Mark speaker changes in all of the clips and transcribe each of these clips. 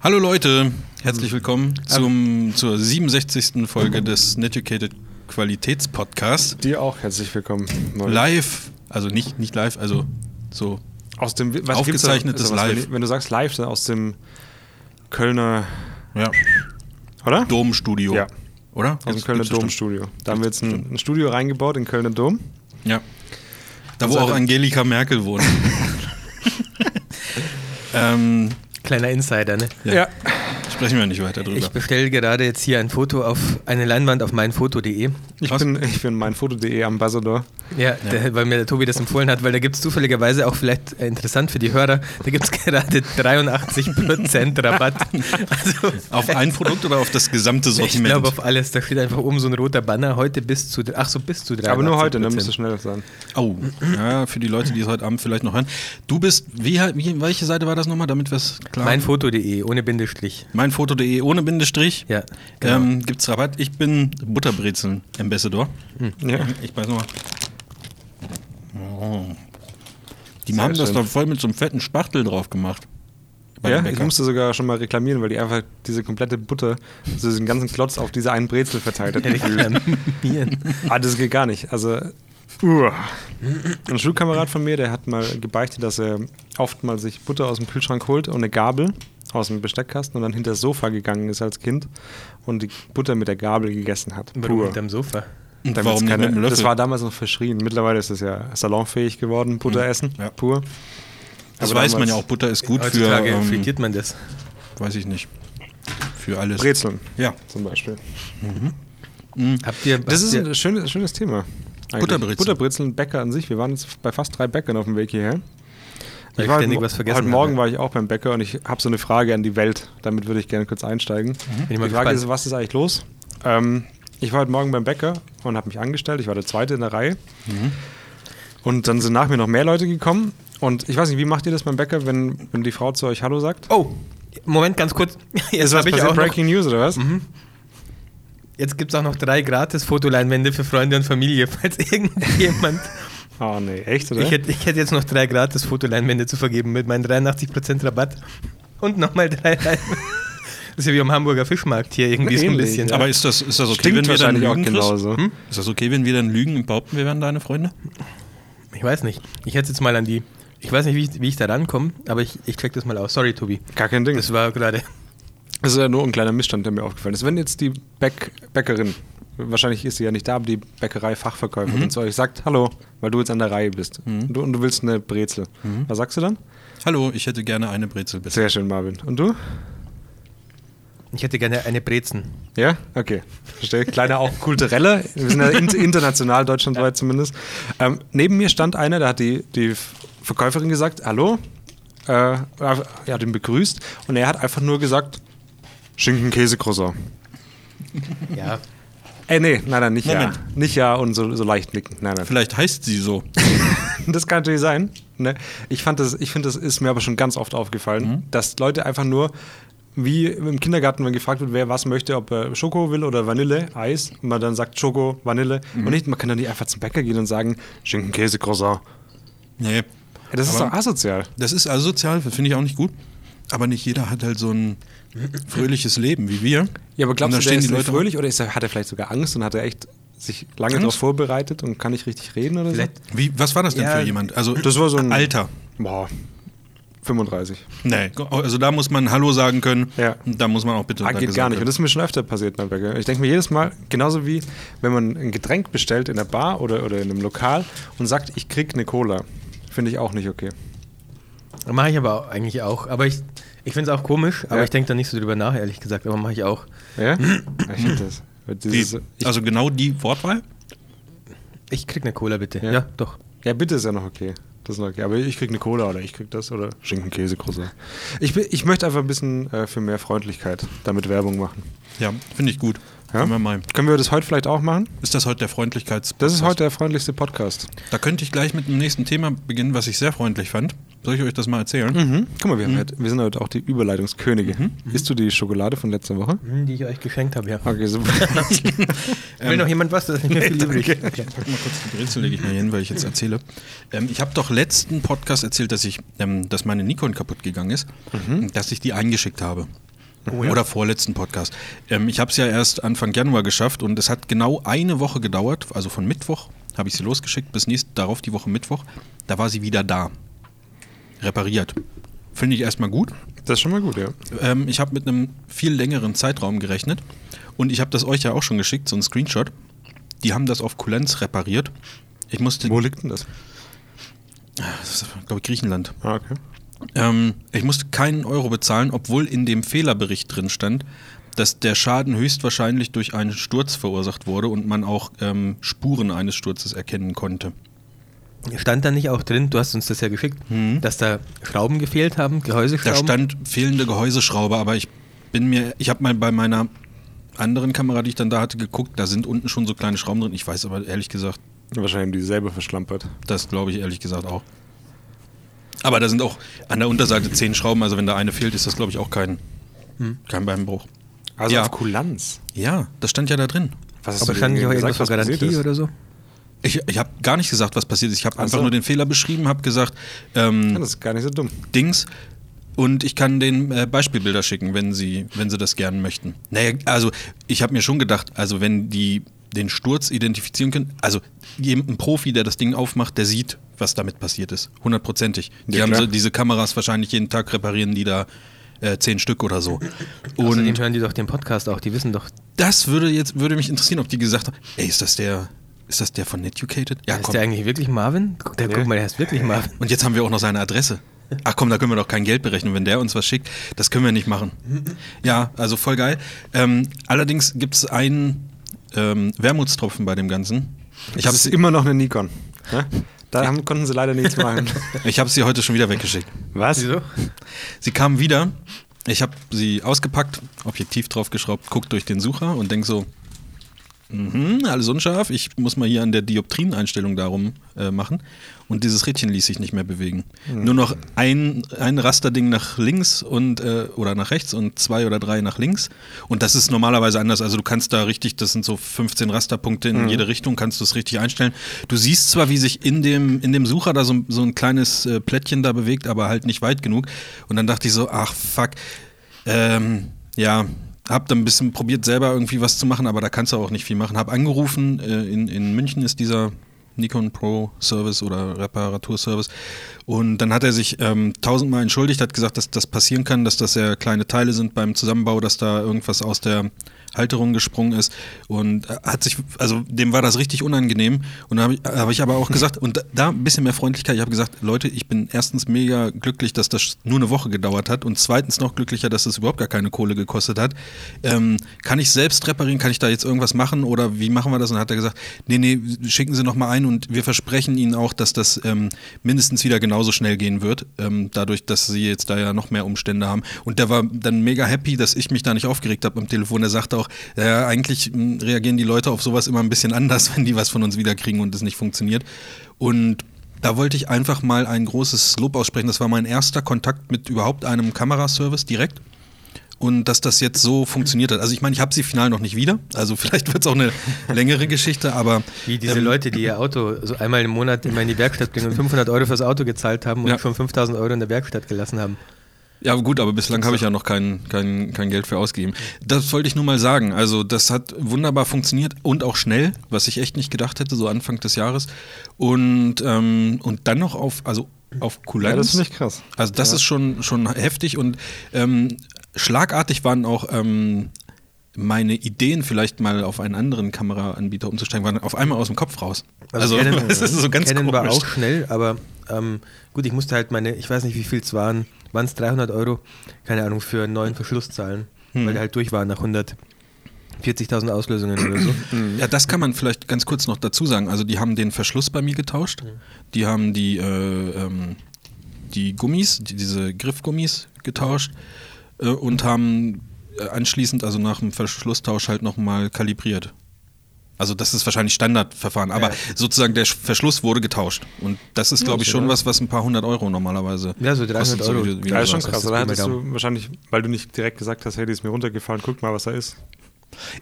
Speaker 1: Hallo Leute, herzlich willkommen zum, zur 67. Folge des Netucated Qualitätspodcasts.
Speaker 2: Dir auch herzlich willkommen. Neu.
Speaker 1: Live, also nicht, nicht live, also so.
Speaker 2: Aus dem was gibt's da-
Speaker 1: Aufgezeichnetes
Speaker 2: ist da was, wenn
Speaker 1: Live.
Speaker 2: du- Wenn du sagst live, dann aus dem Kölner,
Speaker 1: Ja.
Speaker 2: oder?
Speaker 1: Domstudio.
Speaker 2: Ja.
Speaker 1: Oder?
Speaker 2: Aus dem
Speaker 1: Gibt's-
Speaker 2: Kölner
Speaker 1: gibt's bestimmt.
Speaker 2: Domstudio. Da haben wir jetzt ein, ein Studio reingebaut in Kölner Dom. Also, äh,
Speaker 1: Ja. Da,
Speaker 2: Und
Speaker 1: wo
Speaker 2: seit-
Speaker 1: auch Angelika Merkel wohnt. ähm,
Speaker 3: Kleiner Insider, ne?
Speaker 1: ja. Sprechen wir nicht weiter
Speaker 3: Ich
Speaker 1: drüber.
Speaker 3: bestelle gerade jetzt hier ein Foto auf eine Leinwand auf meinfoto.de.
Speaker 2: Ich
Speaker 1: Was?
Speaker 2: bin, ich bin meinfoto.de Ambassador.
Speaker 3: Ja, Der, weil mir der Tobi das empfohlen hat, weil da gibt es zufälligerweise auch vielleicht äh, interessant für die Hörer, da gibt es gerade 83% Rabatt. Also,
Speaker 1: Auf ein Produkt oder auf das gesamte
Speaker 3: ich
Speaker 1: Sortiment?
Speaker 3: glaube auf alles. Da steht einfach oben so ein roter Banner. Heute bis zu, ach so, bis zu 83%.
Speaker 2: Aber nur heute, ne? dann musst du schneller sein.
Speaker 1: Oh, ja, für die Leute, die es heute Abend vielleicht noch hören. Du bist, wie, wie welche Seite war das nochmal, damit wir es klar haben?
Speaker 3: Meinfoto.de, ohne Bindestrich.
Speaker 1: Meinfoto.de ohne Bindestrich.
Speaker 3: Ja, genau.
Speaker 1: Ähm, gibt's Rabatt? Ich bin Butterbrezeln Ambassador.
Speaker 2: Ja.
Speaker 1: Ich weiß nochmal. Oh. Die
Speaker 2: Sehr
Speaker 1: haben das
Speaker 2: schön.
Speaker 1: doch voll mit so einem fetten Spachtel drauf gemacht. Bei
Speaker 2: Ja,
Speaker 1: dem
Speaker 2: ich
Speaker 1: Bäcker.
Speaker 2: musste sogar schon mal reklamieren, weil die einfach diese komplette Butter, also diesen ganzen Klotz auf diese einen Brezel verteilt hat.
Speaker 3: Reklamieren.
Speaker 2: Ah, das geht gar nicht. Also, uah. ein Schulkamerad von mir, der hat mal gebeichtet, dass er oft mal sich Butter aus dem Kühlschrank holt und eine Gabel aus dem Besteckkasten und dann hinter das Sofa gegangen ist als Kind und die Butter mit der Gabel gegessen hat.
Speaker 3: Warum
Speaker 2: Pur.
Speaker 3: hinterm Sofa?
Speaker 1: Und
Speaker 2: Damit's
Speaker 1: warum nicht
Speaker 2: keine-
Speaker 1: mit dem Löffel?
Speaker 2: Das war damals noch verschrien. Mittlerweile ist es ja salonfähig geworden, Butter essen,
Speaker 1: Mhm. Ja.
Speaker 2: pur.
Speaker 1: das
Speaker 2: aber
Speaker 1: weiß man
Speaker 2: damals-
Speaker 1: ja auch. Butter ist gut für,
Speaker 3: Heutzutage
Speaker 1: ähm,
Speaker 3: frittiert man das.
Speaker 1: weiß ich nicht, für alles.
Speaker 2: Brezeln
Speaker 1: Ja,
Speaker 2: zum Beispiel.
Speaker 3: Habt ihr,
Speaker 2: hm. Das
Speaker 3: habt
Speaker 2: ist
Speaker 3: ihr,
Speaker 2: ein schönes, schönes Thema. eigentlich.
Speaker 1: Butterbrezeln.
Speaker 2: Butterbrezeln, Bäcker an sich. Wir waren jetzt bei fast drei Bäckern auf dem Weg hierher.
Speaker 3: Weil ich
Speaker 2: heute
Speaker 3: ständig
Speaker 2: Mo-
Speaker 3: was vergessen
Speaker 2: Heute Morgen
Speaker 3: habe.
Speaker 2: war ich auch beim Bäcker und ich habe so eine Frage an die Welt. Damit würde ich gerne kurz einsteigen.
Speaker 3: Mhm. Bin
Speaker 2: Die
Speaker 3: ich mal
Speaker 2: Frage
Speaker 3: gespannt.
Speaker 2: ist, was ist eigentlich los? Ähm, ich war heute Morgen beim Bäcker und habe mich angestellt. Ich war der Zweite in der Reihe.
Speaker 3: Mhm.
Speaker 2: Und dann sind nach mir noch mehr Leute gekommen. Und ich weiß nicht, wie macht ihr das beim Bäcker, wenn, wenn die Frau zu euch Hallo sagt?
Speaker 3: Oh, Moment, ganz kurz. Jetzt, hab ich auch noch, Mhm.
Speaker 2: Breaking News oder was?
Speaker 3: jetzt gibt es auch noch drei gratis Fotoleinwände für Freunde und Familie, falls irgendjemand.
Speaker 2: Oh nee, echt oder?
Speaker 3: ich, hätte, ich hätte jetzt noch drei gratis Fotoleinwände zu vergeben mit meinen 83% Rabatt und nochmal drei. Lein- Das ist ja wie am Hamburger Fischmarkt hier irgendwie so ein
Speaker 2: Ähnlich,
Speaker 3: bisschen.
Speaker 2: ja.
Speaker 1: aber ist das, ist das okay,
Speaker 2: Stinkt
Speaker 1: wenn wir dann
Speaker 2: wahrscheinlich auch
Speaker 1: lügen, Chris?
Speaker 2: genauso.
Speaker 1: Hm? Ist das okay, wenn wir dann lügen und behaupten, wir wären deine Freunde?
Speaker 3: Ich weiß nicht. Ich hätte jetzt mal an die. Ich weiß nicht, wie ich, wie ich da rankomme, aber ich, ich check das mal aus. Sorry, Tobi.
Speaker 2: Gar kein Ding.
Speaker 3: Das war gerade.
Speaker 2: Das ist ja nur ein kleiner Missstand, der mir aufgefallen ist. Wenn jetzt die Bäck Bäckerin, wahrscheinlich ist sie ja nicht da, aber die Bäckerei-Fachverkäuferin zu euch sagt, hallo, weil du jetzt an der Reihe bist und, du, und du willst eine Brezel. Was sagst du dann?
Speaker 1: Hallo, ich hätte gerne eine Brezel bitte.
Speaker 2: Mhm. Sehr schön, Marvin. Und du?
Speaker 3: Ich hätte gerne eine Brezen.
Speaker 2: Ja? Okay. Verstehe. Kleiner auch kultureller. Wir sind ja in, international, deutschlandweit zumindest. Ähm, neben mir stand einer, da hat die, die Verkäuferin gesagt, hallo. Äh, er hat ihn begrüßt und er hat einfach nur gesagt, Schinken-Käse-Croissant.
Speaker 3: Ja.
Speaker 2: Ey, Äh, nee, nein, nein, nicht
Speaker 1: Moment.
Speaker 2: ja. Nicht ja und so, so leicht nicken. Nein, nein.
Speaker 1: Vielleicht heißt sie so. Hm.
Speaker 2: Das kann natürlich sein. Ne? Ich fand das, ich finde, das ist mir aber schon ganz oft aufgefallen,
Speaker 1: Hm.
Speaker 2: dass Leute einfach nur wie im Kindergarten, wenn gefragt wird, wer was möchte, ob er Schoko will oder Vanille, Eis, und man dann sagt Schoko, Vanille
Speaker 1: Mhm.
Speaker 2: und nicht, man kann doch nicht einfach zum Bäcker gehen und sagen Schinken, Käse, Croissant.
Speaker 1: Nee.
Speaker 2: Ja, das ist
Speaker 1: Aber-
Speaker 2: doch asozial.
Speaker 1: Das ist asozial, finde ich auch nicht gut. Aber nicht jeder hat halt so ein fröhliches Leben wie wir.
Speaker 2: Ja, aber
Speaker 1: Und
Speaker 2: glaubst du,
Speaker 1: da
Speaker 2: der
Speaker 1: stehen
Speaker 2: ist
Speaker 1: die Leute
Speaker 2: fröhlich oder ist er, hat er vielleicht sogar Angst und hat er echt sich lange
Speaker 1: Angst?
Speaker 2: darauf vorbereitet und kann nicht richtig reden oder
Speaker 3: Vielleicht-
Speaker 1: Wie, was war das denn
Speaker 3: Ja,
Speaker 1: für jemand? Also
Speaker 2: so? Das war so ein
Speaker 1: Alter.
Speaker 2: Boah, 35.
Speaker 1: Nee, also da muss man Hallo sagen können.
Speaker 2: Ja.
Speaker 1: Und Da muss man auch bitte
Speaker 2: Ah,
Speaker 1: Danke
Speaker 2: geht
Speaker 1: sagen
Speaker 2: gar nicht. Und
Speaker 1: Können.
Speaker 2: das ist mir schon öfter passiert beim Bäcker. Ich denke mir jedes Mal, genauso wie wenn man ein Getränk bestellt in der Bar oder, oder in einem Lokal und sagt, ich krieg eine Cola. Finde ich auch nicht okay.
Speaker 3: Mache ich aber auch, eigentlich auch. Aber ich, ich finde es auch komisch, aber
Speaker 2: Ja.
Speaker 3: ich denke da nicht so drüber nach, ehrlich gesagt. Aber mache ich auch.
Speaker 2: Ja? ich finde das. Wird Dieses,
Speaker 1: Die,
Speaker 2: ich,
Speaker 1: also genau die Wortwahl?
Speaker 3: Ich krieg eine Cola bitte.
Speaker 2: Ja.
Speaker 3: Ja, doch.
Speaker 2: ja, bitte ist ja noch okay. Das ist noch okay. Aber ich krieg eine Cola oder ich krieg das oder Schinkenkäse, Croissant. Ich, bin- ich möchte einfach ein bisschen äh, für mehr Freundlichkeit damit Werbung machen.
Speaker 1: Ja, finde ich gut.
Speaker 2: Ja?
Speaker 1: Können wir mal.
Speaker 2: Können wir das heute vielleicht auch machen?
Speaker 1: Ist das heute der Freundlichkeits?
Speaker 2: Das ist heute der freundlichste Podcast.
Speaker 1: Da könnte ich gleich mit dem nächsten Thema beginnen, was ich sehr freundlich fand. Soll ich euch das mal erzählen?
Speaker 2: Mhm. Guck mal, wir, haben heute, wir sind heute auch die Überleitungskönige.
Speaker 1: Mhm.
Speaker 2: Isst du die Schokolade von letzter Woche?
Speaker 3: Hm, Die ich euch geschenkt habe, ja.
Speaker 2: Okay, super.
Speaker 3: Will noch jemand was? Da ist nicht mehr viel übrig. Okay.
Speaker 1: Pack mal kurz die Brezel, lege ich mal hier hin, weil ich jetzt erzähle. Ähm, ich habe doch letzten Podcast erzählt, dass ich, ähm, dass meine Nikon kaputt gegangen ist, und dass ich die eingeschickt habe. Oder vorletzten Podcast. Ähm, ich habe es ja erst Anfang Januar geschafft und es hat genau eine Woche gedauert, also von Mittwoch habe ich sie losgeschickt, bis nächst, darauf die Woche Mittwoch. Da war sie wieder da. Repariert. Finde ich erstmal gut.
Speaker 2: Das ist schon mal gut, ja.
Speaker 1: Ähm, ich habe mit einem viel längeren Zeitraum gerechnet und ich habe das euch ja auch schon geschickt, so ein Screenshot. Die haben das auf Kulanz repariert. Ich musste,
Speaker 2: Wo liegt denn das?
Speaker 1: das ist, glaube ich, Griechenland.
Speaker 2: Ah, okay.
Speaker 1: Ähm, ich musste keinen Euro bezahlen, obwohl in dem Fehlerbericht drin stand, dass der Schaden höchstwahrscheinlich durch einen Sturz verursacht wurde und man auch ähm, Spuren eines Sturzes erkennen konnte.
Speaker 3: Stand da nicht auch drin, du hast uns das ja geschickt, dass da Schrauben gefehlt haben,
Speaker 1: Da
Speaker 3: Gehäuseschrauben?
Speaker 1: stand fehlende Gehäuseschraube, aber ich bin mir, ich habe mal bei meiner anderen Kamera, die ich dann da hatte, geguckt, da sind unten schon so kleine Schrauben drin. Ich weiß aber ehrlich gesagt,
Speaker 2: Wahrscheinlich die selber verschlampert.
Speaker 1: das glaube ich ehrlich gesagt auch. Aber da sind auch an der Unterseite zehn Schrauben, also wenn da eine fehlt, ist das glaube ich auch kein, kein Beinbruch.
Speaker 2: Also
Speaker 1: Ja.
Speaker 2: auf Kulanz.
Speaker 1: Hm. Ja, das stand ja da drin.
Speaker 2: Was hast
Speaker 3: Aber
Speaker 2: du
Speaker 3: stand nicht
Speaker 2: denen
Speaker 3: auch
Speaker 2: gesagt,
Speaker 3: irgendwas zur
Speaker 2: was passiert
Speaker 3: Garantie
Speaker 2: ist?
Speaker 3: oder so?
Speaker 1: Ich, ich habe gar nicht gesagt, was passiert ist. Ich habe einfach
Speaker 2: so.
Speaker 1: nur den Fehler beschrieben, habe gesagt, ähm,
Speaker 2: Ja, das ist gar nicht so dumm.
Speaker 1: Dings. Und ich kann den äh, Beispielbilder schicken, wenn sie, wenn sie das gerne möchten. Naja, also ich habe mir schon gedacht, also wenn die den Sturz identifizieren können, also jemand, ein Profi, der das Ding aufmacht, der sieht, was damit passiert ist. Hundertprozentig. Die
Speaker 2: Ja,
Speaker 1: haben
Speaker 2: klar.
Speaker 1: so diese Kameras wahrscheinlich jeden Tag reparieren, die da äh, zehn Stück oder so.
Speaker 3: Außerdem
Speaker 1: Und
Speaker 3: hören die doch den Podcast auch, die wissen doch,
Speaker 1: das würde jetzt würde mich interessieren, ob die gesagt haben, ey, ist das der, ist das der von Netucated? Ja,
Speaker 3: ist
Speaker 1: komm.
Speaker 3: der eigentlich wirklich Marvin? Guck, der, guck mal, der ist wirklich Marvin.
Speaker 1: Und jetzt haben wir auch noch seine Adresse. Ach komm, da können wir doch kein Geld berechnen, wenn der uns was schickt. Das können wir nicht machen. Ja, also voll geil. Ähm, allerdings gibt es einen ähm, Wermutstropfen bei dem Ganzen. Ich habe
Speaker 2: das ist immer noch eine Nikon. Ne? Da haben, konnten sie leider nichts machen.
Speaker 1: ich hab sie heute schon wieder weggeschickt.
Speaker 2: Was?
Speaker 3: Wieso?
Speaker 1: Sie kam wieder. Ich habe sie ausgepackt, Objektiv draufgeschraubt, guckt durch den Sucher und denk so, mhm, alles unscharf. Ich muss mal hier an der Dioptrineinstellung darum äh, machen. Und dieses Rädchen ließ sich nicht mehr bewegen. Nur noch ein, ein Rasterding nach links und äh, oder nach rechts und zwei oder drei nach links. Und das ist normalerweise anders. Also du kannst da richtig, das sind so 15 Rasterpunkte in jede Richtung, kannst du es richtig einstellen. Du siehst zwar, wie sich in dem, in dem Sucher da so, ein- so ein kleines äh, Plättchen da bewegt, aber halt nicht weit genug. Und dann dachte ich so, ach fuck, ähm, ja, hab dann ein bisschen probiert, selber irgendwie was zu machen, aber da kannst du auch nicht viel machen. Hab angerufen, äh, in, in München ist dieser Nikon Pro Service oder Reparaturservice. Und dann hat er sich ähm, tausendmal entschuldigt, hat gesagt, dass das passieren kann, dass das sehr kleine Teile sind beim Zusammenbau, dass da irgendwas aus der Halterung gesprungen ist. Und äh, hat sich, also dem war das richtig unangenehm. Und da habe ich, hab ich aber auch gesagt, und da- da ein bisschen mehr Freundlichkeit, ich habe gesagt, Leute, ich bin erstens mega glücklich, dass das nur eine Woche gedauert hat und zweitens noch glücklicher, dass es überhaupt gar keine Kohle gekostet hat. Ähm, kann ich selbst reparieren? Kann ich da jetzt irgendwas machen oder wie machen wir das? Und dann hat er gesagt, nee, nee, schicken Sie noch mal ein und wir versprechen Ihnen auch, dass das ähm, mindestens wieder genauso schnell gehen wird, ähm, dadurch, dass Sie jetzt da ja noch mehr Umstände haben. Und der war dann mega happy, dass ich mich da nicht aufgeregt habe am Telefon. Er sagte auch, ja, eigentlich mh, reagieren die Leute auf sowas immer ein bisschen anders, wenn die was von uns wiederkriegen und es nicht funktioniert. Und da wollte ich einfach mal ein großes Lob aussprechen. Das war mein erster Kontakt mit überhaupt einem Kameraservice direkt. Und dass das jetzt so funktioniert hat. Also ich meine, ich habe sie final noch nicht wieder. Also vielleicht wird es auch eine längere Geschichte, aber
Speaker 3: Wie diese
Speaker 1: Ähm.
Speaker 3: Leute, die ihr Auto so einmal im Monat immer in die Werkstatt bringen und 500 Euro fürs Auto gezahlt haben und
Speaker 1: Ja.
Speaker 3: schon 5000 Euro in der Werkstatt gelassen haben.
Speaker 1: Ja, gut, aber bislang habe ich ja noch kein, kein, kein Geld für ausgegeben. Das wollte ich nur mal sagen. Also, das hat wunderbar funktioniert und auch schnell, was ich echt nicht gedacht hätte, so Anfang des Jahres. Und, ähm, und dann noch auf, also auf Kulanz.
Speaker 2: Ja, das finde ich krass.
Speaker 1: Also, das ist schon, schon heftig und ähm, schlagartig waren auch. Ähm, meine Ideen vielleicht mal auf einen anderen Kameraanbieter umzusteigen, waren auf einmal aus dem Kopf raus. Also,
Speaker 3: Canon-
Speaker 1: das ist so ganz
Speaker 3: Canon
Speaker 1: komisch.
Speaker 3: war auch schnell, aber ähm, gut, ich musste halt meine, ich weiß nicht, wie viel es waren, waren es 300 Euro, keine Ahnung, für einen neuen Verschluss zahlen,
Speaker 1: Hm.
Speaker 3: weil der halt durch war nach 140.000 Auslösungen oder so.
Speaker 1: Mhm. Ja, das kann man vielleicht ganz kurz noch dazu sagen. Also die haben den Verschluss bei mir
Speaker 3: Mhm.
Speaker 1: getauscht. Die haben die, äh, ähm, die Gummis, die, diese Griffgummis getauscht äh, und haben äh, anschließend, also nach dem Verschlusstausch, halt nochmal kalibriert. Also das ist wahrscheinlich Standardverfahren, aber
Speaker 3: Ja.
Speaker 1: sozusagen der Sch- Verschluss wurde getauscht. Und das ist, glaube ich, schon was, was ein paar hundert Euro normalerweise
Speaker 3: Ja, so 300
Speaker 1: kostet,
Speaker 3: Euro.
Speaker 1: wie du- wie du
Speaker 2: Ja, ist schon
Speaker 1: sagst.
Speaker 2: krass.
Speaker 3: das
Speaker 2: Oder
Speaker 3: geht mir
Speaker 2: hattest du wahrscheinlich, weil du nicht direkt gesagt hast, hey, die ist mir runtergefallen, guck mal, was da ist.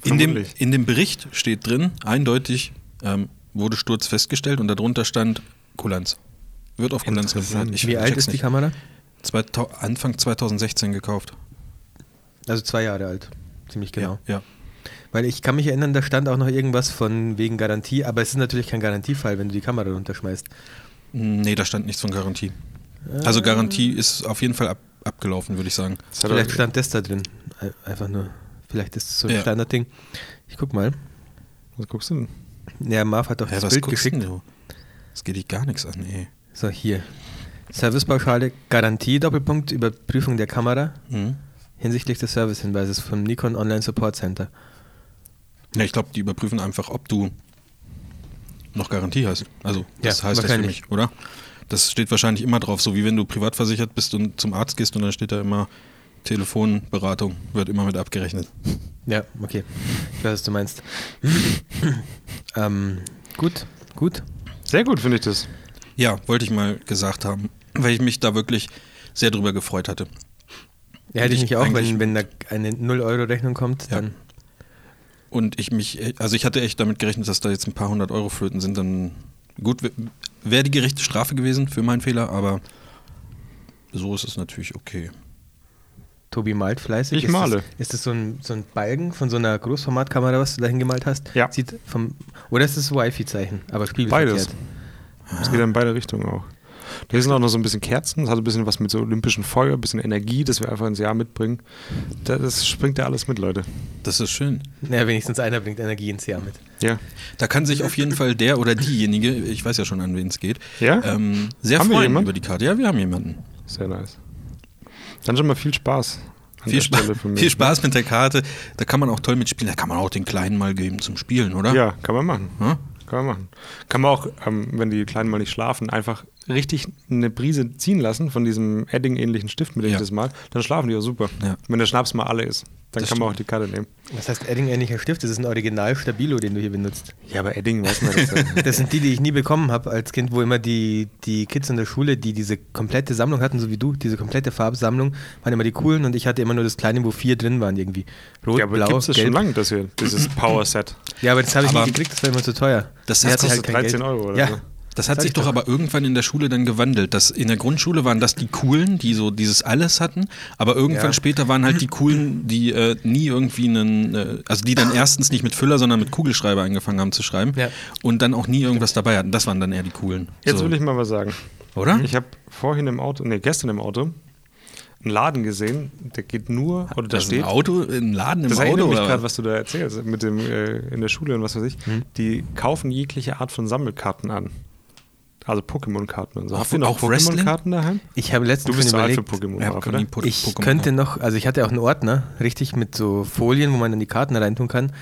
Speaker 1: In dem,
Speaker 2: Vermutlich.
Speaker 1: in dem Bericht steht drin, eindeutig ähm, wurde Sturz festgestellt und darunter stand Kulanz. Wird auf Kulanz
Speaker 2: Interessant.
Speaker 1: repariert. Ich
Speaker 3: Wie alt
Speaker 1: check's
Speaker 3: ist die
Speaker 1: nicht.
Speaker 3: Kamera?
Speaker 1: Zweitau- Anfang 2016 gekauft.
Speaker 3: Also zwei Jahre alt, ziemlich genau.
Speaker 1: Ja, ja.
Speaker 3: Weil ich kann mich erinnern, da stand auch noch irgendwas von wegen Garantie, aber es ist natürlich kein Garantiefall, wenn du die Kamera runterschmeißt.
Speaker 1: Nee, da stand nichts von Garantie.
Speaker 3: Ah.
Speaker 1: Also Garantie ist auf jeden Fall ab, abgelaufen, würde ich sagen.
Speaker 2: Das hat
Speaker 3: Vielleicht
Speaker 2: er-
Speaker 3: stand das da drin. Ei- Einfach nur. Vielleicht ist es so ein
Speaker 1: Ja.
Speaker 3: Standardding. Ich guck mal.
Speaker 2: Was guckst du denn?
Speaker 3: Ja, Marv hat doch
Speaker 1: Hä,
Speaker 3: das
Speaker 1: was
Speaker 3: Bild
Speaker 1: guckst
Speaker 3: geschickt.
Speaker 1: denn du? Das geht dich gar nichts an, ey.
Speaker 3: So, hier. Servicepauschale, Garantie, Doppelpunkt, Überprüfung der Kamera
Speaker 1: Mhm.
Speaker 3: hinsichtlich des Servicehinweises vom Nikon Online Support Center.
Speaker 1: Ja, ich glaube, die überprüfen einfach, ob du noch Garantie hast. Also, das
Speaker 3: Ja,
Speaker 1: heißt das für
Speaker 3: wahrscheinlich.
Speaker 1: mich, oder? Das steht wahrscheinlich immer drauf, so wie wenn du privat versichert bist und zum Arzt gehst und dann steht da immer Telefonberatung, wird immer mit abgerechnet.
Speaker 3: Ja, okay. Ich weiß, was du meinst. ähm, gut, gut.
Speaker 2: Sehr gut, finde ich das.
Speaker 1: Ja, wollte ich mal gesagt haben, weil ich mich da wirklich sehr drüber gefreut hatte.
Speaker 3: Ja, hätte ich
Speaker 1: Ich
Speaker 3: mich auch,
Speaker 1: eigentlich-
Speaker 3: wenn, wenn da eine 0-Euro-Rechnung kommt,
Speaker 1: Ja.
Speaker 3: dann.
Speaker 1: Und ich mich, e- also ich hatte echt damit gerechnet, dass da jetzt ein paar hundert Euro flöten sind. Dann gut, wäre die gerechte Strafe gewesen für meinen Fehler, aber so ist es natürlich okay.
Speaker 3: Tobi malt fleißig.
Speaker 2: Ich
Speaker 3: ist
Speaker 2: male.
Speaker 3: Das, ist das so ein, so ein Balken von so einer Großformatkamera, was du da hingemalt hast?
Speaker 2: Ja.
Speaker 3: Sieht vom, oder ist das Wi-Fi-Zeichen? Aber
Speaker 2: Beides.
Speaker 3: spiegelverkehrt.
Speaker 2: Es geht ja in beide Richtungen auch. Da sind auch noch so ein bisschen Kerzen, das hat ein bisschen was mit so olympischen Feuer, ein bisschen Energie, das wir einfach ins Jahr mitbringen. Da- Das springt ja alles mit, Leute.
Speaker 1: Das ist schön.
Speaker 3: Naja, wenigstens einer bringt Energie ins Jahr mit.
Speaker 2: Ja.
Speaker 1: Da kann sich auf jeden Fall der oder diejenige, ich weiß ja schon, an wen es geht,
Speaker 2: Ja?
Speaker 1: ähm, sehr
Speaker 2: Haben wir
Speaker 1: freuen
Speaker 2: jemanden?
Speaker 1: über die Karte. Ja, wir haben jemanden.
Speaker 2: Sehr nice. Dann schon mal viel Spaß. an
Speaker 1: Viel,
Speaker 2: der
Speaker 1: Spaß,
Speaker 2: Stelle ne? von mir.
Speaker 1: viel Spaß mit der Karte. Da kann man auch toll mitspielen. Da kann man auch den Kleinen mal geben zum Spielen, oder?
Speaker 2: Ja, kann man machen.
Speaker 1: ne? Hm?
Speaker 2: Kann man machen. Kann man auch, ähm, wenn die Kleinen mal nicht schlafen, einfach richtig eine Brise ziehen lassen von diesem Edding-ähnlichen Stift, mit dem
Speaker 1: Ja.
Speaker 2: ich das mal. Dann schlafen die auch super.
Speaker 1: Ja.
Speaker 2: Wenn der Schnaps mal alle ist, dann
Speaker 1: Das
Speaker 2: kann man auch die Karte nehmen.
Speaker 3: Was heißt Edding-ähnlicher Stift? Das ist ein Original Stabilo, den du hier benutzt.
Speaker 2: Ja, aber Edding weiß man das. ja.
Speaker 3: Das sind die, die ich nie bekommen habe als Kind, wo immer die, die Kids in der Schule, die diese komplette Sammlung hatten, so wie du, diese komplette Farbsammlung, waren immer die coolen und ich hatte immer nur das kleine, wo vier drin waren irgendwie. Rot,
Speaker 2: Ja, aber
Speaker 3: blau,
Speaker 2: gibt es
Speaker 3: gelb.
Speaker 2: schon lange, das hier, dieses Power-Set.
Speaker 3: Ja, aber das habe ich
Speaker 1: Aber-
Speaker 3: nie gekriegt, das war immer zu teuer.
Speaker 1: Das-
Speaker 3: Der
Speaker 1: das
Speaker 3: hatte halt
Speaker 2: kostet 13 Euro oder
Speaker 3: ja.
Speaker 2: so.
Speaker 1: Das hat
Speaker 3: Sag
Speaker 1: sich
Speaker 3: ich
Speaker 1: doch
Speaker 3: doch.
Speaker 1: aber irgendwann in der Schule dann gewandelt. Das, in der Grundschule waren das die Coolen, die so dieses alles hatten, aber irgendwann
Speaker 3: Ja.
Speaker 1: später waren halt die Coolen, die äh, nie irgendwie einen, äh, also die dann erstens nicht mit Füller, sondern mit Kugelschreiber angefangen haben zu schreiben
Speaker 3: Ja.
Speaker 1: und dann auch nie irgendwas dabei hatten. Das waren dann eher die Coolen.
Speaker 2: Jetzt
Speaker 1: So,
Speaker 2: will ich mal was sagen.
Speaker 1: oder?
Speaker 2: Ich habe vorhin im Auto, nee, gestern im Auto, einen Laden gesehen, der geht nur, oder da
Speaker 1: das ist
Speaker 2: steht.
Speaker 1: ein Also Auto, ein Laden im
Speaker 2: Das
Speaker 1: Auto
Speaker 2: erinnert mich
Speaker 1: oder Hm.
Speaker 2: gerade, was du da erzählst, mit dem äh, in der Schule und was weiß ich. Die kaufen jegliche Art von Sammelkarten an. Also Pokémon-Karten und so.
Speaker 1: Auch-
Speaker 2: Habt ihr noch
Speaker 1: auch Wrestling?
Speaker 2: Pokémon-Karten daheim?
Speaker 3: Ich habe letztens
Speaker 2: Du bist zu
Speaker 3: schon
Speaker 2: alt für
Speaker 3: überlegt,
Speaker 2: Pokémon,
Speaker 1: Ja,
Speaker 2: Marv,
Speaker 1: kann
Speaker 2: oder?
Speaker 1: die Po-
Speaker 3: ich
Speaker 1: Pokémon
Speaker 3: könnte noch, also ich hatte auch einen Ordner, richtig mit so Folien, wo man dann die Karten reintun kann.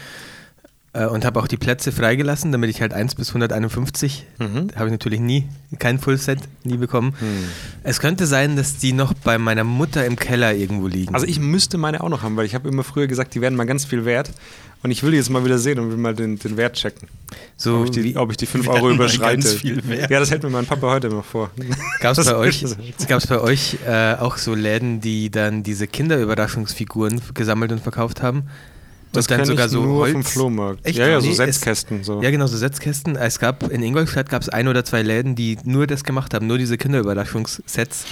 Speaker 3: Äh, Und habe auch die Plätze freigelassen, damit ich halt 1 bis 151,
Speaker 2: Mhm.
Speaker 3: habe ich natürlich nie, kein Fullset, nie bekommen.
Speaker 2: Hm.
Speaker 3: Es könnte sein, dass die noch bei meiner Mutter im Keller irgendwo liegen.
Speaker 2: Also ich müsste meine auch noch haben, weil ich habe immer früher gesagt, die werden mal ganz viel wert. Und ich will die jetzt mal wieder sehen und will mal den, den Wert checken,
Speaker 3: so
Speaker 2: ob ich die,
Speaker 3: wie-
Speaker 2: ob ich die 5
Speaker 1: werden
Speaker 2: Euro
Speaker 1: mal
Speaker 2: überschreite.
Speaker 1: ganz viel wert.
Speaker 2: Ja, das hält mir mein Papa heute immer vor.
Speaker 3: Gab es
Speaker 2: Das
Speaker 3: bei euch,
Speaker 2: ist-
Speaker 3: gab's bei euch äh, auch so Läden, die dann diese Kinderüberraschungsfiguren f- gesammelt und verkauft haben?
Speaker 2: Das
Speaker 3: und dann
Speaker 2: kenn
Speaker 3: sogar
Speaker 2: ich
Speaker 3: so
Speaker 2: nur
Speaker 3: Holz.
Speaker 2: vom Flohmarkt.
Speaker 3: Echt?
Speaker 2: Ja, ja, so
Speaker 3: Nee, es-
Speaker 2: Setzkästen. So.
Speaker 3: Ja, genau, so Setzkästen. Es gab in Ingolstadt gab es ein oder zwei Läden, die nur das gemacht haben, nur diese Kinderüberraschungssets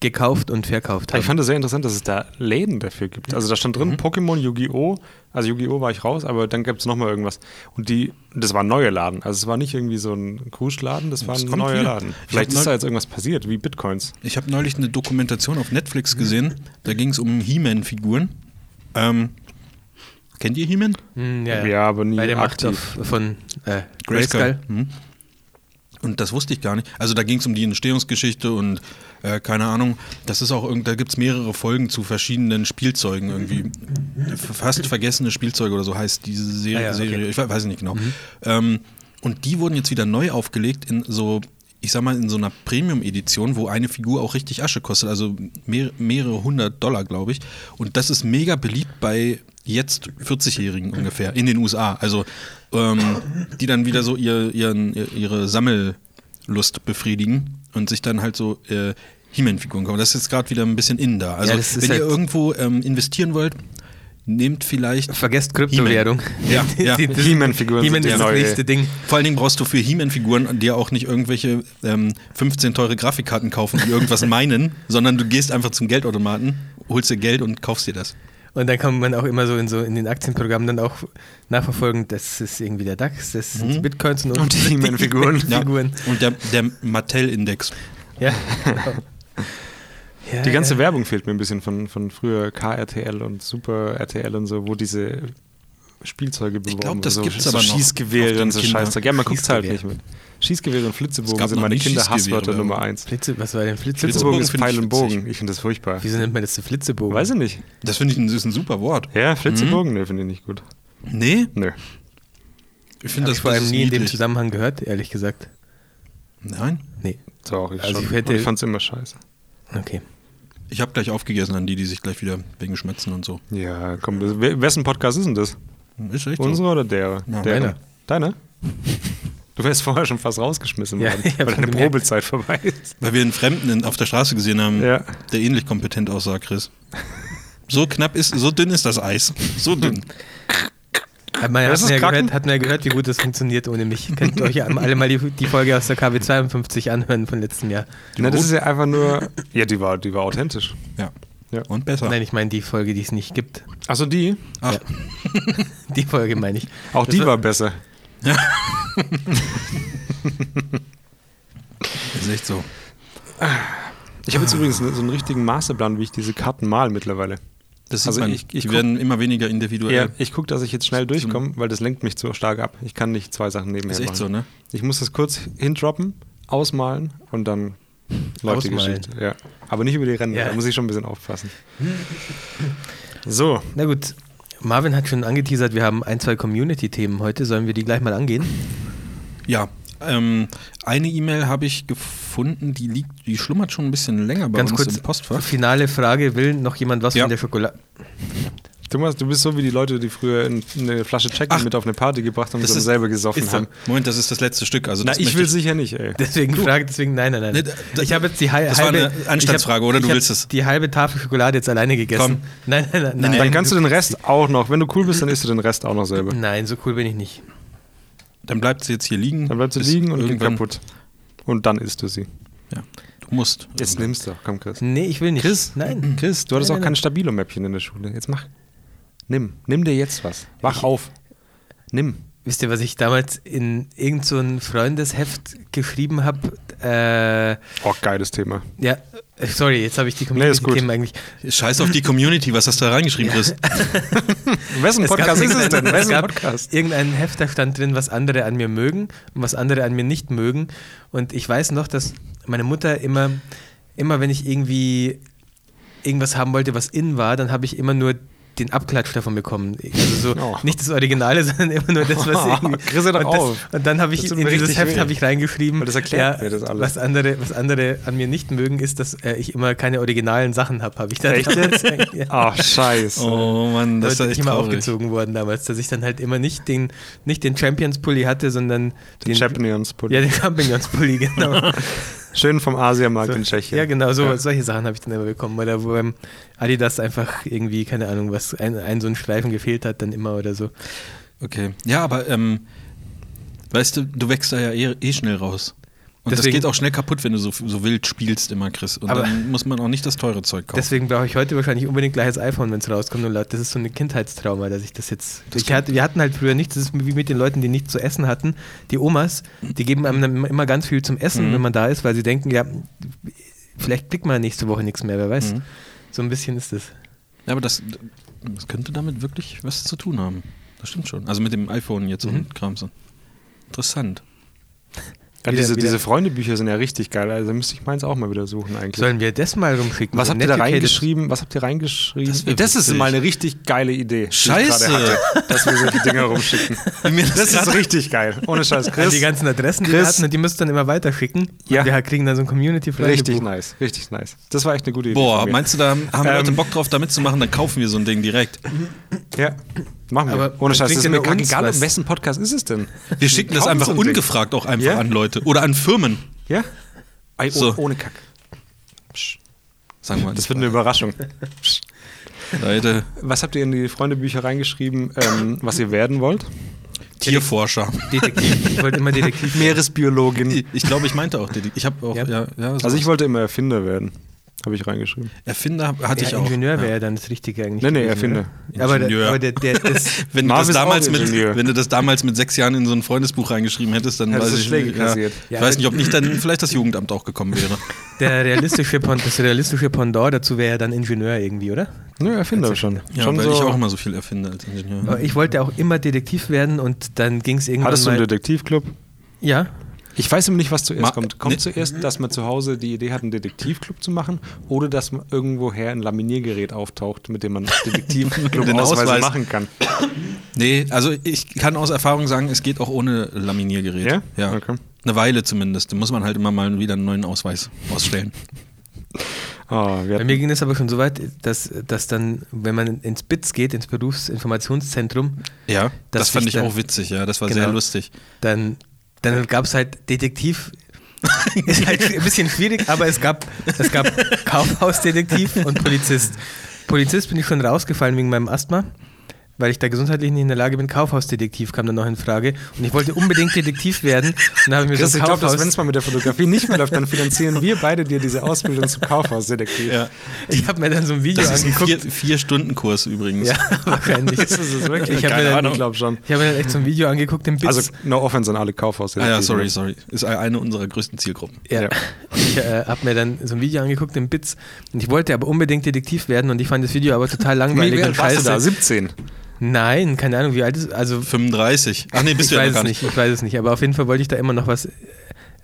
Speaker 3: gekauft und verkauft
Speaker 1: Ähm,
Speaker 3: haben.
Speaker 2: Ich fand es sehr interessant, dass es da Läden dafür gibt. Also da stand
Speaker 1: Mhm.
Speaker 2: drin Pokémon, Yu-Gi-Oh! Also Yu-Gi-Oh! war ich raus, aber dann gab es nochmal irgendwas. Und die, das waren neue Laden. Also es war nicht irgendwie so ein Kruschladen, das waren
Speaker 1: kommt
Speaker 2: neue
Speaker 1: wieder.
Speaker 2: Laden.
Speaker 1: Ich
Speaker 2: Vielleicht
Speaker 1: hab
Speaker 2: ist
Speaker 1: neu-
Speaker 2: da jetzt irgendwas passiert, wie Bitcoins.
Speaker 1: Ich habe neulich eine Dokumentation auf Netflix
Speaker 3: Mhm.
Speaker 1: gesehen, da ging es um He-Man-Figuren. Ähm, kennt ihr He-Man?
Speaker 3: Hm,
Speaker 2: Ja, aber nie
Speaker 3: Bei der Macht
Speaker 2: aktiv.
Speaker 3: auf, von äh,
Speaker 1: Grayscale.
Speaker 3: Grayskull.
Speaker 1: Mhm. Und das wusste ich gar nicht. Also da ging es um die Entstehungsgeschichte und äh, keine Ahnung. Das ist auch irgend, da gibt es mehrere Folgen zu verschiedenen Spielzeugen irgendwie. F- Fast vergessene Spielzeuge oder so heißt diese Serie.
Speaker 3: Mhm. Ah ja, okay.
Speaker 1: Serie. Ich we- weiß nicht genau.
Speaker 3: Mhm.
Speaker 1: Ähm, und die wurden jetzt wieder neu aufgelegt in so, ich sag mal, in so einer Premium-Edition, wo eine Figur auch richtig Asche kostet, also mehr, mehrere hundert Dollar, glaube ich. Und das ist mega beliebt bei jetzt 40-Jährigen ungefähr in den USA. Also ähm, die dann wieder so ihr, ihren, ihr- ihre Sammellust befriedigen und sich dann halt so äh, He-Man-Figuren kaufen. Das ist jetzt gerade wieder ein bisschen in da. Also
Speaker 3: Ja, das ist
Speaker 1: wenn ihr
Speaker 3: halt-
Speaker 1: irgendwo ähm, investieren wollt, nehmt vielleicht
Speaker 3: Vergesst Kryptowährung.
Speaker 1: Ja, ja.
Speaker 3: Die- die-
Speaker 2: He-Man-Figuren
Speaker 3: He-Man
Speaker 2: sind
Speaker 3: ist
Speaker 2: ja
Speaker 3: das
Speaker 2: neu,
Speaker 3: nächste
Speaker 2: ey.
Speaker 3: Ding.
Speaker 1: vor allen Dingen brauchst du für He-Man-Figuren dir auch nicht irgendwelche ähm, 15 teure Grafikkarten kaufen, die irgendwas meinen, sondern du gehst einfach zum Geldautomaten, holst dir Geld und kaufst dir das.
Speaker 3: Und dann kann man auch immer so in, so in den Aktienprogrammen dann auch nachverfolgen, das ist irgendwie der DAX, das sind die Bitcoins und,
Speaker 2: Mhm. Und die He-Man-Figuren.
Speaker 1: Ja.
Speaker 3: Figuren.
Speaker 1: Und der, der Mattel-Index.
Speaker 3: Ja, genau. Ja,
Speaker 2: Die ganze
Speaker 3: ja.
Speaker 2: Werbung fehlt mir ein bisschen von, von früher KRTL und Super RTL und so, wo diese Spielzeuge beworben
Speaker 1: glaub,
Speaker 2: wurden,
Speaker 1: das
Speaker 2: so,
Speaker 1: gibt's
Speaker 2: so
Speaker 1: aber noch auf
Speaker 2: Schießgewehre
Speaker 1: den
Speaker 2: und so
Speaker 1: Kinder-
Speaker 2: Scheißzeug. Ja, man guckt halt nicht
Speaker 3: Schießgewehr.
Speaker 2: mit. Schießgewehre und Flitzebogen
Speaker 1: gab
Speaker 2: sind
Speaker 1: noch
Speaker 2: meine
Speaker 1: nie
Speaker 2: Kinderhasswörter
Speaker 1: Schießgewehre,
Speaker 2: Nummer eins.
Speaker 3: Flitze, was war denn Flitzebogen?
Speaker 2: Flitzebogen
Speaker 1: Flitzebogen
Speaker 2: ist
Speaker 1: finde
Speaker 2: Pfeil
Speaker 1: ich
Speaker 2: und
Speaker 1: witzig.
Speaker 2: Bogen. Ich finde das furchtbar.
Speaker 3: Wieso nennt man das so Flitzebogen?
Speaker 2: Weiß ich nicht.
Speaker 1: Das finde ich ein, ist ein super Wort.
Speaker 2: Ja, Flitzebogen, ne, finde ich nicht gut.
Speaker 1: Nee,
Speaker 2: Nö.
Speaker 1: ich
Speaker 3: Hab
Speaker 1: finde das
Speaker 3: ich vor allem
Speaker 1: das ist
Speaker 3: nie in dem
Speaker 1: niedlich.
Speaker 3: Zusammenhang gehört, ehrlich gesagt.
Speaker 1: Nein,
Speaker 3: Nee,
Speaker 2: Doch, ich,
Speaker 3: Also
Speaker 2: also
Speaker 3: ich
Speaker 2: ich,
Speaker 3: hätte-
Speaker 2: ich fand's immer scheiße.
Speaker 3: okay.
Speaker 1: ich habe gleich aufgegessen an die, die sich gleich wieder wegen Schmerzen und so.
Speaker 2: Ja, komm, das- we- wessen Podcast ist denn das?
Speaker 1: Ist echt so.
Speaker 2: Unsere oder der?
Speaker 1: Ja,
Speaker 2: der
Speaker 3: meiner.
Speaker 2: Deiner? Du wärst vorher schon fast rausgeschmissen
Speaker 3: Ja,
Speaker 2: worden,
Speaker 3: ich
Speaker 2: weil
Speaker 3: hab schon
Speaker 2: deine
Speaker 3: gemerkt.
Speaker 2: Probezeit vorbei ist.
Speaker 1: Weil wir einen Fremden in, auf der Straße gesehen haben,
Speaker 2: Ja.
Speaker 1: der ähnlich kompetent aussah, Chris. So knapp ist, so dünn ist das Eis. So dünn.
Speaker 3: Hat man,
Speaker 2: Das
Speaker 3: hat, man ja
Speaker 2: ist Kraken.
Speaker 3: gehört, hat man ja gehört, wie gut das funktioniert ohne mich. Könnt ihr euch ja alle mal die, die Folge aus der KW 52 anhören von letztem Jahr.
Speaker 2: Na, das ist ja einfach nur. Ja, die war, die war authentisch.
Speaker 1: Ja.
Speaker 2: Ja.
Speaker 1: Und besser.
Speaker 3: Nein, ich meine die Folge, die es nicht gibt.
Speaker 2: Achso, die?
Speaker 1: Ach,
Speaker 3: Die Folge meine ich.
Speaker 2: Auch
Speaker 3: Das
Speaker 2: die war besser.
Speaker 1: ist echt so.
Speaker 2: Ich habe jetzt übrigens ne- so einen richtigen Masterplan, wie ich diese Karten mal mittlerweile.
Speaker 1: Das sieht
Speaker 2: Also
Speaker 1: man.
Speaker 2: ich- ich
Speaker 1: die
Speaker 2: guck-
Speaker 1: werden immer weniger
Speaker 2: Ja,
Speaker 1: individuell.
Speaker 2: ich gucke, dass ich jetzt schnell durchkomme, weil das lenkt mich zu stark ab. Ich kann nicht zwei Sachen nebenher
Speaker 1: Ist echt
Speaker 2: machen.
Speaker 1: so, ne?
Speaker 2: Ich muss das kurz hindroppen, ausmalen und dann läuft die
Speaker 3: Ausmalen.
Speaker 2: Geschichte. Ja. Aber nicht über die Ränder,
Speaker 3: Ja.
Speaker 2: da muss ich schon ein bisschen aufpassen. So,
Speaker 3: Na gut, Marvin hat schon angeteasert, wir haben ein, zwei Community-Themen heute. Sollen wir die gleich mal angehen?
Speaker 1: Ja. Ähm, eine E-Mail habe ich gefunden, die liegt, die schlummert schon ein bisschen länger bei
Speaker 3: Ganz
Speaker 1: uns
Speaker 3: kurz,
Speaker 1: im Postfach.
Speaker 3: finale Frage, will noch jemand was
Speaker 1: Ja.
Speaker 3: von der Schokolade?
Speaker 2: Thomas, du bist so wie die Leute, die früher in- eine Flasche Check
Speaker 1: Ach.
Speaker 2: mit auf eine Party gebracht haben und
Speaker 1: Das
Speaker 2: dann
Speaker 1: ist-
Speaker 2: selber gesoffen
Speaker 3: ist so.
Speaker 2: haben.
Speaker 1: Moment, das ist das letzte Stück. Also
Speaker 2: Na,
Speaker 1: das
Speaker 2: ich
Speaker 1: möchte
Speaker 2: will sicher nicht, ey.
Speaker 3: Deswegen frage, deswegen nein, nein, nein.
Speaker 1: Nee, da- da-
Speaker 3: ich habe jetzt die hal- halbe...
Speaker 1: das war eine Anstandsfrage,
Speaker 3: ich hab-
Speaker 1: oder? Du
Speaker 3: ich hab
Speaker 1: willst es.
Speaker 3: die halbe Tafel Schokolade jetzt alleine gegessen.
Speaker 1: Komm.
Speaker 3: Nein, nein, nein. nein.
Speaker 2: Dann kannst du den Rest auch noch, wenn du cool bist, dann isst du den Rest auch noch selber.
Speaker 3: Nein, so cool bin ich nicht.
Speaker 1: Dann bleibt sie jetzt hier liegen.
Speaker 2: Dann bleibst du
Speaker 1: bis
Speaker 2: liegen und geht
Speaker 1: irgendwann-
Speaker 2: kaputt. Und dann isst du sie.
Speaker 1: Ja, du musst.
Speaker 2: Jetzt nimmst du, komm Chris.
Speaker 3: Nee, ich will nicht.
Speaker 2: Chris,
Speaker 1: Hm.
Speaker 3: Nein.
Speaker 1: Mhm.
Speaker 2: Chris, du hattest
Speaker 1: genau.
Speaker 2: auch
Speaker 3: Nein, nein,
Speaker 2: kein Stabilo-Mäppchen in der Schule. Jetzt mach. Nimm, nimm dir jetzt was. Wach auf. Nimm.
Speaker 3: Wisst ihr, was ich damals in irgendein so ein Freundesheft geschrieben habe? Äh,
Speaker 2: Oh, geiles Thema.
Speaker 3: ja, äh, sorry, jetzt habe ich die
Speaker 2: Nee, ist gut.
Speaker 3: Community-Themen eigentlich.
Speaker 1: Scheiß auf die Community, was hast du da reingeschrieben, Chris?
Speaker 2: Wessen
Speaker 3: Es gab
Speaker 2: Podcast ist es
Speaker 3: irgendeinen-
Speaker 2: denn? Wessen
Speaker 3: gab
Speaker 2: Podcast?
Speaker 3: Irgendein Heft, da stand drin, was andere an mir mögen und was andere an mir nicht mögen. Und ich weiß noch, dass meine Mutter immer, immer wenn ich irgendwie irgendwas haben wollte, was in war, dann habe ich immer nur den Abklatsch davon bekommen. Also so
Speaker 2: Oh.
Speaker 3: nicht das Originale, sondern immer nur das, was
Speaker 2: Oh,
Speaker 3: irgendwie.
Speaker 2: Chris, hör doch
Speaker 3: und, das,
Speaker 2: auf.
Speaker 3: und dann habe ich
Speaker 2: Das tut
Speaker 3: in
Speaker 2: mir
Speaker 3: dieses
Speaker 2: richtig
Speaker 3: Heft
Speaker 2: weh.
Speaker 3: habe ich reingeschrieben,
Speaker 2: Weil das erklärt mir das alles.
Speaker 3: was andere, was andere an mir nicht mögen, ist, dass äh, ich immer keine originalen Sachen habe. Habe ich da
Speaker 2: Echt
Speaker 3: damals-
Speaker 2: jetzt?
Speaker 3: Ja.
Speaker 2: Ach, Ah, scheiße.
Speaker 1: Oh Mann,
Speaker 3: Da
Speaker 1: das
Speaker 3: ist
Speaker 1: ist ja echt
Speaker 3: immer
Speaker 1: traurig.
Speaker 3: aufgezogen worden damals, dass ich dann halt immer nicht den, nicht den Champions-Pulli hatte, sondern
Speaker 2: Den Champignons-Pulli.
Speaker 3: Ja, den Champions-Pulli, genau.
Speaker 2: Schön vom Asiamarkt
Speaker 3: So,
Speaker 2: in Tschechien.
Speaker 3: ja, genau, so, solche Sachen habe ich dann immer bekommen. Oder wo beim Adidas einfach irgendwie, keine Ahnung, was, ein, ein so ein Streifen gefehlt hat, dann immer oder so.
Speaker 1: Okay. Ja, aber ähm, weißt du, du wächst da ja eh, eh schnell raus. Und
Speaker 3: Deswegen-
Speaker 1: das geht auch schnell kaputt, wenn du so, so wild spielst immer, Chris. Und
Speaker 3: Aber-
Speaker 1: dann muss man auch nicht das teure Zeug kaufen.
Speaker 3: Deswegen brauche ich heute wahrscheinlich unbedingt gleich das iPhone, wenn es rauskommt. Und Leute, das ist so ein Kindheitstrauma, dass ich das jetzt. ich hatte, wir hatten halt früher nichts, das ist wie mit den Leuten, die nichts zu essen hatten. Die Omas, die geben einem dann immer ganz viel zum Essen, wenn man da ist, weil sie denken, ja, vielleicht kriegt man nächste Woche nichts mehr, wer weiß. So ein bisschen ist das.
Speaker 1: ja, aber das, das könnte damit wirklich was zu tun haben. Das stimmt schon. Also mit dem iPhone jetzt
Speaker 2: Mhm.
Speaker 1: und Krams. Interessant.
Speaker 2: Ja, diese,
Speaker 3: Wieder- wieder-
Speaker 2: diese Freundebücher sind ja richtig geil. Also da müsste ich meins auch mal wieder suchen eigentlich.
Speaker 3: Sollen wir das mal rumschicken?
Speaker 2: was
Speaker 3: So
Speaker 2: habt ihr da
Speaker 3: Netiquette-
Speaker 2: reingeschrieben? Was habt ihr reingeschrieben?
Speaker 1: Das wär
Speaker 2: ist
Speaker 1: witzig.
Speaker 2: mal eine richtig geile Idee. die ich
Speaker 1: Scheiße.
Speaker 2: gerade hatte, Dass wir solche Dinger rumschicken.
Speaker 1: Wie mir
Speaker 2: Das ist
Speaker 1: grad-
Speaker 2: richtig geil. Ohne Scheiß.
Speaker 3: An
Speaker 2: Chris,
Speaker 3: die ganzen Adressen, die wir
Speaker 2: Chris-
Speaker 3: hatten, und die müsst ihr dann immer weiterschicken.
Speaker 2: Ja.
Speaker 3: Und wir halt kriegen dann so ein community
Speaker 2: richtig
Speaker 3: ne?
Speaker 2: nice. Richtig nice. Das war echt eine gute Idee.
Speaker 1: Boah,
Speaker 2: von mir.
Speaker 1: meinst du, da haben
Speaker 2: Ähm,
Speaker 1: Leute Bock drauf, da mitzumachen? Dann kaufen wir so ein Ding direkt.
Speaker 2: Ja, machen wir.
Speaker 3: Aber
Speaker 2: Ohne Scheiß.
Speaker 3: bringt
Speaker 2: Das ist
Speaker 3: ihr
Speaker 2: mir
Speaker 3: nur uns
Speaker 2: egal,
Speaker 3: was?
Speaker 2: wessen Podcast ist es denn?
Speaker 1: Wir schicken das
Speaker 2: Kaufen
Speaker 1: einfach
Speaker 2: so ein Ding.
Speaker 1: ungefragt auch einfach
Speaker 2: Ja.
Speaker 1: an Leute oder an Firmen.
Speaker 2: Ja? Ei, oh,
Speaker 1: So.
Speaker 2: Ohne Kack.
Speaker 1: Sagen wir mal.
Speaker 2: Das wird eine Überraschung.
Speaker 1: Leute,
Speaker 2: Was habt ihr in die Freundebücher reingeschrieben, ähm, was ihr werden wollt?
Speaker 1: Tierforscher.
Speaker 3: Detektiv. Ich wollte immer Detektiv.
Speaker 2: Meeresbiologin.
Speaker 1: Ich glaube, ich meinte auch, Didi. ich habe auch,
Speaker 3: Ja.
Speaker 1: ja, ja,
Speaker 2: Also ich
Speaker 1: wollte
Speaker 2: wollte immer Erfinder werden. habe ich reingeschrieben.
Speaker 1: Erfinder hatte ich
Speaker 3: Ja,
Speaker 1: auch.
Speaker 3: Ingenieur
Speaker 1: ja.
Speaker 3: wäre ja dann das Richtige eigentlich.
Speaker 2: Nee, nee,
Speaker 3: gewesen,
Speaker 2: Erfinder.
Speaker 3: oder? Aber, der,
Speaker 1: Ingenieur.
Speaker 3: aber der, der, das,
Speaker 1: Wenn du,
Speaker 2: Marv
Speaker 1: das
Speaker 2: ist auch
Speaker 1: damals mit,
Speaker 2: Ingenieur.
Speaker 1: wenn du das damals mit sechs Jahren in so ein Freundesbuch reingeschrieben hättest, dann
Speaker 2: Hättest
Speaker 1: weiß
Speaker 2: du
Speaker 1: ich
Speaker 2: Schläge
Speaker 1: nicht.
Speaker 2: kassiert.
Speaker 1: Ja.
Speaker 3: Ja,
Speaker 1: ich weiß
Speaker 3: aber-
Speaker 1: nicht, ob nicht dann vielleicht das Jugendamt auch gekommen wäre.
Speaker 3: der realistische Pond, das realistische Pendant dazu wäre ja dann Ingenieur irgendwie, oder?
Speaker 2: Nö, Erfinder schon.
Speaker 1: Ja,
Speaker 2: schon
Speaker 1: weil ich auch immer so viel erfinde als Ingenieur.
Speaker 3: Aber ich wollte auch immer Detektiv werden und dann ging es irgendwann
Speaker 2: Hattest du
Speaker 3: mal...
Speaker 2: einen Detektivclub?
Speaker 3: ja,
Speaker 2: Ich weiß immer nicht, was zuerst
Speaker 1: Ma-
Speaker 2: kommt. Kommt
Speaker 1: Nee.
Speaker 2: zuerst, dass man zu Hause die Idee hat, einen Detektivclub zu machen oder dass man irgendwoher ein Laminiergerät auftaucht, mit dem man
Speaker 1: Den
Speaker 2: Detektivclub-Ausweise
Speaker 1: Ausweis.
Speaker 2: machen kann?
Speaker 1: Nee, also ich kann aus Erfahrung sagen, es geht auch ohne Laminiergerät.
Speaker 2: Ja?
Speaker 1: ja.
Speaker 2: Okay.
Speaker 1: Eine Weile zumindest. Da muss man halt immer mal wieder einen neuen Ausweis ausstellen.
Speaker 2: Ah, wir
Speaker 3: bei
Speaker 2: hatten-
Speaker 3: mir ging das aber schon so weit, dass, dass dann, wenn man ins BITS geht, ins Berufsinformationszentrum,
Speaker 1: Ja, das,
Speaker 3: Dass
Speaker 1: fand
Speaker 3: ich
Speaker 1: ich
Speaker 3: da-
Speaker 1: auch witzig, ja. Das war
Speaker 3: Genau.
Speaker 1: sehr lustig.
Speaker 3: dann, dann gab es halt Detektiv. ist halt ein bisschen schwierig, aber es gab, es gab Kaufhausdetektiv und Polizist. Polizist bin ich schon rausgefallen wegen meinem Asthma, weil ich da gesundheitlich nicht in der Lage bin. Kaufhausdetektiv kam dann noch in Frage und ich wollte unbedingt Detektiv werden. Und dann habe ich mir
Speaker 2: Chris,
Speaker 3: so
Speaker 2: ich
Speaker 3: ein
Speaker 2: glaube, dass
Speaker 3: Kaufhaus.
Speaker 2: wenn es mal mit der Fotografie nicht mehr läuft, dann finanzieren wir beide dir diese Ausbildung zum Kaufhausdetektiv.
Speaker 3: ich habe mir dann so ein Video
Speaker 1: Das ist ein
Speaker 3: angeguckt.
Speaker 1: vier, vier Stunden Kurs übrigens.
Speaker 3: Ja, wahrscheinlich.
Speaker 2: Das ist es wirklich.
Speaker 3: Ich habe
Speaker 1: Keine
Speaker 3: mir, dann-
Speaker 1: Ahnung.
Speaker 2: Ich glaube schon.
Speaker 3: ich hab mir dann echt so ein Video angeguckt im Bits.
Speaker 2: Also, no offense an alle Kaufhausdetektive.
Speaker 1: Ah ja, sorry, sorry. Ist eine unserer größten Zielgruppen.
Speaker 3: Ja.
Speaker 2: Ja.
Speaker 3: Ich äh, habe mir dann so ein Video angeguckt im Bits und ich wollte aber unbedingt Detektiv werden und ich fand das Video aber total
Speaker 2: Wie,
Speaker 3: langweilig
Speaker 2: wie
Speaker 3: und
Speaker 2: alt warst du
Speaker 3: scheiße.
Speaker 2: da? 17.
Speaker 3: Nein, keine Ahnung, wie alt ist also
Speaker 1: 35. Ach nee, bist
Speaker 3: ich
Speaker 1: du ja noch
Speaker 3: weiß
Speaker 1: gar
Speaker 3: es
Speaker 1: nicht.
Speaker 3: nicht, ich weiß es nicht, aber auf jeden Fall wollte ich da immer noch was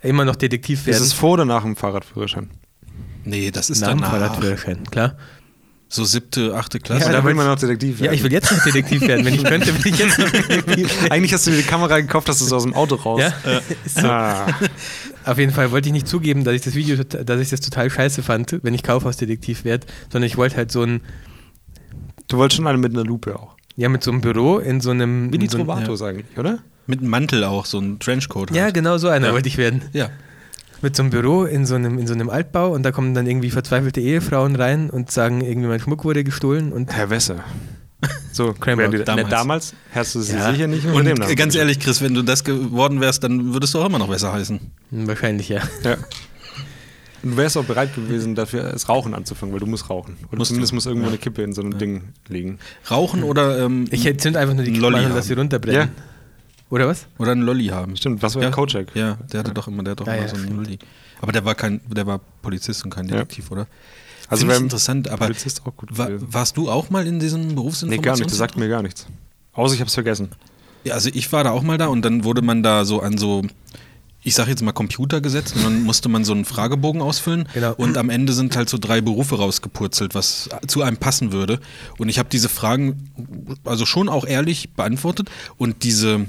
Speaker 3: immer noch Detektiv
Speaker 2: Ist
Speaker 3: werden.
Speaker 2: es vor oder nach dem Fahrradführerschein?
Speaker 1: Nee, das ist
Speaker 3: Nach dem
Speaker 1: danach.
Speaker 3: Fahrradführerschein, klar.
Speaker 1: So siebte, achte
Speaker 2: Also
Speaker 1: Klasse.
Speaker 3: Ja,
Speaker 2: da
Speaker 3: da
Speaker 2: will
Speaker 3: wollt-
Speaker 2: man noch Detektiv
Speaker 3: Ja, ich will jetzt noch Detektiv werden, wenn ich könnte, würde ich jetzt noch Detektiv werden.
Speaker 2: Eigentlich hast du dir die Kamera gekauft, dass du so aus dem Auto raus.
Speaker 3: Ja? Ist so.
Speaker 2: Ah.
Speaker 3: Auf jeden Fall wollte ich nicht zugeben, dass ich das Video, tot- dass ich das total scheiße fand, wenn ich Kaufhausdetektiv werde, sondern ich wollte halt so ein,
Speaker 2: Du wolltest schon eine mit einer Lupe auch.
Speaker 3: ja, mit so einem Büro in so einem.
Speaker 2: Wie die
Speaker 3: in so einem-
Speaker 2: Trovatos eigentlich, oder?
Speaker 1: Mit einem Mantel auch, so ein Trenchcoat.
Speaker 3: Ja,
Speaker 1: halt.
Speaker 3: genau so einer
Speaker 1: Ja.
Speaker 3: wollte ich werden.
Speaker 1: ja.
Speaker 3: Mit so einem Büro in so einem, in so einem Altbau und da kommen dann irgendwie verzweifelte Ehefrauen rein und sagen, irgendwie mein Schmuck wurde gestohlen und
Speaker 2: Herr Wesse. So,
Speaker 3: Kramer,
Speaker 2: werden die- Ne,
Speaker 1: damals.
Speaker 2: damals hast du sie
Speaker 3: Ja.
Speaker 2: sicher nicht
Speaker 1: Und
Speaker 2: dem Namen.
Speaker 1: ganz ehrlich, Chris, wenn du das geworden wärst, dann würdest du auch immer noch besser heißen.
Speaker 3: wahrscheinlich ja.
Speaker 2: Ja. Und du wärst auch bereit gewesen, dafür das Rauchen anzufangen, weil du musst rauchen. Oder
Speaker 1: Musst
Speaker 2: zumindest
Speaker 1: du.
Speaker 2: muss irgendwo eine Kippe in so einem Ding liegen.
Speaker 1: Rauchen
Speaker 2: Hm.
Speaker 1: oder, ähm,
Speaker 3: Ich zünd einfach nur die
Speaker 1: Ein Lolli
Speaker 3: Kippe an, dass sie
Speaker 1: haben.
Speaker 3: runterbrennen. Oder was?
Speaker 1: oder einen Lolli haben.
Speaker 2: Stimmt, was war
Speaker 1: Ja.
Speaker 2: Kocek?
Speaker 1: Ja, der hatte doch immer, der hat doch
Speaker 3: Ah,
Speaker 1: immer
Speaker 3: ja,
Speaker 1: so einen
Speaker 3: stimmt.
Speaker 1: Lolli. Aber der war kein, der war Polizist und kein
Speaker 2: Ja.
Speaker 1: Detektiv, oder?
Speaker 2: Also
Speaker 1: Find ich
Speaker 2: beim
Speaker 1: interessant, aber
Speaker 2: Polizist auch gut
Speaker 1: wa
Speaker 2: gewesen.
Speaker 1: warst du auch mal in diesem
Speaker 2: Nee, gar nicht, das
Speaker 1: Berufsinformationszentrum?
Speaker 2: sagt mir gar nichts. Außer ich hab's vergessen.
Speaker 1: Ja, also ich war da auch mal da und dann wurde man da so an so, ich sag jetzt mal Computer gesetzt und dann musste man so einen Fragebogen ausfüllen
Speaker 3: Genau.
Speaker 1: und am Ende sind halt so drei Berufe rausgepurzelt, was zu einem passen würde. Und ich habe diese Fragen also schon auch ehrlich beantwortet und diese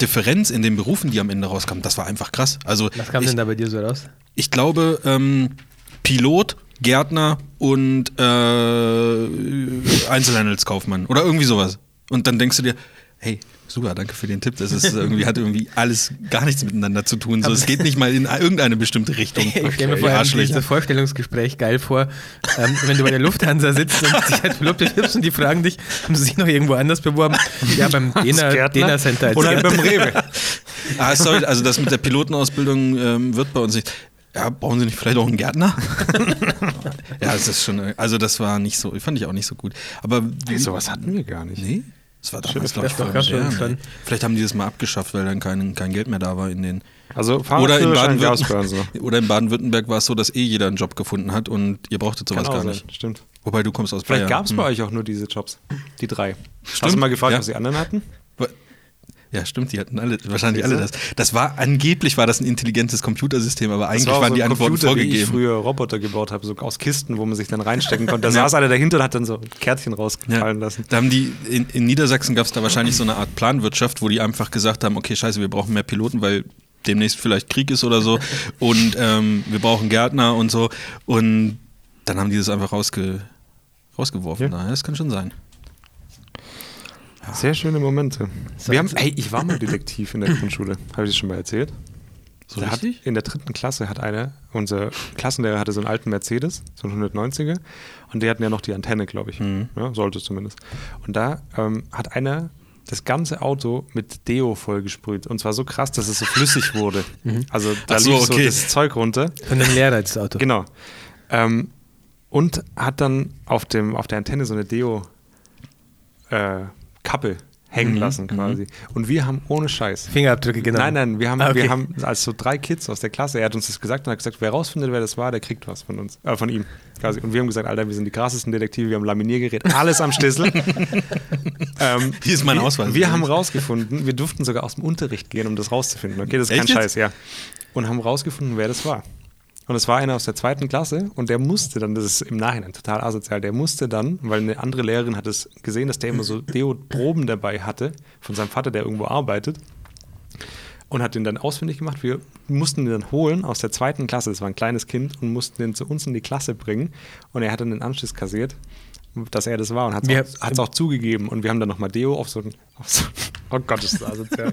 Speaker 1: Differenz in den Berufen, die am Ende rauskam, das war einfach krass. Also
Speaker 3: Was kam
Speaker 1: ich,
Speaker 3: denn da bei dir so raus?
Speaker 1: ich glaube, ähm, Pilot, Gärtner und äh, Einzelhandelskaufmann oder irgendwie sowas. Und dann denkst du dir, hey, super, danke für den Tipp. Das ist irgendwie, hat irgendwie alles gar nichts miteinander zu tun. So, es geht nicht mal in irgendeine bestimmte Richtung.
Speaker 3: Ich stelle mir
Speaker 1: Wie
Speaker 3: vor, allem
Speaker 1: arschlich.
Speaker 3: dieses Vorstellungsgespräch geil vor, ähm, wenn du bei der Lufthansa sitzt und dich halt verlobt bewirbst und die fragen dich, haben sie sich noch irgendwo anders beworben? Ja, beim Dena,
Speaker 2: Gärtner?
Speaker 3: Dena Center. Als
Speaker 2: Oder
Speaker 3: Gärtner.
Speaker 2: beim Rewe.
Speaker 1: Ah, sorry, also das mit der Pilotenausbildung ähm, wird bei uns nicht. Ja, brauchen Sie nicht vielleicht auch einen Gärtner? ja, es ist schon, also das war nicht so, fand ich auch nicht so gut. Aber
Speaker 2: Nee, sowas hatten wir gar nicht.
Speaker 1: Nee, Hm? das war damals, glaube ich,
Speaker 3: das
Speaker 1: voll
Speaker 3: gab's
Speaker 1: modern,
Speaker 3: schon.
Speaker 1: ey. ne? Vielleicht haben die das mal abgeschafft, weil dann kein, kein Geld mehr da war in den.
Speaker 2: Also
Speaker 1: Oder in
Speaker 2: Fahrradführerschein gab's bei uns noch.
Speaker 1: Baden-Württemberg oder in Baden-Württemberg war es so, dass eh jeder einen Job gefunden hat und ihr brauchtet sowas
Speaker 2: Kann
Speaker 1: gar
Speaker 2: auch sein,
Speaker 1: nicht.
Speaker 2: Stimmt.
Speaker 1: Wobei du kommst aus
Speaker 2: Vielleicht
Speaker 1: Bayern.
Speaker 2: gab es bei
Speaker 1: Hm.
Speaker 2: euch auch nur diese Jobs. Die drei. Hast du mal gefragt,
Speaker 1: ja.
Speaker 2: was die anderen hatten?
Speaker 1: Ja, stimmt, die hatten alle, wahrscheinlich alle das. Das war angeblich war das ein intelligentes Computersystem, aber
Speaker 2: Das
Speaker 1: eigentlich
Speaker 2: war auch
Speaker 1: waren
Speaker 2: so
Speaker 1: die
Speaker 2: ein
Speaker 1: Antworten
Speaker 2: Computer, Wie ich
Speaker 1: vorgegeben.
Speaker 2: früher Roboter gebaut habe, so aus Kisten, wo man sich dann reinstecken konnte. Da saß einer dahinter und hat dann so Kärtchen
Speaker 1: Ja.
Speaker 2: rausfallen lassen.
Speaker 1: Da haben die, in, in Niedersachsen gab es da wahrscheinlich so eine Art Planwirtschaft, wo die einfach gesagt haben, okay, scheiße, wir brauchen mehr Piloten, weil demnächst vielleicht Krieg ist oder so und ähm, wir brauchen Gärtner und so und dann haben die das einfach rausge, rausgeworfen. Ja. Das kann schon sein.
Speaker 2: Sehr schöne Momente.
Speaker 3: So.
Speaker 2: Wir haben, ey, ich war mal Detektiv in der Grundschule. Habe ich das schon mal erzählt?
Speaker 1: So
Speaker 2: da hat,
Speaker 1: richtig?
Speaker 2: in der dritten Klasse hat einer, unser Klassenlehrer hatte so einen alten Mercedes, so einen 190er, und die hatten ja noch die Antenne, glaube ich.
Speaker 1: Mhm.
Speaker 2: Ja, sollte es zumindest. Und da ähm, hat einer das ganze Auto mit Deo vollgesprüht. Und zwar so krass, dass es so flüssig wurde. Also da
Speaker 1: Mhm. Ach so,
Speaker 2: lief so
Speaker 1: okay.
Speaker 2: das Zeug runter.
Speaker 3: Von dem Lehrer das Auto.
Speaker 2: Genau. Ähm, und hat dann auf, dem, auf der Antenne so eine Deo-Kappe hängen lassen quasi. Und wir haben ohne Scheiß.
Speaker 3: Fingerabdrücke, genau.
Speaker 2: Nein, nein, wir haben,
Speaker 3: Ah, okay.
Speaker 2: wir haben also so drei Kids aus der Klasse. Er hat uns das gesagt und hat gesagt, wer rausfindet, wer das war, der kriegt was von uns, äh, von ihm. Quasi. Und wir haben gesagt, Alter, wir sind die krassesten Detektive, wir haben Laminiergerät, alles am Schlüssel. ähm,
Speaker 1: Hier ist mein
Speaker 2: wir,
Speaker 1: Ausweis.
Speaker 2: Wir haben rausgefinden, wir durften sogar aus dem Unterricht gehen, um das rauszufinden. Okay, das ist
Speaker 1: Echt
Speaker 2: kein
Speaker 1: jetzt?
Speaker 2: Scheiß, ja. Und haben rausgefunden, wer das war. Und es war einer aus der zweiten Klasse und der musste dann, das ist im Nachhinein total asozial, der musste dann, weil eine andere Lehrerin hat es gesehen, dass der immer so Deo-Proben dabei hatte von seinem Vater, der irgendwo arbeitet und hat den dann ausfindig gemacht. Wir mussten den dann holen aus der zweiten Klasse. Das war ein kleines Kind und mussten den zu uns in die Klasse bringen. Und er hat dann den Anschluss kassiert, dass er das war und hat
Speaker 3: Wir-
Speaker 2: es auch, hat's auch zugegeben. Und wir haben dann nochmal Deo auf so ein, auf so, oh Gott, ist das asozial,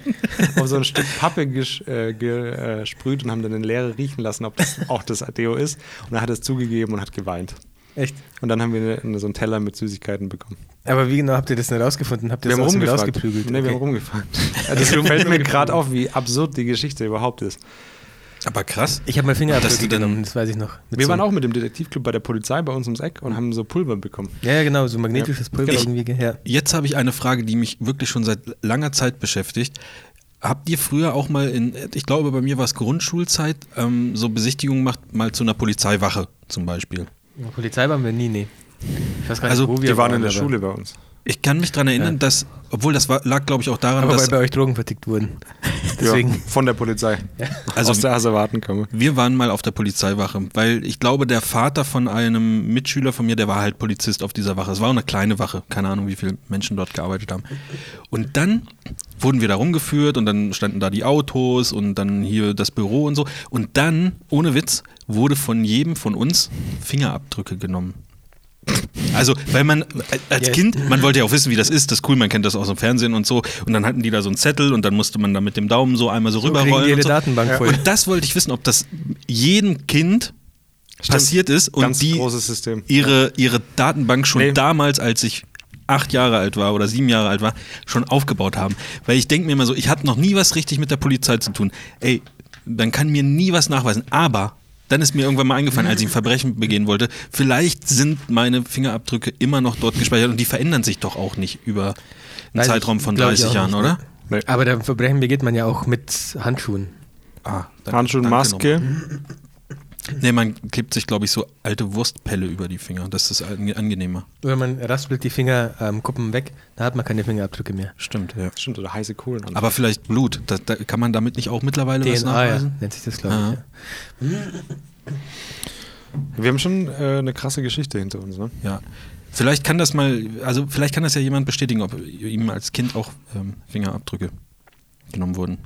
Speaker 2: auf so ein Stück Pappe gesch, äh, gesprüht und haben dann den Lehrer riechen lassen, ob das auch das Deo ist. Und er hat es zugegeben und hat geweint.
Speaker 3: Echt?
Speaker 2: Und dann haben wir eine, so einen Teller mit Süßigkeiten bekommen.
Speaker 3: Aber wie genau habt ihr das denn rausgefunden? Habt ihr das aus dem rausgeprügelt?
Speaker 2: Nee, wir haben
Speaker 3: Okay. Also
Speaker 2: rumgefahren. Das fällt mir gerade auf, wie absurd die Geschichte überhaupt ist.
Speaker 1: Aber krass.
Speaker 3: Ich habe mal
Speaker 1: Dass du
Speaker 3: Fingerabdrücke
Speaker 1: dann-
Speaker 3: genommen, das weiß ich noch. Mit
Speaker 2: Wir
Speaker 3: so-
Speaker 2: waren auch mit dem Detektivclub bei der Polizei bei uns ums Eck und haben so Pulver bekommen.
Speaker 3: Ja, ja, genau, so magnetisches Pulver
Speaker 1: Ich-
Speaker 3: irgendwie. ge- Ja.
Speaker 1: Jetzt habe ich eine Frage, die mich wirklich schon seit langer Zeit beschäftigt. Habt ihr früher auch mal in, ich glaube, bei mir war es Grundschulzeit, ähm, so Besichtigungen gemacht, mal zu einer Polizeiwache zum Beispiel?
Speaker 3: Polizei waren wir nie, nee. Ich weiß gar nicht,
Speaker 1: Also,
Speaker 3: wo wir
Speaker 2: Die waren in der
Speaker 3: aber-
Speaker 2: Schule bei uns.
Speaker 1: Ich kann mich daran erinnern, dass, obwohl das war, lag, glaube ich, auch daran,
Speaker 3: Aber weil
Speaker 1: dass
Speaker 3: bei euch Drogen vertickt wurden.
Speaker 2: Ja,
Speaker 3: Deswegen.
Speaker 2: von der Polizei.
Speaker 1: Also-
Speaker 2: Aus der Asservatenkammer.
Speaker 1: Wir waren mal auf der Polizeiwache, weil ich glaube, der Vater von einem Mitschüler von mir, der war halt Polizist auf dieser Wache. Es war auch eine kleine Wache, keine Ahnung, wie viele Menschen dort gearbeitet haben. Und dann wurden wir da rumgeführt und dann standen da die Autos und dann hier das Büro und so. Und dann, ohne Witz, wurde von jedem von uns Fingerabdrücke genommen. Also, weil man äh, als
Speaker 3: Ja.
Speaker 1: Kind, man wollte ja auch wissen, wie das ist, das ist cool, man kennt das aus dem Fernsehen und so. Und dann hatten die da so einen Zettel und dann musste man da mit dem Daumen so einmal so,
Speaker 3: kriegen
Speaker 1: rüberrollen.
Speaker 3: die ihre
Speaker 1: und so.
Speaker 3: Datenbank voll.
Speaker 1: Und das wollte ich wissen, ob das jedem Kind passiert ist und
Speaker 2: Ganz
Speaker 1: die
Speaker 2: großes System.
Speaker 1: ihre, ihre Datenbank schon
Speaker 2: Nee.
Speaker 1: damals, als ich acht Jahre alt war oder sieben Jahre alt war, schon aufgebaut haben. Weil ich denke mir immer so, ich habe noch nie was richtig mit der Polizei zu tun. Ey, dann kann mir nie was nachweisen. Aber dann ist mir irgendwann mal eingefallen, als ich ein Verbrechen begehen wollte, vielleicht sind meine Fingerabdrücke immer noch dort gespeichert und die verändern sich doch auch nicht über einen
Speaker 3: Weiß ich-
Speaker 1: Zeitraum von
Speaker 3: glaub ich
Speaker 1: 30
Speaker 3: auch
Speaker 1: Jahren,
Speaker 3: nicht, ne?
Speaker 1: oder?
Speaker 2: Nee.
Speaker 3: Aber der Verbrechen begeht man ja auch mit Handschuhen.
Speaker 1: Ah, danke-
Speaker 2: Handschuhe,
Speaker 1: danke
Speaker 2: Maske. Mhm.
Speaker 1: Nee, man klebt sich, glaube ich, so alte Wurstpelle über die Finger. Das ist ange- angenehmer.
Speaker 3: Oder man raspelt die Fingerkuppen ähm, Kuppen weg, da hat man keine Fingerabdrücke mehr.
Speaker 1: Stimmt, ja.
Speaker 2: Stimmt, oder heiße Kohlen. an.
Speaker 1: Aber vielleicht Blut. Da, da, kann man damit nicht auch mittlerweile was
Speaker 3: DNA ja,
Speaker 1: nachweisen?
Speaker 3: nennt sich das, glaube ich.
Speaker 1: Ah.
Speaker 3: Ja.
Speaker 2: wir haben schon äh, eine krasse Geschichte hinter uns, ne?
Speaker 1: Ja. Vielleicht kann das mal, also vielleicht kann das ja jemand bestätigen, ob ihm als Kind auch ähm, Fingerabdrücke genommen wurden.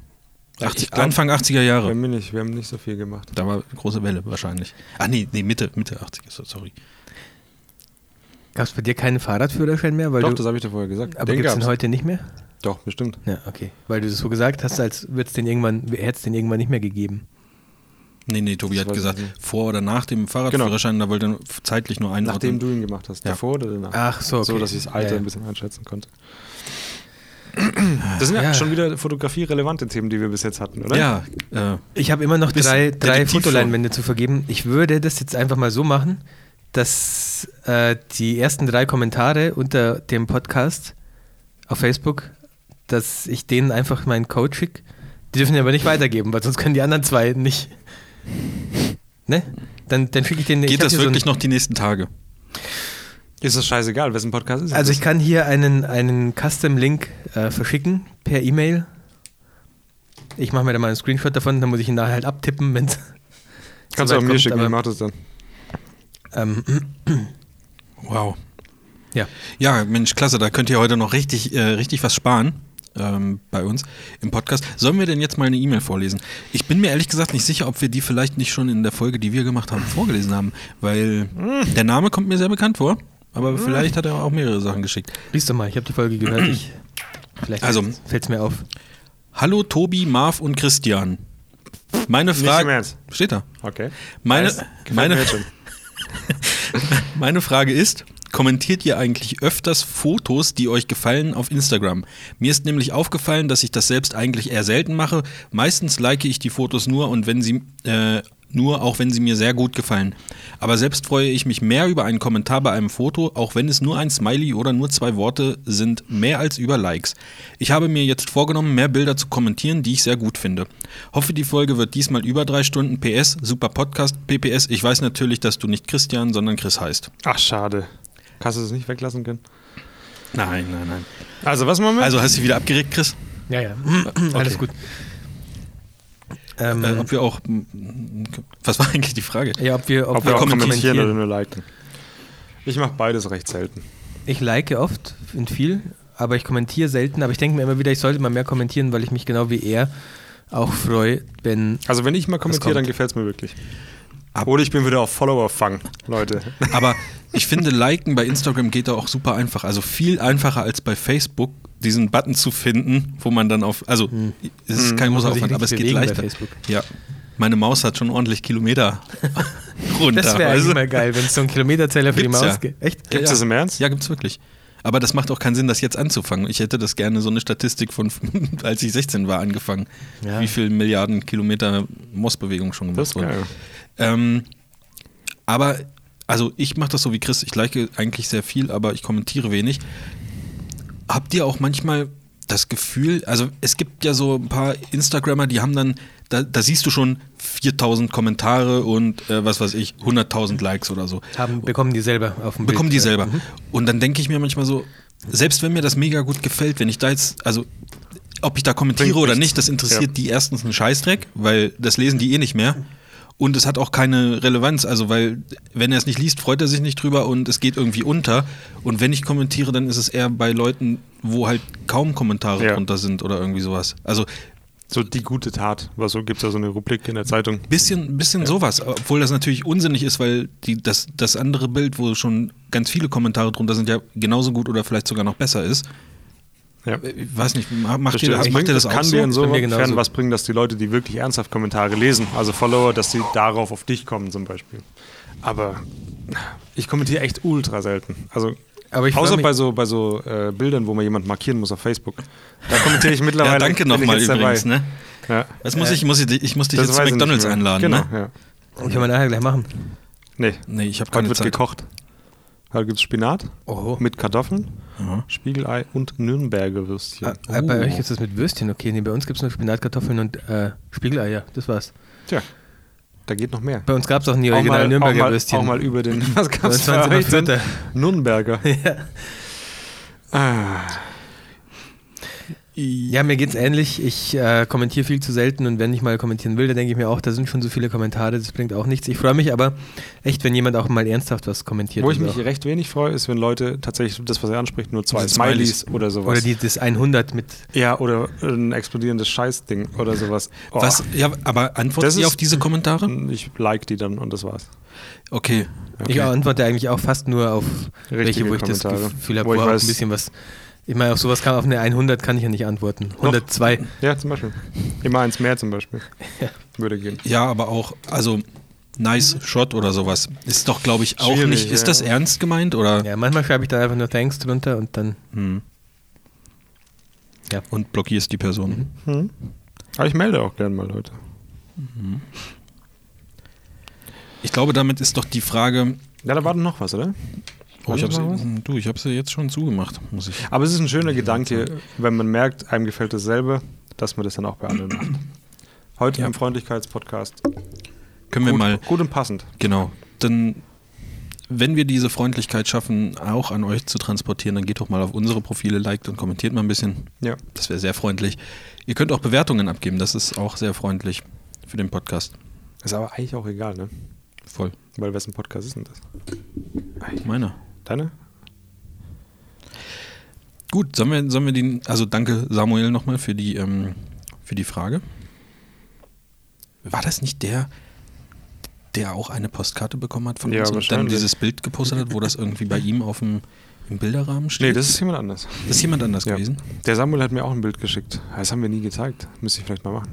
Speaker 1: 80,
Speaker 2: ich glaub-
Speaker 1: Anfang 80er
Speaker 2: Wir
Speaker 1: Jahre.
Speaker 2: haben, nicht, wir haben nicht so viel gemacht.
Speaker 1: Da war große Welle wahrscheinlich. Ah nee, nee, Mitte, Mitte 80er, so- sorry.
Speaker 3: Gab es bei dir keinen Fahrradführerschein mehr? Weil
Speaker 2: Doch,
Speaker 3: du,
Speaker 2: das habe ich dir vorher gesagt.
Speaker 3: aber gibt es den
Speaker 2: gab's.
Speaker 3: heute nicht mehr?
Speaker 2: Doch, bestimmt.
Speaker 3: Ja, okay. Weil du das so gesagt hast, als hätte es den irgendwann nicht mehr gegeben.
Speaker 1: Nee, nee, Tobi
Speaker 2: Das
Speaker 1: hat
Speaker 2: weiß ich
Speaker 1: gesagt,
Speaker 2: nicht.
Speaker 1: vor oder nach dem Fahrradführerschein, da wollte er zeitlich nur einordnen.
Speaker 2: Nachdem du ihn gemacht hast.
Speaker 1: Ja.
Speaker 2: Davor oder danach?
Speaker 3: Ach so,
Speaker 2: So,
Speaker 3: okay.
Speaker 2: dass ich das Alter
Speaker 3: Ja, ja.
Speaker 2: ein bisschen einschätzen konnte. Das sind ja,
Speaker 3: Ja.
Speaker 2: schon wieder fotografierelevante Themen, die wir bis jetzt hatten, oder?
Speaker 1: Ja, äh,
Speaker 3: Ich habe immer noch
Speaker 1: Bisschen
Speaker 3: drei, drei
Speaker 1: Detektiv
Speaker 3: Fotoleinwände zu vergeben. Ich würde das jetzt einfach mal so machen, dass äh, die ersten drei Kommentare unter dem Podcast auf Facebook, dass ich denen einfach meinen Code schicke. Die dürfen den aber nicht weitergeben, weil sonst können die anderen zwei nicht. Ne? Dann, dann schicke ich denen. ich
Speaker 1: geht
Speaker 3: hab
Speaker 1: das
Speaker 3: hier so ein-
Speaker 1: wirklich noch die nächsten Tage?
Speaker 2: Ist das scheißegal, wessen Podcast ist
Speaker 3: Also
Speaker 2: das?
Speaker 3: ich kann hier einen, einen Custom-Link äh, verschicken per E-Mail. Ich mache mir da mal einen Screenshot davon, dann muss ich ihn nachher halt abtippen, wenn
Speaker 2: Kannst du auch mir
Speaker 3: kommt,
Speaker 2: schicken,
Speaker 3: aber-
Speaker 2: ich mach das dann.
Speaker 3: ähm,
Speaker 1: Wow.
Speaker 3: Ja.
Speaker 1: Ja, Mensch, klasse, da könnt ihr heute noch richtig, äh, richtig was sparen ähm, bei uns im Podcast. Sollen wir denn jetzt mal eine E-Mail vorlesen? Ich bin mir ehrlich gesagt nicht sicher, ob wir die vielleicht nicht schon in der Folge, die wir gemacht haben, vorgelesen haben, weil
Speaker 2: Hm.
Speaker 1: der Name kommt mir sehr bekannt vor, aber vielleicht hat er auch mehrere Sachen geschickt.
Speaker 3: Lies doch mal, ich habe die Folge gehört. Ich, vielleicht
Speaker 1: Also-
Speaker 3: fällt es mir auf.
Speaker 1: Hallo Tobi, Marv und Christian. Meine
Speaker 2: Nicht im
Speaker 1: Frage.
Speaker 2: Ernst.
Speaker 1: Steht da.
Speaker 2: Okay.
Speaker 1: Meine-
Speaker 2: Nice. Gefällt
Speaker 1: meine-
Speaker 2: mir jetzt schon.
Speaker 1: Meine Frage ist, kommentiert ihr eigentlich öfters Fotos, die euch gefallen, auf Instagram? Mir ist nämlich aufgefallen, dass ich das selbst eigentlich eher selten mache. Meistens like ich die Fotos nur und wenn sie äh, nur, auch wenn sie mir sehr gut gefallen. Aber selbst freue ich mich mehr über einen Kommentar bei einem Foto, auch wenn es nur ein Smiley oder nur zwei Worte sind, mehr als über Likes. Ich habe mir jetzt vorgenommen, mehr Bilder zu kommentieren, die ich sehr gut finde. Hoffe, die Folge wird diesmal über drei Stunden. PS, super Podcast, PPS. Ich weiß natürlich, dass du nicht Christian, sondern Chris heißt.
Speaker 2: Ach, schade. Hast du es nicht weglassen können?
Speaker 1: Nein, nein, nein.
Speaker 2: Also, was machen wir?
Speaker 1: Also hast du dich wieder abgeregt, Chris?
Speaker 3: Ja, ja. Alles gut. Ähm,
Speaker 1: Äh, ob wir auch. Was war eigentlich die Frage?
Speaker 3: ja, ob wir, ob
Speaker 2: ob wir auch
Speaker 1: kommentieren.
Speaker 2: kommentieren oder nur liken. Ich mache beides recht selten.
Speaker 3: Ich like oft und viel, aber ich kommentiere selten. Aber ich denke mir immer wieder, ich sollte mal mehr kommentieren, weil ich mich genau wie er auch freue, wenn.
Speaker 2: Also, wenn ich mal kommentiere,
Speaker 3: kommt.
Speaker 2: dann gefällt es mir wirklich.
Speaker 1: Ab-
Speaker 2: Oder ich bin wieder auf Follower-Fang, Leute.
Speaker 1: Aber ich finde, liken bei Instagram geht da auch super einfach. Also viel einfacher als bei Facebook, diesen Button zu finden, wo man dann auf. Also es ist kein
Speaker 3: Muss
Speaker 1: großer
Speaker 3: Hm. man
Speaker 1: Aufwand,
Speaker 3: sich nicht
Speaker 1: aber es geht
Speaker 3: bewegen bei
Speaker 1: leichter.
Speaker 3: Facebook.
Speaker 1: Ja. Meine Maus hat schon ordentlich Kilometer runter.
Speaker 3: Das wäre
Speaker 1: weißt du?
Speaker 3: eigentlich mal geil, wenn es so einen Kilometerzähler für die
Speaker 1: Gibt's
Speaker 3: Maus
Speaker 1: ja.
Speaker 3: gibt. Echt?
Speaker 1: Ja,
Speaker 2: Gibt's
Speaker 1: ja.
Speaker 2: das im Ernst?
Speaker 1: Ja, gibt's wirklich. Aber das macht auch keinen Sinn, das jetzt anzufangen. Ich hätte das gerne so eine Statistik von, als ich 16 war, angefangen.
Speaker 3: Ja.
Speaker 1: Wie viele Milliarden Kilometer Mossbewegung schon
Speaker 2: Das
Speaker 1: gemacht
Speaker 2: ist
Speaker 1: wurden.
Speaker 2: geil.
Speaker 1: Ähm, aber, also ich mache das so wie Chris, ich like eigentlich sehr viel, aber ich kommentiere wenig. Habt ihr auch manchmal das Gefühl, also es gibt ja so ein paar Instagrammer, die haben dann, da, da siehst du schon 4000 Kommentare und äh, was weiß ich, 100.000 Likes oder so.
Speaker 3: Haben, bekommen die selber auf dem
Speaker 1: Bekommen die
Speaker 3: Bild.
Speaker 1: selber.
Speaker 2: Mhm.
Speaker 1: Und dann denke ich mir manchmal so, selbst wenn mir das mega gut gefällt, wenn ich da jetzt, also ob ich da kommentiere
Speaker 2: Bringt
Speaker 1: oder
Speaker 2: nichts.
Speaker 1: nicht, das interessiert
Speaker 2: Ja.
Speaker 1: die erstens einen Scheißdreck, weil das lesen die eh nicht mehr. Und es hat auch keine Relevanz, also weil, wenn er es nicht liest, freut er sich nicht drüber und es geht irgendwie unter. Und wenn ich kommentiere, dann ist es eher bei Leuten, wo halt kaum Kommentare
Speaker 2: Ja.
Speaker 1: drunter sind oder irgendwie sowas. Also
Speaker 2: So die gute Tat. Was so gibt es da so eine Rubrik in der Zeitung?
Speaker 1: Bisschen, bisschen sowas, obwohl das natürlich unsinnig ist, weil die, das, das andere Bild, wo schon ganz viele Kommentare drunter sind, ja genauso gut oder vielleicht sogar noch besser ist.
Speaker 2: Ja.
Speaker 1: Ich weiß nicht, ma- macht ihr
Speaker 2: Verstehe.
Speaker 1: das, macht ihr das auch
Speaker 2: kann
Speaker 1: so?
Speaker 2: dir insofern
Speaker 3: Bei mir genauso.
Speaker 2: was bringen, dass die Leute, die wirklich ernsthaft Kommentare lesen, also Follower, dass sie darauf auf dich kommen zum Beispiel. Aber ich kommentiere echt ultra selten. Also
Speaker 3: Aber ich freu
Speaker 2: außer
Speaker 3: mich-
Speaker 2: bei so, bei so äh, Bildern, wo man jemand markieren muss auf Facebook. Da kommentiere ich mittlerweile.
Speaker 1: ja, danke
Speaker 2: bin ich
Speaker 1: nochmal
Speaker 2: jetzt
Speaker 1: übrigens. Ne?
Speaker 2: Ja,
Speaker 1: Was muss ich, muss ich, ich muss dich
Speaker 2: das
Speaker 1: jetzt zu
Speaker 2: weiß ich nicht
Speaker 1: McDonalds
Speaker 2: mehr.
Speaker 1: einladen,
Speaker 2: Genau,
Speaker 1: ne?
Speaker 2: ja.
Speaker 3: Mhm. Können wir nachher gleich machen.
Speaker 2: Nee,
Speaker 1: Nee, ich habe
Speaker 2: heute
Speaker 1: keine
Speaker 2: wird
Speaker 1: Zeit. Oh.
Speaker 2: gekocht. Heute gibt es Spinat
Speaker 3: Oho.
Speaker 2: mit Kartoffeln,
Speaker 1: Aha.
Speaker 2: Spiegelei und Nürnberger Würstchen.
Speaker 3: Ah, ah, Bei
Speaker 1: Oh.
Speaker 3: euch ist das mit Würstchen okay. Nee, bei uns gibt es nur Spinatkartoffeln und äh, Spiegeleier. Das war's.
Speaker 2: Tja, da geht noch mehr.
Speaker 3: Bei uns gab es auch nie
Speaker 2: auch
Speaker 3: original
Speaker 2: mal, auch
Speaker 3: Nürnberger
Speaker 2: mal,
Speaker 3: genau Würstchen.
Speaker 2: Auch mal über den. Was gab's da
Speaker 3: 29.
Speaker 2: heute?
Speaker 3: Dritter.
Speaker 2: Nürnberger.
Speaker 3: Ja.
Speaker 2: Ah,
Speaker 3: Ja, mir geht's ähnlich. Ich äh, kommentiere viel zu selten und wenn ich mal kommentieren will, dann denke ich mir auch, da sind schon so viele Kommentare, das bringt auch nichts. Ich freue mich aber echt, wenn jemand auch mal ernsthaft was kommentiert.
Speaker 2: wo ich
Speaker 3: und
Speaker 2: mich
Speaker 3: auch,
Speaker 2: recht wenig freue, ist, wenn Leute tatsächlich das, was er anspricht, nur zwei
Speaker 1: Diese
Speaker 2: Smileys oder sowas.
Speaker 3: oder die, das 100 mit.
Speaker 2: ja, oder ein explodierendes Scheißding oder sowas. Oh,
Speaker 1: Was, ja, aber antwortet
Speaker 2: Das
Speaker 1: ihr
Speaker 2: ist- Hm.
Speaker 1: auf diese Kommentare?
Speaker 2: Ich like die dann und das war's.
Speaker 1: Okay.
Speaker 3: Ich antworte eigentlich auch fast nur auf welche,
Speaker 2: Richtige
Speaker 3: wo ich
Speaker 2: Kommentare.
Speaker 3: das Gefühl habe,
Speaker 2: Wo
Speaker 3: wo,
Speaker 2: ich
Speaker 3: auch
Speaker 2: weiß-
Speaker 3: ein bisschen was. Ich meine, auf sowas kann auf eine 100 kann ich ja nicht antworten. 102.
Speaker 2: Ja, zum Beispiel. Immer eins mehr zum Beispiel. Würde gehen.
Speaker 1: Ja, aber auch, also nice Shot oder sowas. Ist doch, glaube ich, auch
Speaker 2: Schwierig,
Speaker 1: nicht. Ist
Speaker 2: ja.
Speaker 1: das ernst gemeint oder?
Speaker 3: Ja, manchmal schreibe ich dann einfach nur Thanks drunter und dann.
Speaker 1: Hm.
Speaker 3: Ja.
Speaker 1: Und blockierst die Person.
Speaker 2: Mhm. Aber ich melde auch gerne mal Leute.
Speaker 1: Ich glaube, damit ist doch die Frage.
Speaker 2: Ja, da war doch noch was, oder?
Speaker 1: Oh, ich
Speaker 2: Haben
Speaker 1: hab
Speaker 2: wir noch was?
Speaker 1: sie, du, ich habe sie jetzt schon zugemacht, muss ich.
Speaker 2: Aber es ist ein schöner Gedanke, wenn man merkt, einem gefällt dasselbe, dass man das dann auch bei anderen macht. Heute
Speaker 1: Ja.
Speaker 2: im Freundlichkeitspodcast.
Speaker 1: Können wir
Speaker 2: gut,
Speaker 1: mal,
Speaker 2: gut und passend.
Speaker 1: genau. Dann, wenn wir diese Freundlichkeit schaffen, auch an euch zu transportieren, dann geht doch mal auf unsere Profile, liked und kommentiert mal ein bisschen.
Speaker 2: Ja.
Speaker 1: Das wäre sehr freundlich. Ihr könnt auch Bewertungen abgeben, das ist auch sehr freundlich für den Podcast.
Speaker 2: Ist aber eigentlich auch egal, ne?
Speaker 1: Voll.
Speaker 2: Weil wessen Podcast ist denn das?
Speaker 1: Meiner.
Speaker 2: Deine?
Speaker 1: Gut, sollen wir, sollen wir den, also danke Samuel nochmal für die, ähm, für die Frage. War das nicht der, der auch eine Postkarte bekommen hat von
Speaker 2: Ja,
Speaker 1: uns und dann
Speaker 2: wahrscheinlich.
Speaker 1: dieses Bild gepostet hat, wo das irgendwie bei ihm auf dem im Bilderrahmen steht?
Speaker 2: Nee, das ist jemand anders.
Speaker 1: das ist jemand anders
Speaker 2: Ja.
Speaker 1: gewesen.
Speaker 2: Der Samuel hat mir auch ein Bild geschickt. Das haben wir nie gezeigt. Müsste ich vielleicht mal machen.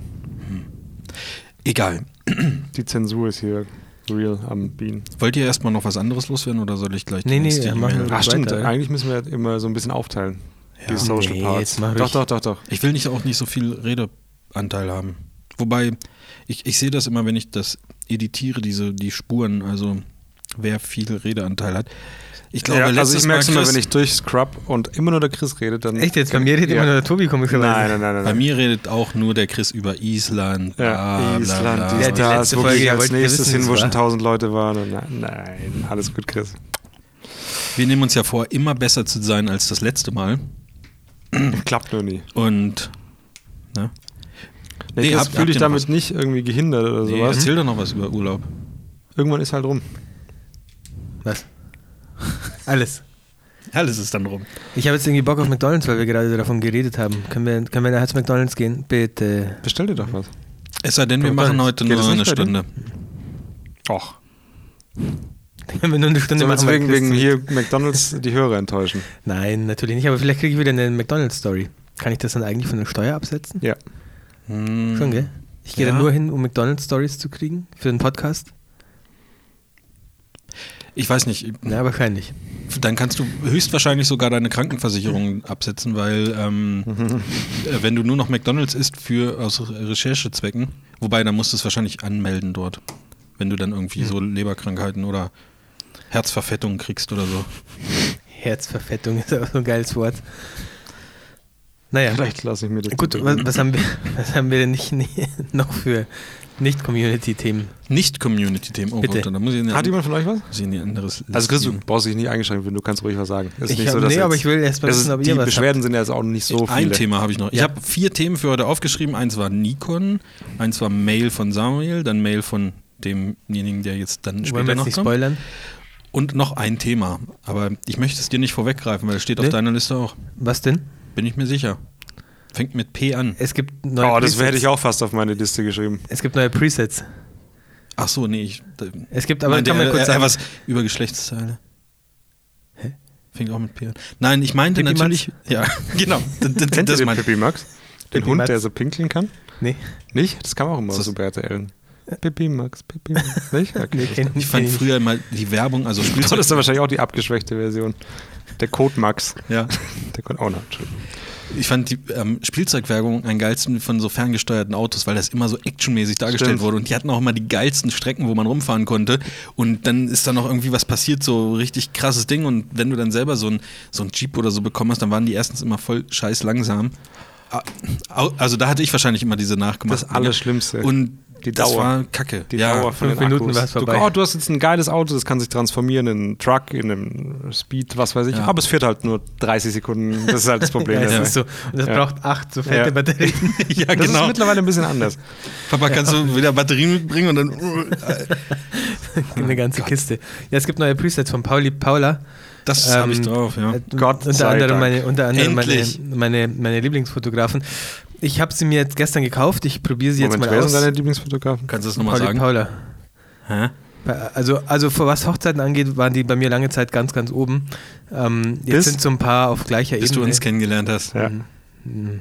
Speaker 1: Egal.
Speaker 2: Die Zensur ist hier real am Bienen.
Speaker 1: Wollt ihr erstmal noch was anderes loswerden oder soll ich gleich
Speaker 3: Nee, nee, ja, machen
Speaker 1: E-Mail-
Speaker 3: wir.
Speaker 2: Ach stimmt,
Speaker 3: weiter.
Speaker 2: eigentlich müssen wir immer so ein bisschen aufteilen.
Speaker 1: Ja.
Speaker 2: Die Social
Speaker 3: Nee,
Speaker 2: Parts.
Speaker 3: jetzt mach
Speaker 2: Doch,
Speaker 3: ruhig.
Speaker 2: doch, doch, doch.
Speaker 1: Ich will nicht auch nicht so viel Redeanteil haben. Wobei, ich, ich sehe das immer, wenn ich das editiere, diese, die Spuren, also wer viel Redeanteil hat. Ich glaube,
Speaker 2: ja, also
Speaker 1: letztes
Speaker 2: ich merke es
Speaker 1: Mal,
Speaker 2: immer,
Speaker 1: Chris,
Speaker 2: wenn ich durchscrub und immer nur der Chris redet, dann.
Speaker 3: Echt jetzt? Bei mir redet
Speaker 2: Ja.
Speaker 3: immer nur der Tobi komischerweise.
Speaker 2: Nein, nein, nein, nein.
Speaker 1: Bei
Speaker 2: nein.
Speaker 1: mir redet auch nur der Chris über Island.
Speaker 2: Ja,
Speaker 1: bla,
Speaker 2: Island,
Speaker 1: bla,
Speaker 2: dies,
Speaker 1: bla.
Speaker 3: Ja, die
Speaker 2: das,
Speaker 3: letzte
Speaker 2: wo
Speaker 3: Folge,
Speaker 2: ging
Speaker 3: ihr
Speaker 2: als
Speaker 3: wollt ja
Speaker 2: nächstes
Speaker 3: wissen,
Speaker 2: hin,
Speaker 3: wie's
Speaker 2: wo schon
Speaker 3: war.
Speaker 2: tausend Leute waren. Und nein, nein, alles gut, Chris.
Speaker 1: Wir nehmen uns ja vor, immer besser zu sein als das letzte Mal.
Speaker 2: Klappt nur nie.
Speaker 1: Und ne?
Speaker 2: Nee,
Speaker 1: Nee,
Speaker 2: Chris,
Speaker 1: habt-
Speaker 2: fühl
Speaker 1: habt
Speaker 2: dich
Speaker 1: ihr noch
Speaker 2: damit
Speaker 1: was?
Speaker 2: nicht irgendwie gehindert oder
Speaker 1: nee,
Speaker 2: sowas.
Speaker 1: erzähl doch noch was über Urlaub.
Speaker 2: Irgendwann ist halt rum.
Speaker 3: Was? Alles.
Speaker 1: Alles ist dann rum.
Speaker 3: Ich habe jetzt irgendwie Bock auf McDonalds, weil wir gerade davon geredet haben. Können wir, können wir nachher zu McDonalds gehen? Bitte.
Speaker 2: Bestell dir doch was.
Speaker 1: Es sei denn, wir machen heute
Speaker 2: Geht das
Speaker 1: nur eine
Speaker 2: nicht bei
Speaker 1: Stunde.
Speaker 2: dir? Och.
Speaker 3: Wenn wir nur eine Stunde
Speaker 2: Sollen wir jetzt
Speaker 3: machen, weil
Speaker 2: wegen,
Speaker 3: Chris
Speaker 2: wegen
Speaker 3: so-
Speaker 2: hier McDonalds die Hörer enttäuschen?
Speaker 3: Nein, natürlich nicht, aber vielleicht kriege ich wieder eine McDonalds-Story. Kann ich das dann eigentlich von der Steuer absetzen?
Speaker 2: Ja. Mhm.
Speaker 1: Hm.
Speaker 3: Schon, gell? Ich gehe
Speaker 1: Ja.
Speaker 3: dann nur hin, um McDonalds-Stories zu kriegen für den Podcast.
Speaker 1: Hm, Ich weiß nicht,
Speaker 3: Na,
Speaker 2: Mhm.
Speaker 3: wahrscheinlich.
Speaker 1: dann kannst du höchstwahrscheinlich sogar deine Krankenversicherung absetzen, weil ähm, äh, wenn du nur noch McDonalds isst für aus Recherchezwecken, wobei dann musst du es wahrscheinlich anmelden dort, wenn du dann irgendwie so Leberkrankheiten oder Herzverfettung kriegst oder so.
Speaker 3: Herzverfettung ist aber so ein geiles Wort. Naja,
Speaker 2: Vielleicht lasse ich mir das.
Speaker 3: gut, was, was, haben wir, was haben wir denn nicht, noch für Nicht-Community-Themen?
Speaker 1: Nicht Community-Themen. Oh
Speaker 3: Bitte.
Speaker 1: Gott, da muss ich in die
Speaker 2: Hat jemand von euch was?
Speaker 1: muss ich in die anderes
Speaker 2: Also Chris, du
Speaker 1: Liste
Speaker 2: brauchst dich nicht eingeschränkt fühlen, du kannst ruhig was sagen. Ist
Speaker 3: Ich
Speaker 2: nicht
Speaker 3: hab-
Speaker 2: so, dass
Speaker 3: nee,
Speaker 2: jetzt-
Speaker 3: aber ich will erst mal
Speaker 2: Es
Speaker 3: wissen,
Speaker 2: ist-
Speaker 3: ob ihr
Speaker 2: Die
Speaker 3: was habt.
Speaker 2: Beschwerden sind ja jetzt auch nicht so
Speaker 1: gehen.
Speaker 2: viele.
Speaker 1: Ein Thema habe ich noch. Ich
Speaker 3: Ja.
Speaker 1: habe vier Themen für heute aufgeschrieben. Eins war Nikon, eins war Mail von Samuel, dann Mail von demjenigen, der jetzt dann
Speaker 3: Wollen wir
Speaker 1: später
Speaker 3: jetzt
Speaker 1: noch
Speaker 3: nicht
Speaker 1: kommt.
Speaker 3: spoilern?
Speaker 1: Und noch ein Thema, aber ich möchte es dir nicht vorweggreifen, weil es steht auf
Speaker 3: Nee.
Speaker 1: deiner Liste auch.
Speaker 3: Was denn?
Speaker 1: Bin ich mir sicher. Fängt mit P an.
Speaker 3: Es gibt neue
Speaker 2: Oh, das
Speaker 3: Presets.
Speaker 2: hätte ich auch fast auf meine Liste geschrieben.
Speaker 3: Es gibt neue Presets.
Speaker 1: Ach so, nee, ich.
Speaker 3: Es gibt aber,
Speaker 1: meinte
Speaker 3: kann man
Speaker 1: er-
Speaker 3: kurz
Speaker 1: er- er
Speaker 3: sagen,
Speaker 1: äh, was über Geschlechtsteile. Hä? Fängt auch mit P an. Nein, ich meinte
Speaker 3: Pipi
Speaker 1: natürlich. Ja, genau. d- d- d-
Speaker 2: Kennt
Speaker 1: Das
Speaker 2: ihr den
Speaker 1: meinte ich.
Speaker 2: Pippi Max? Den
Speaker 3: Pippi
Speaker 2: Hund,
Speaker 3: Max.
Speaker 2: der so pinkeln kann?
Speaker 3: Nee,
Speaker 2: Nicht? Das kam auch immer
Speaker 1: Das
Speaker 2: aus
Speaker 1: ist-
Speaker 2: über RTL. Pippi Max, Pippi Max. Nicht? Okay.
Speaker 3: nee kenn,
Speaker 1: Ich fand
Speaker 3: kenn
Speaker 1: früher immer die Werbung, also
Speaker 2: Das
Speaker 1: Spielzeug.
Speaker 2: ist dann wahrscheinlich auch die abgeschwächte Version. Der Code Max.
Speaker 1: Ja.
Speaker 2: Der Code, oh nein, Entschuldigung.
Speaker 1: Ich fand die ähm, Spielzeugwerbung am geilsten von so ferngesteuerten Autos, weil das immer so actionmäßig dargestellt
Speaker 2: Stimmt.
Speaker 1: wurde. Und die hatten auch immer die geilsten Strecken, wo man rumfahren konnte. Und dann ist da noch irgendwie was passiert, so richtig krasses Ding. Und wenn du dann selber so ein, so ein Jeep oder so bekommen hast, dann waren die erstens immer voll scheiß langsam. Ah, au- Also da hatte ich wahrscheinlich immer diese nachgemacht.
Speaker 2: Das Allerschlimmste.
Speaker 1: Und
Speaker 2: Die
Speaker 1: Das
Speaker 2: Dauer.
Speaker 1: war Kacke.
Speaker 2: Die
Speaker 1: ja.
Speaker 2: Dauer von
Speaker 3: fünf
Speaker 2: den
Speaker 3: Minuten
Speaker 2: Akkus.
Speaker 3: war's vorbei.
Speaker 2: Du, oh, du hast jetzt ein geiles Auto, das kann sich transformieren in einen Truck, in einen Speed, was weiß ich.
Speaker 1: Ja.
Speaker 2: Aber es fährt halt nur 30 Sekunden. Das ist halt das Problem.
Speaker 3: Ja, das
Speaker 2: dabei.
Speaker 3: ist so. Und das
Speaker 2: Ja.
Speaker 3: braucht acht so fette
Speaker 2: Ja.
Speaker 3: Batterien.
Speaker 1: ja,
Speaker 2: das ist
Speaker 1: genau.
Speaker 2: mittlerweile ein bisschen anders.
Speaker 1: Papa, kannst du wieder Batterien mitbringen und dann. äh,
Speaker 3: Eine ganze Kiste. Ja, es gibt neue Presets von Pauli Paula.
Speaker 1: Das habe ich
Speaker 3: Ähm,
Speaker 1: drauf, ja.
Speaker 3: Äh,
Speaker 2: Gott
Speaker 3: unter
Speaker 2: sei Dank.
Speaker 3: anderem meine, unter anderem meine,
Speaker 1: Endlich.
Speaker 3: meine, meine Lieblingsfotografen. Ich habe sie mir jetzt gestern gekauft. Ich probiere sie
Speaker 2: Moment,
Speaker 3: jetzt
Speaker 2: wer
Speaker 3: mal
Speaker 2: sind
Speaker 3: aus.
Speaker 2: deine Lieblingsfotografen?
Speaker 1: Kannst du das nochmal
Speaker 3: Pauli
Speaker 1: sagen?
Speaker 3: Paula.
Speaker 1: Hä?
Speaker 3: Bei- Also, also für was Hochzeiten angeht, waren die bei mir lange Zeit ganz, ganz oben. Ähm, jetzt
Speaker 2: Bis-
Speaker 3: sind so ein paar auf gleicher
Speaker 1: Bis du
Speaker 3: Ebene.
Speaker 2: ne?
Speaker 1: uns kennengelernt hast.
Speaker 2: Ja.
Speaker 3: Mhm.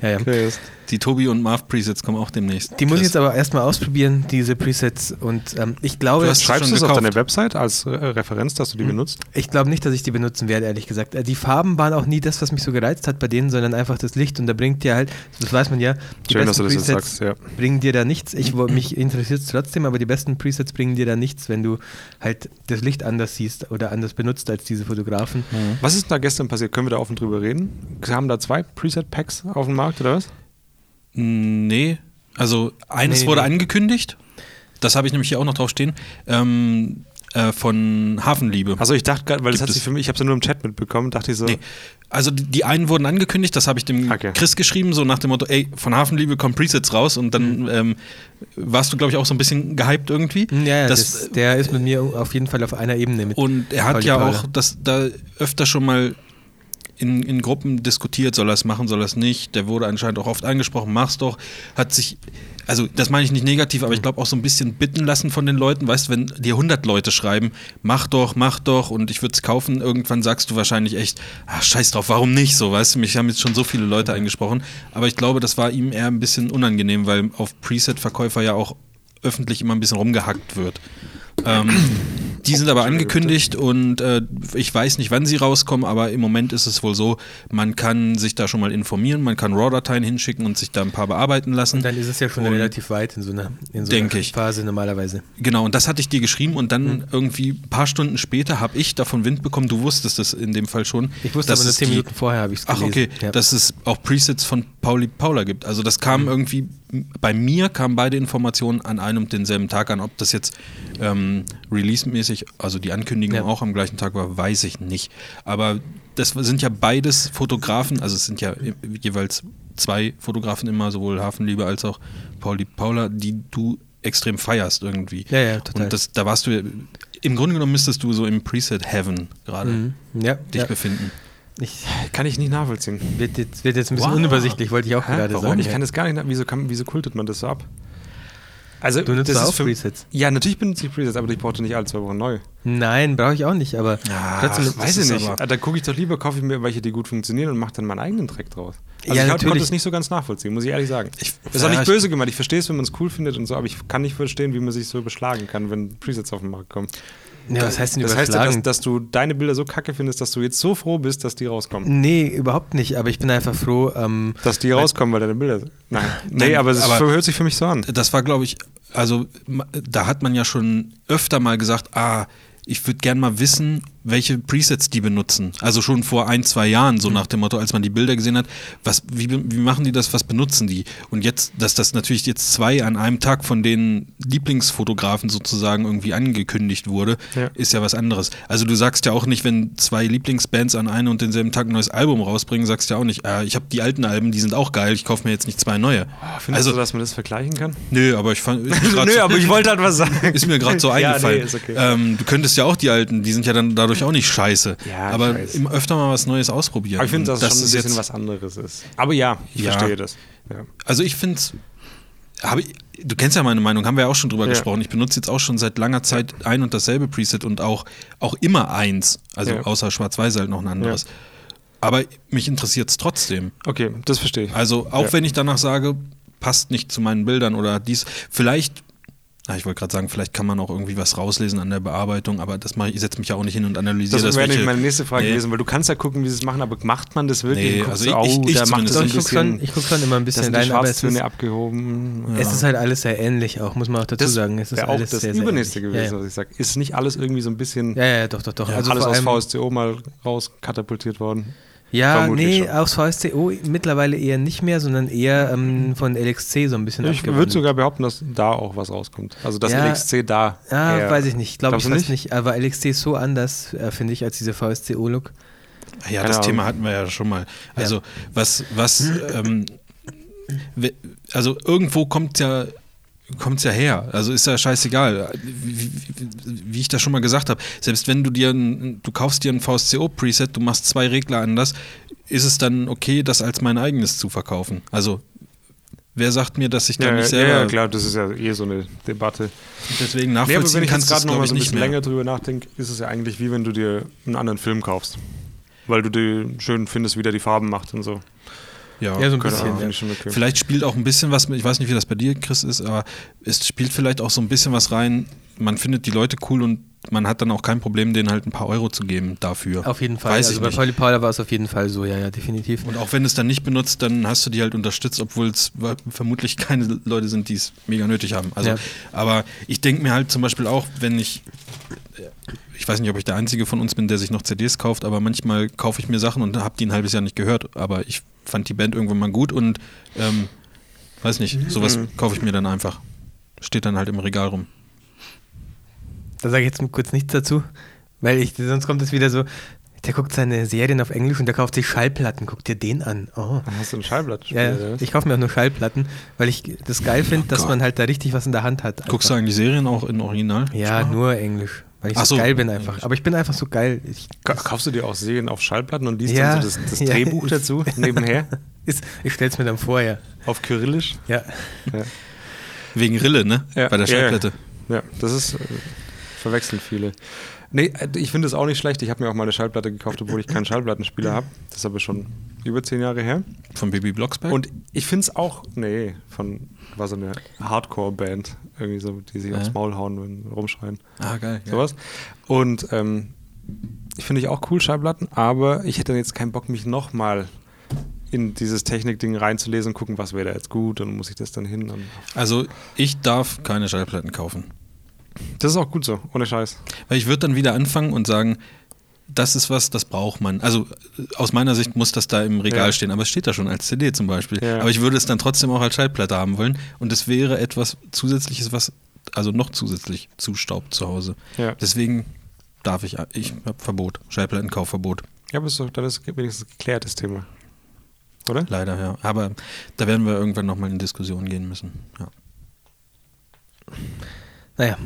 Speaker 3: ja, ja.
Speaker 2: Wer ist?
Speaker 1: Die Tobi und Marv Presets kommen auch demnächst.
Speaker 3: Die muss ich
Speaker 1: Chris.
Speaker 3: jetzt aber erstmal ausprobieren, diese Presets. Und ähm, ich
Speaker 1: Du
Speaker 3: glaube,
Speaker 1: hast-
Speaker 2: Schreibst
Speaker 1: schon
Speaker 2: du es auf
Speaker 1: gekauft?
Speaker 2: deiner Website als äh, Referenz, dass du
Speaker 3: Mhm.
Speaker 2: die benutzt?
Speaker 3: ich glaube nicht, dass ich die benutzen werde, ehrlich gesagt. Äh, Die Farben waren auch nie das, was mich so gereizt hat bei denen, sondern einfach das Licht. Und da bringt dir halt, das weiß man ja, die
Speaker 2: Schön, dass
Speaker 3: besten
Speaker 2: du das jetzt
Speaker 3: Presets
Speaker 2: sagst. Ja.
Speaker 3: bringen dir da nichts. Ich, wo- mich interessiert es trotzdem, aber die besten Presets bringen dir da nichts, wenn du halt das Licht anders siehst oder anders benutzt als diese Fotografen.
Speaker 2: Was ist denn da gestern passiert? Können wir da offen drüber reden? Kamen da zwei Preset-Packs auf den Markt oder was?
Speaker 1: Mm, Nee, also eines
Speaker 3: Nee, nee,
Speaker 1: wurde
Speaker 3: nee.
Speaker 1: angekündigt. Das habe ich nämlich hier auch noch drauf stehen. Ähm, äh, von Hafenliebe.
Speaker 2: Achso, Also ich dachte gerade, weil das
Speaker 1: Gibt
Speaker 2: hat sich
Speaker 1: es.
Speaker 2: für mich, ich habe es nur im Chat mitbekommen, dachte ich so,
Speaker 1: Nee. Also die, die einen wurden angekündigt, das habe ich dem
Speaker 2: Okay.
Speaker 1: Chris geschrieben, so nach dem Motto, ey, von Hafenliebe kommen Presets raus und
Speaker 3: Mhm.
Speaker 1: dann ähm, warst du, glaube ich, auch so ein bisschen gehypt irgendwie.
Speaker 3: Ja, ja
Speaker 1: Mhm. Das-
Speaker 3: das, der ist mit mir auf jeden Fall auf einer Ebene mit.
Speaker 1: Und er hat
Speaker 3: Pauli
Speaker 1: ja
Speaker 3: Paula.
Speaker 1: auch das da öfter schon mal in, in Gruppen diskutiert, soll er es machen, soll er es nicht. Der wurde anscheinend auch oft angesprochen, mach's doch. Hat sich, also das meine ich nicht negativ, aber ich glaube auch so ein bisschen bitten lassen von den Leuten. Weißt du, wenn dir 100 Leute schreiben, mach doch, mach doch und ich würde es kaufen, irgendwann sagst du wahrscheinlich echt, ach, scheiß drauf, warum nicht so, weißt du, mich haben jetzt schon so viele Leute angesprochen. Aber ich glaube, das war ihm eher ein bisschen unangenehm, weil auf Preset-Verkäufer ja auch öffentlich immer ein bisschen rumgehackt wird. Ähm, Die sind aber angekündigt und äh, ich weiß nicht, wann sie rauskommen, aber im Moment ist es wohl so, man kann sich da schon mal informieren, man kann RAW-Dateien hinschicken und sich da ein paar bearbeiten lassen.
Speaker 3: Und dann ist es ja schon
Speaker 1: Und-
Speaker 3: relativ weit in so einer, in so
Speaker 1: Denk
Speaker 3: einer
Speaker 1: ich.
Speaker 3: Phase normalerweise.
Speaker 1: Genau, und das hatte ich dir geschrieben und dann
Speaker 3: Hm.
Speaker 1: irgendwie ein paar Stunden später habe ich davon Wind bekommen, du wusstest es in dem Fall schon.
Speaker 3: Ich wusste
Speaker 1: dass
Speaker 3: aber nur
Speaker 1: es
Speaker 3: 10
Speaker 1: die-
Speaker 3: Minuten vorher, habe ich es
Speaker 1: Ach,
Speaker 3: gelesen.
Speaker 1: okay,
Speaker 3: Ja.
Speaker 1: dass es auch Presets von Pauli Paula gibt. Also das
Speaker 3: Mhm.
Speaker 1: kam irgendwie, bei mir kamen beide Informationen an einem und denselben Tag an. Ob das jetzt ähm, release-mäßig, also die Ankündigung
Speaker 3: Ja.
Speaker 1: auch am gleichen Tag war, weiß ich nicht. Aber das sind ja beides Fotografen, also es sind ja i- jeweils zwei Fotografen immer, sowohl Hafenliebe als auch Pauli Paula, die du extrem feierst irgendwie.
Speaker 3: Ja, ja, total.
Speaker 1: Und das, da warst du, ja- im Grunde genommen müsstest du so im Preset-Heaven gerade
Speaker 3: Mhm. ja,
Speaker 1: dich
Speaker 3: ja.
Speaker 1: befinden.
Speaker 3: Ich,
Speaker 2: Kann ich nicht nachvollziehen.
Speaker 3: wird, jetzt, wird jetzt ein bisschen
Speaker 1: Wow.
Speaker 3: unübersichtlich, wollte ich auch
Speaker 2: Hä?
Speaker 3: gerade
Speaker 2: Warum?
Speaker 3: sagen.
Speaker 2: ich
Speaker 3: ja.
Speaker 2: kann das gar nicht nach. Wieso, kann, wieso kultet man das so ab? Also,
Speaker 3: Du nutzt
Speaker 2: das
Speaker 3: da
Speaker 2: ist
Speaker 3: auch
Speaker 2: für-
Speaker 3: Presets?
Speaker 2: Ja, natürlich benutze ich Presets, aber ich brauchte nicht alle zwei Wochen neu.
Speaker 3: Nein, brauche ich auch nicht, aber
Speaker 1: Ja,
Speaker 3: trotzdem
Speaker 1: das
Speaker 2: Weiß
Speaker 1: ist
Speaker 2: ich nicht.
Speaker 1: aber-
Speaker 2: Ah, Dann gucke ich doch lieber, kaufe ich mir welche, die gut funktionieren und mache dann meinen eigenen Dreck draus. Also
Speaker 3: Ja,
Speaker 2: ich
Speaker 3: natürlich.
Speaker 2: konnte es nicht so ganz nachvollziehen, muss ich ehrlich sagen.
Speaker 1: Ich-
Speaker 2: das ist auch
Speaker 1: Ja,
Speaker 2: nicht
Speaker 1: ich-
Speaker 2: böse gemeint. Ich verstehe es, wenn man es cool findet und so, aber ich kann nicht verstehen, wie man sich so überschlagen kann, wenn Presets auf den Markt kommen.
Speaker 3: Ja, was heißt denn
Speaker 2: das heißt ja,
Speaker 3: überschlagen?
Speaker 2: dass, dass du deine Bilder so kacke findest, dass du jetzt so froh bist, dass die rauskommen.
Speaker 3: nee, überhaupt nicht, aber ich bin einfach froh. Ähm,
Speaker 2: Dass die rauskommen, weil deine Bilder. Nein. Nee, aber es
Speaker 1: aber-
Speaker 2: hört sich für mich so an.
Speaker 1: das war, glaube ich, also ma- da hat man ja schon öfter mal gesagt, ah, ich würde gern mal wissen, welche Presets die benutzen. Also schon vor ein, zwei Jahren,
Speaker 2: Mhm.
Speaker 1: so nach dem Motto, als man die Bilder gesehen hat, was, wie, be- wie machen die das, was benutzen die? Und jetzt, dass das natürlich jetzt zwei an einem Tag von den Lieblingsfotografen sozusagen irgendwie angekündigt wurde,
Speaker 2: Ja.
Speaker 1: ist ja was anderes. Also du sagst ja auch nicht, wenn zwei Lieblingsbands an einem und denselben Tag ein neues Album rausbringen, sagst ja auch nicht, ah, ich habe die alten Alben, die sind auch geil, ich kaufe mir jetzt nicht zwei neue.
Speaker 2: Ah,
Speaker 1: Also
Speaker 2: Findest du, dass man das vergleichen kann?
Speaker 1: Nö, aber ich fand. Ist mir grad so,
Speaker 2: Also, ich wollte halt was sagen.
Speaker 1: ist mir gerade so
Speaker 2: Ja,
Speaker 1: eingefallen.
Speaker 2: nee, ist okay.
Speaker 1: ähm, du könntest ja auch die alten, die sind ja dann dadurch auch nicht scheiße.
Speaker 2: Ja, ich
Speaker 1: aber
Speaker 2: weiß.
Speaker 1: im- öfter mal was Neues ausprobieren.
Speaker 2: Aber ich finde,
Speaker 1: Und
Speaker 2: dass das schon ein
Speaker 1: ist
Speaker 2: bisschen
Speaker 1: jetzt-
Speaker 2: was anderes ist. Aber ja, ich
Speaker 1: Ja.
Speaker 2: verstehe das. Ja.
Speaker 1: Also ich finde es. Du kennst ja meine Meinung, haben wir ja auch schon drüber
Speaker 2: Ja.
Speaker 1: gesprochen. Ich benutze jetzt auch schon seit langer Zeit ein und dasselbe Preset und auch, auch immer eins. Also
Speaker 2: Ja.
Speaker 1: außer Schwarz-Weiß halt noch ein anderes.
Speaker 2: Ja.
Speaker 1: Aber mich interessiert es trotzdem.
Speaker 2: Okay, das verstehe ich.
Speaker 1: Also auch
Speaker 2: Ja.
Speaker 1: wenn ich danach sage, passt nicht zu meinen Bildern oder dies, vielleicht, ah, ich wollte gerade sagen, vielleicht kann man auch irgendwie was rauslesen an der Bearbeitung, aber das mache ich, ich setze mich ja auch nicht hin und analysiere
Speaker 2: Das
Speaker 1: das.
Speaker 2: wäre nämlich
Speaker 1: welche-
Speaker 2: meine nächste Frage
Speaker 1: Nee.
Speaker 2: gewesen, weil du kannst ja gucken, wie sie es machen, aber macht man das wirklich?
Speaker 1: Nee,
Speaker 2: Und
Speaker 1: also
Speaker 2: guckst du,
Speaker 1: ich-
Speaker 2: au,
Speaker 1: ich
Speaker 2: da macht
Speaker 1: zumindest
Speaker 2: das ein
Speaker 3: ich gucke schon,
Speaker 2: bisschen,
Speaker 3: ich guck schon immer ein
Speaker 2: da sind
Speaker 3: bisschen
Speaker 2: die
Speaker 3: rein, aber es ist,
Speaker 2: Schwarztöne abgehoben.
Speaker 3: es ist halt alles sehr ähnlich auch, muss man auch dazu
Speaker 2: Das
Speaker 3: sagen. Es ist
Speaker 2: Wäre auch
Speaker 3: alles
Speaker 2: das
Speaker 3: sehr, sehr
Speaker 2: Übernächste
Speaker 3: ähnlich.
Speaker 2: gewesen,
Speaker 3: Ja,
Speaker 2: was ich sage. Ist nicht alles irgendwie so ein bisschen
Speaker 3: Ja, ja, ja doch, doch, doch. also
Speaker 2: alles
Speaker 3: vor
Speaker 2: aus
Speaker 3: allem,
Speaker 2: VSCO mal rauskatapultiert worden?
Speaker 3: Ja,
Speaker 2: Vermutlich
Speaker 3: nee,
Speaker 2: schon.
Speaker 3: aus VSCO mittlerweile eher nicht mehr, sondern eher ähm, von LXC so ein bisschen
Speaker 2: Mhm. Ich würde
Speaker 3: abgewandelt.
Speaker 2: sogar behaupten, dass da auch was rauskommt. Also das
Speaker 3: Ja.
Speaker 2: LXC da.
Speaker 3: Ah,
Speaker 2: eher-
Speaker 3: weiß ich nicht. Glaube ich
Speaker 2: Glaubst du
Speaker 3: fast nicht. Aber LXC ist so anders, äh, finde ich, als diese VSCO-Look.
Speaker 1: Ja,
Speaker 2: Keine
Speaker 1: das
Speaker 2: Ahnung.
Speaker 1: Thema hatten wir ja schon mal. Also was, was, ähm, we- also irgendwo kommt ja kommt's ja her. Also ist ja scheißegal. Wie, wie, wie ich das schon mal gesagt habe, selbst wenn du dir ein, du kaufst dir ein VSCO Preset, du machst zwei Regler anders, ist es dann okay, das als mein eigenes zu verkaufen? Also Wer sagt mir, dass ich da
Speaker 2: Ja,
Speaker 1: nicht
Speaker 2: ja,
Speaker 1: selber
Speaker 2: ja, klar, das ist ja eh so eine Debatte.
Speaker 1: deswegen
Speaker 2: Nee, aber
Speaker 1: nachvollziehen
Speaker 2: wenn ich jetzt
Speaker 1: kannst?
Speaker 2: gerade
Speaker 1: Das
Speaker 2: nochmal
Speaker 1: glaube ich
Speaker 2: so ein
Speaker 1: nicht
Speaker 2: bisschen
Speaker 1: mehr.
Speaker 2: länger drüber nachdenke, ist es ja eigentlich wie wenn du dir einen anderen Film kaufst. Weil du die schön findest, wie der die Farben macht und so.
Speaker 3: Ja, so
Speaker 2: Keine
Speaker 3: ein bisschen,
Speaker 2: Ahnung,
Speaker 3: ja.
Speaker 2: finde ich schon bequem.
Speaker 1: Vielleicht spielt auch ein bisschen was, mit- ich weiß nicht, wie das bei dir, Chris, ist, aber es spielt vielleicht auch so ein bisschen was rein. Man findet die Leute cool und man hat dann auch kein Problem, denen halt ein paar Euro zu geben dafür.
Speaker 3: Auf jeden Fall.
Speaker 1: Weiß
Speaker 3: also
Speaker 1: ich
Speaker 3: bei
Speaker 1: nicht.
Speaker 3: Polly Paula war es auf jeden Fall so, ja, ja, definitiv.
Speaker 1: Und auch wenn es dann nicht benutzt, dann hast du die halt unterstützt, obwohl es wa- vermutlich keine Leute sind, die es mega nötig haben. Also,
Speaker 3: Ja.
Speaker 1: aber ich denke mir halt zum Beispiel auch, wenn ich, ich weiß nicht, ob ich der Einzige von uns bin, der sich noch CDs kauft, aber manchmal kaufe ich mir Sachen und habe die ein halbes Jahr nicht gehört. Aber ich fand die Band irgendwann mal gut und ähm, weiß nicht, sowas
Speaker 2: Mhm.
Speaker 1: kaufe ich mir dann einfach. Steht dann halt im Regal rum.
Speaker 3: Da sage ich jetzt kurz nichts dazu, weil ich, sonst kommt es wieder so, der guckt seine Serien auf Englisch und der kauft sich Schallplatten, guck dir den an. Oh.
Speaker 2: Hast du ein Schallblatt?
Speaker 3: Ja, ja. ich kaufe mir auch nur Schallplatten, weil ich das
Speaker 2: Oh
Speaker 3: geil finde, dass
Speaker 1: Gott.
Speaker 3: man halt da richtig was in der Hand hat. einfach.
Speaker 1: Guckst du eigentlich Serien auch in Original?
Speaker 3: Ja, nur Englisch, weil ich
Speaker 1: Ach
Speaker 3: so
Speaker 1: so,
Speaker 3: geil bin einfach.
Speaker 1: Englisch.
Speaker 3: Aber ich bin einfach so geil. Ich,
Speaker 2: Kaufst du dir auch Serien auf Schallplatten und liest
Speaker 3: Ja.
Speaker 2: dann so das, das
Speaker 3: Ja.
Speaker 2: Drehbuch dazu nebenher?
Speaker 3: ist, ich stell's mir dann vor, ja.
Speaker 2: Auf Kyrillisch?
Speaker 3: ja.
Speaker 1: Wegen Rille, ne?
Speaker 2: Ja.
Speaker 1: Bei der
Speaker 2: Ja, ja.
Speaker 1: Schallplatte.
Speaker 2: Ja, das ist. Äh, verwechseln viele. Nee, äh, ich finde es auch nicht schlecht. Ich habe mir auch mal eine Schallplatte gekauft, obwohl ich keinen Schallplattenspieler habe. Das habe ich schon über zehn Jahre her.
Speaker 1: Von Baby Blocksberg.
Speaker 2: Und ich finde es auch, nee, von, war so eine Hardcore-Band, irgendwie so, die sich
Speaker 1: Ja.
Speaker 2: aufs Maul hauen und rumschreien.
Speaker 1: ah, geil. Ja.
Speaker 2: Sowas. Und ähm, ich finde ich auch cool, Schallplatten, aber ich hätte jetzt keinen Bock, mich nochmal in dieses Technik-Ding reinzulesen und gucken, was wäre da jetzt gut und muss ich das dann hin. Und
Speaker 1: Also, ich darf keine Schallplatten kaufen.
Speaker 2: das ist auch gut so, ohne Scheiß.
Speaker 1: Weil ich würde dann wieder anfangen und sagen, das ist was, das braucht man. Also äh, aus meiner Sicht muss das da im Regal
Speaker 2: Ja.
Speaker 1: stehen, aber es steht da schon als CD zum Beispiel.
Speaker 2: Ja.
Speaker 1: Aber ich würde es dann trotzdem auch als Schallplatte haben wollen und es wäre etwas Zusätzliches, was also noch zusätzlich zustaubt zu Hause.
Speaker 2: Ja,
Speaker 1: Deswegen darf ich, ich habe Verbot, Schallplattenkaufverbot,
Speaker 2: ja aber so, dann ist wenigstens geklärt, das Thema. Oder?
Speaker 1: leider, ja. Aber da werden wir irgendwann nochmal in Diskussion gehen müssen. Ja.
Speaker 3: Naja.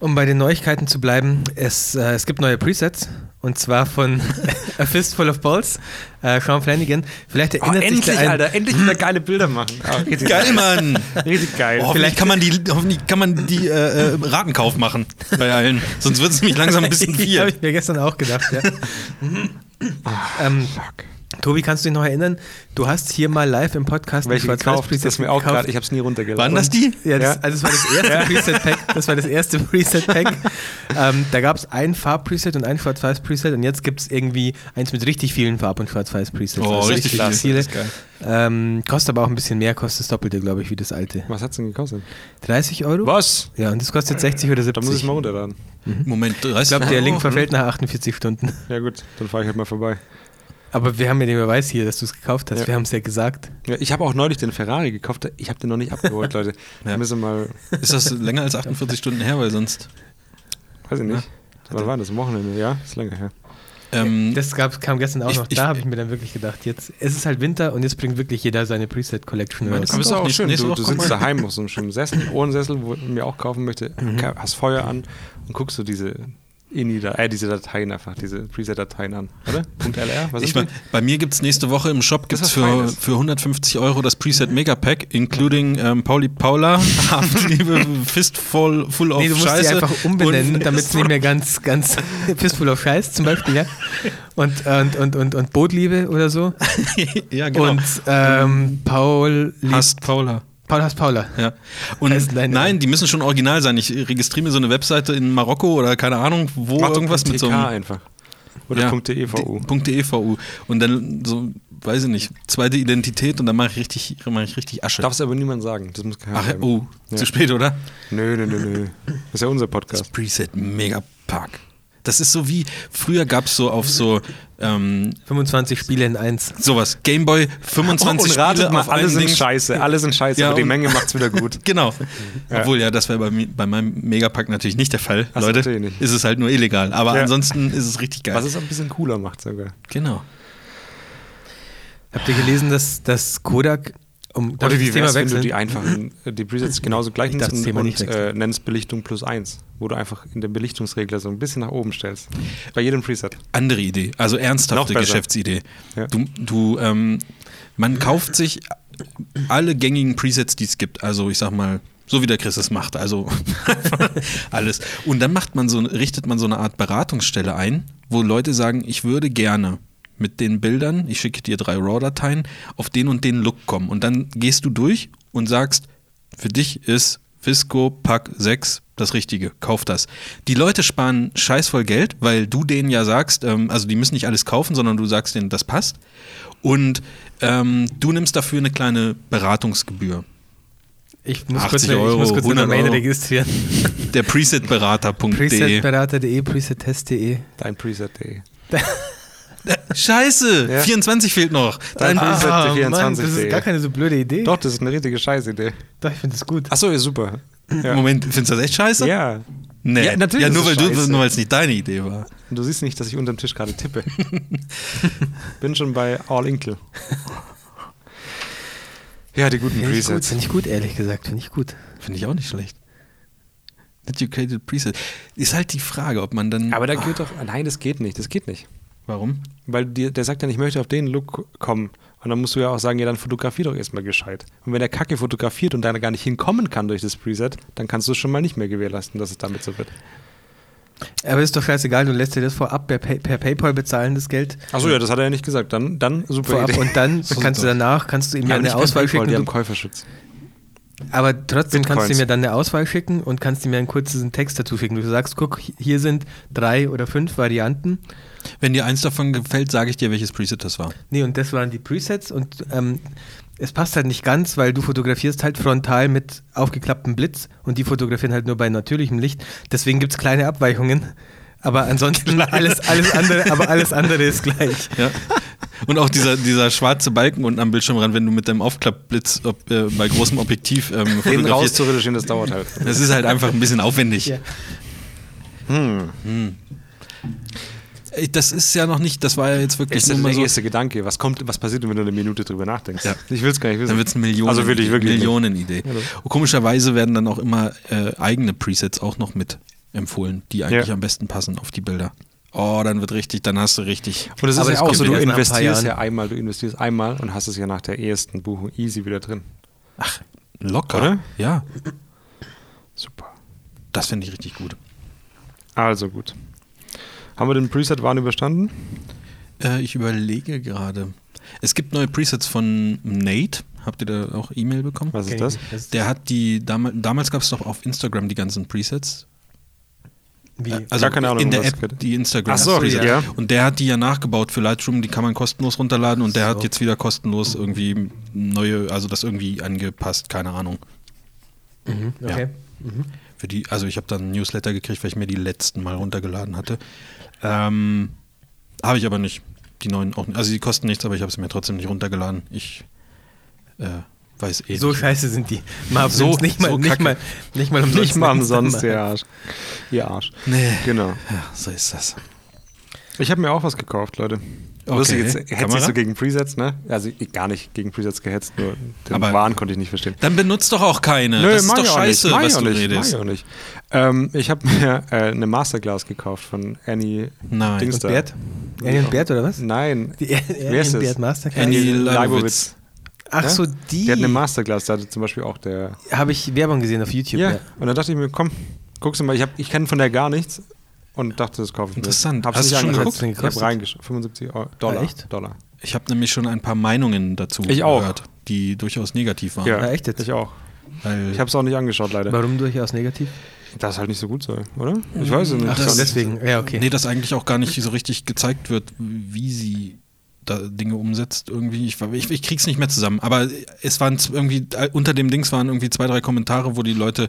Speaker 3: Um bei den Neuigkeiten zu bleiben, es, äh, es gibt neue Presets und zwar von A Fistful of Balls, äh, Sean Flanagan. Vielleicht
Speaker 2: Oh,
Speaker 3: erinnert sich
Speaker 2: endlich,
Speaker 3: der ein,
Speaker 2: Alter, endlich wieder geile Bilder machen. Ah, richtig
Speaker 1: Geil, Mann!
Speaker 2: Richtig
Speaker 3: Äh,
Speaker 2: geil.
Speaker 1: Oh, hoffentlich kann man die, hoffentlich kann man die äh, äh, Ratenkauf machen bei allen. Sonst wird es nämlich langsam ein bisschen viel.
Speaker 3: Habe ich mir gestern auch gedacht, ja. Mhm. ähm,
Speaker 2: Ah, Fuck.
Speaker 3: Tobi, kannst du dich noch erinnern? Du hast hier mal live im Podcast
Speaker 2: Welche
Speaker 3: ein
Speaker 2: gekauft?
Speaker 3: Schwarz-Weiß-Preset
Speaker 2: Das ist mir auch
Speaker 3: gekauft.
Speaker 2: gerade, ich habe es nie runtergeladen.
Speaker 1: Waren das die?
Speaker 3: Ja, das,
Speaker 2: Ja.
Speaker 3: Also das war das erste Preset-Pack. Das war das erste Preset-Pack. ähm, da gab es ein Farb-Preset und ein Schwarz-Weiß-Preset und jetzt gibt es irgendwie eins mit richtig vielen Farb- und Schwarz-Weiß-Presets.
Speaker 1: Oh,
Speaker 3: Also
Speaker 1: richtig klasse,
Speaker 3: viele.
Speaker 1: das ist geil.
Speaker 3: Ähm, kostet aber auch ein bisschen mehr, kostet das Doppelte, glaube ich, wie das alte.
Speaker 2: Was hat's denn gekostet?
Speaker 3: 30 Euro?
Speaker 2: Was?
Speaker 3: Ja, und das kostet 60 oder
Speaker 2: Da muss ich
Speaker 3: 70.
Speaker 2: mal runterladen.
Speaker 1: Mhm. Moment, 30
Speaker 3: Ich glaube, der
Speaker 1: Euro?
Speaker 3: Link verfällt nach 48 Stunden.
Speaker 2: Ja gut, dann fahre ich halt mal vorbei.
Speaker 3: Aber wir haben ja den Beweis hier, dass du es gekauft hast.
Speaker 2: Ja.
Speaker 3: Wir haben es ja gesagt.
Speaker 2: Ja, ich habe auch neulich den Ferrari gekauft. Ich habe den noch nicht abgeholt, Leute.
Speaker 1: Ja.
Speaker 2: Wir müssen mal,
Speaker 1: Ist das länger als 48 Stunden her, weil sonst.
Speaker 2: weiß ich nicht. Wann war das? Am Wochenende? Ja, ist lange her.
Speaker 1: Ähm,
Speaker 3: Das gab, kam gestern auch
Speaker 1: Ich-
Speaker 3: noch.
Speaker 1: ich-
Speaker 3: da habe ich mir dann wirklich gedacht, jetzt es ist halt Winter und jetzt bringt wirklich jeder seine Preset-Collection
Speaker 1: Meine
Speaker 3: raus.
Speaker 1: Komm, ist auch nicht- nächste
Speaker 2: Du,
Speaker 1: Woche
Speaker 2: du
Speaker 1: kommt
Speaker 2: sitzt
Speaker 1: mal.
Speaker 2: daheim auf so einem schönen Sessel, ohne Sessel, wo ich mir auch kaufen möchte.
Speaker 1: Mhm.
Speaker 2: Ka- Hast Feuer an und guckst du diese INI da, äh, diese Dateien einfach, diese Preset-Dateien an, oder? .lr? Was
Speaker 1: also ich,
Speaker 2: ist
Speaker 1: mein,
Speaker 2: das?
Speaker 1: bei mir gibt es nächste Woche im Shop
Speaker 2: Das
Speaker 1: gibt's
Speaker 2: ist was
Speaker 1: für,
Speaker 2: Feines.
Speaker 1: für 150 Euro das Preset Megapack, including ähm, Pauli Paula, Haftliebe, Fistful full of
Speaker 3: Nee, du musst
Speaker 1: Scheiße.
Speaker 3: sie einfach umbenennen,
Speaker 1: und-
Speaker 3: damit es nicht mehr ganz, ganz Fistful of Scheiß zum Beispiel, ja. Und, und, und, und, und Bootliebe oder so.
Speaker 1: ja, genau.
Speaker 3: Und ähm, Paul, liebt-
Speaker 1: Hast Paula.
Speaker 3: Paul hasst Paula.
Speaker 1: Ja. Und
Speaker 3: Heißt
Speaker 1: nein,
Speaker 3: nein,
Speaker 1: die müssen schon original sein. Ich registriere mir so eine Webseite in Marokko oder keine Ahnung, wo
Speaker 2: Mach doch
Speaker 1: irgendwas mit so
Speaker 2: .tk
Speaker 1: einem
Speaker 2: einfach. Oder E
Speaker 1: Ja.
Speaker 2: .devu.
Speaker 1: .de .vu E und dann so weiß ich nicht, zweite Identität und dann mache ich richtig mache ich richtig Asche.
Speaker 2: Darfst aber niemand sagen. Das muss keiner
Speaker 1: Ach,
Speaker 2: sagen.
Speaker 1: oh,
Speaker 2: Ja.
Speaker 1: zu spät, oder?
Speaker 2: Nö, nö, nö, nö. Das ist ja unser Podcast.
Speaker 1: Preset Mega Park. Das ist so wie, früher gab es so auf so ähm,
Speaker 3: 25 Spiele in eins.
Speaker 1: sowas, Gameboy
Speaker 2: Oh, und
Speaker 1: 25
Speaker 2: ratet
Speaker 1: Spiele
Speaker 2: mal,
Speaker 1: auf
Speaker 2: alle
Speaker 1: einem
Speaker 2: sind
Speaker 1: Ding.
Speaker 2: scheiße, alle sind scheiße,
Speaker 1: Ja,
Speaker 2: aber die
Speaker 1: und-
Speaker 2: Menge macht's wieder gut.
Speaker 1: Genau.
Speaker 2: Ja.
Speaker 1: Obwohl, ja, das wäre bei, mi- bei meinem Megapack natürlich nicht der Fall.
Speaker 2: Ach so,
Speaker 1: Leute,
Speaker 2: natürlich nicht.
Speaker 1: ist es halt nur illegal. Aber
Speaker 2: Ja.
Speaker 1: ansonsten ist es richtig geil.
Speaker 2: Was es auch ein bisschen cooler macht sogar.
Speaker 1: genau.
Speaker 3: Habt ihr gelesen, dass, dass Kodak, um darf ich das Thema
Speaker 2: wenn du
Speaker 3: wechseln?
Speaker 2: die einfachen, äh, die Presets genauso gleich
Speaker 3: Ich
Speaker 2: nimmst
Speaker 3: darf das
Speaker 2: und,
Speaker 3: Thema nicht
Speaker 2: und äh, nennst Belichtung plus eins, wo du einfach in den Belichtungsregler so ein bisschen nach oben stellst. Bei jedem Preset.
Speaker 1: andere Idee, also
Speaker 2: Noch
Speaker 1: ernsthafte
Speaker 2: besser.
Speaker 1: Geschäftsidee.
Speaker 2: Ja.
Speaker 1: Du, du, ähm, man kauft sich alle gängigen Presets, die es gibt. Also ich sag mal, so wie der Chris es macht, also alles. Und dann macht man so, richtet man so eine Art Beratungsstelle ein, wo Leute sagen, ich würde gerne mit den Bildern, ich schicke dir drei RAW-Dateien, auf den und den Look kommen. Und dann gehst du durch und sagst, für dich ist Fisco Pack 6 das Richtige, kauf das. Die Leute sparen scheißvoll Geld, weil du denen ja sagst, ähm, also die müssen nicht alles kaufen, sondern du sagst denen, das passt. Und ähm, du nimmst dafür eine kleine Beratungsgebühr.
Speaker 3: Ich muss
Speaker 1: 80
Speaker 3: kurz, eine-
Speaker 1: Euro,
Speaker 3: ich muss kurz
Speaker 1: 100
Speaker 3: eine Domain
Speaker 1: Euro. E.
Speaker 3: registrieren.
Speaker 1: Der Presetberater.de.
Speaker 3: Presetberater.de, presettest.de.
Speaker 1: Ah,
Speaker 2: Dein Preset.de.
Speaker 1: Äh, Scheiße,
Speaker 2: Ja.
Speaker 1: 24 fehlt noch.
Speaker 2: Dein
Speaker 1: Dann,
Speaker 2: Preset.
Speaker 3: Ah, Mann, das
Speaker 1: E.
Speaker 2: 24.de.
Speaker 3: ist gar keine so blöde Idee.
Speaker 2: Doch, das ist eine richtige Scheißidee.
Speaker 3: Doch, ich finde das gut.
Speaker 2: Achso, ja, super. Ja.
Speaker 1: Moment, findest du das echt scheiße?
Speaker 2: Ja.
Speaker 1: Nee.
Speaker 2: Ja, natürlich
Speaker 1: Ja, nur
Speaker 2: ist
Speaker 1: weil
Speaker 2: es
Speaker 1: du,
Speaker 2: scheiße.
Speaker 1: nur weil es nicht deine Idee war.
Speaker 2: Und du siehst nicht, dass ich unterm Tisch gerade tippe. Bin schon bei All Inkle. Ja, die guten
Speaker 3: Finde ich gut,
Speaker 2: Presets.
Speaker 3: finde ich gut, ehrlich gesagt. Finde ich gut.
Speaker 1: Finde ich auch nicht schlecht. Educated Preset. Ist halt die Frage, ob man dann.
Speaker 2: Aber da
Speaker 3: Ah.
Speaker 2: geht doch, nein, das geht nicht, das geht nicht.
Speaker 1: Warum?
Speaker 2: Weil dir, der sagt dann, ich möchte auf den Look kommen. Und dann musst du ja auch sagen, ja, dann fotografier doch erstmal gescheit. Und wenn der Kacke fotografiert und dann gar nicht hinkommen kann durch das Preset, dann kannst du es schon mal nicht mehr gewährleisten, dass es damit so wird.
Speaker 3: Aber ist doch scheißegal, du lässt dir das vorab per, Pay- per PayPal bezahlen, das Geld.
Speaker 2: Achso, ja, das hat er ja nicht gesagt. Dann, dann super
Speaker 3: Vorab
Speaker 2: Idee.
Speaker 3: und dann kannst du danach kannst du ihm ja
Speaker 2: Aber nicht
Speaker 3: eine
Speaker 2: per
Speaker 3: Auswahl
Speaker 2: PayPal,
Speaker 3: schicken.
Speaker 2: Die
Speaker 3: Du,
Speaker 2: haben Käuferschutz.
Speaker 3: aber trotzdem kannst du
Speaker 2: Bitcoins.
Speaker 3: ihm ja dann eine Auswahl schicken und kannst ihm ja einen kurzen Text dazu schicken. Du sagst, guck, hier sind drei oder fünf Varianten.
Speaker 1: Wenn dir eins davon gefällt, sage ich dir, welches Preset das war.
Speaker 3: Nee, und das waren die Presets und ähm, es passt halt nicht ganz, weil du fotografierst halt frontal mit aufgeklapptem Blitz und die fotografieren halt nur bei natürlichem Licht. Deswegen gibt es kleine Abweichungen. Aber ansonsten alles, alles andere, aber alles andere ist gleich.
Speaker 1: Ja. Und auch dieser, dieser schwarze Balken unten am Bildschirmrand, wenn du mit deinem Aufklappblitz ob, äh, bei großem Objektiv ähm,
Speaker 2: Den
Speaker 1: fotografierst.
Speaker 2: rauszureduzieren, das dauert halt.
Speaker 1: Das ist halt einfach ein bisschen aufwendig.
Speaker 3: Ja. Hm.
Speaker 1: Ey, Äh, Das ist ja noch nicht, das war ja jetzt wirklich
Speaker 2: Ist
Speaker 1: nur
Speaker 2: das
Speaker 1: mal
Speaker 2: der
Speaker 1: so.
Speaker 2: erste Gedanke? Was, kommt, was passiert, denn, wenn du eine Minute drüber nachdenkst?
Speaker 1: Ja.
Speaker 2: Ich will es gar nicht wissen.
Speaker 1: Dann wird es eine Millionen,
Speaker 2: Also will ich wirklich nicht.
Speaker 1: Millionenidee. Und komischerweise werden dann auch immer äh, eigene Presets auch noch mit empfohlen, die eigentlich
Speaker 2: Ja.
Speaker 1: am besten passen auf die Bilder. Oh, dann wird richtig, dann hast du richtig.
Speaker 2: Und das ist
Speaker 3: Aber
Speaker 2: ja
Speaker 3: das
Speaker 2: auch
Speaker 3: kommt
Speaker 2: so,
Speaker 3: ja
Speaker 2: du
Speaker 3: erst nach ein paar
Speaker 2: investierst
Speaker 3: Jahren.
Speaker 2: ja einmal, du investierst einmal und hast es ja nach der ersten Buchung easy wieder drin.
Speaker 1: Ach, locker.
Speaker 2: Oder?
Speaker 1: Ja,
Speaker 2: Super.
Speaker 1: das finde ich richtig gut.
Speaker 2: Also gut. Haben wir den Preset-Wahn überstanden?
Speaker 1: Äh, ich überlege gerade. Es gibt neue Presets von Nate. Habt ihr da auch E-Mail bekommen?
Speaker 2: Was ist
Speaker 3: Okay.
Speaker 2: das?
Speaker 1: Der hat die, damal, damals gab es doch auf Instagram die ganzen Presets.
Speaker 3: Wie?
Speaker 1: Äh, Also
Speaker 2: Gar keine Ahnung,
Speaker 1: in der
Speaker 2: um was es
Speaker 1: App,
Speaker 2: geht.
Speaker 1: die Instagram.
Speaker 2: Ach so,
Speaker 1: Presets.
Speaker 2: ja.
Speaker 1: Und der hat die ja nachgebaut für Lightroom, die kann man kostenlos runterladen und der
Speaker 3: So.
Speaker 1: hat jetzt wieder kostenlos irgendwie neue, also das irgendwie angepasst, keine Ahnung.
Speaker 3: Mhm, okay.
Speaker 1: Für die, also ich habe dann einen Newsletter gekriegt, weil ich mir die letzten Mal runtergeladen hatte. Ähm, habe ich aber nicht. Die neuen auch nicht. Also die kosten nichts, aber ich habe sie mir trotzdem nicht runtergeladen. Ich äh, weiß eh
Speaker 3: So
Speaker 1: nicht.
Speaker 3: scheiße sind die. Marv so,
Speaker 1: So-
Speaker 3: nicht mal,
Speaker 1: so
Speaker 3: nicht
Speaker 1: kacke.
Speaker 3: mal, nicht mal umsonst.
Speaker 2: Nicht mal umsonst, ihr Arsch. Ihr Arsch.
Speaker 1: Nee.
Speaker 2: Genau.
Speaker 1: Ja, so ist das.
Speaker 2: Ich habe mir auch was gekauft, Leute. Lustig, jetzt hetzt
Speaker 1: Kamera?
Speaker 2: ich so gegen Presets, ne? Also ich gar nicht gegen Presets gehetzt, nur den
Speaker 1: Aber-
Speaker 2: Wahn konnte ich nicht verstehen.
Speaker 1: Dann benutzt doch auch keine. das ist
Speaker 2: mach
Speaker 1: doch
Speaker 2: ich auch
Speaker 1: scheiße,
Speaker 2: nicht, mach
Speaker 1: was
Speaker 2: ich auch
Speaker 1: du
Speaker 2: nicht,
Speaker 1: redest.
Speaker 2: Mach ich auch nicht. Ähm, ich habe mir äh, eine Masterclass gekauft von Annie
Speaker 1: Nein.
Speaker 2: Dings
Speaker 3: Und
Speaker 2: da.
Speaker 3: Bert? Alien und Bert oder was?
Speaker 2: Nein.
Speaker 3: Die Alien
Speaker 2: Wer ist
Speaker 3: und
Speaker 2: das?
Speaker 3: Bert Masterclass?
Speaker 1: Annie
Speaker 2: Annie
Speaker 1: Leibowitz.
Speaker 2: Leibowitz.
Speaker 3: Ach so,
Speaker 2: Ja?
Speaker 3: die,
Speaker 2: Die hat eine Masterclass, da hatte zum Beispiel auch der.
Speaker 3: habe ich Werbung gesehen auf YouTube.
Speaker 2: Ja.
Speaker 3: ja.
Speaker 2: Und da dachte ich mir, komm, guckst du mal, ich, hab- ich kenne von der gar nichts und dachte, das kaufe ich mir.
Speaker 1: Interessant.
Speaker 2: Hab's
Speaker 1: Hast
Speaker 2: nicht
Speaker 1: du schon
Speaker 2: angeguckt.
Speaker 3: geguckt?
Speaker 2: Ich habe reingeschaut. 75 Euro. Dollar.
Speaker 3: Ah, echt?
Speaker 2: Dollar.
Speaker 1: Ich habe nämlich schon ein paar Meinungen dazu
Speaker 2: Ich auch.
Speaker 1: gehört, die durchaus negativ waren.
Speaker 2: Ja,
Speaker 3: Ah, echt jetzt?
Speaker 2: Ich auch.
Speaker 1: Weil
Speaker 2: Ich habe es auch nicht angeschaut, leider.
Speaker 3: Warum durchaus negativ?
Speaker 2: Das halt nicht so gut soll, oder? Ich weiß es nicht.
Speaker 1: Ach
Speaker 3: Ach so,
Speaker 1: Das-
Speaker 3: deswegen. Ja, okay.
Speaker 1: Nee, dass eigentlich auch gar nicht so richtig gezeigt wird, wie sie da Dinge umsetzt irgendwie. Ich, ich, ich krieg's nicht mehr zusammen. Aber es waren z- irgendwie, äh, unter dem Dings waren irgendwie zwei, drei Kommentare, wo die Leute,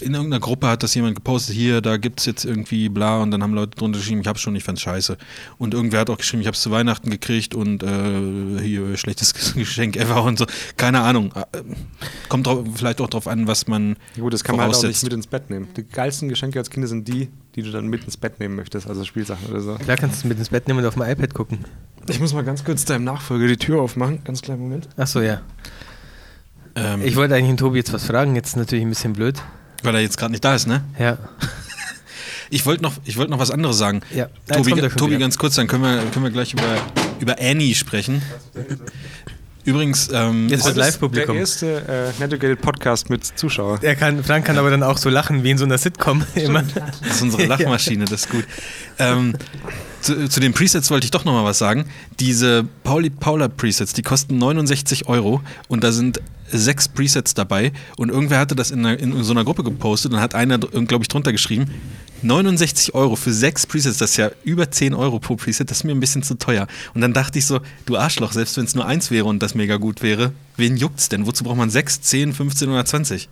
Speaker 1: in irgendeiner Gruppe hat das jemand gepostet, hier, da gibt's jetzt irgendwie bla und dann haben Leute drunter geschrieben, ich hab's schon, ich fand's scheiße. Und irgendwer hat auch geschrieben, ich hab's zu Weihnachten gekriegt und äh, hier, schlechtes Geschenk ever und so. Keine Ahnung. Äh, Kommt drauf, vielleicht auch drauf an, was man
Speaker 2: Ja, gut, das kann man halt auch nicht
Speaker 1: voraussetzt.
Speaker 2: mit ins Bett nehmen. Die geilsten Geschenke als Kinder sind die, die du dann mit ins Bett nehmen möchtest, also Spielsachen oder so.
Speaker 3: Klar kannst du es mit ins Bett nehmen und auf dem iPad gucken.
Speaker 2: Ich muss mal ganz kurz deinem Nachfolger die Tür aufmachen. Ganz kleinen Moment.
Speaker 3: Ach so, ja.
Speaker 1: ähm,
Speaker 3: Ich wollte eigentlich den Tobi jetzt was fragen, jetzt ist natürlich ein bisschen blöd.
Speaker 1: weil er jetzt gerade nicht da ist, ne?
Speaker 3: Ja.
Speaker 1: Ich wollte noch, ich wollte noch was anderes sagen.
Speaker 3: Ja. Jetzt
Speaker 1: Tobi,
Speaker 3: kommt er schon
Speaker 1: Tobi
Speaker 3: wieder.
Speaker 1: ganz kurz, dann können wir, können wir gleich über, über Annie sprechen. Übrigens, ähm,
Speaker 3: Jetzt-
Speaker 2: Heute
Speaker 3: Das
Speaker 2: ist
Speaker 3: Live-Publikum.
Speaker 2: Der erste äh, Netiquette Podcast mit Zuschauer.
Speaker 3: Er kann, Frank kann aber dann auch so lachen wie in so einer Sitcom immer.
Speaker 1: das ist unsere Lachmaschine, das ist gut. Ähm, zu, zu den Presets wollte ich doch nochmal was sagen. Diese Pauli Paula Presets, die kosten 69 Euro und da sind sechs Presets dabei. Und irgendwer hatte das in, einer, in so einer Gruppe gepostet und hat einer, glaube ich, drunter geschrieben, 69 Euro für sechs Presets, das ist ja über 10 Euro pro Preset, das ist mir ein bisschen zu teuer. Und dann dachte ich so, du Arschloch, selbst wenn es nur eins wäre und das mega gut wäre, wen juckt's denn? Wozu braucht man sechs, 10, 15 oder 20?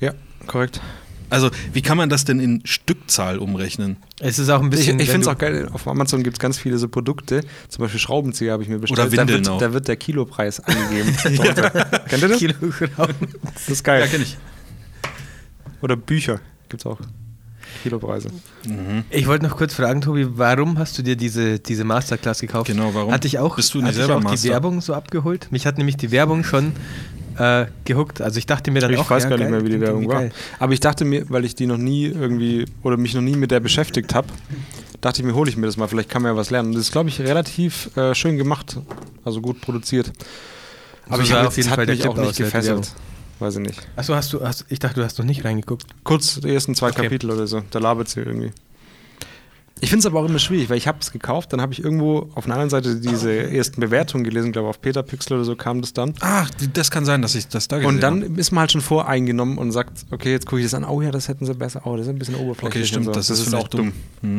Speaker 2: Ja, korrekt.
Speaker 1: Also, wie kann man das denn in Stückzahl umrechnen?
Speaker 3: Es ist auch ein
Speaker 2: Ich,
Speaker 3: bisschen.
Speaker 2: ich finde
Speaker 3: wenn
Speaker 2: es
Speaker 3: du-
Speaker 2: auch geil, auf Amazon gibt es ganz viele so Produkte, zum Beispiel Schraubenzieher habe ich mir bestellt.
Speaker 1: Oder Windeln
Speaker 2: da,
Speaker 1: auch.
Speaker 2: wird, da wird der Kilopreis angegeben. Darunter. Kennt ihr das?
Speaker 3: Kilo Schrauben.
Speaker 2: Das ist geil.
Speaker 1: Ja, kenne ich.
Speaker 2: Oder Bücher gibt es auch. Kilopreise.
Speaker 3: Ich wollte noch kurz fragen, Tobi, warum hast du dir diese, diese Masterclass gekauft?
Speaker 1: Genau, warum?
Speaker 3: Hatte ich auch,
Speaker 1: Bist du nicht
Speaker 3: hatte ich
Speaker 1: selber
Speaker 3: auch die
Speaker 1: Master?
Speaker 3: Werbung so abgeholt? Mich hat nämlich die Werbung schon äh, gehuckt. Also ich dachte mir dann
Speaker 2: Ich
Speaker 3: auch,
Speaker 2: weiß
Speaker 3: ja,
Speaker 2: gar nicht mehr,
Speaker 3: geil,
Speaker 2: wie die
Speaker 3: klingt
Speaker 2: Werbung
Speaker 3: irgendwie
Speaker 2: war.
Speaker 3: geil.
Speaker 2: Aber ich dachte mir, weil ich die noch nie irgendwie oder mich noch nie mit der beschäftigt habe, dachte ich mir, hole ich mir das mal. Vielleicht kann man ja was lernen. Und Das ist, glaube ich, relativ äh, schön gemacht, also gut produziert. Aber
Speaker 3: So
Speaker 2: ich
Speaker 3: sah
Speaker 2: habe
Speaker 3: auf jeden
Speaker 2: hat
Speaker 3: Fall der
Speaker 2: mich
Speaker 3: Clip
Speaker 2: auch nicht
Speaker 3: aus, ja, die
Speaker 2: gefesselt. Weiß ich nicht.
Speaker 3: Achso, hast du, hast, ich dachte, du hast noch nicht reingeguckt.
Speaker 2: Kurz die ersten zwei
Speaker 3: Okay.
Speaker 2: Kapitel oder so. Da labert sie irgendwie. Ich finde es aber auch immer schwierig, weil ich habe es gekauft, dann habe ich irgendwo auf einer anderen Seite diese ersten Bewertungen gelesen, glaube auf Petapixel oder so kam das dann.
Speaker 1: Ach, das kann sein, dass ich das da
Speaker 2: Und dann ist man halt schon voreingenommen und sagt, okay, jetzt gucke ich das an, oh ja, das hätten sie besser, oh, das ist ein bisschen oberflächlich.
Speaker 1: Okay, stimmt,
Speaker 2: und so.
Speaker 1: das, ist, vielleicht auch dumm. Hm.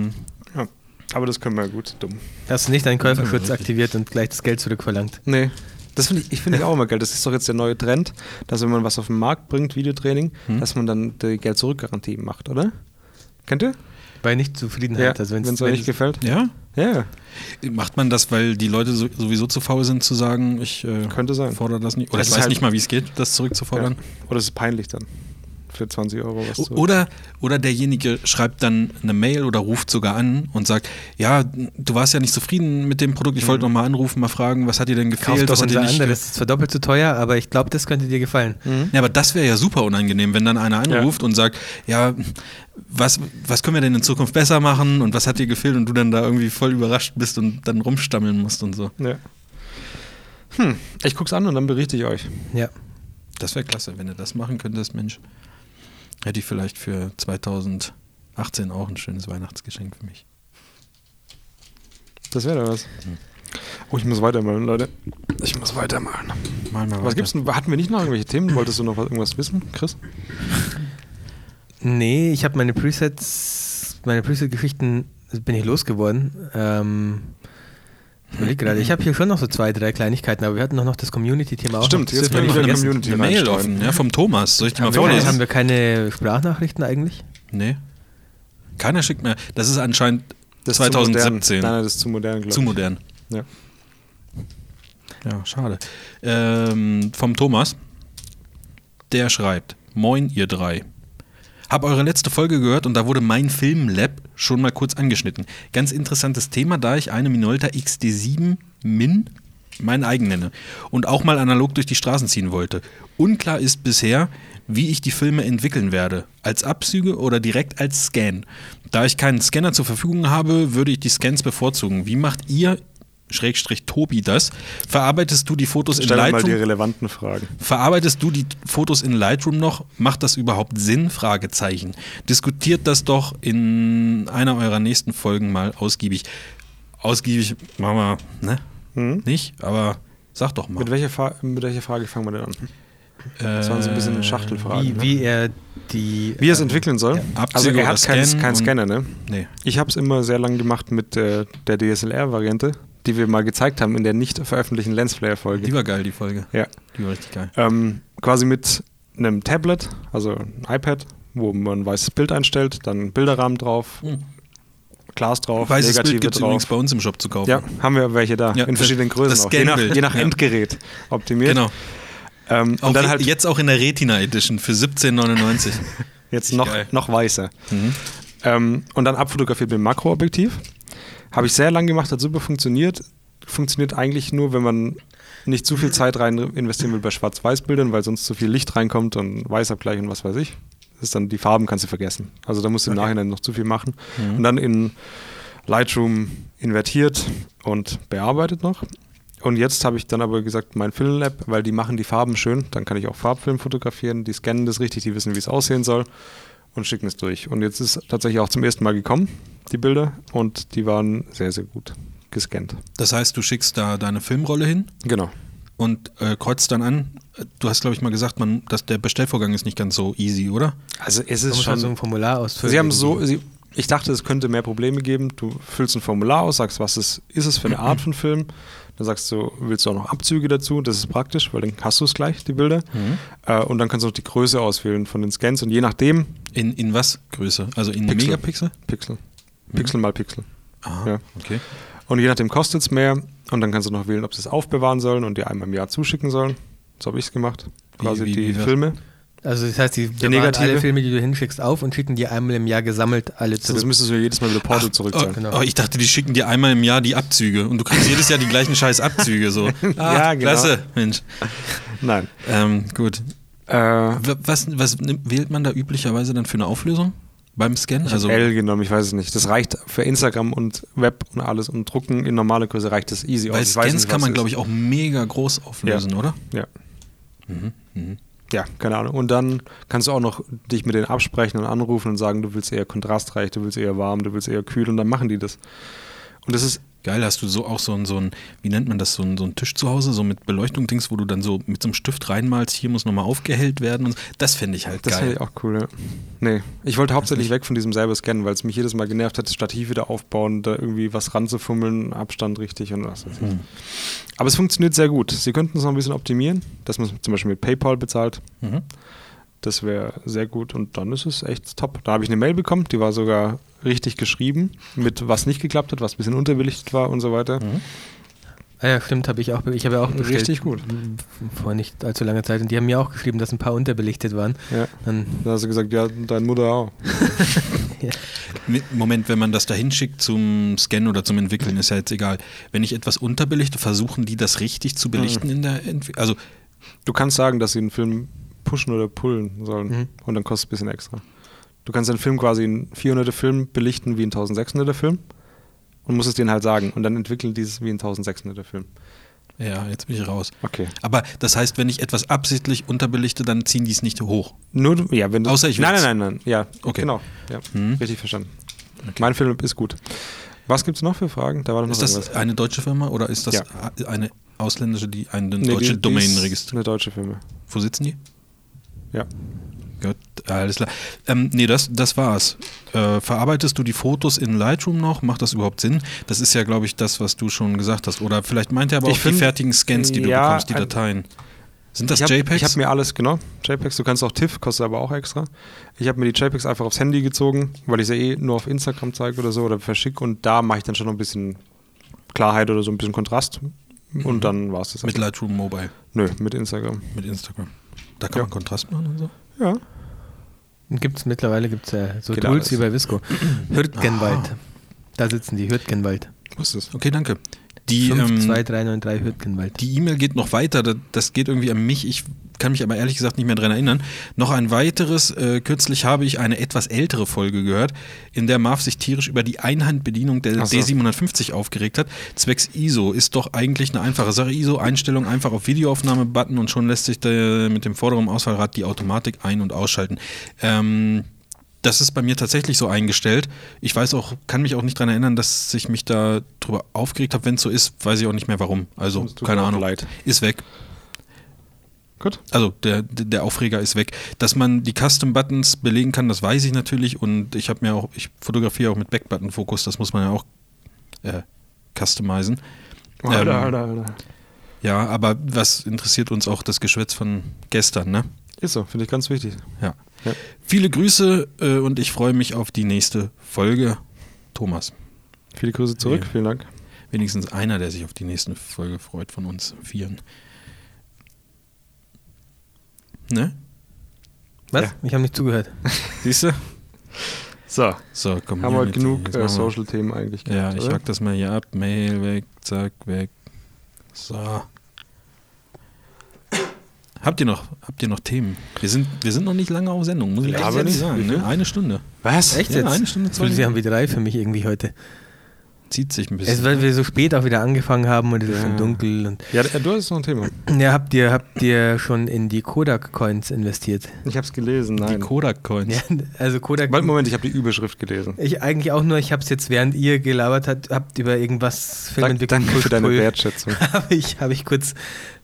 Speaker 2: Ja. Aber das können wir gut, dumm.
Speaker 3: Hast du nicht deinen Käuferschutz aktiviert und gleich das Geld zurückverlangt?
Speaker 2: Nee. Das finde ich, ich finde ich auch immer geil. Das ist doch jetzt der neue Trend, dass wenn man was auf den Markt bringt, Videotraining, dass man dann die Geld zurück Garantie macht, oder? Kennt ihr?
Speaker 3: Bei Nichtzufriedenheit. also
Speaker 2: wenn
Speaker 3: wenn's,
Speaker 2: es euch nicht gefällt.
Speaker 1: Ja?
Speaker 2: Ja,
Speaker 1: Macht man das, weil die Leute so, sowieso zu faul sind, zu sagen, ich äh,
Speaker 2: Könnte sein.
Speaker 1: fordere das nicht? Oder
Speaker 2: Das
Speaker 1: ich
Speaker 2: ist
Speaker 1: weiß
Speaker 2: halt-
Speaker 1: nicht mal, wie es geht, das zurückzufordern.
Speaker 2: ja. Oder es ist peinlich dann. Für 20 Euro was
Speaker 1: O- Oder, oder derjenige schreibt dann eine Mail oder ruft sogar an und sagt, ja, du warst ja nicht zufrieden mit dem Produkt,
Speaker 2: Mhm.
Speaker 1: ich wollte noch nochmal anrufen, mal fragen, was hat dir denn
Speaker 3: Kauft
Speaker 1: gefehlt?
Speaker 3: doch
Speaker 1: was hat
Speaker 3: unser
Speaker 1: dir nicht
Speaker 3: anderes. Ist zwar doppelt so teuer, aber ich glaube, das könnte dir gefallen.
Speaker 2: Mhm.
Speaker 1: ge- Ja, aber das wäre ja super unangenehm, wenn dann einer anruft und sagt, ja, was, was können wir denn in Zukunft besser machen und was hat dir gefehlt und du dann da irgendwie voll überrascht bist und dann rumstammeln musst und so.
Speaker 2: Ja. Hm, ich guck's an und dann berichte ich euch.
Speaker 3: Ja.
Speaker 1: Das wäre klasse, wenn du das machen könntest, Mensch. Hätte ich vielleicht für 2018 auch ein schönes Weihnachtsgeschenk für mich.
Speaker 2: Das wäre da was. Oh, ich muss weitermalen, Leute. Ich muss weitermalen.
Speaker 1: Mal mal
Speaker 2: Was gibt's denn? Hatten wir nicht noch irgendwelche Themen? Wolltest du noch was, irgendwas wissen, Chris?
Speaker 3: Nee, ich habe meine Presets, meine Preset-Geschichten also bin ich losgeworden. Ähm, ich überlege gerade, ich habe hier schon noch so zwei, drei Kleinigkeiten, aber wir hatten doch noch das Community-Thema auch.
Speaker 2: Stimmt,
Speaker 3: noch.
Speaker 2: jetzt
Speaker 3: dürfen wir
Speaker 2: bin
Speaker 3: nicht
Speaker 2: ich wieder
Speaker 3: vergessen.
Speaker 2: Community
Speaker 1: Eine Mail
Speaker 2: reinstreuen.
Speaker 1: offen, ja, vom Thomas. Soll ich die mal
Speaker 3: Haben wir, keine, haben
Speaker 1: vorlesen?
Speaker 3: wir keine Sprachnachrichten eigentlich?
Speaker 1: Nee. Keiner schickt mehr. Das ist anscheinend
Speaker 2: Das ist zu modern.
Speaker 1: 2017
Speaker 2: Nein, nein, das ist zu modern, glaube ich.
Speaker 1: zu modern.
Speaker 2: Ja.
Speaker 1: Ja, schade. Ähm, vom Thomas. Der schreibt: Moin, ihr drei. Hab eure letzte Folge gehört und da wurde mein Filmlab schon mal kurz angeschnitten. Ganz interessantes Thema, da ich eine Minolta XD7 Min mein eigen nenne und auch mal analog durch die Straßen ziehen wollte. Unklar ist bisher, wie ich die Filme entwickeln werde. Als Abzüge oder direkt als Scan. Da ich keinen Scanner zur Verfügung habe, würde ich die Scans bevorzugen. Wie macht ihr, Schrägstrich Tobi, das? Verarbeitest du die Fotos in
Speaker 2: Stell doch mal die
Speaker 1: Lightroom?
Speaker 2: relevanten Fragen.
Speaker 1: Verarbeitest du die Fotos in Lightroom noch? Macht das überhaupt Sinn? Fragezeichen. Diskutiert das doch in einer eurer nächsten Folgen mal ausgiebig. Ausgiebig machen wir, ne? Nicht? Aber sag doch mal.
Speaker 2: Mhm. Mit welcher, Fra mit welcher Frage fangen wir denn an? Das waren so ein bisschen
Speaker 1: Äh,
Speaker 2: eine Schachtelfrage.
Speaker 3: Wie, wie er die.
Speaker 2: Wie er es entwickeln soll. also
Speaker 1: Abzüge
Speaker 2: er
Speaker 1: oder
Speaker 2: hat keinen
Speaker 1: Scan
Speaker 2: keinen
Speaker 1: und-
Speaker 2: Scanner, ne?
Speaker 1: Nee.
Speaker 2: Ich habe es immer sehr lange gemacht mit äh, der DSLR-Variante, die wir mal gezeigt haben in der nicht veröffentlichten Lensflare-Folge.
Speaker 1: Die war geil, die Folge.
Speaker 2: Ja.
Speaker 1: Die war richtig geil.
Speaker 2: Ähm, quasi mit einem Tablet, also ein iPad, wo man ein weißes Bild einstellt, dann Bilderrahmen drauf, Glas drauf,
Speaker 1: Hm. Weißes
Speaker 2: Negative
Speaker 1: Bild gibt es
Speaker 2: drauf.
Speaker 1: übrigens bei uns im Shop zu kaufen.
Speaker 2: ja, haben wir welche da,
Speaker 1: Ja,
Speaker 2: in verschiedenen
Speaker 1: das-
Speaker 2: Größen
Speaker 1: das
Speaker 2: auch. Je nach,
Speaker 1: Scanbild,
Speaker 2: je nach
Speaker 1: ja.
Speaker 2: Endgerät optimiert.
Speaker 1: Genau.
Speaker 2: Ähm,
Speaker 1: Auch
Speaker 2: und dann halt
Speaker 1: jetzt auch in der Retina Edition für 17,99.
Speaker 2: Jetzt noch,
Speaker 1: geil.
Speaker 2: noch weißer.
Speaker 1: Mhm.
Speaker 2: Ähm, und dann abfotografiert mit dem Makroobjektiv. Habe ich sehr lange gemacht, hat super funktioniert. Funktioniert eigentlich nur, wenn man nicht zu viel Zeit rein investieren will bei Schwarz-Weiß-Bildern, weil sonst zu viel Licht reinkommt und Weißabgleich und was weiß ich. Das ist dann, die Farben kannst du vergessen. Also da musst du im Nachhinein noch zu viel machen. Und dann in Lightroom invertiert und bearbeitet noch. Und jetzt habe ich dann aber gesagt, mein Filmlab, weil die machen die Farben schön, dann kann ich auch Farbfilm fotografieren, die scannen das richtig, die wissen, wie es aussehen soll und schicken es durch. Und jetzt ist tatsächlich auch zum ersten Mal gekommen, die Bilder, und die waren sehr, sehr gut gescannt.
Speaker 1: das heißt, du schickst da deine Filmrolle hin
Speaker 2: Genau.
Speaker 1: und äh, kreuzt dann an. Du hast, glaube ich, mal gesagt, man, dass der Bestellvorgang ist nicht ganz so easy, oder?
Speaker 2: Also es
Speaker 3: Man
Speaker 2: ist
Speaker 3: muss halt
Speaker 2: schon.
Speaker 3: so ein Formular ausfüllen.
Speaker 2: Sie haben so, sie, ich dachte, es könnte mehr Probleme geben. Du füllst ein Formular aus, sagst, was es, ist es für eine Art von Film. Dann sagst du, willst du auch noch Abzüge dazu? Das ist praktisch, weil dann hast du es gleich, die Bilder.
Speaker 1: Mhm.
Speaker 2: Äh, und dann kannst du noch die Größe auswählen von den Scans. Und je nachdem,
Speaker 1: In, in was Größe? Also in
Speaker 2: Pixel.
Speaker 1: Megapixel? Mhm.
Speaker 2: Pixel. Pixel mal Pixel.
Speaker 1: Aha,
Speaker 2: Ja.
Speaker 1: okay.
Speaker 2: Und je nachdem kostet es mehr. Und dann kannst du noch wählen, ob sie es aufbewahren sollen und dir einmal im Jahr zuschicken sollen. So habe ich es gemacht. Quasi
Speaker 1: wie-
Speaker 2: die
Speaker 1: wie war's?
Speaker 2: Filme.
Speaker 3: Also, das heißt, die bewahren
Speaker 2: negative-
Speaker 3: alle Filme, die du hinschickst, auf und schicken die einmal im Jahr gesammelt alle
Speaker 2: Sonst
Speaker 3: zurück.
Speaker 2: müsstest du jedes Mal wieder Porto
Speaker 1: Oh,
Speaker 2: Also zurückzahlen.
Speaker 3: Genau.
Speaker 1: oh, ich dachte, die schicken dir einmal im Jahr die Abzüge und du kriegst jedes Jahr die gleichen scheiß Abzüge. So. Ah,
Speaker 2: Ja, genau.
Speaker 1: Klasse, Mensch.
Speaker 2: Nein.
Speaker 1: Ähm, gut.
Speaker 2: Äh,
Speaker 1: W- Was, was nimmt- wählt man da üblicherweise dann für eine Auflösung beim Scan? Also,
Speaker 2: L genommen, ich weiß es nicht. Das reicht für Instagram und Web und alles und Drucken in normale Größe reicht das easy
Speaker 1: weil
Speaker 2: aus. Ich weiß
Speaker 1: Scans
Speaker 2: nicht,
Speaker 1: kann
Speaker 2: was
Speaker 1: man,
Speaker 2: es
Speaker 1: glaube ich, auch mega groß auflösen,
Speaker 2: Ja.
Speaker 1: oder?
Speaker 2: ist. Ja. Ja, keine Ahnung. Und dann kannst du auch noch dich mit denen absprechen und anrufen und sagen, du willst eher kontrastreich, du willst eher warm, du willst eher kühl und dann machen die das. Und das ist
Speaker 1: Geil, hast du so auch so ein, so ein wie nennt man das, so ein, so ein Tisch zu Hause, so mit Beleuchtung, Dings, wo du dann so mit so einem Stift reinmalst, hier muss nochmal aufgehellt werden. Und so. Das fände ich halt
Speaker 2: Das
Speaker 1: geil.
Speaker 2: finde ich auch cool, ja. Nee, ich wollte hauptsächlich weg von diesem selber scannen, weil es mich jedes Mal genervt hat, das Stativ wieder aufbauen, da irgendwie was ranzufummeln, Abstand richtig und was weiß ich.
Speaker 1: Hm.
Speaker 2: Aber es funktioniert sehr gut. Sie könnten es noch ein bisschen optimieren, dass man es zum Beispiel mit PayPal bezahlt.
Speaker 1: Mhm.
Speaker 2: Das wäre sehr gut und dann ist es echt top. Da habe ich eine Mail bekommen, die war sogar richtig geschrieben, mit was nicht geklappt hat, was ein bisschen unterbelichtet war und so weiter.
Speaker 1: Hm.
Speaker 3: Ah ja, stimmt, habe ich auch. be- Ich habe ja auch bestellt.
Speaker 2: Richtig gut.
Speaker 3: Vor nicht allzu langer Zeit. Und die haben mir auch geschrieben, dass ein paar unterbelichtet waren.
Speaker 2: Ja.
Speaker 3: Dann,
Speaker 2: Da hast du gesagt, ja, deine Mutter auch.
Speaker 1: Mit- Moment, wenn man das da hinschickt zum Scannen oder zum Entwickeln, ist ja jetzt egal. Wenn ich etwas unterbelichte, versuchen die das richtig zu belichten
Speaker 2: Mhm.
Speaker 1: in der Entwicklung. Also,
Speaker 2: Du kannst sagen, dass sie einen Film pushen oder pullen sollen
Speaker 3: Mhm.
Speaker 2: und dann kostet es ein bisschen extra. Du kannst einen Film quasi einen 400er Film belichten wie einen 1600er Film und musst es denen halt sagen und dann entwickeln die es wie einen 1600er Film.
Speaker 1: ja, jetzt bin ich raus.
Speaker 2: Okay.
Speaker 1: Aber das heißt, wenn ich etwas absichtlich unterbelichte, dann ziehen die es nicht hoch.
Speaker 2: Nur du- ja, wenn du
Speaker 1: Außer ich
Speaker 2: Nein,
Speaker 1: will's.
Speaker 2: nein, nein, nein. Ja,
Speaker 1: Okay.
Speaker 2: genau. Ja.
Speaker 1: Mhm.
Speaker 2: Richtig verstanden. Mein Film ist gut. Was gibt's noch für Fragen? Da war doch noch
Speaker 1: Ist das
Speaker 2: irgendwas.
Speaker 1: eine deutsche Firma oder ist das
Speaker 2: Ja.
Speaker 1: a- eine ausländische, die eine
Speaker 2: Nee,
Speaker 1: ähm, deutsche
Speaker 2: die- die
Speaker 1: Domain
Speaker 2: ist
Speaker 1: registriert?
Speaker 2: Eine deutsche Filme.
Speaker 1: Wo sitzen die?
Speaker 2: Ja.
Speaker 1: Gut, alles klar. Ähm, nee, das, das war's. Äh, verarbeitest du die Fotos in Lightroom noch? Macht das überhaupt Sinn? Das ist ja, glaube ich, das, was du schon gesagt hast. Oder vielleicht meint er aber
Speaker 2: Ich
Speaker 1: auch
Speaker 2: find-
Speaker 1: die fertigen Scans, die du
Speaker 2: ja,
Speaker 1: bekommst, die
Speaker 2: ein-
Speaker 1: Dateien. Sind das
Speaker 2: ich hab,
Speaker 1: JPEGs?
Speaker 2: Ich habe mir alles, genau, JPEGs. Du kannst auch TIFF, kostet aber auch extra. Ich habe mir die JPEGs einfach aufs Handy gezogen, weil ich sie eh nur auf Instagram zeige oder so oder verschicke. Und da mache ich dann schon noch ein bisschen Klarheit oder so ein bisschen Kontrast. Und dann war es das.
Speaker 1: Mhm. mit Lightroom Mobile,
Speaker 2: Nö, mit Instagram.
Speaker 1: mit Instagram. Da kann
Speaker 2: Ja.
Speaker 1: man Kontrast machen und so.
Speaker 2: Ja.
Speaker 3: gibt's, mittlerweile gibt es ja so
Speaker 2: Geht
Speaker 3: Tools
Speaker 2: alles.
Speaker 3: wie bei Visco. Hürtgenwald.
Speaker 2: Ah.
Speaker 3: Da sitzen die, Hürtgenwald.
Speaker 2: Was ist das?
Speaker 1: Okay, danke. Die, ähm,
Speaker 3: 52393 Hürtgenwald.
Speaker 1: Die E-Mail geht noch weiter, da- das geht irgendwie an mich, ich kann mich aber ehrlich gesagt nicht mehr dran erinnern. Noch ein weiteres, äh, kürzlich habe ich eine etwas ältere Folge gehört, in der Marv sich tierisch über die Einhandbedienung der
Speaker 2: Ach so.
Speaker 1: D750 aufgeregt hat. Zwecks ISO ist doch eigentlich eine einfache Sache. ISO-Einstellung einfach auf Videoaufnahme, Button und schon lässt sich der, mit dem vorderen Ausfallrad die Automatik ein- und ausschalten. Ähm, das ist bei mir tatsächlich so eingestellt. Ich weiß auch, kann mich auch nicht dran erinnern, dass ich mich da drüber aufgeregt habe. Wenn es so ist, weiß ich auch nicht mehr warum. Also,
Speaker 2: Es tut
Speaker 1: keine
Speaker 2: mir auch
Speaker 1: Ahnung.
Speaker 2: leid.
Speaker 1: Ist weg.
Speaker 2: Gut.
Speaker 1: Also der, der Aufreger ist weg. Dass man die Custom-Buttons belegen kann, das weiß ich natürlich. Und ich habe mir auch, ich fotografiere auch mit Back-Button-Fokus, das muss man ja auch äh, customizen.
Speaker 2: Alter,
Speaker 1: Ähm,
Speaker 2: alter, alter.
Speaker 1: Ja, aber was interessiert uns auch das Geschwätz von gestern, ne?
Speaker 2: Ist so, finde ich ganz wichtig.
Speaker 1: Ja.
Speaker 2: Ja.
Speaker 1: Viele Grüße äh, und ich freue mich auf die nächste Folge. Thomas.
Speaker 2: Viele Grüße zurück,
Speaker 1: Ja.
Speaker 2: vielen Dank.
Speaker 1: Wenigstens einer, der sich auf die nächste Folge freut von uns Vieren. Ne?
Speaker 3: Was?
Speaker 2: Ja.
Speaker 3: Ich habe nicht zugehört.
Speaker 1: Siehst du?
Speaker 2: So,
Speaker 1: So, komm.
Speaker 2: haben wir heute
Speaker 1: Unity,
Speaker 2: genug
Speaker 1: jetzt
Speaker 2: äh,
Speaker 1: machen wir-
Speaker 2: Social-Themen eigentlich
Speaker 1: Ja,
Speaker 2: gehabt,
Speaker 1: ich
Speaker 2: oder?
Speaker 1: hack das mal hier ab. Mail weg, zack, weg. So. Habt ihr noch, habt ihr noch Themen? Wir sind, wir sind noch nicht lange auf Sendung, muss ich
Speaker 2: Ja,
Speaker 1: ganz
Speaker 2: aber
Speaker 1: ehrlich
Speaker 2: nicht.
Speaker 1: sagen.
Speaker 2: Wie viel?
Speaker 1: Ne? Eine Stunde.
Speaker 2: Was?
Speaker 3: Echt
Speaker 1: Ja,
Speaker 3: jetzt?
Speaker 1: eine Stunde,
Speaker 3: Das
Speaker 1: zwei
Speaker 3: fühlt sich an
Speaker 1: Minuten.
Speaker 3: wie drei für mich irgendwie heute.
Speaker 1: Zieht sich ein
Speaker 3: Es,
Speaker 1: bisschen.
Speaker 3: weil wir so spät auch wieder angefangen haben und es ist
Speaker 2: Ja.
Speaker 3: schon dunkel. Und
Speaker 2: Ja, du hast noch ein Thema.
Speaker 3: ja, habt ihr, habt ihr schon in die Kodak-Coins investiert?
Speaker 2: Ich habe es gelesen,
Speaker 1: Die
Speaker 2: nein.
Speaker 1: Kodak-Coins.
Speaker 3: Ja, also Kodak.
Speaker 2: Warte, Moment, ich habe die Überschrift gelesen.
Speaker 3: Ich eigentlich auch nur, ich habe es jetzt, während ihr gelabert habt, habt über irgendwas
Speaker 2: Dank, danke für deine
Speaker 3: Push-Pull-
Speaker 2: Wertschätzung.
Speaker 3: habe ich, hab ich kurz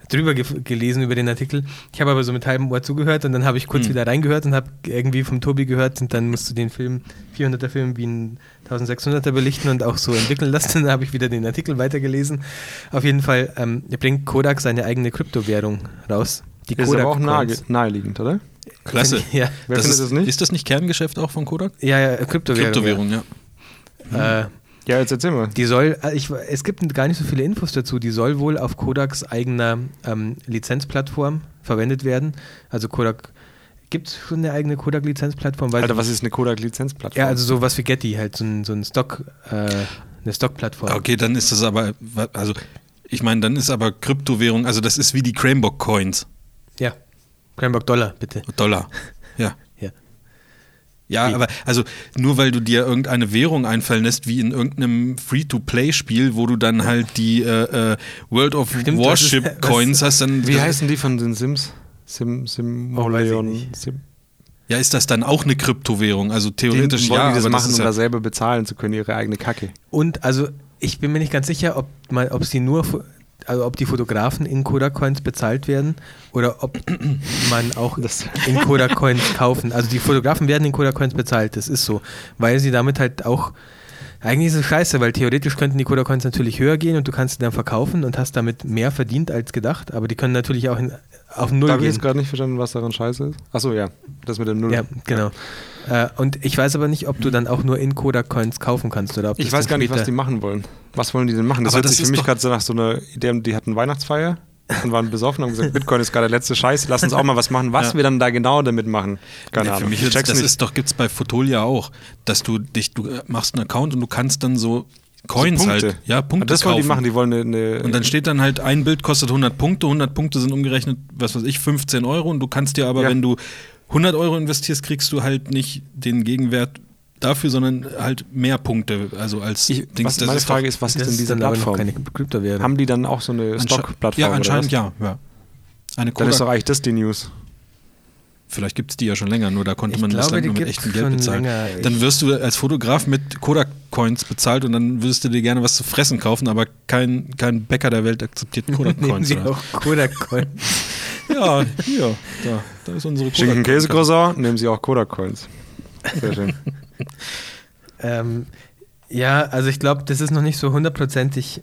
Speaker 3: drüber ge gelesen über den Artikel. Ich habe aber so mit halbem Ohr zugehört und dann habe ich kurz
Speaker 1: Hm.
Speaker 3: wieder reingehört und habe irgendwie vom Tobi gehört und dann musst du den Film, 400er Film wie ein 1600er belichten und auch so entwickeln lassen. Und dann habe ich wieder den Artikel weitergelesen. Auf jeden Fall ähm, bringt Kodak seine eigene Kryptowährung raus. Die
Speaker 2: Ist aber auch nahe,
Speaker 3: Kodak-Coins.
Speaker 2: naheliegend, oder?
Speaker 1: Klasse.
Speaker 3: Ja,
Speaker 2: Wer findet
Speaker 1: ist,
Speaker 2: das nicht?
Speaker 1: ist das nicht Kerngeschäft auch von Kodak?
Speaker 3: ja, ja Kryptowährung.
Speaker 1: Kryptowährung, ja.
Speaker 3: Ja. Äh,
Speaker 2: Ja, jetzt erzähl mal.
Speaker 3: Die soll, äh, ich, es gibt gar nicht so viele Infos dazu, die soll wohl auf Kodaks eigener ähm, Lizenzplattform verwendet werden. Also Kodak, gibt es schon eine eigene Kodak-Lizenzplattform? Weil-
Speaker 2: Alter, was ist eine Kodak-Lizenzplattform?
Speaker 3: Ja, also sowas wie Getty, halt so ein, so ein Stock, äh, eine Stock-Plattform.
Speaker 1: Okay, dann ist das aber, also ich meine, dann ist aber Kryptowährung, also das ist wie die Cranbock-Coins.
Speaker 3: Ja. Cranbrook Dollar, bitte.
Speaker 1: Dollar. Ja.
Speaker 3: Ja.
Speaker 1: Ja,
Speaker 3: Wie?
Speaker 1: aber also nur weil du dir irgendeine Währung einfallen lässt, wie in irgendeinem Free-to-Play-Spiel, wo du dann halt die äh, äh, World of
Speaker 3: Stimmt, das ist-
Speaker 1: Warship Coins hast, dann
Speaker 2: Wie heißen die von den Sims? Sim, Sim,
Speaker 3: Oh, weiß ich
Speaker 2: Moleon-
Speaker 3: nicht.
Speaker 2: Sim
Speaker 1: Ja, ist das dann auch eine Kryptowährung? Also theoretisch
Speaker 2: Theoretisch wollen
Speaker 1: ja,
Speaker 2: die das
Speaker 1: aber
Speaker 2: machen,
Speaker 1: das
Speaker 2: um
Speaker 1: ist ja,
Speaker 2: da selber bezahlen zu können, ihre eigene Kacke.
Speaker 3: Und also ich bin mir nicht ganz sicher, ob man, ob sie nur, fo- also ob die Fotografen in Coda Coins bezahlt werden oder ob man auch
Speaker 2: Das-
Speaker 3: in Coda Coins kaufen. Also die Fotografen werden in Coda Coins bezahlt, das ist so, weil sie damit halt auch eigentlich ist es scheiße, weil theoretisch könnten die Coda Coins natürlich höher gehen und du kannst sie dann verkaufen und hast damit mehr verdient als gedacht, aber die können natürlich auch in, auf null
Speaker 2: Da habe ich
Speaker 3: gehen.
Speaker 2: jetzt gerade nicht verstanden, was daran scheiße ist. Achso, ja. Das mit dem Null.
Speaker 3: Ja, genau. Äh, und ich weiß aber nicht, ob du dann auch nur in Coda Coins kaufen kannst oder ob
Speaker 2: Ich
Speaker 3: das
Speaker 2: weiß
Speaker 3: dann
Speaker 2: gar nicht, was die
Speaker 3: später-
Speaker 2: machen wollen. Was wollen die denn machen? Das
Speaker 1: Aber
Speaker 2: hört
Speaker 1: das
Speaker 2: sich
Speaker 1: ist
Speaker 2: für mich
Speaker 1: doch-
Speaker 2: gerade so nach so einer Idee, an, die hatten Weihnachtsfeier und waren besoffen und haben gesagt, Bitcoin ist gerade der letzte Scheiß, lass uns auch mal was machen. Was
Speaker 1: Ja.
Speaker 2: wir dann da genau damit machen, keine
Speaker 1: Ja,
Speaker 2: Ahnung.
Speaker 1: für mich
Speaker 2: Ich
Speaker 1: ist,
Speaker 2: check's
Speaker 1: das
Speaker 2: nicht.
Speaker 1: ist doch, gibt's bei Fotolia auch, dass du dich, du äh, machst einen Account und du kannst dann so Coins
Speaker 2: So Ah,
Speaker 1: halt, ja, Punkte
Speaker 2: das wollen
Speaker 1: kaufen.
Speaker 2: die machen, die wollen eine, eine
Speaker 1: Und dann steht dann halt, ein Bild kostet 100 Punkte, 100 Punkte sind umgerechnet, was weiß ich, 15 Euro und du kannst dir aber,
Speaker 2: Ja.
Speaker 1: wenn du 100 Euro investierst, kriegst du halt nicht den Gegenwert dafür, sondern halt mehr Punkte, also als
Speaker 2: ich,
Speaker 1: Dings.
Speaker 2: was, meine
Speaker 1: doch-
Speaker 2: Frage ist, was
Speaker 3: Das
Speaker 2: ist denn
Speaker 3: ist
Speaker 2: diese
Speaker 3: dann aber noch
Speaker 2: Plattform?
Speaker 3: keine Kryptowährung.
Speaker 2: Haben die dann auch so eine
Speaker 1: ansche-
Speaker 2: Stock-Plattform?
Speaker 1: Ja, anscheinend
Speaker 2: oder was?
Speaker 1: ja, ja. Eine
Speaker 2: Dann ist doch
Speaker 1: Kodak,
Speaker 2: eigentlich das die News.
Speaker 1: vielleicht gibt es die ja schon länger, nur da konnte
Speaker 3: Ich
Speaker 1: man das
Speaker 3: glaube,
Speaker 1: dann nur
Speaker 3: die
Speaker 1: mit
Speaker 3: gibt's
Speaker 1: echtem Geld
Speaker 3: schon
Speaker 1: bezahlen.
Speaker 3: länger.
Speaker 1: Dann
Speaker 3: Ich-
Speaker 1: wirst du als Fotograf mit Kodak-Coins bezahlt und dann würdest du dir gerne was zu fressen kaufen, aber kein, kein Bäcker der Welt akzeptiert
Speaker 3: Nehmen
Speaker 1: Kodak-Coins.
Speaker 3: sie
Speaker 1: oder?
Speaker 3: auch Coda Coins.
Speaker 1: ja, hier, da, da ist unsere Kodak-Coin-Karte.
Speaker 2: Schinken käse croissant nehmen sie auch Kodak-Coins. Sehr schön.
Speaker 3: ähm, ja, also ich glaube, das ist noch nicht so hundertprozentig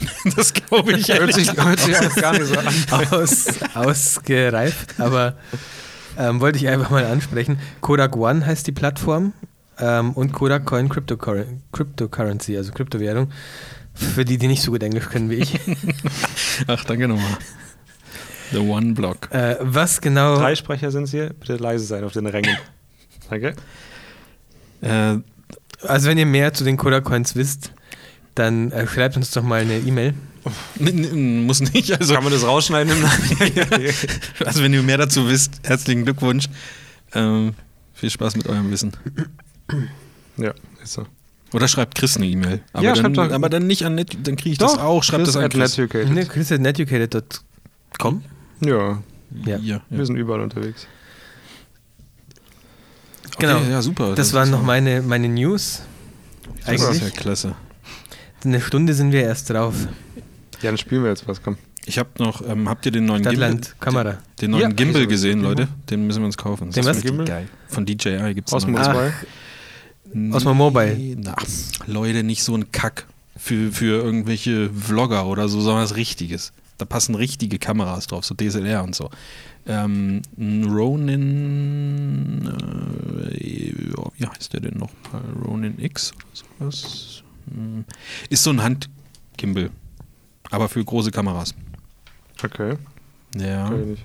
Speaker 1: Das glaube ich
Speaker 2: hört, sich, hört sich auch gar nicht so an.
Speaker 3: aus, ausgereift, aber ähm, wollte ich einfach mal ansprechen. Kodak One heißt die Plattform ähm, und Kodak Coin Cryptocur Cryptocurrency, also Kryptowährung. Für die, die nicht so gut Englisch können wie ich.
Speaker 1: Ach, danke nochmal. The One Block.
Speaker 3: äh, was genau.
Speaker 2: Drei Sprecher sind es hier. Bitte leise sein auf den Rängen. Danke.
Speaker 1: Äh,
Speaker 3: Also, wenn ihr mehr zu den Kodak Coins wisst, dann äh, schreibt uns doch mal eine E-Mail.
Speaker 1: n- n- muss nicht. Also,
Speaker 2: Kann man das rausschneiden?
Speaker 1: also, wenn ihr mehr dazu wisst, herzlichen Glückwunsch. Ähm, viel Spaß mit eurem Wissen.
Speaker 2: ja, ist so.
Speaker 1: Oder schreibt Chris eine E-Mail. Aber,
Speaker 2: Ja,
Speaker 1: dann,
Speaker 2: schreibt doch-
Speaker 1: aber dann nicht an Net, dann kriege ich das auch. Schreibt das an Chris.
Speaker 3: Ne, chriseducated.com.
Speaker 2: Ja,
Speaker 3: Ja.
Speaker 1: Hier, ja.
Speaker 2: wir sind überall unterwegs.
Speaker 3: Genau.
Speaker 1: Okay, ja, super.
Speaker 3: Das waren noch meine, meine News.
Speaker 1: Das ist ja
Speaker 3: Eigentlich.
Speaker 1: klasse.
Speaker 3: Eine Stunde sind wir erst drauf.
Speaker 2: Ja, dann spielen wir jetzt was, komm.
Speaker 1: Ich habe noch, ähm, habt ihr den neuen Gimbal,
Speaker 3: Stadtland, Kamera.
Speaker 1: den neuen
Speaker 2: Ja.
Speaker 1: Gimbal
Speaker 2: Also,
Speaker 1: gesehen,
Speaker 2: Gimbal.
Speaker 1: Leute? Den müssen wir uns kaufen.
Speaker 3: Den was?
Speaker 2: Gimbal?
Speaker 1: geil. Von DJI gibt es
Speaker 2: Osmo
Speaker 3: Ah.
Speaker 2: 2.
Speaker 3: Osmo Mobile.
Speaker 1: Ah, Na, Leute, nicht so ein Kack für, für irgendwelche Vlogger oder so, sondern was Richtiges. Da passen richtige Kameras drauf, so DSLR und so. Ähm, ein Ronin, äh, oh, wie heißt der denn noch? Ronin X oder sowas? Hm. Ist so ein Handgimbal, aber für große Kameras.
Speaker 2: Okay,
Speaker 1: Ja,
Speaker 2: kann ich nicht.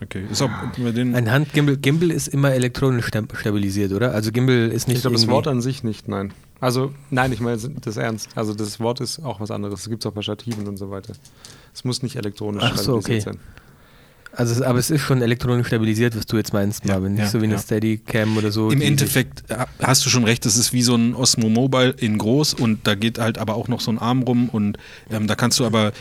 Speaker 1: okay. Ist auch, bei den,
Speaker 3: Ein Handgimbal. Gimbal ist immer elektronisch sta- stabilisiert, oder? Also Gimbal ist nicht
Speaker 2: Ich glaube, das
Speaker 3: irgendwie-
Speaker 2: Wort an sich nicht, nein. Also, nein, ich meine das ernst. Also, das Wort ist auch was anderes. Das gibt es auch bei Stativen und so weiter. Es muss nicht elektronisch
Speaker 3: Ach so, okay.
Speaker 2: stabilisiert
Speaker 3: also, es- aber es ist schon elektronisch stabilisiert, was du jetzt meinst,
Speaker 1: Ja,
Speaker 3: Marvin. Nicht
Speaker 1: ja,
Speaker 3: so wie eine
Speaker 1: ja.
Speaker 3: Steadicam oder so.
Speaker 1: Im
Speaker 3: die sich-
Speaker 1: Endeffekt äh, hast du schon recht, es ist wie so ein Osmo Mobile in groß und da geht halt aber auch noch so ein Arm rum und ähm, da kannst du aber,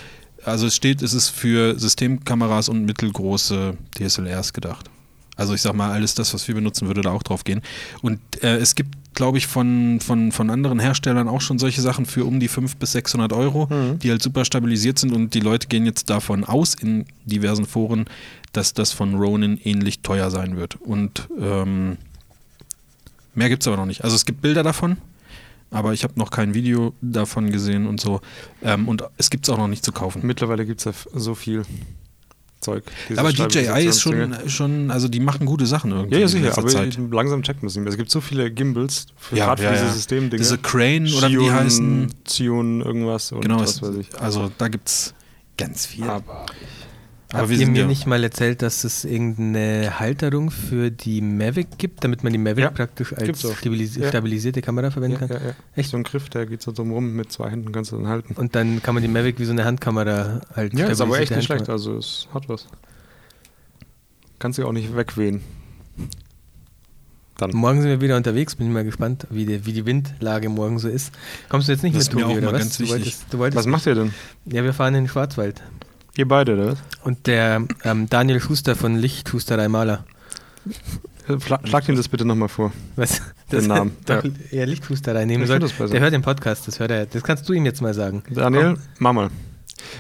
Speaker 1: also es steht, es ist für Systemkameras und mittelgroße DSLRs gedacht. Also ich sag mal, alles das, was wir benutzen, würde da auch drauf gehen. Und äh, es gibt, glaube ich, von, von, von anderen Herstellern auch schon solche Sachen für um die 500 bis 600 Euro,
Speaker 3: Mhm.
Speaker 1: die halt super stabilisiert sind und die Leute gehen jetzt davon aus in diversen Foren, dass das von Ronin ähnlich teuer sein wird. Und ähm, Mehr gibt es aber noch nicht. Also es gibt Bilder davon, aber ich habe noch kein Video davon gesehen und so. Ähm, und es gibt es auch noch nicht zu kaufen.
Speaker 2: Mittlerweile gibt es ja f- so viel Zeug. diese
Speaker 1: aber DJI ist
Speaker 2: Stabilisationsdinge.
Speaker 1: schon, schon, also die machen gute Sachen irgendwie
Speaker 2: Ja, ja,
Speaker 1: in
Speaker 2: sicher,
Speaker 1: letzter
Speaker 2: aber
Speaker 1: Zeit.
Speaker 2: langsam checkt man es nicht mehr. Es gibt so viele Gimbals, für
Speaker 1: Ja,
Speaker 2: gerade für
Speaker 1: ja,
Speaker 2: diese
Speaker 1: ja.
Speaker 2: Systemdinge.
Speaker 1: Diese Crane oder wie die
Speaker 2: Xeon-
Speaker 1: heißen.
Speaker 2: Xeon irgendwas und
Speaker 1: Genau,
Speaker 2: was
Speaker 1: es,
Speaker 2: weiß ich.
Speaker 1: also da gibt es ganz viel.
Speaker 2: Aber
Speaker 1: aber
Speaker 3: Habt
Speaker 1: wir
Speaker 3: ihr
Speaker 1: sind
Speaker 3: mir
Speaker 1: ja,
Speaker 3: nicht mal erzählt, dass es irgendeine Halterung für die Mavic gibt, damit man die Mavic
Speaker 2: Ja,
Speaker 3: praktisch als
Speaker 2: gibt's auch.
Speaker 3: stabilis
Speaker 2: Ja.
Speaker 3: stabilisierte Kamera verwenden
Speaker 2: ja,
Speaker 3: kann?
Speaker 2: ja, ja.
Speaker 3: Echt?
Speaker 2: so ein Griff, der geht so drum rum, mit zwei Händen kannst du dann halten.
Speaker 3: Und dann kann man die Mavic wie so eine Handkamera halt
Speaker 2: Ja, ist aber echt
Speaker 3: stabilisierte
Speaker 2: nicht schlecht,
Speaker 3: Handkamera-
Speaker 2: also es hat was. Kannst du auch nicht wegwehen. Dann.
Speaker 3: Morgen sind wir wieder unterwegs, bin mal gespannt, wie die, wie die Windlage morgen so ist. Kommst du jetzt nicht
Speaker 1: Das
Speaker 3: mit,
Speaker 1: ist mir
Speaker 3: Tobi,
Speaker 1: auch
Speaker 3: oder
Speaker 1: mal
Speaker 3: was?
Speaker 1: ganz
Speaker 3: du
Speaker 1: wichtig.
Speaker 3: wolltest, du wolltest
Speaker 2: Was macht ihr denn?
Speaker 3: Ja, wir fahren in den Schwarzwald.
Speaker 2: Ihr beide, oder? was?
Speaker 3: Und der ähm, Daniel Schuster von Lichthusterei Maler.
Speaker 2: Schla- Äh, Schlagt ihm das bitte nochmal vor.
Speaker 3: Was?
Speaker 2: Den Namen,
Speaker 3: Doch,
Speaker 2: ja.
Speaker 3: ja, Lichthusterei nehmen
Speaker 2: Ich
Speaker 3: soll.
Speaker 2: find das besser.
Speaker 3: Der hört den Podcast, das hört er. Das kannst du ihm jetzt mal sagen.
Speaker 2: Daniel, mach mal.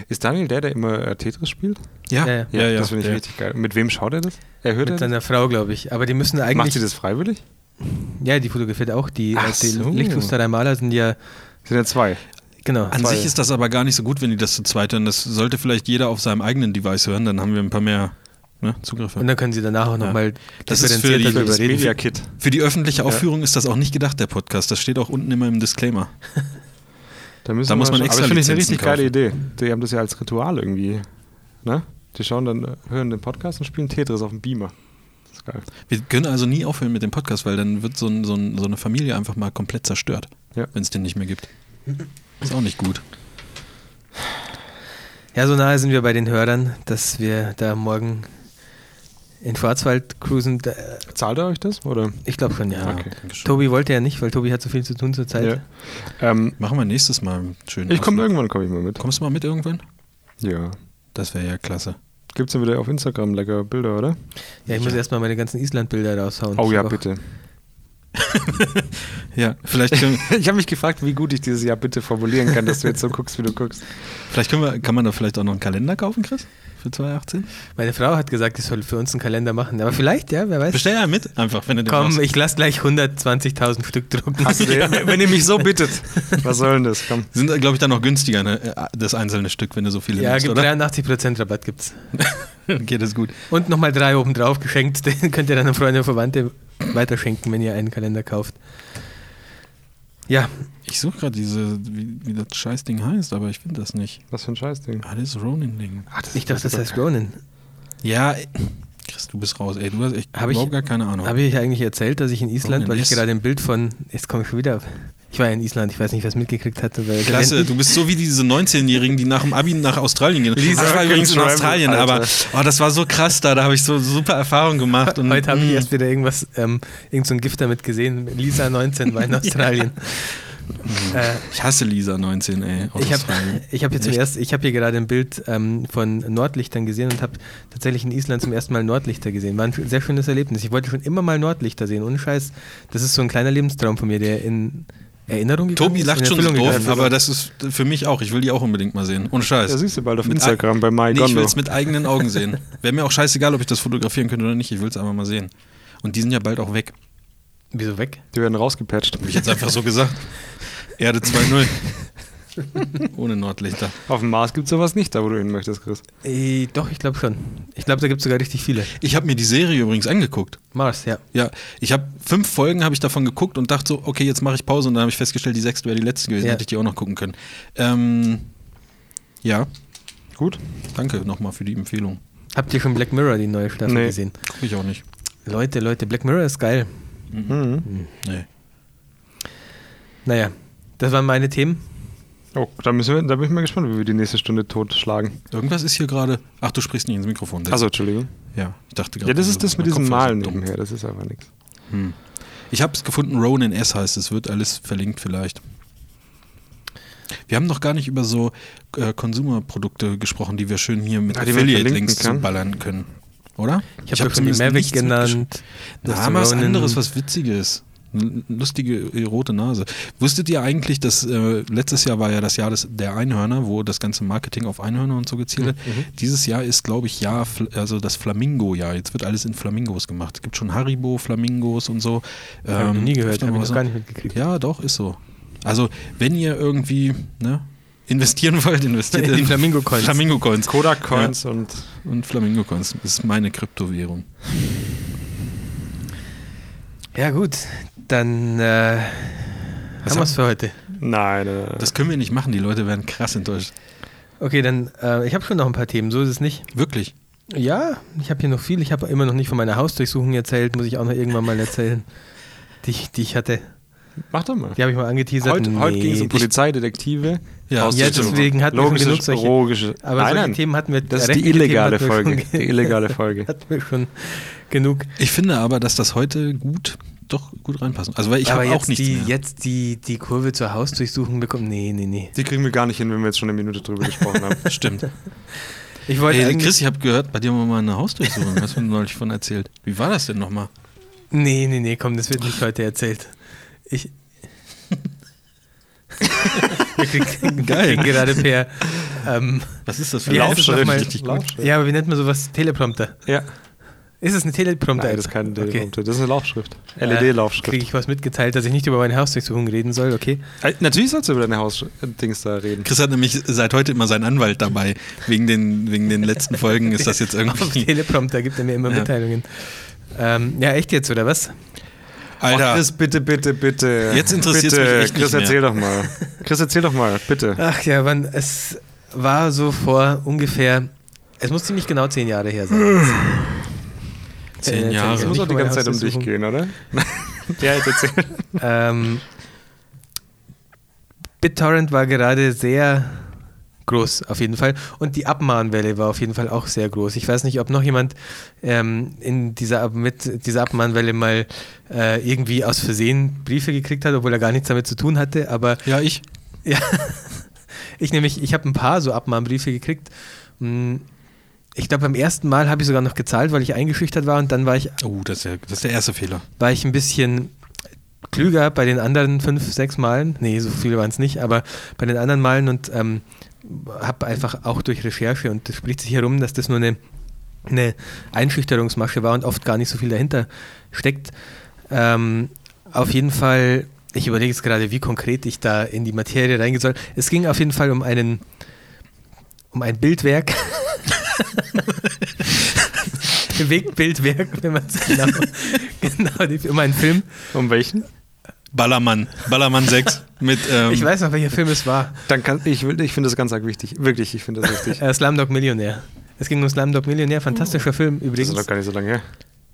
Speaker 2: Ist Daniel der, der immer äh, Tetris spielt?
Speaker 1: Ja,
Speaker 3: Ja, ja.
Speaker 2: Das finde ich
Speaker 1: der-
Speaker 2: richtig geil. Mit wem schaut er das? Er hört
Speaker 3: Mit
Speaker 2: er das?
Speaker 3: seiner Frau, glaube ich. Aber die müssen eigentlich.
Speaker 2: Macht sie das freiwillig?
Speaker 3: Ja, die fotografiert auch. Die,
Speaker 2: Ach
Speaker 3: äh, die
Speaker 2: so.
Speaker 3: Lichthusterei Maler sind ja.
Speaker 2: Sind ja zwei.
Speaker 3: Genau.
Speaker 1: An
Speaker 2: Zwei.
Speaker 1: sich ist das aber gar nicht so gut, wenn die das zu zweit hören. Das sollte vielleicht jeder auf seinem eigenen Device hören, dann haben wir ein paar mehr ne, Zugriffe.
Speaker 3: Und dann können sie danach auch
Speaker 1: Ja.
Speaker 3: nochmal
Speaker 1: Das ist für die-
Speaker 3: darüber
Speaker 2: Also Das
Speaker 3: reden.
Speaker 2: Media Kit.
Speaker 1: Für die öffentliche Aufführung ist das auch nicht gedacht, der Podcast. Das steht auch unten immer im Disclaimer.
Speaker 2: Da, müssen
Speaker 1: Da
Speaker 2: wir
Speaker 1: muss man extra
Speaker 2: schon- Aber das finde ich
Speaker 1: Lizenzen
Speaker 2: eine richtig geile Idee. Die haben das ja als Ritual irgendwie. Ne? Die schauen dann, äh, hören den Podcast und spielen Tetris auf dem Beamer. Das ist geil.
Speaker 1: Wir können also nie aufhören mit dem Podcast, weil dann wird so, ein, so, ein, so eine Familie einfach mal komplett zerstört,
Speaker 2: Ja.
Speaker 1: wenn es den nicht mehr gibt. Ist auch nicht gut.
Speaker 3: Ja, so nahe sind wir bei den Hörern, dass wir da morgen in Schwarzwald cruisen. Da-
Speaker 2: Zahlt er euch das? Oder?
Speaker 3: Ich glaube schon, ja.
Speaker 2: Okay.
Speaker 1: Dankeschön.
Speaker 3: Tobi wollte ja nicht, weil Tobi hat so viel zu tun zurzeit.
Speaker 2: Ja. Ähm,
Speaker 1: Machen wir nächstes Mal schön.
Speaker 2: ich komme irgendwann, komme ich mal mit.
Speaker 1: Kommst du mal mit irgendwann?
Speaker 2: Ja.
Speaker 1: Das wäre ja klasse.
Speaker 2: Gibt es ja wieder auf Instagram lecker Bilder, oder?
Speaker 3: Ja, ich muss erstmal meine ganzen Island-Bilder raushauen.
Speaker 2: Oh
Speaker 3: Ich
Speaker 2: ja,
Speaker 3: hab auch-
Speaker 2: bitte.
Speaker 1: Ja, vielleicht können,
Speaker 2: Ich habe mich gefragt, wie gut ich dieses Jahr bitte formulieren kann, dass du jetzt so guckst, wie du guckst.
Speaker 1: vielleicht können wir, kann man da vielleicht auch noch einen Kalender kaufen, Chris? Für 2018?
Speaker 3: Meine Frau hat gesagt, ich soll für uns einen Kalender machen. Aber vielleicht, ja, wer weiß.
Speaker 1: Bestell ja mit, einfach, wenn du den
Speaker 3: Komm,
Speaker 1: brauchst.
Speaker 3: ich lasse gleich 120.000 Stück drucken.
Speaker 2: Hast du den, Wenn ihr mich so bittet. Was soll denn das? Komm.
Speaker 1: Sind, glaube ich, dann noch günstiger, ne? äh, das einzelne Stück, wenn du so viele
Speaker 3: ja,
Speaker 1: nimmst,
Speaker 3: gibt
Speaker 1: oder?
Speaker 3: 83% Rabatt gibt's.
Speaker 1: Geht das gut.
Speaker 3: Und nochmal drei oben drauf geschenkt. Den könnt ihr dann an Freunde und Verwandte weiterschenken, wenn ihr einen Kalender kauft. Ja,
Speaker 1: Ich suche gerade diese, wie, wie das Scheißding heißt, aber ich finde das nicht.
Speaker 2: Was für ein Scheißding.
Speaker 1: Alles Ronin-Ding.
Speaker 2: Ach, das
Speaker 3: ich dachte, das
Speaker 2: super
Speaker 3: heißt Ronin.
Speaker 1: Ja, ey, Chris, du bist raus, ey. Du hast echt
Speaker 3: Hab ich-
Speaker 1: überhaupt gar keine Ahnung.
Speaker 3: Habe ich eigentlich erzählt, dass ich in Island,
Speaker 1: Ronin
Speaker 3: weil ich
Speaker 1: ist-
Speaker 3: gerade ein Bild von, jetzt komme ich schon wieder, auf- ich war ja in Island, ich weiß nicht, was mitgekriegt hat. aber-
Speaker 1: Klasse, du bist so wie diese 19-Jährigen, die nach dem Abi nach Australien gehen.
Speaker 2: Lisa
Speaker 1: ich war übrigens in
Speaker 2: Hawkins
Speaker 1: Australien,
Speaker 2: Travel,
Speaker 1: aber oh, das war so krass da, da habe ich so super Erfahrungen gemacht. Und, mm,
Speaker 3: Heute habe ich
Speaker 1: mh,
Speaker 3: erst wieder irgendwas, ähm, irgend so ein Gift damit gesehen. Lisa 19 war in Australien. äh,
Speaker 1: ich hasse Lisa 19, ey. aus
Speaker 3: ich habe
Speaker 1: Australien.
Speaker 3: ich hab hier zum
Speaker 1: Echt?
Speaker 3: ersten, ich habe hier gerade ein Bild ähm, von Nordlichtern gesehen und habe tatsächlich in Island zum ersten Mal Nordlichter gesehen. War ein sehr schönes Erlebnis. Ich wollte schon immer mal Nordlichter sehen. Ohne Scheiß, das ist so ein kleiner Lebenstraum von mir, der in Erinnerung gegangen
Speaker 1: Tobi
Speaker 3: ist, in
Speaker 1: lacht schon so
Speaker 3: Erfüllung
Speaker 1: doof,
Speaker 3: gegangen ist.
Speaker 1: aber das ist für mich auch. Ich will die auch unbedingt mal sehen. Ohne Scheiß.
Speaker 2: Da siehst du bald auf
Speaker 1: Mit
Speaker 2: Instagram
Speaker 1: ei-
Speaker 2: bei
Speaker 1: nee, ich
Speaker 2: MyGondo.
Speaker 1: will es mit eigenen Augen sehen. Wäre mir auch scheißegal, ob ich das fotografieren könnte oder nicht. Ich will es einfach mal sehen. Und die sind ja bald auch weg.
Speaker 3: Wieso weg?
Speaker 2: Die werden rausgepatcht.
Speaker 1: Hab ich jetzt einfach so gesagt. Erde 2.0. Ohne Nordlichter.
Speaker 2: Auf dem Mars gibt es sowas nicht, da wo du hin möchtest, Chris.
Speaker 3: Äh, doch, ich glaube schon. Ich glaube, da gibt es sogar richtig viele.
Speaker 1: Ich habe mir die Serie übrigens angeguckt.
Speaker 3: Mars, ja.
Speaker 1: Ja, ich habe fünf Folgen habe ich davon geguckt und dachte so, okay, jetzt mache ich Pause und dann habe ich festgestellt, die sechste wäre die letzte gewesen,
Speaker 3: Ja.
Speaker 1: hätte ich die auch noch gucken können. Ähm, ja,
Speaker 2: Gut.
Speaker 1: danke nochmal für die Empfehlung.
Speaker 3: Habt ihr schon Black Mirror, die neue Staffel
Speaker 2: Nee.
Speaker 3: gesehen?
Speaker 1: Gucke ich auch nicht.
Speaker 3: Leute, Leute, Black Mirror ist geil.
Speaker 2: Mhm.
Speaker 1: Nee.
Speaker 3: Naja, das waren meine Themen.
Speaker 2: Oh, da, müssen wir, da bin ich mal gespannt, wie wir die nächste Stunde totschlagen.
Speaker 1: Irgendwas ist hier gerade. Ach, du sprichst nicht ins Mikrofon.
Speaker 2: Achso, Also, Entschuldigung.
Speaker 1: Ja, ich dachte gerade.
Speaker 2: Ja, das ist halt das mit
Speaker 1: mein
Speaker 2: diesem
Speaker 1: Kopf war so
Speaker 2: Malen
Speaker 1: dumm.
Speaker 2: nebenher. Das ist einfach nichts.
Speaker 1: Ich habe es gefunden, Ronin S heißt es, wird alles verlinkt vielleicht. Wir haben noch gar nicht über so äh, Consumer-Produkte gesprochen, die wir schön hier mit
Speaker 2: Ja, die man
Speaker 1: Affiliate-Links
Speaker 2: verlinken kann.
Speaker 1: zuballern können. Oder?
Speaker 3: Ich habe hab schon die
Speaker 1: zumindest
Speaker 3: Mavic
Speaker 1: nichts mitgesch-
Speaker 3: genannt. das
Speaker 1: Na, mal was
Speaker 3: Ronin.
Speaker 1: anderes, was Witziges. N- Lustige äh, rote Nase. Wusstet ihr eigentlich, dass äh, letztes Jahr war ja das Jahr des, der Einhörner, wo das ganze Marketing auf Einhörner und so gezielt
Speaker 3: Mhm,
Speaker 1: hat. Dieses Jahr ist, glaube ich, Jahr, Fl- also das Flamingo-Jahr. Jetzt wird alles in Flamingos gemacht. Es gibt schon Haribo, Flamingos und so. Ähm,
Speaker 3: Hab ich noch nie gehört,
Speaker 1: öfter
Speaker 3: habe
Speaker 1: mal was
Speaker 3: ich noch gar
Speaker 1: an-
Speaker 3: nicht mitgekriegt.
Speaker 1: Ja, doch, ist so. Also, wenn ihr irgendwie ne, investieren wollt, investiert
Speaker 3: In die Flamingo-Coins.
Speaker 1: Flamingo-Coins.
Speaker 2: Kodak-Coins und
Speaker 1: Und Flamingo-Coins ist meine Kryptowährung.
Speaker 3: Ja, gut, dann äh,
Speaker 1: Was
Speaker 3: haben wir es für heute.
Speaker 2: Nein, nein, nein.
Speaker 1: Das können wir nicht machen, die Leute werden krass enttäuscht.
Speaker 3: Okay, dann, äh, ich habe schon noch ein paar Themen, so ist es nicht.
Speaker 1: Wirklich.
Speaker 3: Ja, ich habe hier noch viel. Ich habe immer noch nicht von meiner Hausdurchsuchung erzählt, muss ich auch noch irgendwann mal erzählen, die ich, die ich hatte.
Speaker 2: Mach doch mal.
Speaker 3: Die habe ich mal angeteasert.
Speaker 2: Heute, heute ging es um
Speaker 3: die-
Speaker 2: Polizeidetektive.
Speaker 1: Ja,
Speaker 3: Ja,
Speaker 2: Hausdurchsuchung.
Speaker 3: deswegen hatten wir schon
Speaker 2: Logische-
Speaker 3: genug solche.
Speaker 2: logische-
Speaker 3: Aber
Speaker 2: nein,
Speaker 3: solche
Speaker 2: nein.
Speaker 3: Themen hatten wir.
Speaker 2: Das ist
Speaker 3: rechtliche
Speaker 2: die
Speaker 3: Themen
Speaker 2: illegale
Speaker 3: hatten wir schon
Speaker 2: Folge.
Speaker 3: ge-
Speaker 2: Die illegale Folge.
Speaker 3: hatten wir schon genug.
Speaker 1: Ich finde aber, dass das heute gut, doch gut reinpassen. Also, weil ich
Speaker 3: Aber
Speaker 1: habe auch
Speaker 3: jetzt,
Speaker 1: nichts
Speaker 3: die,
Speaker 1: mehr.
Speaker 3: jetzt die, die Kurve zur Hausdurchsuchung bekommen. Nee, nee, nee.
Speaker 2: Die kriegen wir gar nicht hin, wenn wir jetzt schon eine Minute drüber gesprochen haben.
Speaker 1: Stimmt.
Speaker 3: Ich wollte
Speaker 1: Hey,
Speaker 3: eigentlich-
Speaker 1: Chris, ich habe gehört, bei dir haben wir mal eine Hausdurchsuchung. Hast du mir neulich von erzählt? Wie war das denn nochmal?
Speaker 3: Nee, nee, nee, komm, das wird nicht heute erzählt. Ich. wir kriegen, wir
Speaker 1: Geil.
Speaker 3: kriegen gerade per. Ähm,
Speaker 1: Was ist das für
Speaker 3: wie heißt es
Speaker 2: Laufschrift.
Speaker 3: nochmal?
Speaker 2: Richtig gut. Laufschrift.
Speaker 3: Ja, aber wie nennt man sowas? Teleprompter.
Speaker 2: Ja,
Speaker 3: Ist es eine Teleprompter?
Speaker 2: nein, das ist keine LED-Laufschrift. Das ist eine Laufschrift.
Speaker 3: Äh,
Speaker 2: E LED-Laufschrift.
Speaker 3: Kriege ich was mitgeteilt, dass ich nicht über meine Hausdurchsuchung reden soll, okay?
Speaker 2: Äh, Natürlich sollst du über deine Hausdings da reden.
Speaker 1: Chris hat nämlich seit heute immer seinen Anwalt dabei. Wegen den, wegen den letzten Folgen ist das jetzt
Speaker 3: Auf
Speaker 1: irgendwie.
Speaker 3: Teleprompter gibt er mir immer
Speaker 1: Ja.
Speaker 3: Mitteilungen. Ähm, ja, echt jetzt, oder was?
Speaker 1: Alter,
Speaker 2: Chris, bitte, bitte, bitte.
Speaker 1: Jetzt interessiert's
Speaker 2: bitte.
Speaker 1: mich echt
Speaker 2: Chris,
Speaker 1: nicht mehr.
Speaker 2: erzähl doch mal. Chris, erzähl doch mal, bitte.
Speaker 3: Ach ja, wann, es war so vor ungefähr, es muss ziemlich genau zehn Jahre her sein.
Speaker 1: Zehn
Speaker 3: Äh,
Speaker 1: Jahre.
Speaker 2: Es
Speaker 1: also
Speaker 2: muss
Speaker 3: nicht
Speaker 2: auch die
Speaker 3: meine
Speaker 2: ganze Zeit um dich
Speaker 3: Hausdurchsuchung.
Speaker 2: gehen, oder? ja, jetzt erzähl.
Speaker 3: Ähm, BitTorrent war gerade sehr groß, auf jeden Fall. Und die Abmahnwelle war auf jeden Fall auch sehr groß. Ich weiß nicht, ob noch jemand ähm, in dieser, Ab- mit dieser Abmahnwelle mal äh, irgendwie aus Versehen Briefe gekriegt hat, obwohl er gar nichts damit zu tun hatte, aber
Speaker 1: ja, ich.
Speaker 3: Ja. Ich nämlich, ich habe ein paar so Abmahnbriefe gekriegt. Hm, Ich glaube, beim ersten Mal habe ich sogar noch gezahlt, weil ich eingeschüchtert war und dann war ich,
Speaker 1: Oh, das ist, ja, das ist der erste Fehler.
Speaker 3: war ich ein bisschen klüger bei den anderen fünf, sechs Malen. Nee, so viele waren es nicht, aber bei den anderen Malen und ähm, habe einfach auch durch Recherche und es spricht sich herum, dass das nur eine, eine Einschüchterungsmasche war und oft gar nicht so viel dahinter steckt. Ähm, auf jeden Fall, ich überlege jetzt gerade, wie konkret ich da in die Materie reingehen soll. Es ging auf jeden Fall um einen, um ein Bildwerk. Bewegtbildwerk, wenn man es genau, genau die- um einen Film.
Speaker 2: Um welchen?
Speaker 1: Ballermann. Ballermann 6 mit. Ähm,
Speaker 3: Ich weiß noch, welcher Film es war.
Speaker 2: Dann kann, ich will- ich finde das ganz arg wichtig. Wirklich, ich finde das wichtig.
Speaker 3: Äh, Slumdog Millionär. Es ging um Slumdog Millionär, fantastischer Film
Speaker 2: Das
Speaker 3: übrigens.
Speaker 2: ist doch gar nicht so lange her.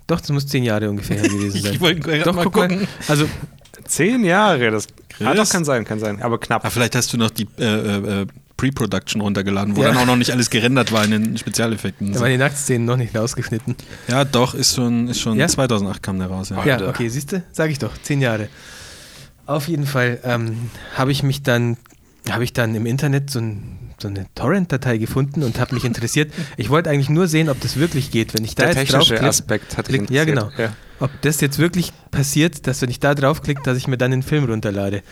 Speaker 3: Doch, das muss zehn Jahre ungefähr her gewesen sein.
Speaker 1: Ich wollte gerade
Speaker 3: Doch,
Speaker 1: mal
Speaker 3: guck
Speaker 1: gucken.
Speaker 3: Also,
Speaker 2: Zehn Jahre, das ah,
Speaker 1: Chris?
Speaker 2: doch, kann sein, kann sein. Aber knapp.
Speaker 1: Ah, vielleicht hast du noch die äh, äh, äh, Pre-Production runtergeladen, wo
Speaker 3: Ja.
Speaker 1: dann auch noch nicht alles gerendert war in den Spezialeffekten.
Speaker 3: da waren die Nacktszenen noch nicht rausgeschnitten.
Speaker 1: Ja, doch, ist schon, ist schon
Speaker 3: Ja?
Speaker 1: 2008 kam der raus. Ja.
Speaker 3: Ja, okay, siehst du? Sag ich doch, zehn Jahre. Auf jeden Fall ähm, habe ich mich dann, habe ich dann im Internet so, ein, so eine Torrent-Datei gefunden und habe mich interessiert. Ich wollte eigentlich nur sehen, ob das wirklich geht. Wenn ich da
Speaker 2: Der
Speaker 3: jetzt
Speaker 2: technische
Speaker 3: draufklick-
Speaker 2: Aspekt hat dich
Speaker 3: klick, Ja, genau.
Speaker 2: interessiert.
Speaker 3: Ob das jetzt wirklich passiert, dass wenn ich da draufklicke, dass ich mir dann den Film runterlade.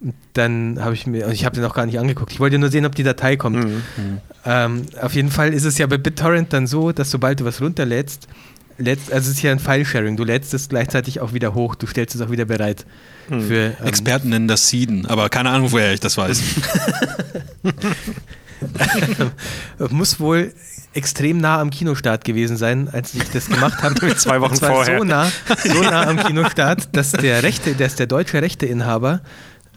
Speaker 3: Und Dann habe ich mir, und ich habe den auch gar nicht angeguckt. Ich wollte nur sehen, ob die Datei kommt.
Speaker 2: Mhm.
Speaker 3: Ähm, auf jeden Fall ist es ja bei BitTorrent dann so, dass sobald du was runterlädst, lädst, also es ist ja ein File-Sharing, du lädst es gleichzeitig auch wieder hoch, du stellst es auch wieder bereit für ähm,
Speaker 1: Experten nennen das Seeden, aber keine Ahnung, woher ich das weiß.
Speaker 3: Muss wohl extrem nah am Kinostart gewesen sein, als ich das gemacht habe.
Speaker 2: Zwei Wochen
Speaker 3: Und zwar
Speaker 2: vorher.
Speaker 3: So nah, so nah am Kinostart, dass der Rechte, dass der deutsche Rechteinhaber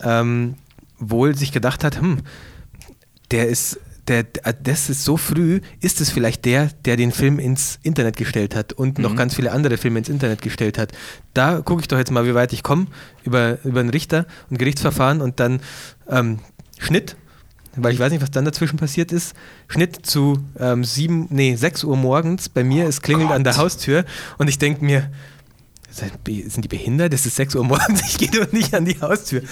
Speaker 3: ähm, wohl sich gedacht hat, hm, der ist, der, der- das ist so früh, ist es vielleicht der, der den Film ins Internet gestellt hat und noch ganz viele andere Filme ins Internet gestellt hat. Da gucke ich doch jetzt mal, wie weit ich komme über, über einen Richter und Gerichtsverfahren und dann ähm, Schnitt, weil ich weiß nicht, was dann dazwischen passiert ist. Schnitt zu ähm, sieben, nee, 6 Uhr morgens bei mir, es klingelt an der Haustür und ich denke mir, Seid be- Sind die behindert? Es ist 6 Uhr morgens, ich gehe doch nicht an die Haustür.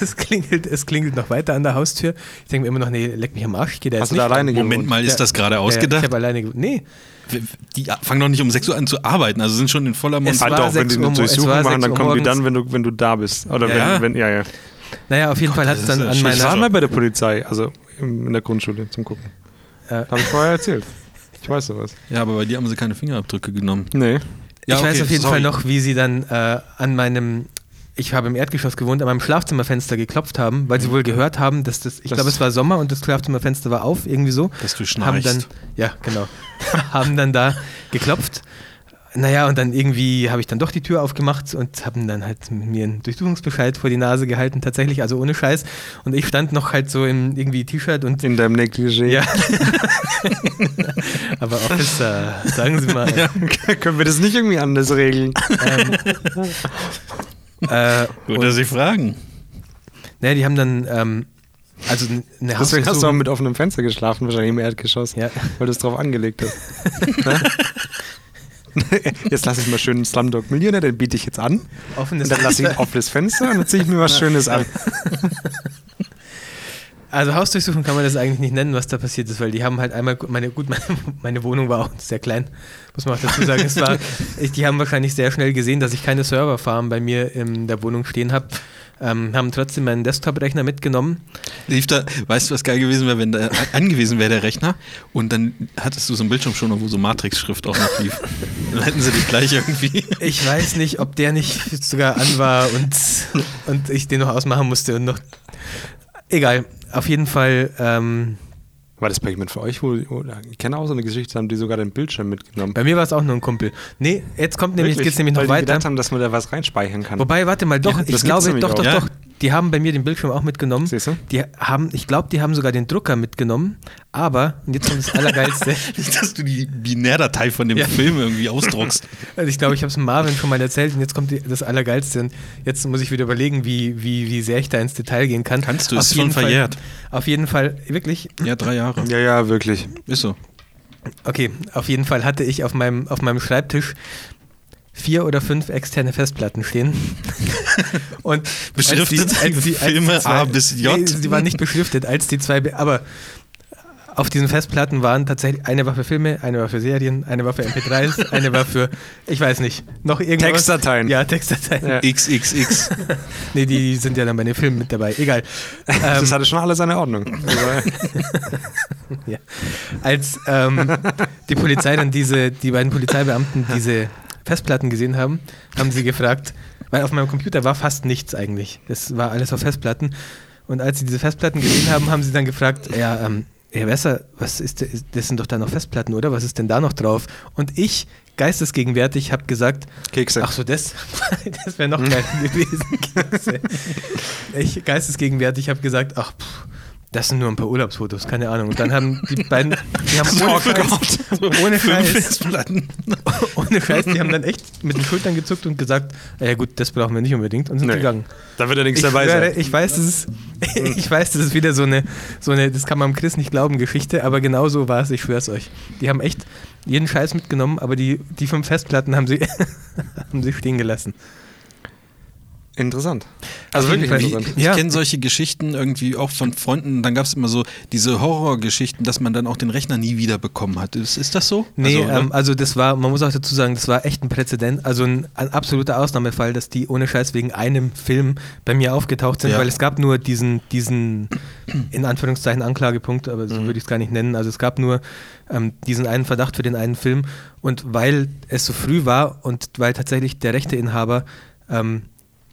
Speaker 3: es, klingelt, es klingelt noch weiter an der Haustür. Ich denke mir immer noch, nee, leck mich am Arsch, ich gehe da jetzt
Speaker 2: Hast du
Speaker 3: nicht.
Speaker 2: da alleine
Speaker 1: Moment
Speaker 2: gewohnt?
Speaker 1: mal, ist
Speaker 3: Ja.
Speaker 1: das gerade
Speaker 3: Ja, ich
Speaker 1: ausgedacht?
Speaker 3: habe alleine ge- Nee,
Speaker 1: Wir- Die fangen doch nicht um 6 Uhr an zu arbeiten, also sind schon in voller
Speaker 3: Es
Speaker 1: Mund.
Speaker 3: war
Speaker 2: Halt auch, wenn
Speaker 3: 6
Speaker 2: die
Speaker 3: Uhr
Speaker 2: eine
Speaker 3: mo-
Speaker 2: Durchsuchung
Speaker 3: es war
Speaker 2: machen,
Speaker 3: 6
Speaker 2: dann
Speaker 3: Uhr
Speaker 2: kommen die
Speaker 3: morgens.
Speaker 2: dann, wenn du, wenn du da bist. Oder
Speaker 1: Ja.
Speaker 2: wenn, wenn, ja, ja.
Speaker 3: naja, auf jeden Fall hat es
Speaker 1: das
Speaker 3: dann
Speaker 1: ist ja
Speaker 3: an
Speaker 1: schlecht.
Speaker 2: Ich
Speaker 1: Also-
Speaker 2: war
Speaker 3: meiner.
Speaker 2: mal bei der Polizei, also in der Grundschule zum Gucken.
Speaker 3: Äh,
Speaker 2: Habe ich vorher erzählt. Ich weiß sowas.
Speaker 1: Ja, aber bei dir haben sie keine Fingerabdrücke genommen.
Speaker 2: Nee.
Speaker 1: Ja,
Speaker 3: ich
Speaker 1: okay,
Speaker 3: weiß auf jeden
Speaker 1: sorry.
Speaker 3: Fall noch, wie sie dann äh, an meinem, ich habe im Erdgeschoss gewohnt, an meinem Schlafzimmerfenster geklopft haben,
Speaker 1: Mhm.
Speaker 3: weil sie wohl gehört haben, dass das, ich
Speaker 2: Das-
Speaker 3: glaube, es war Sommer und das Schlafzimmerfenster war auf, irgendwie so.
Speaker 1: Dass du
Speaker 3: haben
Speaker 1: schnarchst.
Speaker 3: dann, ja, genau, haben dann da geklopft. Naja, und dann irgendwie habe ich dann doch die Tür aufgemacht und haben dann halt mir einen Durchsuchungsbescheid vor die Nase gehalten, tatsächlich, also ohne Scheiß. Und ich stand noch halt so im irgendwie T-Shirt und
Speaker 2: In deinem Negligé.
Speaker 3: ja. Aber Officer, sagen Sie mal.
Speaker 2: Können wir das nicht irgendwie anders regeln?
Speaker 3: Äh,
Speaker 1: Gut, dass sie fragen.
Speaker 3: naja, die haben dann, ähm, also n- eine
Speaker 2: Deswegen hast du auch
Speaker 3: Hausdurchsuchung-
Speaker 2: mit offenem Fenster geschlafen, wahrscheinlich im Erdgeschoss,
Speaker 3: Ja.
Speaker 2: weil du es drauf angelegt hast. Ne? jetzt lass ich mal schön einen Slumdog Millionär, den biete ich jetzt an.
Speaker 3: Offenes
Speaker 2: und dann lasse ich ein offenes Fenster und dann ziehe ich mir was Schönes an.
Speaker 3: Also Hausdurchsuchung kann man das eigentlich nicht nennen, was da passiert ist, weil die haben halt einmal, meine, gut, meine, meine Wohnung war auch sehr klein, muss man auch dazu sagen. es war, ich, die haben wahrscheinlich sehr schnell gesehen, dass ich keine Serverfarm bei mir in der Wohnung stehen habe. Ähm, haben trotzdem meinen Desktop-Rechner mitgenommen.
Speaker 1: Lief da, weißt du, was geil gewesen wäre, wenn da angewiesen wäre der Rechner und dann hattest du so einen Bildschirmschoner, wo so Matrix-Schrift auch noch lief. Dann hätten sie dich gleich irgendwie.
Speaker 3: Ich weiß nicht, ob der nicht sogar an war und, und ich den noch ausmachen musste und noch. Egal, auf jeden Fall. Ähm,
Speaker 2: War das Pac-Man für euch wohl? Oder, ich kenne auch so eine Geschichte, da haben die sogar den Bildschirm mitgenommen.
Speaker 3: bei mir war es auch nur ein Kumpel. Nee, jetzt kommt nämlich,
Speaker 2: Wirklich,
Speaker 3: geht's nämlich noch
Speaker 2: weil Die
Speaker 3: weiter.
Speaker 2: gedacht haben, dass man da was reinspeichern kann.
Speaker 3: Wobei, warte mal, doch,
Speaker 2: Hm. Ja, das
Speaker 3: ich
Speaker 2: gibt's
Speaker 3: glaube,
Speaker 2: nämlich
Speaker 3: doch,
Speaker 2: auch.
Speaker 3: doch,
Speaker 1: Ja.
Speaker 3: doch. Die haben bei mir den Bildschirm auch mitgenommen.
Speaker 2: Siehst du?
Speaker 3: Die haben, ich glaube, die haben sogar den Drucker mitgenommen. Aber, und jetzt kommt das Allergeilste.
Speaker 1: Nicht, dass du die Binärdatei von dem
Speaker 3: Ja.
Speaker 1: Film irgendwie ausdruckst.
Speaker 3: Also ich glaube, ich habe es Marvin schon mal erzählt und jetzt kommt die, das Allergeilste. Und jetzt muss ich wieder überlegen, wie, wie, wie sehr ich da ins Detail gehen kann.
Speaker 1: Kannst du, es
Speaker 3: Auf
Speaker 1: ist schon
Speaker 3: jeden Fall-
Speaker 1: verjährt.
Speaker 3: Auf jeden Fall, wirklich,
Speaker 1: Ja, drei Jahre.
Speaker 2: ja, ja, wirklich.
Speaker 1: Ist so.
Speaker 3: okay, auf jeden Fall hatte ich auf meinem, auf meinem Schreibtisch vier oder fünf externe Festplatten stehen. und
Speaker 1: Beschriftet Filme A bis J.
Speaker 3: Nee, die waren nicht beschriftet, als die zwei, be- aber auf diesen Festplatten waren tatsächlich eine war für Filme, eine war für Serien, eine war für MP3s, eine war für, ich weiß nicht, noch irgendwas.
Speaker 2: Textdateien.
Speaker 3: Ja, Textdateien.
Speaker 2: Ja.
Speaker 1: XXX.
Speaker 3: Nee, die sind ja dann bei den Filmen mit dabei. Egal.
Speaker 2: das
Speaker 3: Ähm,
Speaker 2: hatte schon alles seine Ordnung. Also,
Speaker 3: ja. Als ähm, die Polizei dann diese, die beiden Polizeibeamten diese Festplatten gesehen haben, haben sie gefragt, weil auf meinem Computer war fast nichts eigentlich. Das war alles auf Festplatten. Und als sie diese Festplatten gesehen haben, haben sie dann gefragt, ja, ähm, Herr Wesser, was ist, de- das sind doch da noch Festplatten, oder? Was ist denn da noch drauf? Und ich, geistesgegenwärtig, habe gesagt,
Speaker 2: Kekse.
Speaker 3: Ach so, das, das wäre noch geil gewesen. Kekse. Ich geistesgegenwärtig habe gesagt, ach, pff, das sind nur ein paar Urlaubsfotos, keine Ahnung. Und dann haben die beiden, die haben ohne Scheiß, ohne
Speaker 1: Fünf
Speaker 3: Scheiß,
Speaker 1: Festplatten.
Speaker 3: ohne Scheiß, die haben dann echt mit den Schultern gezuckt und gesagt, ja gut, das brauchen wir nicht unbedingt und sind
Speaker 2: Nee.
Speaker 3: gegangen.
Speaker 2: da wird ja Hm. nichts
Speaker 3: Ich,
Speaker 2: dabei
Speaker 3: schwöre,
Speaker 2: sein.
Speaker 3: ich weiß, das ist, ich weiß, das ist wieder so eine, so eine, das kann man am Chris nicht glauben, Geschichte, aber genau so war es, ich schwör's euch. Die haben echt jeden Scheiß mitgenommen, aber die, die fünf Festplatten haben sie, haben sie stehen gelassen.
Speaker 2: Interessant. Also
Speaker 3: Auf jeden
Speaker 2: wirklich
Speaker 3: Fall.
Speaker 1: Ich,
Speaker 2: interessant.
Speaker 1: ich
Speaker 3: Ja.
Speaker 1: kenne solche Geschichten irgendwie auch von Freunden. Dann gab es immer so diese Horrorgeschichten, dass man dann auch den Rechner nie wieder bekommen hat. Ist, ist das so?
Speaker 3: Nee,
Speaker 1: Also,
Speaker 3: also,
Speaker 1: oder?
Speaker 3: ähm, also das war, man muss auch dazu sagen, das war echt ein Präzedent, also ein, ein absoluter Ausnahmefall, dass die ohne Scheiß wegen einem Film bei mir aufgetaucht sind,
Speaker 1: Ja.
Speaker 3: weil es gab nur diesen, diesen in Anführungszeichen Anklagepunkt, aber
Speaker 1: Mhm.
Speaker 3: so würde ich es gar nicht nennen, also es gab nur ähm, diesen einen Verdacht für den einen Film und weil es so früh war und weil tatsächlich der Rechteinhaber ähm,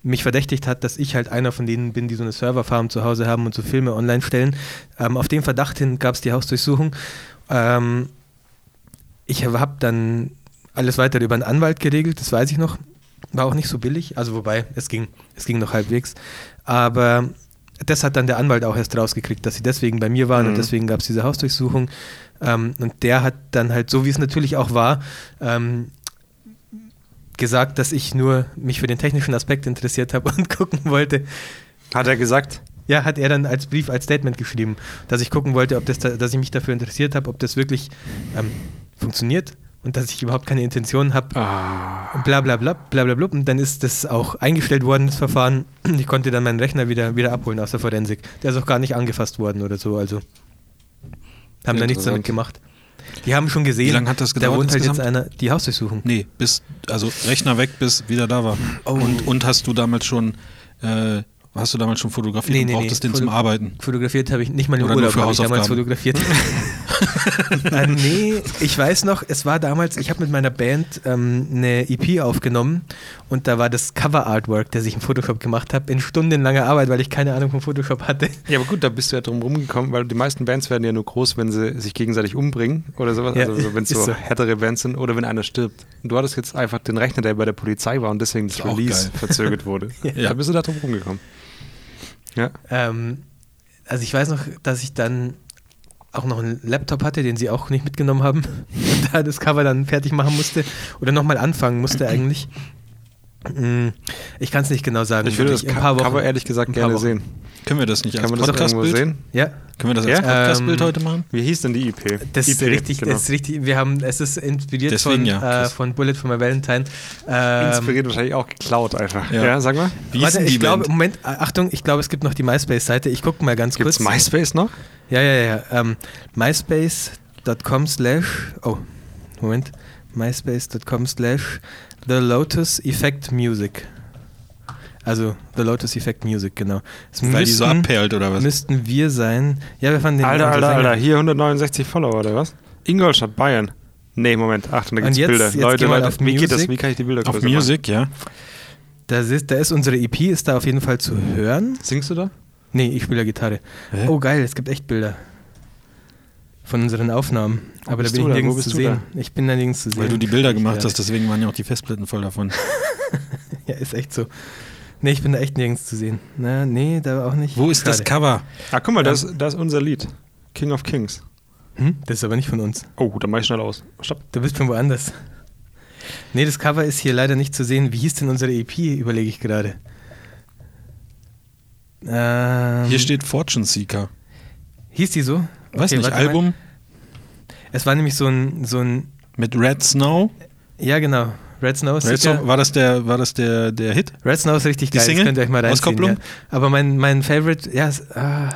Speaker 3: mich verdächtigt hat, dass ich halt einer von denen bin, die so eine Serverfarm zu Hause haben und so Filme online stellen. Ähm, auf den Verdacht hin gab es die Hausdurchsuchung. Ähm, ich habe dann alles weitere über einen Anwalt geregelt, das weiß ich noch. War auch nicht so billig, also wobei, es ging, es ging noch halbwegs. Aber das hat dann der Anwalt auch erst rausgekriegt, dass sie deswegen bei mir waren und
Speaker 2: Mhm.
Speaker 3: deswegen gab es diese Hausdurchsuchung. Ähm, und der hat dann halt, so wie es natürlich auch war, ähm, gesagt, dass ich nur mich für den technischen Aspekt interessiert habe und gucken wollte.
Speaker 2: Hat er gesagt?
Speaker 3: Ja, hat er dann als Brief, als Statement geschrieben, dass ich gucken wollte, ob das, da, dass ich mich dafür interessiert habe, ob das wirklich ähm, funktioniert und dass ich überhaupt keine Intention habe.
Speaker 1: Ah.
Speaker 3: Und bla bla bla bla bla bla. Und dann ist das auch eingestellt worden, das Verfahren. Ich konnte dann meinen Rechner wieder, wieder abholen aus der Forensik. Der ist auch gar nicht angefasst worden oder so. Also haben da nichts
Speaker 2: Interessant.
Speaker 3: damit gemacht. Die haben schon gesehen,
Speaker 1: Wie lange hat das gedauert
Speaker 3: da wohnt halt jetzt
Speaker 1: insgesamt?
Speaker 3: einer, die Hausdurchsuchung.
Speaker 1: nee, bis, also Rechner weg, bis wieder da war.
Speaker 3: Oh.
Speaker 1: Und, und hast du damals schon, äh, hast du damals schon fotografiert und brauchtest den
Speaker 3: Foto-
Speaker 1: zum Arbeiten?
Speaker 3: Fotografiert habe ich nicht mal im
Speaker 1: Oder nur
Speaker 3: Urlaub,
Speaker 1: für
Speaker 3: habe ich damals
Speaker 1: Hausaufgaben.
Speaker 3: fotografiert. äh, nee, ich weiß noch, es war damals, ich habe mit meiner Band ähm, eine EP aufgenommen und da war das Cover-Artwork, das ich im Photoshop gemacht habe, in stundenlanger Arbeit, weil ich keine Ahnung von Photoshop hatte.
Speaker 2: Ja, aber gut, da bist du ja drum rumgekommen, weil die meisten Bands werden ja nur groß, wenn sie sich gegenseitig umbringen oder sowas.
Speaker 3: Ja,
Speaker 2: also so, wenn es
Speaker 3: ist
Speaker 2: so
Speaker 3: so.
Speaker 2: härtere Bands sind oder wenn einer stirbt. Und du hattest jetzt einfach den Rechner, der bei der Polizei war und deswegen das
Speaker 1: Ist auch
Speaker 2: Release
Speaker 1: geil.
Speaker 2: verzögert wurde.
Speaker 1: Ja.
Speaker 2: Da bist du da drum rumgekommen. Ja.
Speaker 3: Ähm, also ich weiß noch, dass ich dann auch noch einen Laptop hatte, den sie auch nicht mitgenommen haben und da das Cover dann fertig machen musste oder nochmal anfangen musste eigentlich. Mm, Ich kann es nicht genau sagen.
Speaker 2: Ich würde das
Speaker 3: Wirklich
Speaker 2: Co-
Speaker 3: in ein paar Wochen.
Speaker 2: Cover ehrlich gesagt
Speaker 3: Ein paar
Speaker 2: gerne
Speaker 3: Wochen.
Speaker 2: sehen.
Speaker 1: Können wir das nicht
Speaker 2: Kann
Speaker 1: als
Speaker 2: man das irgendwo
Speaker 1: Podcast-Bild?
Speaker 2: sehen?
Speaker 3: Ja,
Speaker 1: Können wir das als
Speaker 2: Ja?
Speaker 1: Podcast-Bild
Speaker 3: Ähm,
Speaker 1: heute machen?
Speaker 2: Wie hieß denn die IP?
Speaker 3: das
Speaker 2: IP,
Speaker 3: ist richtig,
Speaker 2: genau.
Speaker 3: das ist richtig. Wir haben, es ist inspiriert
Speaker 1: Deswegen
Speaker 3: von,
Speaker 1: ja,
Speaker 3: äh,
Speaker 1: das-
Speaker 3: von Bullet for My Valentine. Ähm,
Speaker 2: Inspiriert wahrscheinlich auch geklaut einfach.
Speaker 1: Ja.
Speaker 2: Ja, sag mal.
Speaker 1: Wie
Speaker 3: Warte,
Speaker 1: hießen
Speaker 3: ich glaube,
Speaker 1: Band?
Speaker 3: Moment, A- Achtung, ich glaube, es gibt noch die MySpace-Seite. Ich gucke mal ganz
Speaker 2: Gibt's
Speaker 3: kurz.
Speaker 2: MySpace noch?
Speaker 3: Ja, ja, ja. Ähm, MySpace.com slash. Oh, Moment. MySpace.com slash The Lotus Effect Music. Also The Lotus Effect Music, genau. Es
Speaker 1: Weil die so
Speaker 3: müssten-
Speaker 1: abperlt oder was?
Speaker 3: müssten wir sein. Ja, wir fanden den
Speaker 2: Alter,
Speaker 3: anderen
Speaker 2: Alter,
Speaker 3: Sänger.
Speaker 2: Alter. Hier 169 Follower oder was? Ingolstadt, Bayern. Nee, Moment. Achtung, da
Speaker 3: Und
Speaker 2: gibt's
Speaker 3: jetzt-
Speaker 2: Bilder.
Speaker 3: jetzt
Speaker 2: Leute,
Speaker 3: geh mal
Speaker 2: Leute,
Speaker 3: auf
Speaker 2: wie geht das?
Speaker 3: Music.
Speaker 2: Wie kann ich die Bilder
Speaker 1: Auf
Speaker 2: größer machen?
Speaker 1: Music, ja.
Speaker 3: Das ist, da ist unsere EP, ist da auf jeden Fall zu hören.
Speaker 2: Singst du da?
Speaker 3: Nee, ich spiele ja Gitarre.
Speaker 1: Hä?
Speaker 3: Oh geil, es gibt echt Bilder. Von unseren Aufnahmen. Aber da
Speaker 2: bist
Speaker 3: bin ich
Speaker 2: du da? Wo
Speaker 3: nirgends
Speaker 2: bist
Speaker 3: zu
Speaker 2: du
Speaker 3: sehen. Ich bin da nirgends zu sehen.
Speaker 1: Weil du die Bilder gemacht
Speaker 3: Ja.
Speaker 1: hast, deswegen waren ja auch die Festplatten voll davon.
Speaker 3: Ja, ist echt so. Nee, ich bin da echt nirgends zu sehen. Na, nee, da auch nicht.
Speaker 1: Wo ist das
Speaker 3: Schade.
Speaker 1: Cover?
Speaker 2: Ah, guck mal, das, das ist unser Lied. King of Kings.
Speaker 3: Hm? Das ist aber nicht von uns.
Speaker 2: Oh, da mach ich schnell aus. Stopp.
Speaker 3: Du bist von woanders. Nee, das Cover ist hier leider nicht zu sehen. Wie hieß denn unsere EP, überlege ich gerade. Ähm,
Speaker 1: Hier steht Fortune Seeker.
Speaker 3: Hieß die so?
Speaker 1: Weiß
Speaker 3: Okay,
Speaker 1: nicht,
Speaker 3: warte mal.
Speaker 1: Album
Speaker 3: Es war nämlich so ein, so ein,
Speaker 1: mit Red Snow.
Speaker 3: ja genau, Red Snow ist
Speaker 1: Red
Speaker 3: sicher-
Speaker 1: Snow war das der, war das der, der Hit?
Speaker 3: Red Snow ist richtig
Speaker 1: Die
Speaker 3: geil,
Speaker 1: Single?
Speaker 3: das könnt ihr euch mal reinziehen.
Speaker 1: Auskopplung?
Speaker 3: Ja. Aber mein, mein Favorite, ja, es- ah,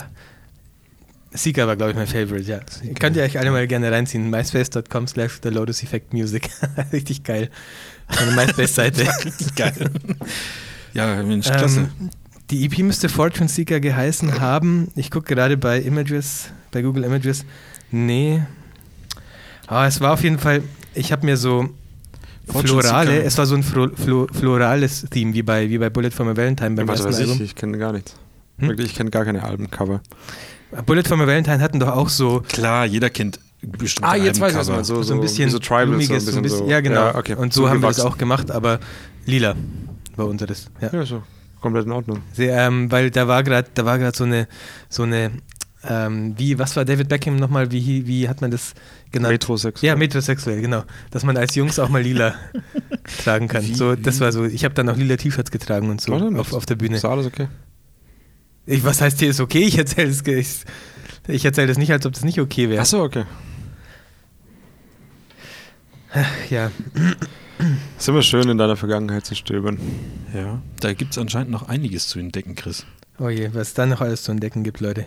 Speaker 3: Seeker war, glaube ich, mein Favorite, ja. Könnt ihr euch alle mal gerne reinziehen. myspace.com slash The Lotus Effect Music. richtig geil. Eine MySpace-Seite.
Speaker 1: Richtig geil. ja, Mensch, klasse.
Speaker 3: Ähm, die EP müsste Fortune Seeker geheißen haben. Ich gucke gerade bei Images, bei Google Images. Nee. Aber es war auf jeden Fall, ich habe mir so
Speaker 1: Fortune
Speaker 3: florale,
Speaker 1: Seeker.
Speaker 3: es war so ein Fro Flo florales Theme, wie bei, wie bei Bullet for My Valentine beim
Speaker 2: Was
Speaker 3: ersten
Speaker 2: weiß ich?
Speaker 3: Album.
Speaker 2: Ich kenne gar nichts.
Speaker 3: also. Hm?
Speaker 2: Wirklich, ich kenne gar keine Albencover.
Speaker 3: Ah, Bullet for My Valentine hatten doch auch so,
Speaker 1: Klar, jeder kennt bestimmt
Speaker 2: Ah, jetzt weiß ich was
Speaker 1: Albencover.
Speaker 2: mal. So,
Speaker 3: so, ein bisschen
Speaker 2: so Tribal, so ein
Speaker 3: blumiges,
Speaker 2: bisschen,
Speaker 3: ein bisschen
Speaker 2: so.
Speaker 3: ja genau.
Speaker 2: okay.
Speaker 3: Und so haben wir das
Speaker 2: Zugewachsen.
Speaker 3: auch gemacht, aber lila war unseres. Ja.
Speaker 2: Ja, so. Komplett in Ordnung.
Speaker 3: Sehr, ähm, weil da war gerade, da war gerade so eine, so eine, ähm, wie, was war David Beckham nochmal, wie, wie hat man das genannt?
Speaker 2: Metrosex.
Speaker 3: Genau. ja, metrosexuell, genau. Dass man als Jungs auch mal lila tragen kann.
Speaker 1: Wie-
Speaker 3: so, das war so. Ich habe dann auch lila T-Shirts getragen und so
Speaker 2: Warte,
Speaker 3: auf, auf der Bühne.
Speaker 2: Ist alles okay?
Speaker 3: Ich, was heißt hier ist okay? Ich erzähle es, ich, ich erzähl das nicht, als ob das nicht okay wäre.
Speaker 2: Achso, okay.
Speaker 3: Ja,
Speaker 2: Ist immer schön, in deiner Vergangenheit zu stöbern.
Speaker 1: Ja, da gibt es anscheinend noch einiges zu entdecken, Chris.
Speaker 3: oh je, was da noch alles zu entdecken gibt, Leute.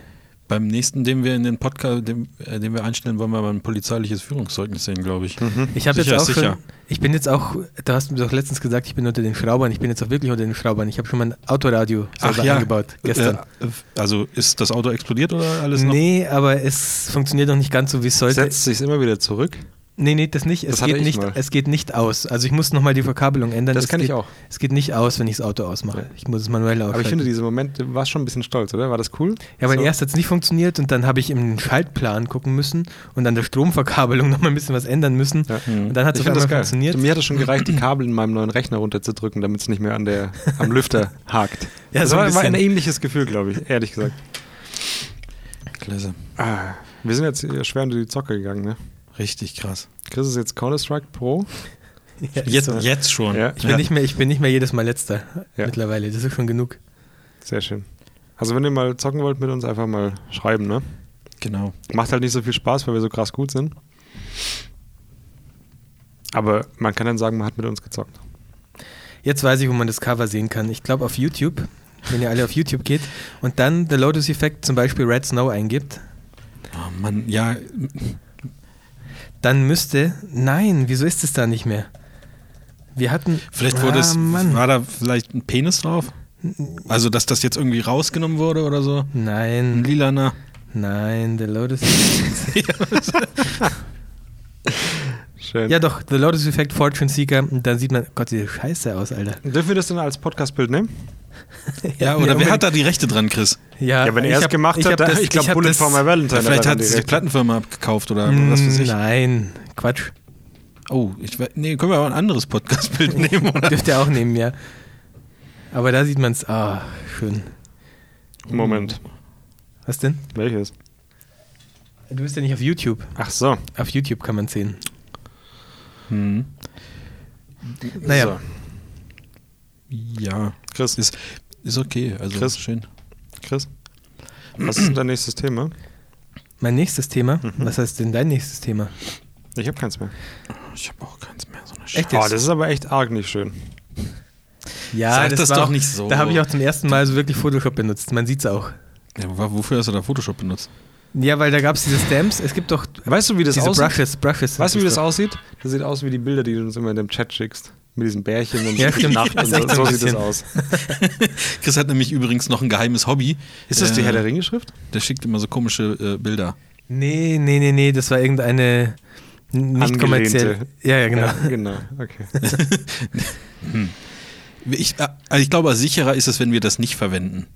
Speaker 1: Beim nächsten, den wir in den Podcast, den, äh, den wir einstellen, wollen wir mal ein polizeiliches Führungszeugnis sehen, glaube ich.
Speaker 3: Mhm. Ich habe jetzt
Speaker 1: Sicher,
Speaker 3: auch
Speaker 1: sicher.
Speaker 3: schon, ich bin jetzt auch, da hast du mir doch letztens gesagt, ich bin unter den Schraubern, ich bin jetzt auch wirklich unter den Schraubern. Ich habe schon mein Autoradio selber eingebaut gestern.
Speaker 1: Äh, also ist das Auto explodiert oder alles noch?
Speaker 3: nee, aber es funktioniert noch nicht ganz so, wie es sollte.
Speaker 2: Setzt sich immer wieder zurück.
Speaker 3: nee, nee, das nicht. Es,
Speaker 2: Das hatte
Speaker 3: geht
Speaker 2: ich
Speaker 3: nicht
Speaker 2: mal.
Speaker 3: es geht nicht aus. Also ich muss nochmal die Verkabelung ändern.
Speaker 2: Das
Speaker 3: es
Speaker 2: kann ich
Speaker 3: geht,
Speaker 2: auch.
Speaker 3: Es geht nicht aus, wenn ich das Auto ausmache. Ich muss es manuell ausschalten.
Speaker 2: Aber ich finde, diese Momente war schon ein bisschen stolz, oder? War das cool?
Speaker 3: ja, weil
Speaker 2: so.
Speaker 3: erst hat es nicht funktioniert und dann habe ich im Schaltplan gucken müssen und an der Stromverkabelung nochmal ein bisschen was ändern müssen.
Speaker 2: Ja.
Speaker 3: Und dann hat es
Speaker 2: Ich finde
Speaker 3: auf einmal
Speaker 2: das geil.
Speaker 3: funktioniert.
Speaker 2: Mir hat es schon gereicht, die Kabel in meinem neuen Rechner runterzudrücken, damit es nicht mehr an der, am Lüfter hakt.
Speaker 3: Ja,
Speaker 2: das
Speaker 3: so ein
Speaker 2: war, war ein
Speaker 3: bisschen.
Speaker 2: ähnliches Gefühl, glaube ich, ehrlich gesagt.
Speaker 1: Klasse.
Speaker 2: Ah, wir sind jetzt hier schwer unter die Zocke gegangen, ne?
Speaker 1: Richtig krass.
Speaker 2: Chris ist jetzt Counter-Strike Pro.
Speaker 3: Ja, ist
Speaker 1: Jetzt,
Speaker 3: so.
Speaker 1: jetzt schon.
Speaker 2: Ja.
Speaker 3: Ich bin, nicht mehr, ich bin nicht mehr jedes Mal letzter
Speaker 2: Ja.
Speaker 3: mittlerweile. Das ist schon genug.
Speaker 2: Sehr schön. Also, wenn ihr mal zocken wollt mit uns, einfach mal schreiben, ne?
Speaker 1: Genau.
Speaker 2: Macht halt nicht so viel Spaß, weil wir so krass gut sind. Aber man kann dann sagen, man hat mit uns gezockt.
Speaker 3: Jetzt weiß ich, wo man das Cover sehen kann. Ich glaube auf YouTube, wenn ihr alle auf YouTube geht und dann The Lotus Effect zum Beispiel Red Snow eingibt,
Speaker 1: Oh Mann, ja,
Speaker 3: dann müsste. Nein, wieso ist es da nicht mehr? Wir hatten.
Speaker 1: vielleicht wurde es,
Speaker 3: Ah, Mann.
Speaker 1: war da vielleicht ein Penis drauf? Also, dass das jetzt irgendwie rausgenommen wurde oder so? Ein
Speaker 3: Nein,
Speaker 1: lilaner.
Speaker 3: nein, The Lotus Effect.
Speaker 2: Schön.
Speaker 3: ja doch, The Lotus Effect, Fortune Seeker. Und dann sieht man, Gott, sieht das scheiße aus, Alter.
Speaker 2: Dürfen wir das denn als Podcast-Bild nehmen?
Speaker 1: Ja, oder wer hat da die Rechte dran, Chris?
Speaker 3: Ja,
Speaker 2: Ja, wenn
Speaker 3: ich
Speaker 2: er es
Speaker 3: hab-
Speaker 2: gemacht
Speaker 3: ich
Speaker 2: hat,
Speaker 3: hab
Speaker 2: dann-
Speaker 3: das-
Speaker 2: ich glaube,
Speaker 3: hab
Speaker 2: Bullet
Speaker 3: das-
Speaker 2: for my Valentine.
Speaker 1: Ja, vielleicht
Speaker 2: daran
Speaker 1: hat es die
Speaker 2: direkt.
Speaker 1: Plattenfirma abgekauft oder was weiß ich.
Speaker 3: Hm, Nein, Quatsch.
Speaker 1: Oh, ich, we- nee, können wir auch ein anderes Podcast-Bild nehmen, oder?
Speaker 3: Dürft ihr auch nehmen, ja. Aber da sieht man es. Ah, schön.
Speaker 2: Moment,
Speaker 3: Was denn?
Speaker 2: welches?
Speaker 3: Du bist ja nicht auf YouTube.
Speaker 2: Ach so.
Speaker 3: Auf YouTube kann man sehen.
Speaker 1: Hm.
Speaker 3: Naja.
Speaker 1: Ja.
Speaker 2: Chris.
Speaker 1: Ist, ist okay. Also
Speaker 2: Chris.
Speaker 1: schön.
Speaker 2: Chris, was ist denn dein nächstes Thema?
Speaker 3: Mein nächstes Thema.
Speaker 2: Mhm.
Speaker 3: Was heißt denn dein nächstes Thema?
Speaker 2: Ich habe keins mehr.
Speaker 1: Ich habe auch keins mehr. So eine Sch
Speaker 3: Echt
Speaker 2: Oh,
Speaker 3: jetzt?
Speaker 2: das ist aber echt arg nicht schön.
Speaker 3: ja,
Speaker 1: Sag das
Speaker 3: war
Speaker 1: doch
Speaker 3: auch,
Speaker 1: nicht so.
Speaker 3: Da habe ich auch zum ersten Mal so wirklich Photoshop benutzt. Man sieht's auch.
Speaker 1: ja, wa- wofür hast du da Photoshop benutzt?
Speaker 3: Ja, weil da gab es diese Stamps. Es gibt doch
Speaker 2: Weißt du, wie das
Speaker 3: diese
Speaker 2: aussieht?
Speaker 3: Brushes. Brushes sind
Speaker 2: Weißt du, wie das
Speaker 3: doch.
Speaker 2: aussieht? Das sieht aus wie die Bilder, die du uns immer in dem Chat schickst. Mit diesen Bärchen und
Speaker 3: Ja, stimmt.
Speaker 2: Nacht
Speaker 3: Ja,
Speaker 2: und
Speaker 3: ist
Speaker 2: so.
Speaker 3: echt
Speaker 2: So
Speaker 3: ein
Speaker 2: sieht das
Speaker 3: bisschen.
Speaker 2: aus.
Speaker 1: Chris hat nämlich übrigens noch ein geheimes Hobby.
Speaker 2: Ist das die
Speaker 1: Äh,
Speaker 2: Herr der Ringe-Schrift?
Speaker 1: Der schickt immer so komische äh, Bilder.
Speaker 3: Nee, nee, nee, nee. Das war irgendeine n- nicht
Speaker 2: Angelehnte.
Speaker 3: kommerziell. Ja, ja, genau.
Speaker 2: Ja, genau, okay.
Speaker 1: Ich, äh, also ich glaube, sicherer ist es, wenn wir das nicht verwenden.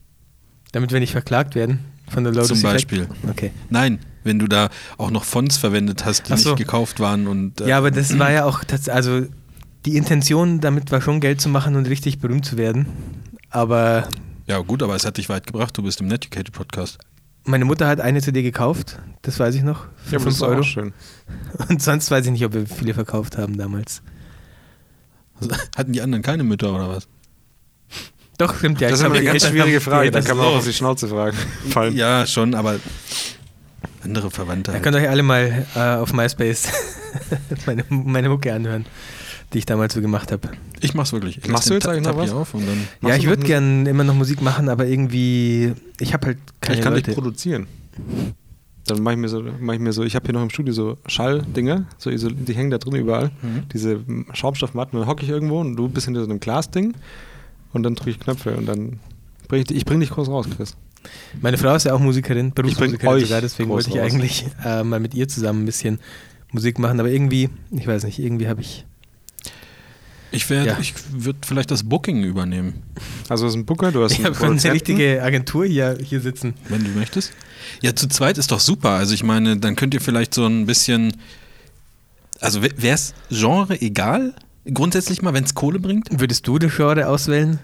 Speaker 3: Damit wir nicht verklagt werden von der Lotus
Speaker 1: Zum
Speaker 3: Effect.
Speaker 1: Beispiel.
Speaker 3: Okay.
Speaker 1: Nein, wenn du da auch noch Fonts verwendet hast, die
Speaker 3: Ach so.
Speaker 1: nicht gekauft waren und äh,
Speaker 3: Ja, aber das war ja auch tats- also die Intention damit war schon Geld zu machen und richtig berühmt zu werden. Aber
Speaker 1: ja gut, aber es hat dich weit gebracht. Du bist im Netucated Podcast.
Speaker 3: meine Mutter hat eine CD gekauft, das weiß ich noch, für
Speaker 2: Ja, aber das
Speaker 3: 5
Speaker 2: ist auch
Speaker 3: Euro.
Speaker 2: schön.
Speaker 3: Und sonst weiß ich nicht, ob wir viele verkauft haben damals.
Speaker 1: Also, Hatten die anderen keine Mütter oder was?
Speaker 3: Doch, stimmt ja.
Speaker 2: das ist
Speaker 3: ich
Speaker 2: immer
Speaker 3: glaube,
Speaker 2: eine
Speaker 3: die
Speaker 2: ganz
Speaker 3: Eltern
Speaker 2: schwierige
Speaker 3: haben-
Speaker 2: Frage.
Speaker 3: Ja,
Speaker 2: Da
Speaker 3: das
Speaker 2: kann
Speaker 3: ist
Speaker 2: man auch
Speaker 3: auch-
Speaker 2: auf die Schnauze fragen. Fallen.
Speaker 1: Ja, schon, aber andere Verwandte.
Speaker 3: Ihr
Speaker 1: Halt.
Speaker 3: könnt euch alle mal äh, auf MySpace meine, meine Mucke anhören, die ich damals so gemacht habe.
Speaker 1: Ich mach's wirklich. Ich lass
Speaker 2: Machst du jetzt
Speaker 1: den
Speaker 2: eigentlich
Speaker 1: Ta-
Speaker 2: noch
Speaker 1: Tab hier
Speaker 2: was?
Speaker 1: Auf und dann
Speaker 3: Ja,
Speaker 2: du
Speaker 3: ich
Speaker 2: noch
Speaker 3: würde
Speaker 2: Musik?
Speaker 3: gern immer noch Musik machen, aber irgendwie, ich habe halt keine
Speaker 2: ich kann dich
Speaker 3: Leute.
Speaker 2: produzieren. Dann mache ich mir so, mach ich mir so, ich habe hier noch im Studio so Schalldinger, so isol- die hängen da drin überall,
Speaker 1: Mhm.
Speaker 2: diese mm, Schaumstoffmatten, dann hocke ich irgendwo und du bist hinter so einem Glasding und dann drücke ich Knöpfe und dann bring ich, dich- ich bring dich groß raus, Chris.
Speaker 3: Meine Frau ist ja auch Musikerin, Berufsmusikerin
Speaker 2: euch
Speaker 3: sogar, deswegen
Speaker 2: groß
Speaker 3: wollte ich
Speaker 2: raus.
Speaker 3: eigentlich äh, mal mit ihr zusammen ein bisschen Musik machen, aber irgendwie, ich weiß nicht, irgendwie habe ich.
Speaker 1: Ich werde,
Speaker 3: Ja.
Speaker 1: ich würde vielleicht das Booking übernehmen,
Speaker 2: Also du hast einen Booker, du hast
Speaker 3: Ich
Speaker 2: einen
Speaker 3: habe schon eine
Speaker 2: Produzenten.
Speaker 3: richtige Agentur hier, hier sitzen.
Speaker 1: wenn du möchtest. Ja, zu zweit ist doch super. Also ich meine, dann könnt ihr vielleicht so ein bisschen, also wäre es Genre egal grundsätzlich mal, wenn es Kohle bringt?
Speaker 3: Würdest du das Genre auswählen?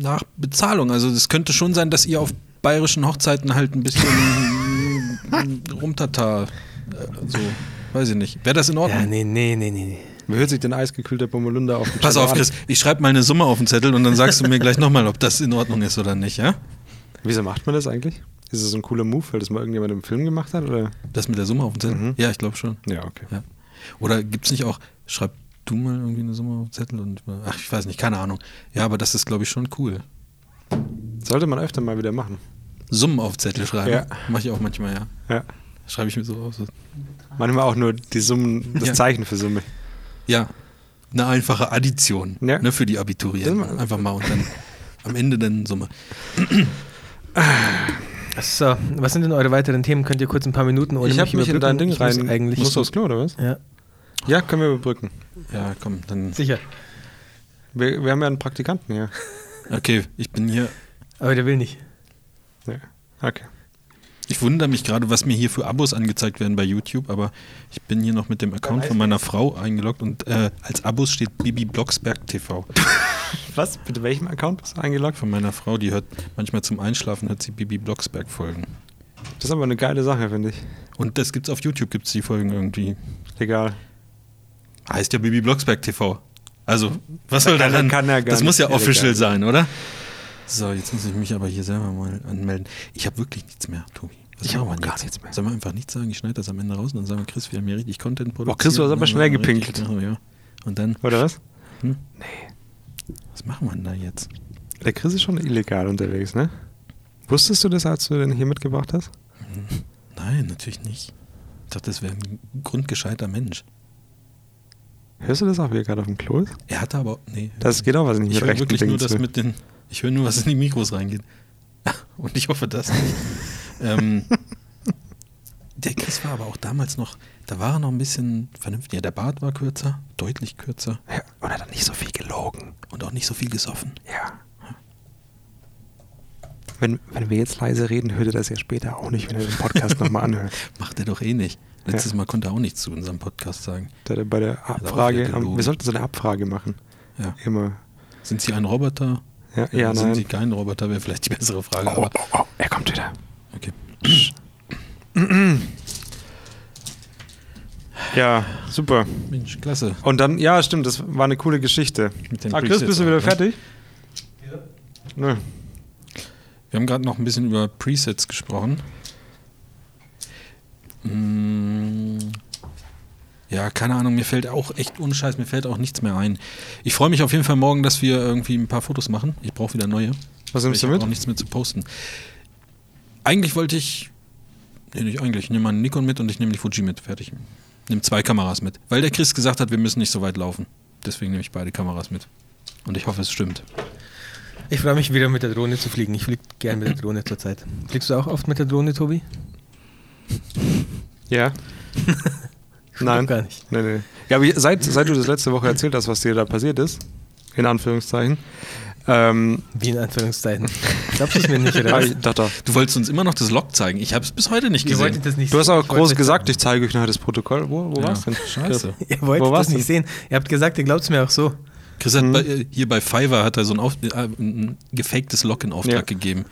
Speaker 1: Nach Bezahlung. Also es könnte schon sein, dass ihr auf bayerischen Hochzeiten halt ein bisschen rumtata, äh, so, weiß ich nicht. Wäre das
Speaker 2: Oh.
Speaker 1: in Ordnung?
Speaker 3: Ja, nee, nee, nee, nee. nee.
Speaker 2: Wie hört sich denn eisgekühlter Bommelunder auf? den
Speaker 1: Pass
Speaker 2: Cello
Speaker 1: auf,
Speaker 2: an?
Speaker 1: Chris, ich schreibe mal eine Summe auf den Zettel und dann sagst du mir gleich nochmal, ob das in Ordnung ist oder nicht, ja?
Speaker 2: Wieso macht man das eigentlich? Ist es ein cooler Move, weil das mal irgendjemand im Film gemacht hat? Oder?
Speaker 1: Das mit der Summe auf dem Zettel?
Speaker 3: Mhm.
Speaker 1: Ja, ich glaube schon.
Speaker 2: Ja, okay.
Speaker 1: Ja. Oder gibt es nicht auch, schreib du mal irgendwie eine Summe auf den Zettel und ach, ich weiß nicht, keine Ahnung. Ja, aber das ist, glaube ich, schon cool.
Speaker 2: Sollte man öfter mal wieder machen.
Speaker 1: Summen auf Zettel schreiben.
Speaker 2: Ja.
Speaker 1: Mache ich auch manchmal, ja.
Speaker 2: Ja.
Speaker 1: Schreibe ich mir so auf. So.
Speaker 2: Manchmal auch nur die Summen, das
Speaker 1: Ja.
Speaker 2: Zeichen für Summe.
Speaker 1: Ja. Eine einfache Addition
Speaker 2: Ja.
Speaker 1: ne, für die Abiturienten. Einfach mal und dann am Ende dann Summe.
Speaker 3: So, was sind denn eure weiteren Themen? Könnt ihr kurz ein paar Minuten ohne
Speaker 2: ich
Speaker 3: mich
Speaker 2: habe mich in dein Ding
Speaker 3: überbrücken? Ich muss
Speaker 2: rein.
Speaker 3: Eigentlich
Speaker 2: Musst du aufs Klo oder was?
Speaker 3: ja,
Speaker 2: Ja, können wir überbrücken.
Speaker 1: Ja, komm, dann.
Speaker 3: sicher.
Speaker 2: Wir, wir haben ja einen Praktikanten hier.
Speaker 1: Okay, ich bin hier.
Speaker 3: Aber der will nicht.
Speaker 2: Ja. Okay.
Speaker 1: Ich wundere mich gerade, was mir hier für Abos angezeigt werden bei YouTube, aber ich bin hier noch mit dem Account von meiner Frau eingeloggt und äh, als Abos steht Bibi Blocksberg TV.
Speaker 2: Was? Bitte welchem Account bist du eingeloggt?
Speaker 1: Von meiner Frau, die hört manchmal zum Einschlafen, hört sie Bibi Blocksberg Folgen.
Speaker 2: Das ist aber eine geile Sache, finde ich.
Speaker 1: Und das gibt's auf YouTube, gibt's die Folgen irgendwie.
Speaker 2: Egal.
Speaker 1: Heißt ja Bibi Blocksberg TV. Also, was soll da
Speaker 2: kann er-
Speaker 1: dann?
Speaker 2: kann er gar
Speaker 1: das
Speaker 2: nicht.
Speaker 1: muss ja
Speaker 2: Illegal.
Speaker 1: official sein, oder? So, jetzt muss ich mich aber hier selber mal anmelden. Ich habe wirklich nichts mehr, Tobi. Was
Speaker 2: Ich
Speaker 1: machen
Speaker 2: hab
Speaker 1: wir
Speaker 2: auch gar
Speaker 1: jetzt?
Speaker 2: nichts mehr.
Speaker 1: Sollen wir einfach nichts sagen? Ich schneide das am Ende raus und dann sagen wir, Chris, wir haben hier richtig Content produziert.
Speaker 2: Oh, Chris, du hast
Speaker 1: und
Speaker 2: aber
Speaker 1: dann
Speaker 2: schnell
Speaker 1: haben wir richtig-
Speaker 2: gepinkelt.
Speaker 1: Ja. Und dann,
Speaker 2: Oder was?
Speaker 1: was machen wir denn da jetzt?
Speaker 2: Der Chris ist schon illegal unterwegs, ne? Wusstest du das, als du den hier mitgebracht hast?
Speaker 1: Nein, natürlich nicht. Ich dachte, das wäre ein grundgescheiter Mensch.
Speaker 2: Hörst du das auch, wie er gerade auf dem Klo ist?
Speaker 1: Er hatte aber, nee.
Speaker 2: Das geht auch, was ich nicht
Speaker 1: Ich
Speaker 2: mit
Speaker 1: höre
Speaker 2: rechten
Speaker 1: wirklich nur
Speaker 2: Dingen
Speaker 1: das
Speaker 2: zu.
Speaker 1: mit den. Ich höre nur, was in die Mikros reingeht. Und ich hoffe das nicht. ähm, der Chris war aber auch damals noch, da war er noch ein bisschen vernünftig. Ja, der Bart war kürzer, deutlich kürzer
Speaker 2: Ja, und hat dann nicht so viel gelogen.
Speaker 1: und auch nicht so viel gesoffen.
Speaker 2: Ja. Wenn, wenn wir jetzt leise reden, hört er das ja später auch nicht, wenn er den Podcast nochmal anhört.
Speaker 1: Macht er doch eh nicht. Letztes
Speaker 2: Ja.
Speaker 1: Mal konnte er auch nichts zu unserem Podcast sagen.
Speaker 2: Da der bei der
Speaker 1: auch
Speaker 2: Abfrage,
Speaker 1: wieder
Speaker 2: am,
Speaker 1: gelogen.
Speaker 2: wir sollten so eine Abfrage machen.
Speaker 1: Ja.
Speaker 2: Immer.
Speaker 1: Sind Sie ein Roboter?
Speaker 2: Ja, ja
Speaker 1: Sind
Speaker 2: nein.
Speaker 1: Sie kein Roboter? Wäre vielleicht die bessere Frage.
Speaker 2: Oh,
Speaker 1: Aber
Speaker 2: oh, oh, er kommt wieder.
Speaker 1: okay.
Speaker 2: Ja, super.
Speaker 1: Mensch, klasse.
Speaker 2: Und dann, ja, stimmt, das war eine coole Geschichte.
Speaker 1: Mit den
Speaker 2: Ah, Chris,
Speaker 1: Presets
Speaker 2: bist du wieder
Speaker 1: auch, ne?
Speaker 2: fertig? Nö.
Speaker 1: Wir haben gerade noch ein bisschen über Presets gesprochen. Mm, Ja, keine Ahnung, mir fällt auch echt unscheiß, mir fällt auch nichts mehr ein. Ich freue mich auf jeden Fall morgen, dass wir irgendwie ein paar Fotos machen. Ich brauche wieder neue.
Speaker 2: Was nimmst
Speaker 1: ich
Speaker 2: du
Speaker 1: hab
Speaker 2: mit?
Speaker 1: auch nichts mehr zu posten. Eigentlich wollte ich. Nee, nicht eigentlich. Ich nehme einen Nikon mit und ich nehme die Fuji mit. Fertig. Nimm zwei Kameras mit. Weil der Chris gesagt hat, wir müssen nicht so weit laufen. Deswegen nehme ich beide Kameras mit. Und ich hoffe, es stimmt.
Speaker 3: Ich freue mich wieder mit der Drohne zu fliegen. Ich fliege gern mit der Drohne zurzeit. Fliegst du auch oft mit der Drohne, Tobi?
Speaker 2: Ja.
Speaker 3: Doch
Speaker 2: Nein.
Speaker 3: Gar nicht.
Speaker 2: Nee, nee. Ja, aber seit, seit du das letzte Woche erzählt hast, was dir da passiert ist, in Anführungszeichen, ähm, ah,
Speaker 3: Wie in Anführungszeichen. Glaubst du es mir nicht, oder
Speaker 2: hab
Speaker 3: was?
Speaker 2: ich, dachte,
Speaker 1: Du wolltest uns immer noch das Log zeigen. Ich habe es bis heute nicht
Speaker 3: Ihr
Speaker 1: gesehen.
Speaker 3: wolltet das nicht
Speaker 2: du hast
Speaker 3: sehen.
Speaker 2: auch
Speaker 3: Ich
Speaker 2: groß
Speaker 3: wollt's
Speaker 2: gesagt, ich zeige euch nachher das Protokoll. Wo, wo
Speaker 1: Ja,
Speaker 2: war's denn?
Speaker 1: scheiße.
Speaker 3: nicht- Ihr wolltet
Speaker 2: Wo war's
Speaker 3: das nicht sehen. Ihr habt gesagt, ihr glaubt es mir auch so.
Speaker 1: Chris hat bei, äh, hier bei Fiverr hat er so ein, auf, äh, ein gefaktes Log in Auftrag
Speaker 2: Ja.
Speaker 1: gegeben.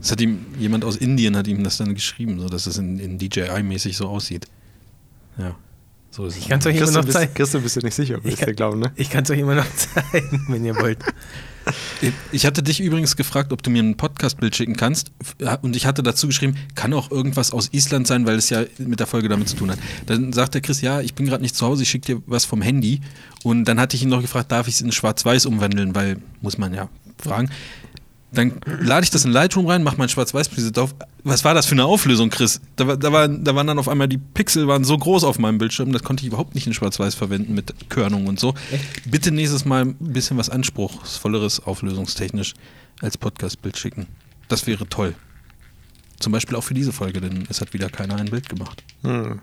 Speaker 1: Das hat ihm jemand aus Indien hat ihm das dann geschrieben, so dass es in, in DJI-mäßig so aussieht. Ja, so ist es.
Speaker 3: Ich kann es euch immer
Speaker 2: Christian,
Speaker 3: noch
Speaker 2: bist,
Speaker 3: zeigen.
Speaker 2: Christian, bist du nicht sicher, willst
Speaker 3: kann-
Speaker 2: du glauben, ne?
Speaker 3: Ich kann es euch immer noch zeigen, wenn ihr wollt.
Speaker 1: Ich- Ich hatte dich übrigens gefragt, ob du mir ein Podcast-Bild schicken kannst. F- ja, Und ich hatte dazu geschrieben, kann auch irgendwas aus Island sein, weil es ja mit der Folge damit zu tun hat. Dann sagt der Chris, ja, ich bin gerade nicht zu Hause, ich schicke dir was vom Handy. Und dann hatte ich ihn noch gefragt, darf ich es in Schwarz-Weiß umwandeln, weil muss man ja fragen. Dann lade ich das in Lightroom rein, mache mein Schwarz-Weiß-Preset auf. Was war das für eine Auflösung, Chris? Da, war- da, waren, da waren dann auf einmal die Pixel waren so groß auf meinem Bildschirm, das konnte ich überhaupt nicht in Schwarz-Weiß verwenden mit Körnung und so. Bitte nächstes Mal ein bisschen was Anspruchsvolleres auflösungstechnisch als Podcast-Bild schicken. Das wäre toll. Zum Beispiel auch für diese Folge, denn es hat wieder keiner ein Bild gemacht.
Speaker 2: Hm.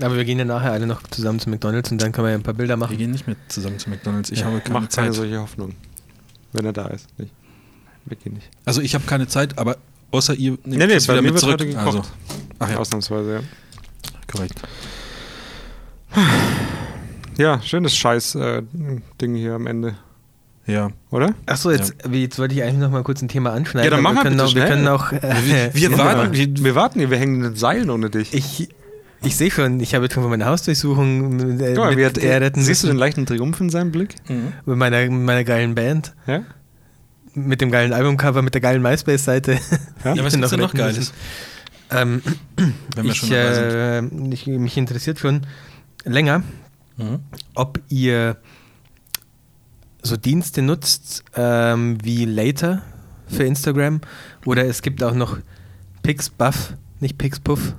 Speaker 3: Aber wir gehen ja nachher alle noch zusammen zu McDonalds und dann können wir ja ein paar Bilder
Speaker 1: Wir
Speaker 3: machen.
Speaker 1: gehen nicht mehr zusammen zu McDonalds. Ich habe keine
Speaker 2: Mach keine
Speaker 1: Zeit.
Speaker 2: solche Hoffnung. Wenn er da ist. Nicht. Wirklich nicht.
Speaker 1: also ich habe keine Zeit, aber außer ihr nehmt
Speaker 2: Nee, nee, bei mir wird heute gekocht.
Speaker 1: Also, ach ja,
Speaker 2: Ausnahmsweise, ja.
Speaker 1: korrekt.
Speaker 2: Ja, schönes Scheiß-Ding hier am Ende,
Speaker 1: Ja.
Speaker 2: oder?
Speaker 3: Achso, jetzt, wie- jetzt wollte ich eigentlich noch mal kurz ein Thema anschneiden.
Speaker 2: Ja, dann
Speaker 3: aber
Speaker 2: mach mal
Speaker 3: wir können
Speaker 2: bitte
Speaker 3: auch, Wir
Speaker 2: schnell.
Speaker 3: können auch. äh,
Speaker 1: Wir
Speaker 3: ja,
Speaker 1: warten.
Speaker 3: genau.
Speaker 2: Wir, wir warten hier, wir hängen in den Seilen ohne dich.
Speaker 3: Ich, ich sehe schon, ich habe jetzt schon von meiner Hausdurchsuchung äh,
Speaker 2: Guck mal,
Speaker 3: mit
Speaker 2: wie hat,
Speaker 3: der retten
Speaker 2: siehst du den
Speaker 3: müssen,
Speaker 2: leichten Triumph in seinem Blick?
Speaker 3: mit meiner, mit meiner geilen Band,
Speaker 2: Ja?
Speaker 3: mit dem geilen Albumcover, mit der geilen MySpace-Seite.
Speaker 2: Ja,
Speaker 3: Ich
Speaker 1: Ja, was
Speaker 3: bin
Speaker 1: gibt's denn noch
Speaker 3: retten
Speaker 1: Geiles,
Speaker 3: müssen. Ähm,
Speaker 1: wenn wir
Speaker 3: ich,
Speaker 1: schon dabei sind?
Speaker 3: äh, ich, mich interessiert schon länger,
Speaker 1: Mhm.
Speaker 3: ob ihr so Dienste nutzt ähm, wie Later für Instagram oder es gibt auch noch Pixbuff, nicht Pixpuff,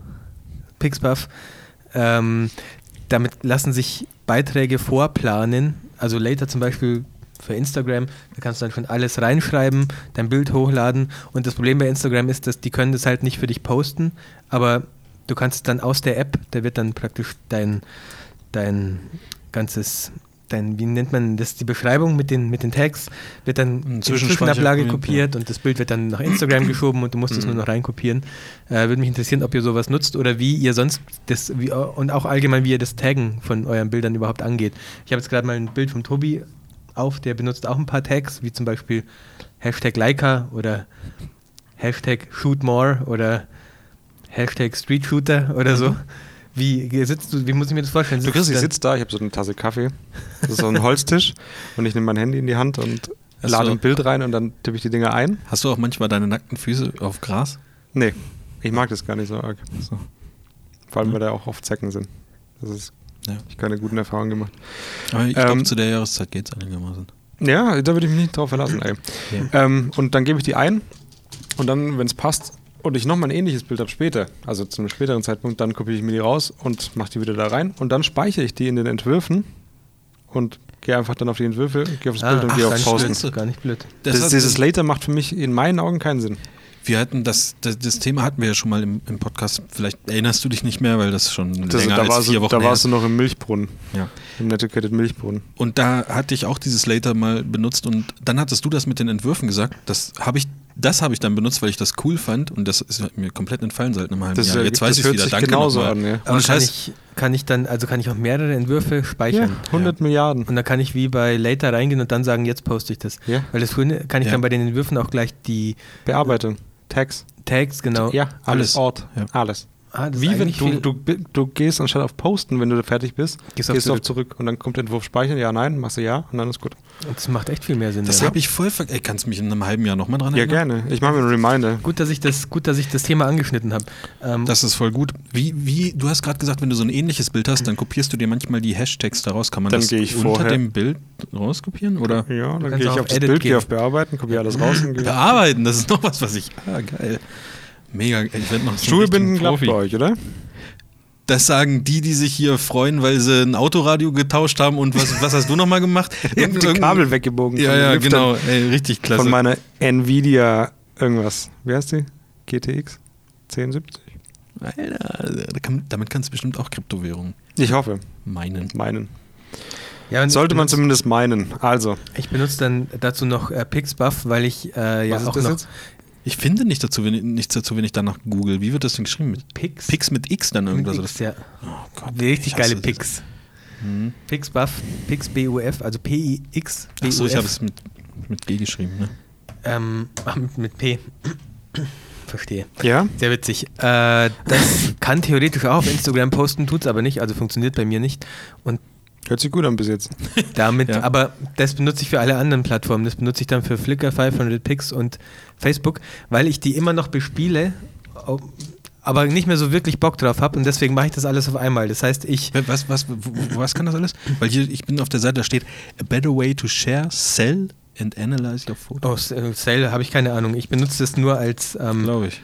Speaker 3: Pixbuff. Ähm, damit lassen sich Beiträge vorplanen. Also Later zum Beispiel für Instagram, da kannst du dann schon alles reinschreiben, dein Bild hochladen. Und das Problem bei Instagram ist, dass die können das halt nicht für dich posten, aber du kannst es dann aus der App, da wird dann praktisch dein, dein ganzes, dein, wie nennt man das, die Beschreibung mit den, mit den Tags, wird dann in
Speaker 1: Zwischenspeicher-
Speaker 3: Zwischenablage
Speaker 1: Ja.
Speaker 3: kopiert und das Bild wird dann nach Instagram geschoben und du musst es
Speaker 2: Mhm.
Speaker 3: nur noch reinkopieren. Äh, Würde mich interessieren, ob ihr sowas nutzt oder wie ihr sonst das, wie, und auch allgemein, wie ihr das Taggen von euren Bildern überhaupt angeht. Ich habe jetzt gerade mal ein Bild vom Tobi auf, der benutzt auch ein paar Tags, wie zum Beispiel Hashtag Leica oder Hashtag Shootmore oder Hashtag Street Shooter oder so. Wie sitzt du, wie muss ich mir das vorstellen?
Speaker 2: Mhm. Du Chris, ich
Speaker 3: da-
Speaker 2: sitze da, ich habe so eine Tasse Kaffee, das ist so ein Holztisch und ich nehme mein Handy in die Hand und
Speaker 1: Ach
Speaker 2: lade
Speaker 1: so.
Speaker 2: ein Bild rein und dann tippe ich die Dinger ein.
Speaker 1: Hast du auch manchmal deine nackten Füße auf Gras?
Speaker 2: Nee, ich mag das gar nicht so arg. Vor allem, weil da auch oft Zecken sind. Das ist,
Speaker 1: Ja.
Speaker 2: ich habe keine guten Erfahrungen gemacht.
Speaker 1: Aber ich glaube,
Speaker 2: Ähm,
Speaker 1: zu der Jahreszeit geht es einigermaßen.
Speaker 2: Ja, da würde ich mich nicht drauf verlassen, ey. Ähm, und dann gebe ich die ein und dann, wenn es passt und ich nochmal ein ähnliches Bild habe später, also zu einem späteren Zeitpunkt, dann kopiere ich mir die raus und mache die wieder da rein und dann speichere ich die in den Entwürfen und gehe einfach dann auf die Entwürfe, gehe auf das
Speaker 3: Ah,
Speaker 2: Bild und
Speaker 3: ach,
Speaker 2: gehe
Speaker 3: gar,
Speaker 2: auf
Speaker 3: nicht
Speaker 2: Posten.
Speaker 1: Posten.
Speaker 3: blöd, gar nicht blöd.
Speaker 2: Das
Speaker 1: hat-
Speaker 2: dieses Later macht für mich in meinen Augen keinen Sinn.
Speaker 1: wir hatten das, das, das Thema hatten wir ja schon mal im, im Podcast. Vielleicht erinnerst du dich nicht mehr, weil das schon
Speaker 2: Das,
Speaker 1: länger
Speaker 2: da
Speaker 1: als
Speaker 2: warst,
Speaker 1: vier
Speaker 2: du,
Speaker 1: Wochen
Speaker 2: da
Speaker 1: her
Speaker 2: warst du noch im Milchbrunnen,
Speaker 1: ist. Ja.
Speaker 2: im Netiquetted Milchbrunnen.
Speaker 1: Und da hatte ich auch dieses Later mal benutzt und dann hattest du das mit den Entwürfen gesagt. Das habe ich, das habe ich dann benutzt, weil ich das cool fand und das ist mir komplett entfallen seit einem halben
Speaker 2: Das,
Speaker 1: Jahr.
Speaker 2: äh,
Speaker 1: Jetzt
Speaker 2: das
Speaker 1: weiß ich
Speaker 2: hört
Speaker 1: wieder.
Speaker 2: sich
Speaker 1: Danke
Speaker 2: genauso
Speaker 1: nochmal.
Speaker 2: an, ja.
Speaker 1: Und
Speaker 3: Aber kann
Speaker 1: Scheiß,
Speaker 3: ich, kann ich dann, also kann ich auch mehrere Entwürfe
Speaker 2: Ja,
Speaker 3: speichern?
Speaker 2: 100 Milliarden.
Speaker 3: Und dann kann ich wie bei Later reingehen und dann sagen, jetzt poste ich das.
Speaker 2: Ja.
Speaker 3: Weil das Grüne kann ich
Speaker 1: Ja.
Speaker 3: dann bei den Entwürfen auch gleich die
Speaker 2: Bearbeitung, Tags,
Speaker 3: Tags, genau.
Speaker 2: ja, alles,
Speaker 1: Alles.
Speaker 2: Ort,
Speaker 1: Ja.
Speaker 2: alles.
Speaker 3: Ah, das ist
Speaker 2: Wie wenn
Speaker 3: eigentlich
Speaker 2: du,
Speaker 3: viel-
Speaker 2: du, du gehst anstatt auf Posten, wenn du da fertig bist, gehst,
Speaker 3: Gehst auf
Speaker 2: du auf
Speaker 3: Zurück.
Speaker 2: zurück und dann kommt der Entwurf speichern, ja, nein, machst du ja und dann ist gut.
Speaker 3: Das macht echt viel mehr Sinn.
Speaker 1: Das
Speaker 3: ja.
Speaker 1: habe ich voll vergessen. Ey, kannst du mich in einem halben Jahr nochmal dran
Speaker 2: Ja,
Speaker 1: erinnern?
Speaker 2: gerne. Ich mache mir einen Reminder.
Speaker 3: Gut, dass ich das, gut, dass ich das Thema angeschnitten habe. Ähm,
Speaker 1: Das ist voll gut. Wie, wie, du hast gerade gesagt, wenn du so ein ähnliches Bild hast, dann kopierst du dir manchmal die Hashtags daraus. Kann man
Speaker 2: Dann
Speaker 1: das
Speaker 2: gehe ich
Speaker 1: unter
Speaker 2: vorher.
Speaker 1: dem Bild rauskopieren? Oder
Speaker 2: Ja, dann
Speaker 3: kannst
Speaker 2: gehe ich
Speaker 3: auch
Speaker 2: auf,
Speaker 3: auf
Speaker 2: das
Speaker 3: Edit
Speaker 2: Bild, gehe
Speaker 3: gehen.
Speaker 2: auf Bearbeiten, kopiere alles raus und gehe.
Speaker 1: bearbeiten? Das ist noch was, was ich. Ah, geil. Mega, ey, ich werde noch so ein
Speaker 2: Schulbinden
Speaker 1: richtiger
Speaker 2: klappt bei euch, oder?
Speaker 1: Das sagen die, die sich hier freuen, weil sie ein Autoradio getauscht haben. Und was, was hast du nochmal gemacht?
Speaker 2: Ich habe die
Speaker 1: Irgendein-
Speaker 2: Kabel weggebogen.
Speaker 1: Ja,
Speaker 2: von den
Speaker 1: ja,
Speaker 2: Lüftern
Speaker 1: genau. Ey, richtig klasse.
Speaker 2: Von meiner Nvidia irgendwas. Wie heißt die? GTX 1070?
Speaker 1: Alter, da kann, damit kannst du bestimmt auch Kryptowährungen
Speaker 2: Ich hoffe,
Speaker 1: meinen.
Speaker 2: meinen.
Speaker 3: ja, und ich
Speaker 2: Sollte man
Speaker 3: benutze-
Speaker 2: zumindest meinen. Also,
Speaker 3: Ich benutze dann dazu noch äh, Pixbuff, weil ich äh, ja
Speaker 2: was ist
Speaker 3: auch
Speaker 2: das
Speaker 3: noch
Speaker 2: jetzt?
Speaker 1: Ich finde nicht dazu, wenn, ich- nichts dazu, wenn ich danach google. Wie wird das denn geschrieben? Mit
Speaker 3: Pix.
Speaker 1: Pix mit X dann
Speaker 3: mit
Speaker 1: irgendwas? oder?
Speaker 3: X, ja.
Speaker 1: Oh Gott,
Speaker 3: Die richtig
Speaker 1: ich hasse
Speaker 3: geile
Speaker 1: das.
Speaker 3: Pix.
Speaker 1: Hm.
Speaker 3: Pixbuff, Pixbuf, also P-I-X.
Speaker 1: Achso, ich
Speaker 3: BUF.
Speaker 1: habe es mit, mit G geschrieben. Ne?
Speaker 3: Ähm, ach, mit, mit P. Verstehe.
Speaker 2: Ja?
Speaker 3: Sehr witzig. Äh, das kann theoretisch auch auf Instagram posten, tut's aber nicht, also funktioniert bei mir nicht. Und
Speaker 2: Hört sich gut an bis jetzt.
Speaker 3: damit,
Speaker 1: Ja.
Speaker 3: aber das benutze ich für alle anderen Plattformen. Das benutze ich dann für Flickr, 500 Pix und Facebook, weil ich die immer noch bespiele, au- aber nicht mehr so wirklich Bock drauf habe und deswegen mache ich das alles auf einmal. Das heißt, ich
Speaker 1: Was, was, wo- was kann das alles? Weil hier, ich bin auf der Seite, da steht A better way to share, sell and analyze your photo.
Speaker 3: Oh, S- äh, Sale habe ich keine Ahnung. Ich benutze das nur als ähm,
Speaker 1: Glaube ich.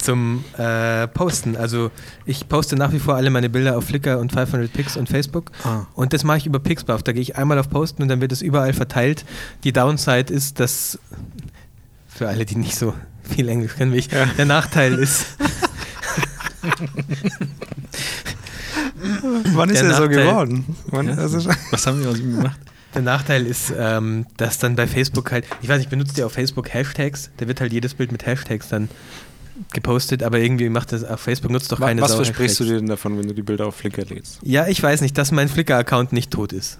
Speaker 3: zum äh, Posten. Also ich poste nach wie vor alle meine Bilder auf Flickr und 500 Pix und Facebook.
Speaker 1: Ah.
Speaker 3: Und das mache ich über Pixbuff. Da gehe ich einmal auf Posten und dann wird es überall verteilt. Die Downside ist, dass für alle, die nicht so viel Englisch können wie ich,
Speaker 2: Ja.
Speaker 3: der Nachteil ist,
Speaker 2: Wann ist
Speaker 3: Der
Speaker 2: er so
Speaker 3: Nachteil-
Speaker 2: geworden? Wann,
Speaker 1: Ja.
Speaker 2: das ist,
Speaker 1: Was haben wir aus ihm gemacht?
Speaker 3: Der Nachteil ist, ähm, dass dann bei Facebook halt, ich weiß nicht, benutzt ihr auf Facebook Hashtags? Da wird halt jedes Bild mit Hashtags dann gepostet, aber irgendwie macht das auf Facebook nutzt doch keine
Speaker 2: was
Speaker 3: Sau
Speaker 2: versprichst du dir
Speaker 3: Hashtags.
Speaker 2: denn davon, wenn du die Bilder auf Flickr lädst?
Speaker 3: Ja, ich weiß nicht, dass mein Flickr-Account nicht tot ist.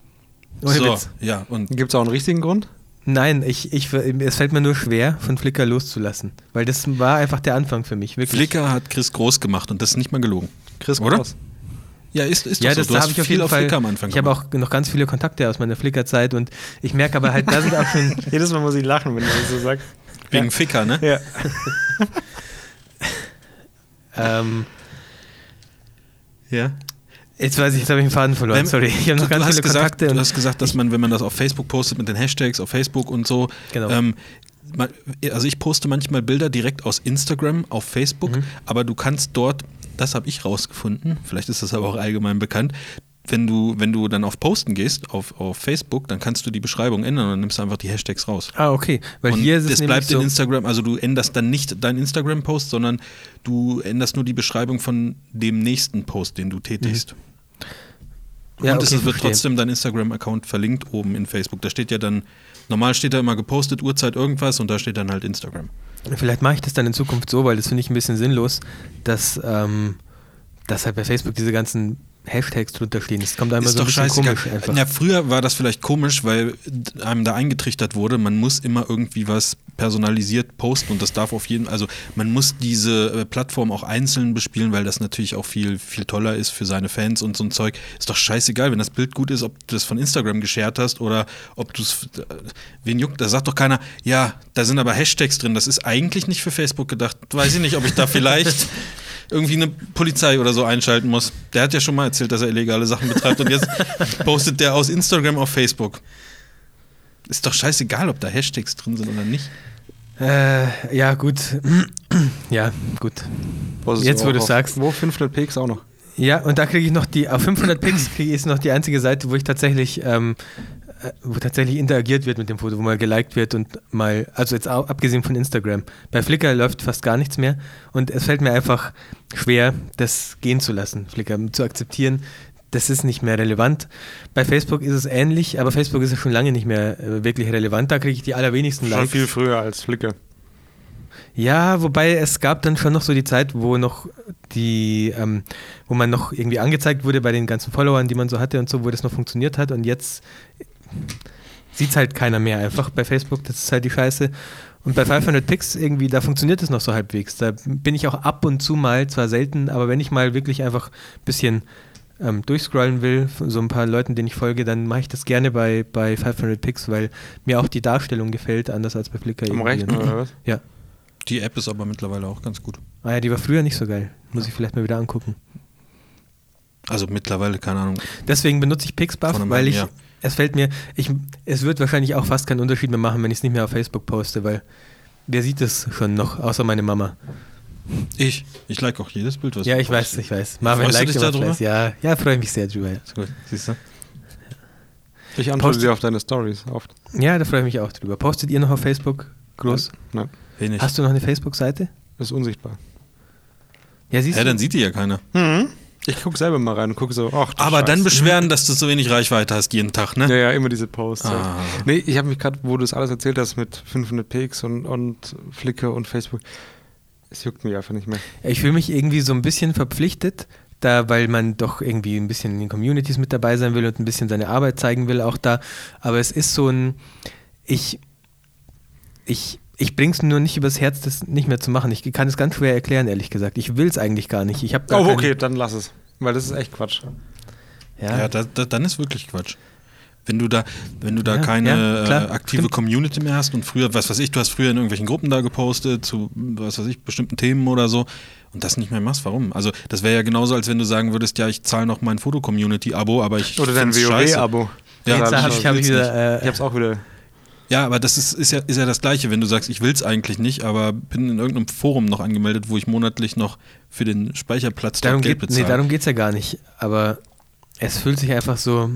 Speaker 3: Ohne
Speaker 1: so,
Speaker 3: Witz.
Speaker 1: ja, und
Speaker 2: Gibt es auch einen richtigen Grund?
Speaker 3: Nein, ich, ich, es fällt mir nur schwer, von Flickr loszulassen, weil das war einfach der Anfang für mich, wirklich.
Speaker 1: Flickr hat Chris groß gemacht und das ist nicht mal gelogen.
Speaker 2: Chris
Speaker 1: Oder?
Speaker 2: Kraus.
Speaker 1: Ja, ist, ist
Speaker 3: ja,
Speaker 1: doch
Speaker 3: das
Speaker 1: so.
Speaker 3: da habe ich auf
Speaker 1: viel
Speaker 3: jeden
Speaker 1: auf
Speaker 3: Fall.
Speaker 1: Flickr am Anfang
Speaker 3: ich habe
Speaker 1: gemacht.
Speaker 3: auch noch ganz viele Kontakte aus meiner Flickr-Zeit und ich merke aber halt, da sind auch schon
Speaker 2: Jedes Mal muss ich lachen, wenn du das so sagst.
Speaker 1: Wegen
Speaker 2: Ja.
Speaker 1: Ficker, ne?
Speaker 2: Ja.
Speaker 3: ähm,
Speaker 1: Ja.
Speaker 3: Jetzt weiß ich, jetzt habe ich den Faden verloren.
Speaker 1: Wenn-
Speaker 3: Sorry, ich habe noch
Speaker 1: du,
Speaker 3: ganz
Speaker 1: du hast
Speaker 3: viele
Speaker 1: gesagt,
Speaker 3: Kontakte.
Speaker 1: Du
Speaker 3: und-
Speaker 1: hast gesagt, dass man, wenn man das auf Facebook postet mit den Hashtags auf Facebook und so,
Speaker 3: Genau.
Speaker 1: ähm, man- also ich poste manchmal Bilder direkt aus Instagram auf Facebook,
Speaker 3: Mhm.
Speaker 1: aber du kannst dort, das habe ich rausgefunden, vielleicht ist das aber auch allgemein bekannt, wenn du, wenn du dann auf Posten gehst, auf, auf Facebook, dann kannst du die Beschreibung ändern und nimmst einfach die Hashtags raus.
Speaker 3: ah, okay. Weil
Speaker 1: Und
Speaker 3: hier ist es
Speaker 1: das
Speaker 3: nämlich
Speaker 1: bleibt in
Speaker 3: so,
Speaker 1: Instagram, also du änderst dann nicht deinen Instagram-Post, sondern du änderst nur die Beschreibung von dem nächsten Post, den du tätigst.
Speaker 3: Ja,
Speaker 1: und es
Speaker 3: okay,
Speaker 1: wird
Speaker 3: verstehe.
Speaker 1: trotzdem dein Instagram-Account verlinkt oben in Facebook. Da steht ja dann, normal steht da immer gepostet, Uhrzeit, irgendwas und da steht dann halt Instagram.
Speaker 3: vielleicht mache ich das dann in Zukunft so, weil das finde ich ein bisschen sinnlos, dass, ähm, dass halt bei Facebook diese ganzen Hashtags drunter stehen. Das kommt einem
Speaker 1: ist
Speaker 3: so
Speaker 1: doch
Speaker 3: ein bisschen
Speaker 1: scheißegal.
Speaker 3: komisch einfach.
Speaker 1: Ja, früher war das vielleicht komisch, weil einem da eingetrichtert wurde, man muss immer irgendwie was personalisiert posten und das darf auf jeden also man muss diese äh, Plattform auch einzeln bespielen, weil das natürlich auch viel viel toller ist für seine Fans und so ein Zeug. Ist doch scheißegal, wenn das Bild gut ist, ob du das von Instagram geshared hast oder ob du es wen juckt, da sagt doch keiner, ja, da sind aber Hashtags drin, das ist eigentlich nicht für Facebook gedacht. Weiß ich nicht, ob ich da vielleicht irgendwie eine Polizei oder so einschalten muss. Der hat ja schon mal erzählt, dass er illegale Sachen betreibt und jetzt postet der aus Instagram auf Facebook. Ist doch scheißegal, ob da Hashtags drin sind oder nicht.
Speaker 3: Äh, ja, gut. ja, gut.
Speaker 2: Was ist
Speaker 3: Jetzt, wo
Speaker 2: auch
Speaker 3: du
Speaker 2: auf-
Speaker 3: sagst.
Speaker 2: Wo 500 Px auch noch?
Speaker 3: Ja, und da kriege ich noch die, auf 500 Pix kriege ich ist noch die einzige Seite, wo ich tatsächlich, ähm, äh, wo tatsächlich interagiert wird mit dem Foto, wo mal geliked wird und mal, also jetzt au- abgesehen von Instagram. Bei Flickr läuft fast gar nichts mehr und es fällt mir einfach schwer, das gehen zu lassen, Flickr zu akzeptieren. Das ist nicht mehr relevant. Bei Facebook ist es ähnlich, aber Facebook ist ja schon lange nicht mehr äh, wirklich relevant. Da kriege ich die allerwenigsten
Speaker 2: Schon
Speaker 3: Likes.
Speaker 2: viel früher als Flickr.
Speaker 3: Ja, wobei es gab dann schon noch so die Zeit, wo noch die, ähm, wo man noch irgendwie angezeigt wurde bei den ganzen Followern, die man so hatte und so, wo das noch funktioniert hat und jetzt sieht halt keiner mehr einfach bei Facebook. Das ist halt die Scheiße. Und bei 500 Picks irgendwie, da funktioniert es noch so halbwegs. Da bin ich auch ab und zu mal, zwar selten, aber wenn ich mal wirklich einfach ein bisschen ähm, durchscrollen will, von so ein paar Leuten, denen ich folge, dann mache ich das gerne bei, bei 500 Picks, weil mir auch die Darstellung gefällt, anders als bei Flickr.
Speaker 2: Am
Speaker 3: irgendwie. ne?
Speaker 2: Rechner oder was?
Speaker 3: Ja.
Speaker 1: Die App ist aber mittlerweile auch ganz gut.
Speaker 3: Ah ja, die war früher nicht so geil. Muss ich vielleicht mal wieder angucken.
Speaker 1: Also mittlerweile, keine Ahnung.
Speaker 3: Deswegen benutze ich
Speaker 1: Von
Speaker 3: Pixbuff,
Speaker 1: einem
Speaker 3: weil ich,
Speaker 1: Jahr.
Speaker 3: es fällt mir, ich, es wird wahrscheinlich auch fast keinen Unterschied mehr machen, wenn ich es nicht mehr auf Facebook poste, weil wer sieht es schon noch, außer meine Mama.
Speaker 1: Ich, ich like auch jedes Bild, was
Speaker 3: Ja,
Speaker 1: du
Speaker 3: ich weiß,
Speaker 1: postest.
Speaker 3: ich weiß. Marvin
Speaker 1: Freust du
Speaker 3: liked
Speaker 1: dich
Speaker 3: immer
Speaker 1: darüber?
Speaker 3: fleißig. Ja, ja freue ich mich sehr drüber. Ja,
Speaker 1: Ist Gut, siehst du?
Speaker 2: Ich antworte
Speaker 3: Post-
Speaker 2: dir auf deine Stories oft.
Speaker 3: ja da freue ich mich auch drüber. Postet ihr noch auf Facebook groß?
Speaker 2: Nein,
Speaker 1: Wenig.
Speaker 3: Hast du noch eine Facebook-Seite?
Speaker 2: ist unsichtbar.
Speaker 3: Ja, siehst
Speaker 1: ja,
Speaker 3: du.
Speaker 1: dann sieht die ja keiner.
Speaker 2: Mhm. Ich gucke selber mal rein und gucke so, ach du
Speaker 1: Aber dann
Speaker 2: Scheiße.
Speaker 1: beschweren, dass du so wenig Reichweite hast jeden Tag, ne?
Speaker 2: Ja, ja, immer diese Posts.
Speaker 1: Ah.
Speaker 2: Ja. Nee, ich habe mich gerade, wo du das alles erzählt hast mit 500 Pics und, und Flickr und Facebook, es juckt mich einfach nicht mehr.
Speaker 3: Ich fühle mich irgendwie so ein bisschen verpflichtet, da, weil man doch irgendwie ein bisschen in den Communities mit dabei sein will und ein bisschen seine Arbeit zeigen will, auch da. Aber es ist so ein, ich, ich, ich bring's nur nicht übers Herz, das nicht mehr zu machen. Ich kann es ganz schwer erklären, ehrlich gesagt. Ich will's eigentlich gar nicht. Ich habe gar
Speaker 2: Oh,
Speaker 3: keine-
Speaker 2: okay, dann lass es. Weil das ist echt Quatsch.
Speaker 3: Ja,
Speaker 1: Ja, da, da, dann ist wirklich Quatsch. Wenn du da, wenn du da
Speaker 3: Ja,
Speaker 1: keine
Speaker 3: ja, klar,
Speaker 1: äh, aktive
Speaker 3: stimmt.
Speaker 1: Community mehr hast und früher, was weiß ich, du hast früher in irgendwelchen Gruppen da gepostet zu, was weiß ich, bestimmten Themen oder so und das nicht mehr machst, warum? Also das wäre ja genauso, als wenn du sagen würdest, ja, ich zahle noch mein Foto-Community-Abo, aber ich
Speaker 2: Oder dein
Speaker 1: find's scheiße.
Speaker 2: WoW-Abo.
Speaker 1: Ja,
Speaker 3: jetzt
Speaker 1: das
Speaker 3: habe ich, hab ich
Speaker 1: will's
Speaker 3: wieder. Äh,
Speaker 2: Ich hab's auch wieder.
Speaker 1: Ja, aber das ist, ist, ja, ist ja das Gleiche, wenn du sagst, ich will es eigentlich nicht, aber bin in irgendeinem Forum noch angemeldet, wo ich monatlich noch für den Speicherplatz
Speaker 3: darum
Speaker 1: dort Geld
Speaker 3: geht, nee,
Speaker 1: bezahle.
Speaker 3: darum geht's ja gar nicht. Aber es fühlt sich einfach so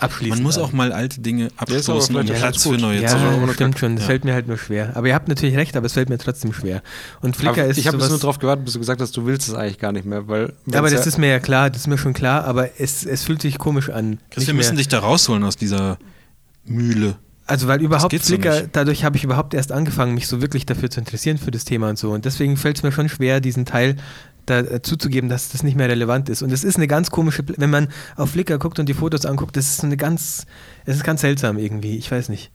Speaker 3: abschließend
Speaker 1: Man muss
Speaker 3: an.
Speaker 1: auch mal alte Dinge
Speaker 2: aber
Speaker 1: abstoßen, um
Speaker 2: vielleicht auch
Speaker 1: Platz
Speaker 2: ganz
Speaker 1: für
Speaker 2: gut.
Speaker 1: neue
Speaker 3: Ja,
Speaker 1: zu
Speaker 2: aber
Speaker 1: machen.
Speaker 2: ohne
Speaker 3: stimmt schon. Das
Speaker 1: Ja.
Speaker 3: fällt mir halt nur schwer. Aber ihr habt natürlich recht, aber es fällt mir trotzdem schwer. Und Flickr
Speaker 2: Aber
Speaker 3: ist
Speaker 2: ich habe
Speaker 3: sowas,
Speaker 2: nur drauf gewartet, bis du gesagt hast, du willst es eigentlich gar nicht mehr, weil.
Speaker 3: Ja, aber
Speaker 2: wenn's
Speaker 3: das ist mir ja klar, das ist mir schon klar, aber es, es fühlt sich komisch an.
Speaker 1: Chris, wir
Speaker 3: Nicht
Speaker 1: müssen
Speaker 3: mehr-
Speaker 1: dich da rausholen aus dieser Mühle.
Speaker 3: also weil überhaupt
Speaker 1: geht so
Speaker 3: Flickr,
Speaker 1: nicht.
Speaker 3: dadurch habe ich überhaupt erst angefangen, mich so wirklich dafür zu interessieren für das Thema und so. Und deswegen fällt es mir schon schwer, diesen Teil da äh, zuzugeben, dass das nicht mehr relevant ist. Und es ist eine ganz komische, Pl- wenn man auf Flickr guckt und die Fotos anguckt, das ist so eine ganz, es ist ganz seltsam irgendwie, ich weiß nicht.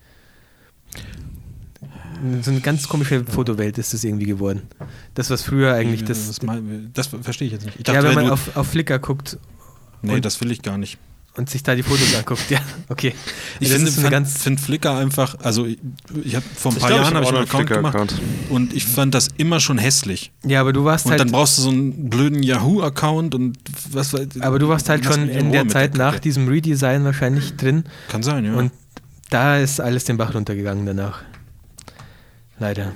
Speaker 3: So eine ganz komische Fotowelt ist es irgendwie geworden. Das, was früher eigentlich das...
Speaker 1: das, mein- das verstehe ich jetzt nicht. Ich
Speaker 3: ja, wenn
Speaker 1: wenn
Speaker 3: man
Speaker 1: du-
Speaker 3: auf, auf Flickr guckt
Speaker 1: nee,
Speaker 3: und-
Speaker 1: das will ich gar nicht.
Speaker 3: und sich da die Fotos anguckt, ja, okay.
Speaker 1: Ich
Speaker 3: das
Speaker 1: finde
Speaker 3: ist so eine
Speaker 1: fand-
Speaker 3: ganz...
Speaker 1: find Flickr einfach, also ich, ich hab, vor ein
Speaker 2: Ich
Speaker 1: paar
Speaker 2: glaub, ich
Speaker 1: Jahren
Speaker 2: hab
Speaker 1: habe ich
Speaker 2: auch
Speaker 1: einen
Speaker 2: einen
Speaker 1: Account gemacht
Speaker 2: Flickr-Account.
Speaker 1: und ich fand das immer schon hässlich.
Speaker 3: Ja, aber du warst
Speaker 1: Und
Speaker 3: halt...
Speaker 1: dann brauchst du so einen blöden Yahoo-Account und was weiß
Speaker 3: Aber du warst halt
Speaker 1: Lass
Speaker 3: schon
Speaker 1: mich
Speaker 3: in
Speaker 1: Ruhe
Speaker 3: der
Speaker 1: mit
Speaker 3: Zeit nach
Speaker 1: Kacke.
Speaker 3: diesem Redesign wahrscheinlich drin
Speaker 1: Kann sein, ja.
Speaker 3: und da ist alles den Bach runtergegangen danach. Leider.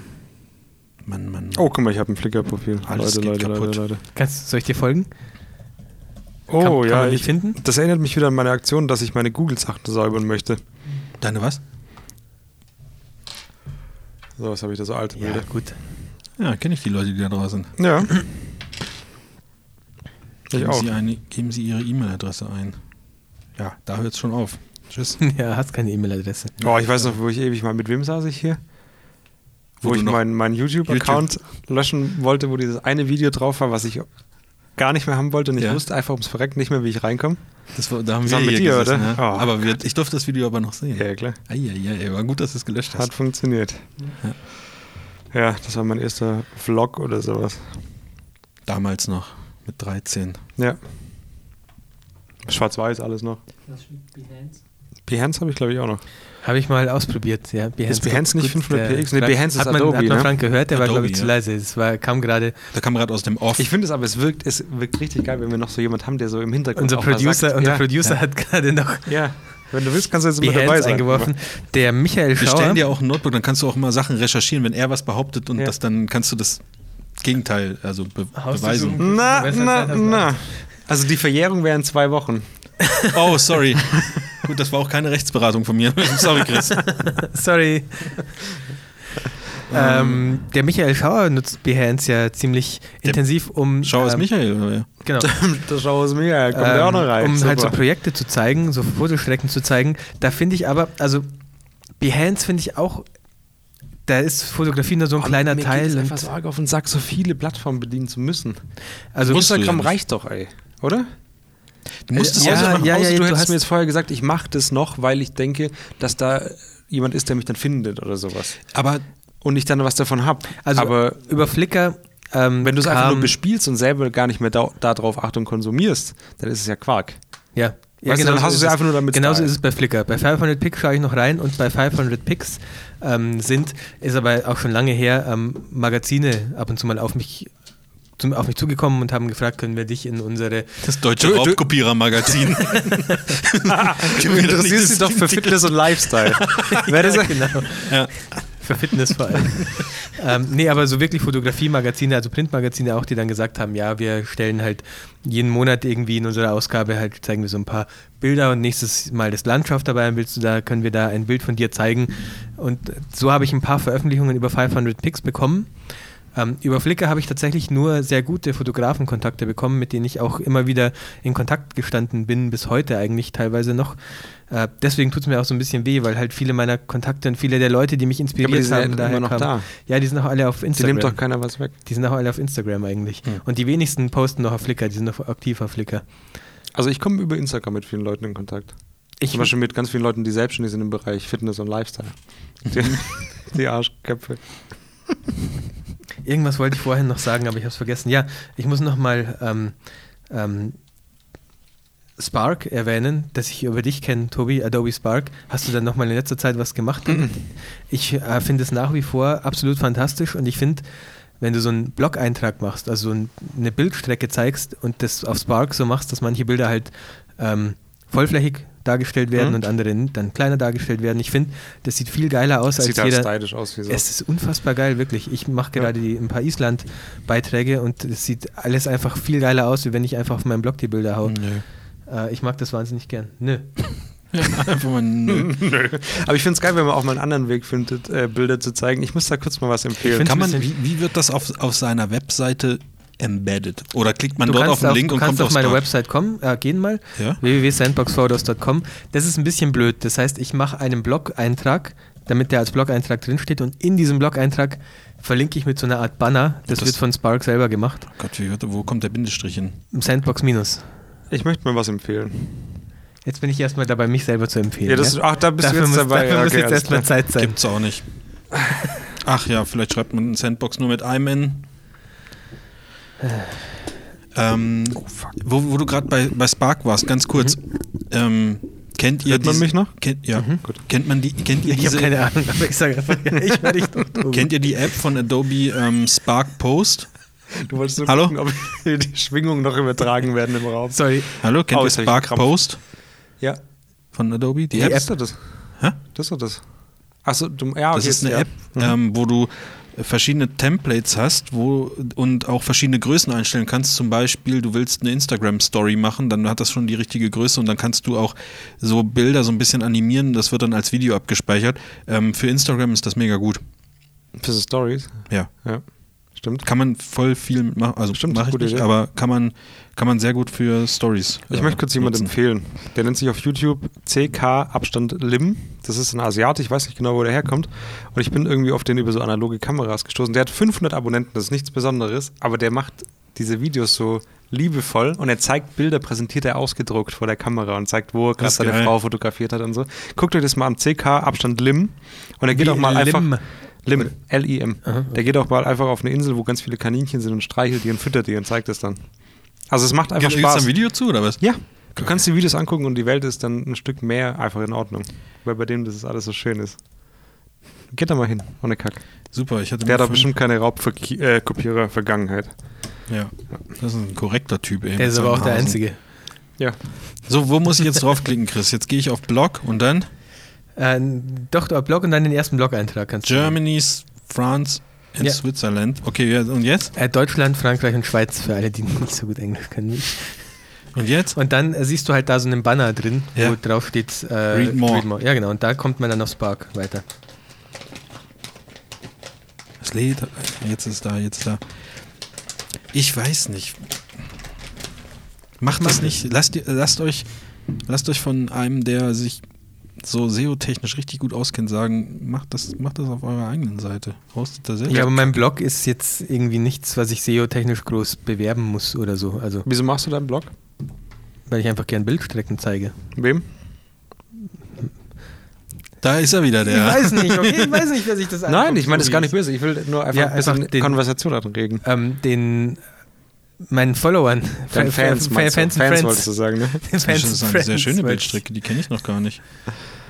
Speaker 1: Mann, Mann.
Speaker 2: Oh, guck mal, ich habe ein Flickr-Profil.
Speaker 1: Alles
Speaker 2: Leute,
Speaker 1: geht
Speaker 2: Leute,
Speaker 1: kaputt.
Speaker 2: Leute, Leute.
Speaker 3: Kannst, soll ich dir folgen?
Speaker 2: Oh,
Speaker 3: kann
Speaker 2: ja.
Speaker 3: man mich
Speaker 2: ich,
Speaker 3: finden?
Speaker 2: Das erinnert mich wieder an meine Aktion, dass ich meine Google-Sachen säubern möchte.
Speaker 1: Deine was?
Speaker 2: So, was habe ich da so alte
Speaker 3: Ja,
Speaker 2: Bilder.
Speaker 3: gut.
Speaker 1: Ja, kenne ich die Leute, die da draußen sind.
Speaker 2: Ja. Ich
Speaker 1: Geben
Speaker 2: auch.
Speaker 1: Sie, eine, geben Sie Ihre E-Mail-Adresse ein. Ja, da hört es schon auf. Tschüss.
Speaker 3: Ja, hast keine E-Mail-Adresse.
Speaker 2: Oh, ich weiß noch, wo ich ewig mal mit wem saß ich hier? Wo,
Speaker 1: Wo
Speaker 2: ich
Speaker 1: du noch-
Speaker 2: meinen meinen YouTube-Account löschen wollte, wo dieses eine Video drauf war, was ich gar nicht mehr haben wollte und ich
Speaker 1: Ja.
Speaker 2: wusste einfach ums Verrecken nicht mehr, wie ich reinkomme.
Speaker 1: Das war, da haben
Speaker 2: Das
Speaker 1: wir
Speaker 2: war mit
Speaker 1: hier
Speaker 2: dir,
Speaker 1: gesessen,
Speaker 2: oder?
Speaker 1: Ja.
Speaker 2: Oh.
Speaker 1: Aber wir, ich durfte das Video aber noch sehen.
Speaker 2: Ja, klar.
Speaker 1: Eieiei, war gut, dass du es gelöscht hast.
Speaker 2: Hat funktioniert. Ja. das war mein erster Vlog oder sowas.
Speaker 1: Damals noch, mit 13.
Speaker 2: Ja. Schwarz-Weiß alles noch. Behance habe ich, glaube ich, auch noch.
Speaker 3: Habe ich mal ausprobiert, ja. Behance
Speaker 2: Ist Behance
Speaker 3: kommt
Speaker 2: nicht
Speaker 3: gut,
Speaker 2: 500
Speaker 3: äh,
Speaker 2: px? Nee,
Speaker 3: Frank-
Speaker 2: Behance ist
Speaker 3: hat man,
Speaker 2: Adobe,
Speaker 3: Hat man
Speaker 2: ne?
Speaker 3: Frank gehört, der war,
Speaker 1: Adobe,
Speaker 3: glaube ich, zu
Speaker 1: ja.
Speaker 3: leise. Es war, kam gerade
Speaker 1: Der kam gerade aus dem Off.
Speaker 2: Ich finde es aber, es wirkt, es wirkt richtig geil, wenn wir noch so jemand haben, der so im Hintergrund
Speaker 3: unser
Speaker 2: auch was
Speaker 3: Producer,
Speaker 2: sagt.
Speaker 3: unser
Speaker 2: ja.
Speaker 3: Producer hat gerade noch
Speaker 2: ja, wenn du willst, kannst du jetzt mit dabei
Speaker 3: Behance
Speaker 2: sein.
Speaker 3: eingeworfen. Der Michael
Speaker 1: wir
Speaker 3: Schauer.
Speaker 1: stellen dir auch ein Notebook, dann kannst du auch mal Sachen recherchieren, wenn er was behauptet und
Speaker 2: Ja.
Speaker 1: das dann kannst du das Gegenteil also be
Speaker 3: Hausdurchsuchung.
Speaker 1: beweisen.
Speaker 2: Na,
Speaker 3: Besser
Speaker 2: na,
Speaker 3: als einer.
Speaker 2: na. Also die Verjährung wäre in zwei Wochen.
Speaker 1: Oh, sorry. Gut, das war auch keine Rechtsberatung von mir. sorry, Chris.
Speaker 3: Sorry. ähm, der Michael Schauer nutzt Behance ja ziemlich intensiv, um.
Speaker 1: Schau es
Speaker 3: ähm,
Speaker 1: Michael. Oder? wer?
Speaker 3: Genau.
Speaker 2: Das schau aus mir, kommt
Speaker 3: ähm,
Speaker 2: ja auch noch rein.
Speaker 3: Um halt so
Speaker 2: Super.
Speaker 3: Projekte zu zeigen, so Fotostrecken zu zeigen. Da finde ich aber, also Behance finde ich auch, da ist Fotografie nur so ein
Speaker 2: Und
Speaker 3: kleiner
Speaker 2: Oh, mir
Speaker 3: Teil.
Speaker 2: geht's
Speaker 3: und-
Speaker 2: einfach so arg auf den Sack, so viele Plattformen bedienen zu müssen.
Speaker 3: also
Speaker 1: Musst du ja
Speaker 2: Instagram
Speaker 1: nicht.
Speaker 2: reicht doch, ey. Oder?
Speaker 1: Du musstest
Speaker 3: Ja,
Speaker 1: das machen.
Speaker 3: ja,
Speaker 2: außer
Speaker 3: ja,
Speaker 2: du
Speaker 3: du
Speaker 2: hättest
Speaker 3: hast-
Speaker 2: mir jetzt vorher gesagt, ich mache das noch, weil ich denke, dass da jemand ist, der mich dann findet oder sowas.
Speaker 1: Aber
Speaker 2: Und ich dann was davon habe.
Speaker 3: Also
Speaker 2: Aber
Speaker 3: über Flickr. Ähm,
Speaker 2: wenn du es einfach
Speaker 3: kam-
Speaker 2: nur bespielst und selber gar nicht mehr da, darauf Achtung konsumierst, dann ist es ja Quark.
Speaker 3: Ja. ja
Speaker 2: Weißt du, genau, dann
Speaker 3: genauso
Speaker 2: hast du
Speaker 3: ist
Speaker 2: sie einfach nur damit
Speaker 3: Genauso
Speaker 2: da.
Speaker 3: ist es bei Flickr. Bei 500 Picks schaue ich noch rein und bei 500 Picks ähm, sind, ist aber auch schon lange her, ähm, Magazine ab und zu mal auf mich, zum, auf mich zugekommen und haben gefragt, können wir dich in unsere.
Speaker 1: das deutsche
Speaker 2: Du- du-
Speaker 1: Raubkopierer-Magazin.
Speaker 2: Du interessierst dich doch für Fitness und Lifestyle. Wer das
Speaker 3: genau.
Speaker 1: Ja.
Speaker 3: Für Fitness vor allem. ähm, nee, aber so wirklich Fotografie-Magazine, also Printmagazine auch, die dann gesagt haben, ja, wir stellen halt jeden Monat irgendwie in unserer Ausgabe halt, zeigen wir so ein paar Bilder und nächstes Mal das Landschaft dabei, willst du da, können wir da ein Bild von dir zeigen. Und so habe ich ein paar Veröffentlichungen über 500 Pics bekommen. Ähm, über Flickr habe ich tatsächlich nur sehr gute Fotografenkontakte bekommen, mit denen ich auch immer wieder in Kontakt gestanden bin, bis heute eigentlich teilweise noch. Äh, deswegen tut es mir auch so ein bisschen weh, weil halt viele meiner Kontakte und viele der Leute, die mich inspiriert
Speaker 2: die sind ja
Speaker 3: haben,
Speaker 2: immer
Speaker 3: daher
Speaker 2: noch
Speaker 3: kamen.
Speaker 2: da.
Speaker 3: Ja, die sind auch alle auf
Speaker 2: Die nimmt
Speaker 3: Instagram.
Speaker 2: doch Hm. keiner was weg.
Speaker 3: Die sind auch alle auf Instagram eigentlich. Und die wenigsten posten noch auf Flickr, die sind noch aktiv auf Flickr.
Speaker 2: Also ich komme über Instagram mit vielen Leuten in Kontakt.
Speaker 3: Ich-
Speaker 2: Zum Beispiel mit ganz vielen Leuten, die selbstständig sind im Bereich Fitness und Lifestyle. Die, die Arschköpfe.
Speaker 3: Irgendwas wollte ich vorhin noch sagen, aber ich habe es vergessen. Ja, ich muss nochmal ähm, ähm, Spark erwähnen, dass ich über dich kenne, Tobi, Adobe Spark. Hast du dann nochmal in letzter Zeit was gemacht?
Speaker 2: Mhm.
Speaker 3: Ich äh, finde es nach wie vor absolut fantastisch und ich finde, wenn du so einen Blog-Eintrag machst, also so ein, eine Bildstrecke zeigst und das auf Spark so machst, dass manche Bilder halt ähm, vollflächig dargestellt werden
Speaker 2: Mhm.
Speaker 3: und andere dann kleiner dargestellt werden. Ich finde, das sieht viel geiler aus
Speaker 2: Das
Speaker 3: als
Speaker 2: sieht halt
Speaker 3: jeder.
Speaker 2: stylisch aus wie so.
Speaker 3: Es ist unfassbar geil, wirklich. Ich mache
Speaker 2: Ja.
Speaker 3: gerade die, ein paar Island-Beiträge und es sieht alles einfach viel geiler aus, wie wenn ich einfach auf meinem Blog die Bilder hau.
Speaker 1: Nö.
Speaker 3: Äh, ich mag das wahnsinnig gern. Nö.
Speaker 1: Einfach mal nö.
Speaker 2: Aber ich finde es geil, wenn man auch mal einen anderen Weg findet, äh, Bilder zu zeigen. Ich muss da kurz mal was empfehlen.
Speaker 3: Ich find's
Speaker 1: Kann
Speaker 3: ein
Speaker 1: man, wie,
Speaker 3: bisschen-
Speaker 1: wie wird das auf, auf seiner Webseite embedded? Oder klickt man
Speaker 3: Du
Speaker 1: dort auf
Speaker 3: kannst
Speaker 1: den Link
Speaker 3: du
Speaker 1: und
Speaker 3: kannst
Speaker 1: kommt
Speaker 3: auf meine
Speaker 1: Spark?
Speaker 3: Website kommen, äh, gehen mal.
Speaker 1: Ja.
Speaker 3: www.sandboxphotos.com. Das ist ein bisschen blöd. Das heißt, ich mache einen Blog-Eintrag, damit der als Blog-Eintrag drinsteht und in diesem Blog-Eintrag verlinke ich mit so einer Art Banner. Das,
Speaker 1: Das-
Speaker 3: wird von Spark selber gemacht.
Speaker 1: Gott, wie, wird- wo kommt der Bindestrich hin?
Speaker 3: Sandbox minus.
Speaker 2: Ich möchte mal was empfehlen.
Speaker 3: Jetzt bin ich erstmal dabei, mich selber zu empfehlen.
Speaker 2: Ja, das, ach, da bist
Speaker 3: ne? dafür
Speaker 2: du jetzt
Speaker 3: muss,
Speaker 2: dabei.
Speaker 3: Dafür
Speaker 2: Ja,
Speaker 3: muss
Speaker 2: okay,
Speaker 3: jetzt
Speaker 2: alles
Speaker 3: erstmal
Speaker 2: klar.
Speaker 3: Zeit sein.
Speaker 1: Gibt's auch nicht. Ach ja, vielleicht schreibt man einen Sandbox nur mit einem N. Ähm, wo, wo du gerade bei, bei Spark warst, ganz kurz. Ähm, kennt ihr
Speaker 2: Hört man
Speaker 1: diese-
Speaker 2: mich noch?
Speaker 1: Kennt, ja, gut. Kennt man die? Kennt ihr
Speaker 3: Ich habe
Speaker 1: diese?
Speaker 3: keine Ahnung, aber ich sage einfach, ja, ich werde dich doch
Speaker 1: kennt ihr die App von Adobe ähm, Spark Post?
Speaker 2: Du wolltest nur
Speaker 1: Hallo?
Speaker 2: gucken, ob die Schwingungen noch übertragen werden im Raum.
Speaker 3: Sorry.
Speaker 1: Hallo, kennt
Speaker 2: Oh,
Speaker 1: ihr
Speaker 2: jetzt hab ich
Speaker 1: Spark
Speaker 2: Krampf.
Speaker 1: Post
Speaker 2: Ja,
Speaker 1: von Adobe? Die,
Speaker 2: die
Speaker 1: App?
Speaker 2: App ist doch das.
Speaker 1: Hä?
Speaker 2: Das ist doch das. Achso, du, ja,
Speaker 1: Das
Speaker 2: okay,
Speaker 1: ist eine
Speaker 2: ja. Mhm.
Speaker 1: App, ähm, wo du verschiedene Templates hast wo, und auch verschiedene Größen einstellen kannst. Zum Beispiel, du willst eine Instagram-Story machen, dann hat das schon die richtige Größe und dann kannst du auch so Bilder so ein bisschen animieren. Das wird dann als Video abgespeichert. Ähm, für Instagram ist das mega gut.
Speaker 2: Für so Stories.
Speaker 1: Ja,
Speaker 2: Ja, stimmt.
Speaker 1: kann man voll viel machen. Also
Speaker 2: Stimmt,
Speaker 1: mache ich
Speaker 2: gute
Speaker 1: nicht,
Speaker 2: Idee.
Speaker 1: aber kann man, kann man sehr gut für Stories.
Speaker 2: Also Ich
Speaker 1: äh,
Speaker 2: möchte kurz jemanden
Speaker 1: nutzen.
Speaker 2: empfehlen. Der nennt sich auf YouTube CK Abstand Lim. Das ist ein Asiat, ich weiß nicht genau, wo der herkommt. Und ich bin irgendwie auf den über so analoge Kameras gestoßen. Der hat 500 Abonnenten, das ist nichts Besonderes, aber der macht diese Videos so liebevoll und er zeigt Bilder, präsentiert er ausgedruckt vor der Kamera und zeigt, wo er gerade
Speaker 1: Das ist
Speaker 2: seine
Speaker 1: geil.
Speaker 2: Frau fotografiert hat und so. Guckt euch das mal an CK Abstand Lim. Und er geht
Speaker 3: Wie
Speaker 2: auch mal
Speaker 3: Lim?
Speaker 2: einfach. Lim, L-I-M.
Speaker 3: Aha, okay.
Speaker 2: Der geht auch mal einfach auf eine Insel, wo ganz viele Kaninchen sind und streichelt die und füttert die und zeigt es dann. Also es macht einfach
Speaker 1: Gibt es
Speaker 2: Spaß.
Speaker 1: ein Video zu oder was?
Speaker 2: Ja, du kannst die Videos angucken und die Welt ist dann ein Stück mehr einfach in Ordnung. Weil bei dem, dass es alles so schön ist. Geht da mal hin, ohne Kack.
Speaker 1: Super, ich hatte
Speaker 2: Der hat
Speaker 1: mir
Speaker 2: doch bestimmt keine Raubkopierer-Vergangenheit.
Speaker 1: Ja, das ist ein korrekter Typ. Ey,
Speaker 3: Der
Speaker 1: mit
Speaker 3: ist aber
Speaker 1: seinen
Speaker 3: auch der
Speaker 1: Hasen.
Speaker 3: Einzige.
Speaker 2: Ja.
Speaker 1: So, wo muss ich jetzt draufklicken, Chris? Jetzt gehe ich auf Blog und dann
Speaker 3: Äh, doch, der Blog und dann den ersten Blog-Eintrag kannst
Speaker 1: Germany's, France and
Speaker 3: Ja.
Speaker 1: Switzerland. Okay, ja, und jetzt?
Speaker 3: du. Äh, Deutschland, Frankreich und Schweiz für alle, die nicht so gut Englisch können. wie ich.
Speaker 1: Und jetzt?
Speaker 3: Und dann äh, siehst du halt da so einen Banner drin,
Speaker 1: Ja.
Speaker 3: wo drauf steht äh,
Speaker 1: Read more.
Speaker 3: Ja, genau. Und da kommt man dann auf Spark weiter.
Speaker 1: Das lädt. Jetzt ist da, jetzt ist da. Ich weiß nicht. Macht das nicht. Lasst, ihr- lasst, euch, lasst euch von einem, der sich so SEO-technisch richtig gut auskennt, sagen, macht das, macht das auf eurer eigenen Seite. Hostet da selbst.
Speaker 3: Ja, aber mein Blog ist jetzt irgendwie nichts, was ich SEO-technisch groß bewerben muss oder so. Also
Speaker 2: Wieso machst du deinen Blog?
Speaker 3: weil ich einfach gern Bildstrecken zeige.
Speaker 2: Wem?
Speaker 1: Da ist er wieder, der.
Speaker 3: Ich weiß nicht, okay, ich weiß nicht, wer sich das
Speaker 2: Nein,
Speaker 3: anguckt,
Speaker 2: ich meine, das
Speaker 3: so
Speaker 2: ist gar
Speaker 3: wie
Speaker 2: nicht böse. Ich will nur einfach
Speaker 3: Ja,
Speaker 2: ein bisschen
Speaker 3: einfach den-
Speaker 2: Konversation anregen.
Speaker 3: Ähm, den meinen Followern,
Speaker 2: Deinen Fans,
Speaker 3: Fans,
Speaker 2: meinst du?
Speaker 3: Fans,
Speaker 2: Fans
Speaker 3: Friends.
Speaker 2: wolltest du sagen, ne?
Speaker 3: Den
Speaker 1: Das
Speaker 3: Fans
Speaker 1: ist
Speaker 3: and
Speaker 1: eine sehr
Speaker 3: Friends,
Speaker 1: schöne
Speaker 3: weil-
Speaker 1: Bildstrecke, die kenne ich noch gar nicht.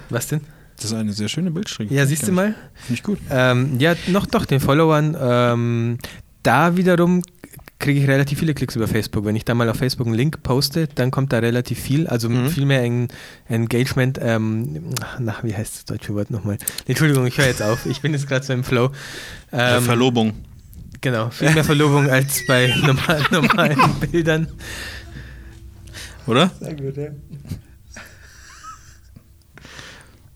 Speaker 3: Was denn?
Speaker 1: Das ist eine sehr schöne Bildstrecke.
Speaker 3: Ja, siehst du mal.
Speaker 1: Finde ich gut.
Speaker 3: Ähm, ja, noch doch, den Followern. Ähm, da wiederum kriege ich relativ viele Klicks über Facebook. Wenn ich da mal auf Facebook einen Link poste, dann kommt da relativ viel, also
Speaker 2: Mhm.
Speaker 3: viel mehr Eng- Engagement. Ähm, na, wie heißt das deutsche Wort nochmal? Entschuldigung, ich höre jetzt auf. Ich bin jetzt gerade so im Flow.
Speaker 1: Äh,
Speaker 3: Ähm,
Speaker 1: Verlobung.
Speaker 3: Genau, viel mehr Verlobung als bei normal, normalen Bildern.
Speaker 1: Oder?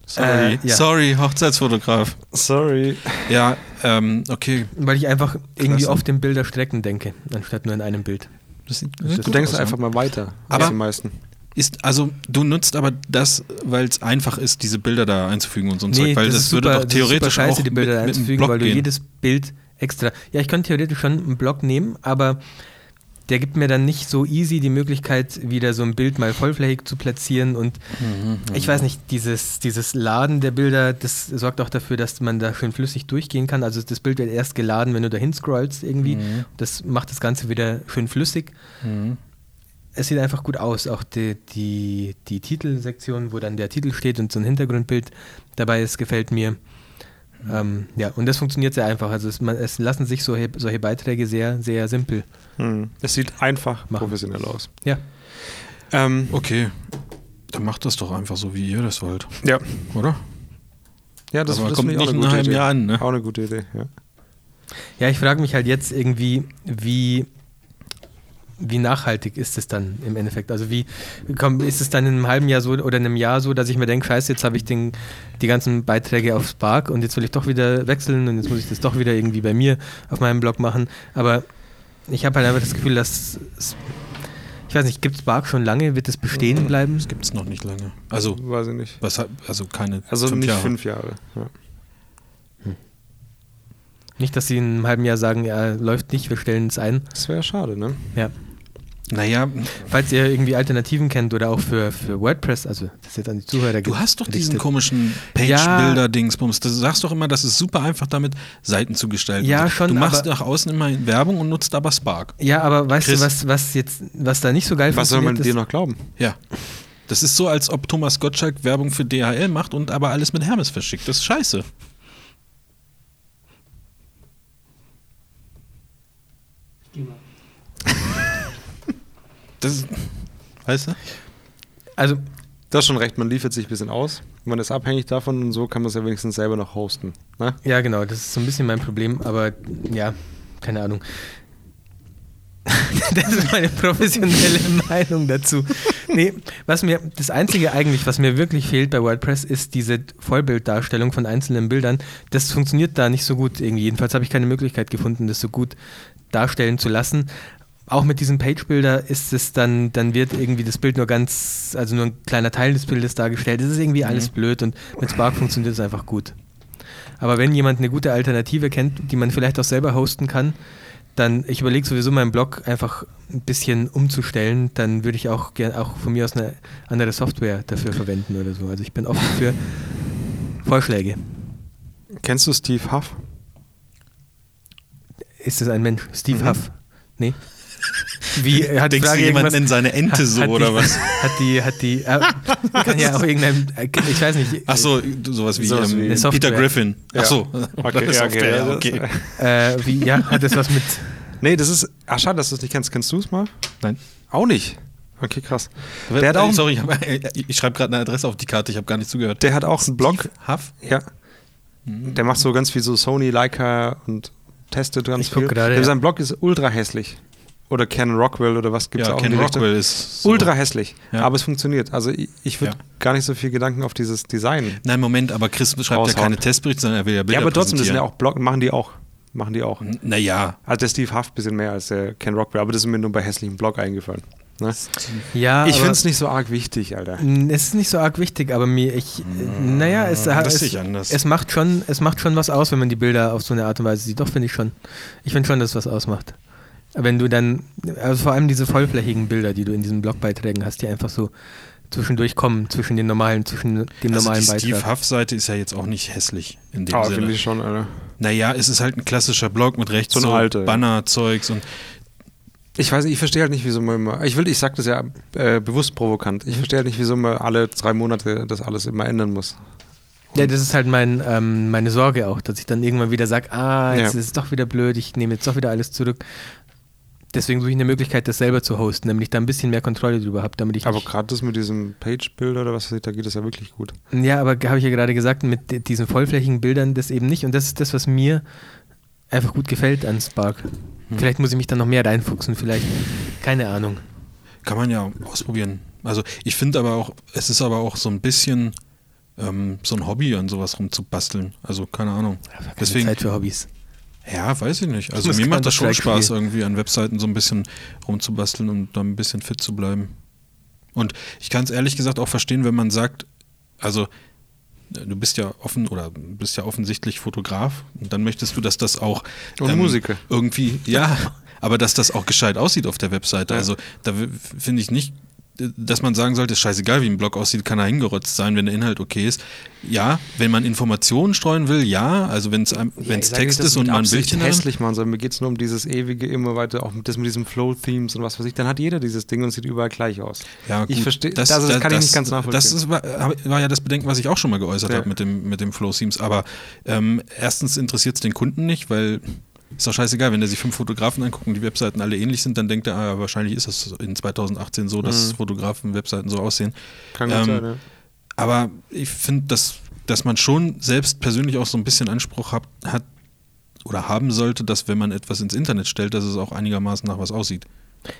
Speaker 3: Sorry. Äh, ja.
Speaker 1: Sorry, Hochzeitsfotograf.
Speaker 2: Sorry.
Speaker 1: Ja, ähm, okay.
Speaker 3: Weil ich einfach irgendwie
Speaker 1: Klasse.
Speaker 3: oft in Bilderstrecken denke, anstatt nur in einem Bild.
Speaker 1: Das sieht-
Speaker 3: Du
Speaker 1: sieht
Speaker 2: Du
Speaker 1: gut
Speaker 2: denkst
Speaker 1: aus, ne?
Speaker 2: einfach mal weiter
Speaker 1: Aber-
Speaker 2: als die meisten.
Speaker 1: Ist, also du nutzt aber das, weil es einfach ist, diese Bilder da einzufügen und so ein Zeug, weil das,
Speaker 3: ist
Speaker 1: würde
Speaker 3: super-
Speaker 1: doch
Speaker 3: das ist super
Speaker 1: theoretisch
Speaker 3: scheiße,
Speaker 1: auch
Speaker 3: die Bilder
Speaker 1: mit, mit einem
Speaker 3: einzufügen,
Speaker 1: Blog
Speaker 3: weil du
Speaker 1: gehen.
Speaker 3: jedes Bild extra. Ja, ich könnte theoretisch schon einen Blog nehmen, aber der gibt mir dann nicht so easy die Möglichkeit, wieder so ein Bild mal vollflächig zu platzieren und
Speaker 1: Mhm,
Speaker 3: ich weiß nicht, dieses, dieses Laden der Bilder, das sorgt auch dafür, dass man da schön flüssig durchgehen kann. Also das Bild wird erst geladen, wenn du dahin scrollst irgendwie.
Speaker 1: Mhm.
Speaker 3: Das macht das Ganze wieder schön flüssig.
Speaker 1: Mhm.
Speaker 3: Es sieht einfach gut aus, auch die, die, die Titelsektion, wo dann der Titel steht und so ein Hintergrundbild dabei ist, gefällt mir. Ähm, ja, und das funktioniert sehr einfach. Also es, man, es lassen sich solche, solche Beiträge sehr, sehr simpel
Speaker 2: Hm. Es sieht einfach
Speaker 3: Machen.
Speaker 2: professionell aus.
Speaker 3: Ja.
Speaker 2: Ähm,
Speaker 1: Okay, dann macht das doch einfach so, wie ihr das wollt,
Speaker 2: ja.
Speaker 1: oder?
Speaker 2: ja, das,
Speaker 1: Aber
Speaker 2: das
Speaker 1: kommt
Speaker 2: finde
Speaker 1: nicht
Speaker 2: ich auch
Speaker 1: in
Speaker 2: eine
Speaker 1: einem
Speaker 2: gute Idee.
Speaker 1: Jahr an, ne?
Speaker 2: Auch eine gute Idee, ja.
Speaker 3: Ja, ich frage mich halt jetzt irgendwie, wie, wie nachhaltig ist es dann im Endeffekt? Also wie komm, ist es dann in einem halben Jahr so oder in einem Jahr so, dass ich mir denke, scheiße, jetzt habe ich den, die ganzen Beiträge auf Spark und jetzt will ich doch wieder wechseln und jetzt muss ich das doch wieder irgendwie bei mir auf meinem Blog machen. Aber ich habe halt einfach das Gefühl, dass es- ich weiß nicht, gibt Spark schon lange? Wird es bestehen bleiben?
Speaker 1: Das gibt es noch nicht lange. Also,
Speaker 2: Weiß ich nicht.
Speaker 1: was, hat- also keine
Speaker 2: Also
Speaker 1: fünf
Speaker 2: nicht
Speaker 1: Jahre.
Speaker 2: fünf Jahre. Ja.
Speaker 3: Nicht, dass sie in einem halben Jahr sagen, ja, läuft nicht, wir stellen es ein.
Speaker 2: Das wäre schade, ne?
Speaker 3: Ja.
Speaker 1: Naja,
Speaker 3: Falls ihr irgendwie Alternativen kennt oder auch für, für WordPress, also das ist jetzt an die Zuhörer
Speaker 1: du hast doch diesen
Speaker 3: gerichtet.
Speaker 1: komischen Page-Builder-Dingsbums. Du sagst doch immer, das ist super einfach damit, Seiten zu gestalten.
Speaker 3: Ja, schon,
Speaker 1: Du machst
Speaker 3: aber-
Speaker 1: nach außen immer Werbung und nutzt aber Spark.
Speaker 3: Ja, aber weißt
Speaker 1: Chris.
Speaker 3: du, was, was jetzt, was da nicht so geil
Speaker 2: Was soll man
Speaker 3: funktioniert
Speaker 2: dir
Speaker 3: ist?
Speaker 2: noch glauben?
Speaker 1: Ja. Das ist so, als ob Thomas Gottschalk Werbung für DHL macht und aber alles mit Hermes verschickt. Das ist scheiße. Das ist, weißt du?
Speaker 3: Also,
Speaker 2: Das ist schon recht, man liefert sich ein bisschen aus. Man ist abhängig davon und so kann man es ja wenigstens selber noch hosten. Ne?
Speaker 3: ja genau, das ist so ein bisschen mein Problem, aber ja, keine Ahnung. das ist meine professionelle Meinung dazu. Nee, was mir, das Einzige eigentlich, was mir wirklich fehlt bei WordPress, ist diese Vollbilddarstellung von einzelnen Bildern. Das funktioniert da nicht so gut irgendwie. Jedenfalls habe ich keine Möglichkeit gefunden, das so gut darstellen zu lassen. Auch mit diesem Page-Builder ist es dann, dann wird irgendwie das Bild nur ganz, also nur ein kleiner Teil des Bildes dargestellt. Das ist irgendwie alles blöd und mit Spark funktioniert es einfach gut. Aber wenn jemand eine gute Alternative kennt, die man vielleicht auch selber hosten kann, dann, ich überlege sowieso meinen Blog einfach ein bisschen umzustellen, dann würde ich auch gerne auch von mir aus eine andere Software dafür verwenden oder so. Also ich bin offen für Vorschläge.
Speaker 2: Kennst du Steve Huff?
Speaker 3: Ist es ein Mensch? Steve Huff? Nee. Wie äh, hat die
Speaker 1: Mhm. Denkst du
Speaker 3: Frage
Speaker 1: jemanden in
Speaker 3: irgendwas-
Speaker 1: seine Ente so
Speaker 3: hat die,
Speaker 1: oder was?
Speaker 3: Hat die, hat die, äh, kann ja auch irgendein, äh, ich weiß nicht.
Speaker 1: Achso, sowas wie,
Speaker 2: Sowas wie-
Speaker 1: ähm,
Speaker 3: Eine Software.
Speaker 1: Peter Griffin.
Speaker 2: Ja.
Speaker 1: Achso,
Speaker 2: Okay, ja, okay, ja, das-
Speaker 3: Äh, wie, ja, hat das was mit,
Speaker 2: Nee, das ist. Ach, schade, dass du es nicht kennst. Kennst du es mal?
Speaker 1: Nein.
Speaker 2: Auch nicht. Okay, krass.
Speaker 1: Der hat auch,
Speaker 2: einen-
Speaker 1: sorry, ich, hab- äh, ich schreibe gerade eine Adresse auf die Karte, ich habe gar nicht zugehört.
Speaker 2: Der hat auch einen Blog.
Speaker 1: Huff?
Speaker 2: Ja. Der macht so ganz viel so Sony, Leica und testet ganz
Speaker 3: Ich guck
Speaker 2: viel.
Speaker 3: gerade,
Speaker 2: Der-
Speaker 3: ja.
Speaker 2: Sein Blog ist ultra hässlich. Oder Ken Rockwell oder was gibt es
Speaker 1: Ja,
Speaker 2: auch in
Speaker 1: Ken
Speaker 2: die Richtung.
Speaker 1: Rockwell ist so.
Speaker 2: Ultra hässlich,
Speaker 1: Ja.
Speaker 2: aber es funktioniert. Also ich, ich würde
Speaker 1: Ja.
Speaker 2: gar nicht so viel Gedanken auf dieses Design.
Speaker 1: Nein, Moment, aber Chris schreibt ja
Speaker 2: Raushauen.
Speaker 1: keine Testberichte, sondern er will ja Bilder
Speaker 2: ja, aber trotzdem, das sind
Speaker 1: präsentieren. Mhm.
Speaker 2: ja auch Blog, machen die auch. Machen die auch.
Speaker 1: Naja,
Speaker 2: Also der Steve Huff ein bisschen mehr als der Ken Rockwell, aber das ist mir nur bei hässlichem Blog eingefallen. Ne?
Speaker 3: ja.
Speaker 2: Ich
Speaker 3: aber-
Speaker 2: finde es nicht so arg wichtig, Alter.
Speaker 3: Mm, Es ist nicht so arg wichtig, aber mir, ich, äh, naja,
Speaker 1: Mm,
Speaker 3: es,
Speaker 1: das
Speaker 3: es,
Speaker 1: sehe ich anders.
Speaker 3: es macht schon, es macht schon was aus, wenn man die Bilder auf so eine Art und Weise sieht. Doch finde ich schon. Ich finde schon, dass es was ausmacht. Wenn du dann, also vor allem diese vollflächigen Bilder, die du in diesen Blogbeiträgen hast, die einfach so zwischendurch kommen, zwischen den normalen, zwischen dem
Speaker 1: Also die
Speaker 3: normalen
Speaker 1: Steve
Speaker 3: Beitrag.
Speaker 1: Huff-Seite ist ja jetzt auch nicht hässlich in dem
Speaker 2: Ah, finde
Speaker 1: Sinne.
Speaker 2: ich schon, Alter.
Speaker 1: Naja, es ist halt ein klassischer Blog mit rechts
Speaker 2: So
Speaker 1: so,
Speaker 2: eine alte, ja.
Speaker 1: Banner-Zeugs und
Speaker 2: Ich weiß, nicht, ich verstehe halt nicht, wieso man immer. Ich will, ich sag das ja äh, bewusst provokant. Ich verstehe halt nicht, wieso man alle drei Monate das alles immer ändern muss.
Speaker 3: Ja, das ist halt mein, ähm, meine Sorge auch, dass ich dann irgendwann wieder sage, ah, jetzt
Speaker 2: Ja.
Speaker 3: ist es doch wieder blöd, ich nehme jetzt doch wieder alles zurück. Deswegen suche ich eine Möglichkeit, das selber zu hosten, damit ich da ein bisschen mehr Kontrolle drüber habe, damit ich
Speaker 2: Aber
Speaker 3: nicht-
Speaker 2: gerade das mit diesem Page-Bild oder was weiß ich, da geht es ja wirklich gut.
Speaker 3: Ja, aber habe ich ja gerade gesagt, mit di- diesen vollflächigen Bildern das eben nicht. Und das ist das, was mir einfach gut gefällt an Spark.
Speaker 2: Hm.
Speaker 3: Vielleicht muss ich mich dann noch mehr reinfuchsen, vielleicht. Keine Ahnung.
Speaker 1: Kann man ja ausprobieren. Also ich finde aber auch, es ist aber auch so ein bisschen ähm, so ein Hobby, an sowas rumzubasteln. Also keine Ahnung.
Speaker 3: Keine
Speaker 1: Deswegen,
Speaker 3: Zeit für Hobbys.
Speaker 1: ja, weiß ich nicht. Also
Speaker 3: Das
Speaker 1: mir
Speaker 3: kann
Speaker 1: macht das
Speaker 3: doch
Speaker 1: schon
Speaker 3: gleich
Speaker 1: Spaß,
Speaker 3: viel.
Speaker 1: irgendwie an Webseiten so ein bisschen rumzubasteln und da ein bisschen fit zu bleiben. Und ich kann es ehrlich gesagt auch verstehen, wenn man sagt, also äh, du bist ja offen oder bist ja offensichtlich Fotograf und dann möchtest du, dass das auch ähm,
Speaker 2: Und Musiker.
Speaker 1: irgendwie, ja, aber dass das auch gescheit aussieht auf der Webseite.
Speaker 2: Ja.
Speaker 1: Also da w- finde ich nicht, äh, dass man sagen sollte, ist scheißegal, wie ein Blog aussieht, kann er hingerotzt sein, wenn der Inhalt okay ist. Ja, wenn man Informationen streuen will, ja, also wenn es
Speaker 3: Ja, ich sage
Speaker 1: Text
Speaker 3: nicht, dass
Speaker 1: ist und
Speaker 3: mit
Speaker 1: man ein
Speaker 3: Absicht
Speaker 1: Bildchen hat.
Speaker 2: hässlich machen, sondern mir geht es nur um dieses ewige immer weiter, auch mit- das mit diesem Flow-Themes und was weiß ich. Dann hat jeder dieses Ding und sieht überall gleich aus.
Speaker 1: Ja,
Speaker 2: ich
Speaker 1: gut,
Speaker 2: verstehe, das, das, kann ich nicht ganz nachvollziehen.
Speaker 1: Das ist, war, hab- war ja das Bedenken, was ich auch schon mal geäußert
Speaker 2: Ja.
Speaker 1: habe mit dem, mit dem Flow Seams. Aber ähm, erstens interessiert es den Kunden nicht, weil ist doch scheißegal, wenn der sich fünf Fotografen anguckt und die Webseiten alle ähnlich sind, dann denkt er, ah, wahrscheinlich ist das in 2018 so, dass Fotografen Webseiten so aussehen.
Speaker 2: Mhm. kann gut
Speaker 1: ähm,
Speaker 2: sein, ja.
Speaker 1: Aber ich finde, dass, dass man schon selbst persönlich auch so ein bisschen Anspruch hat, hat oder haben sollte, dass wenn man etwas ins Internet stellt, dass es auch einigermaßen nach was aussieht.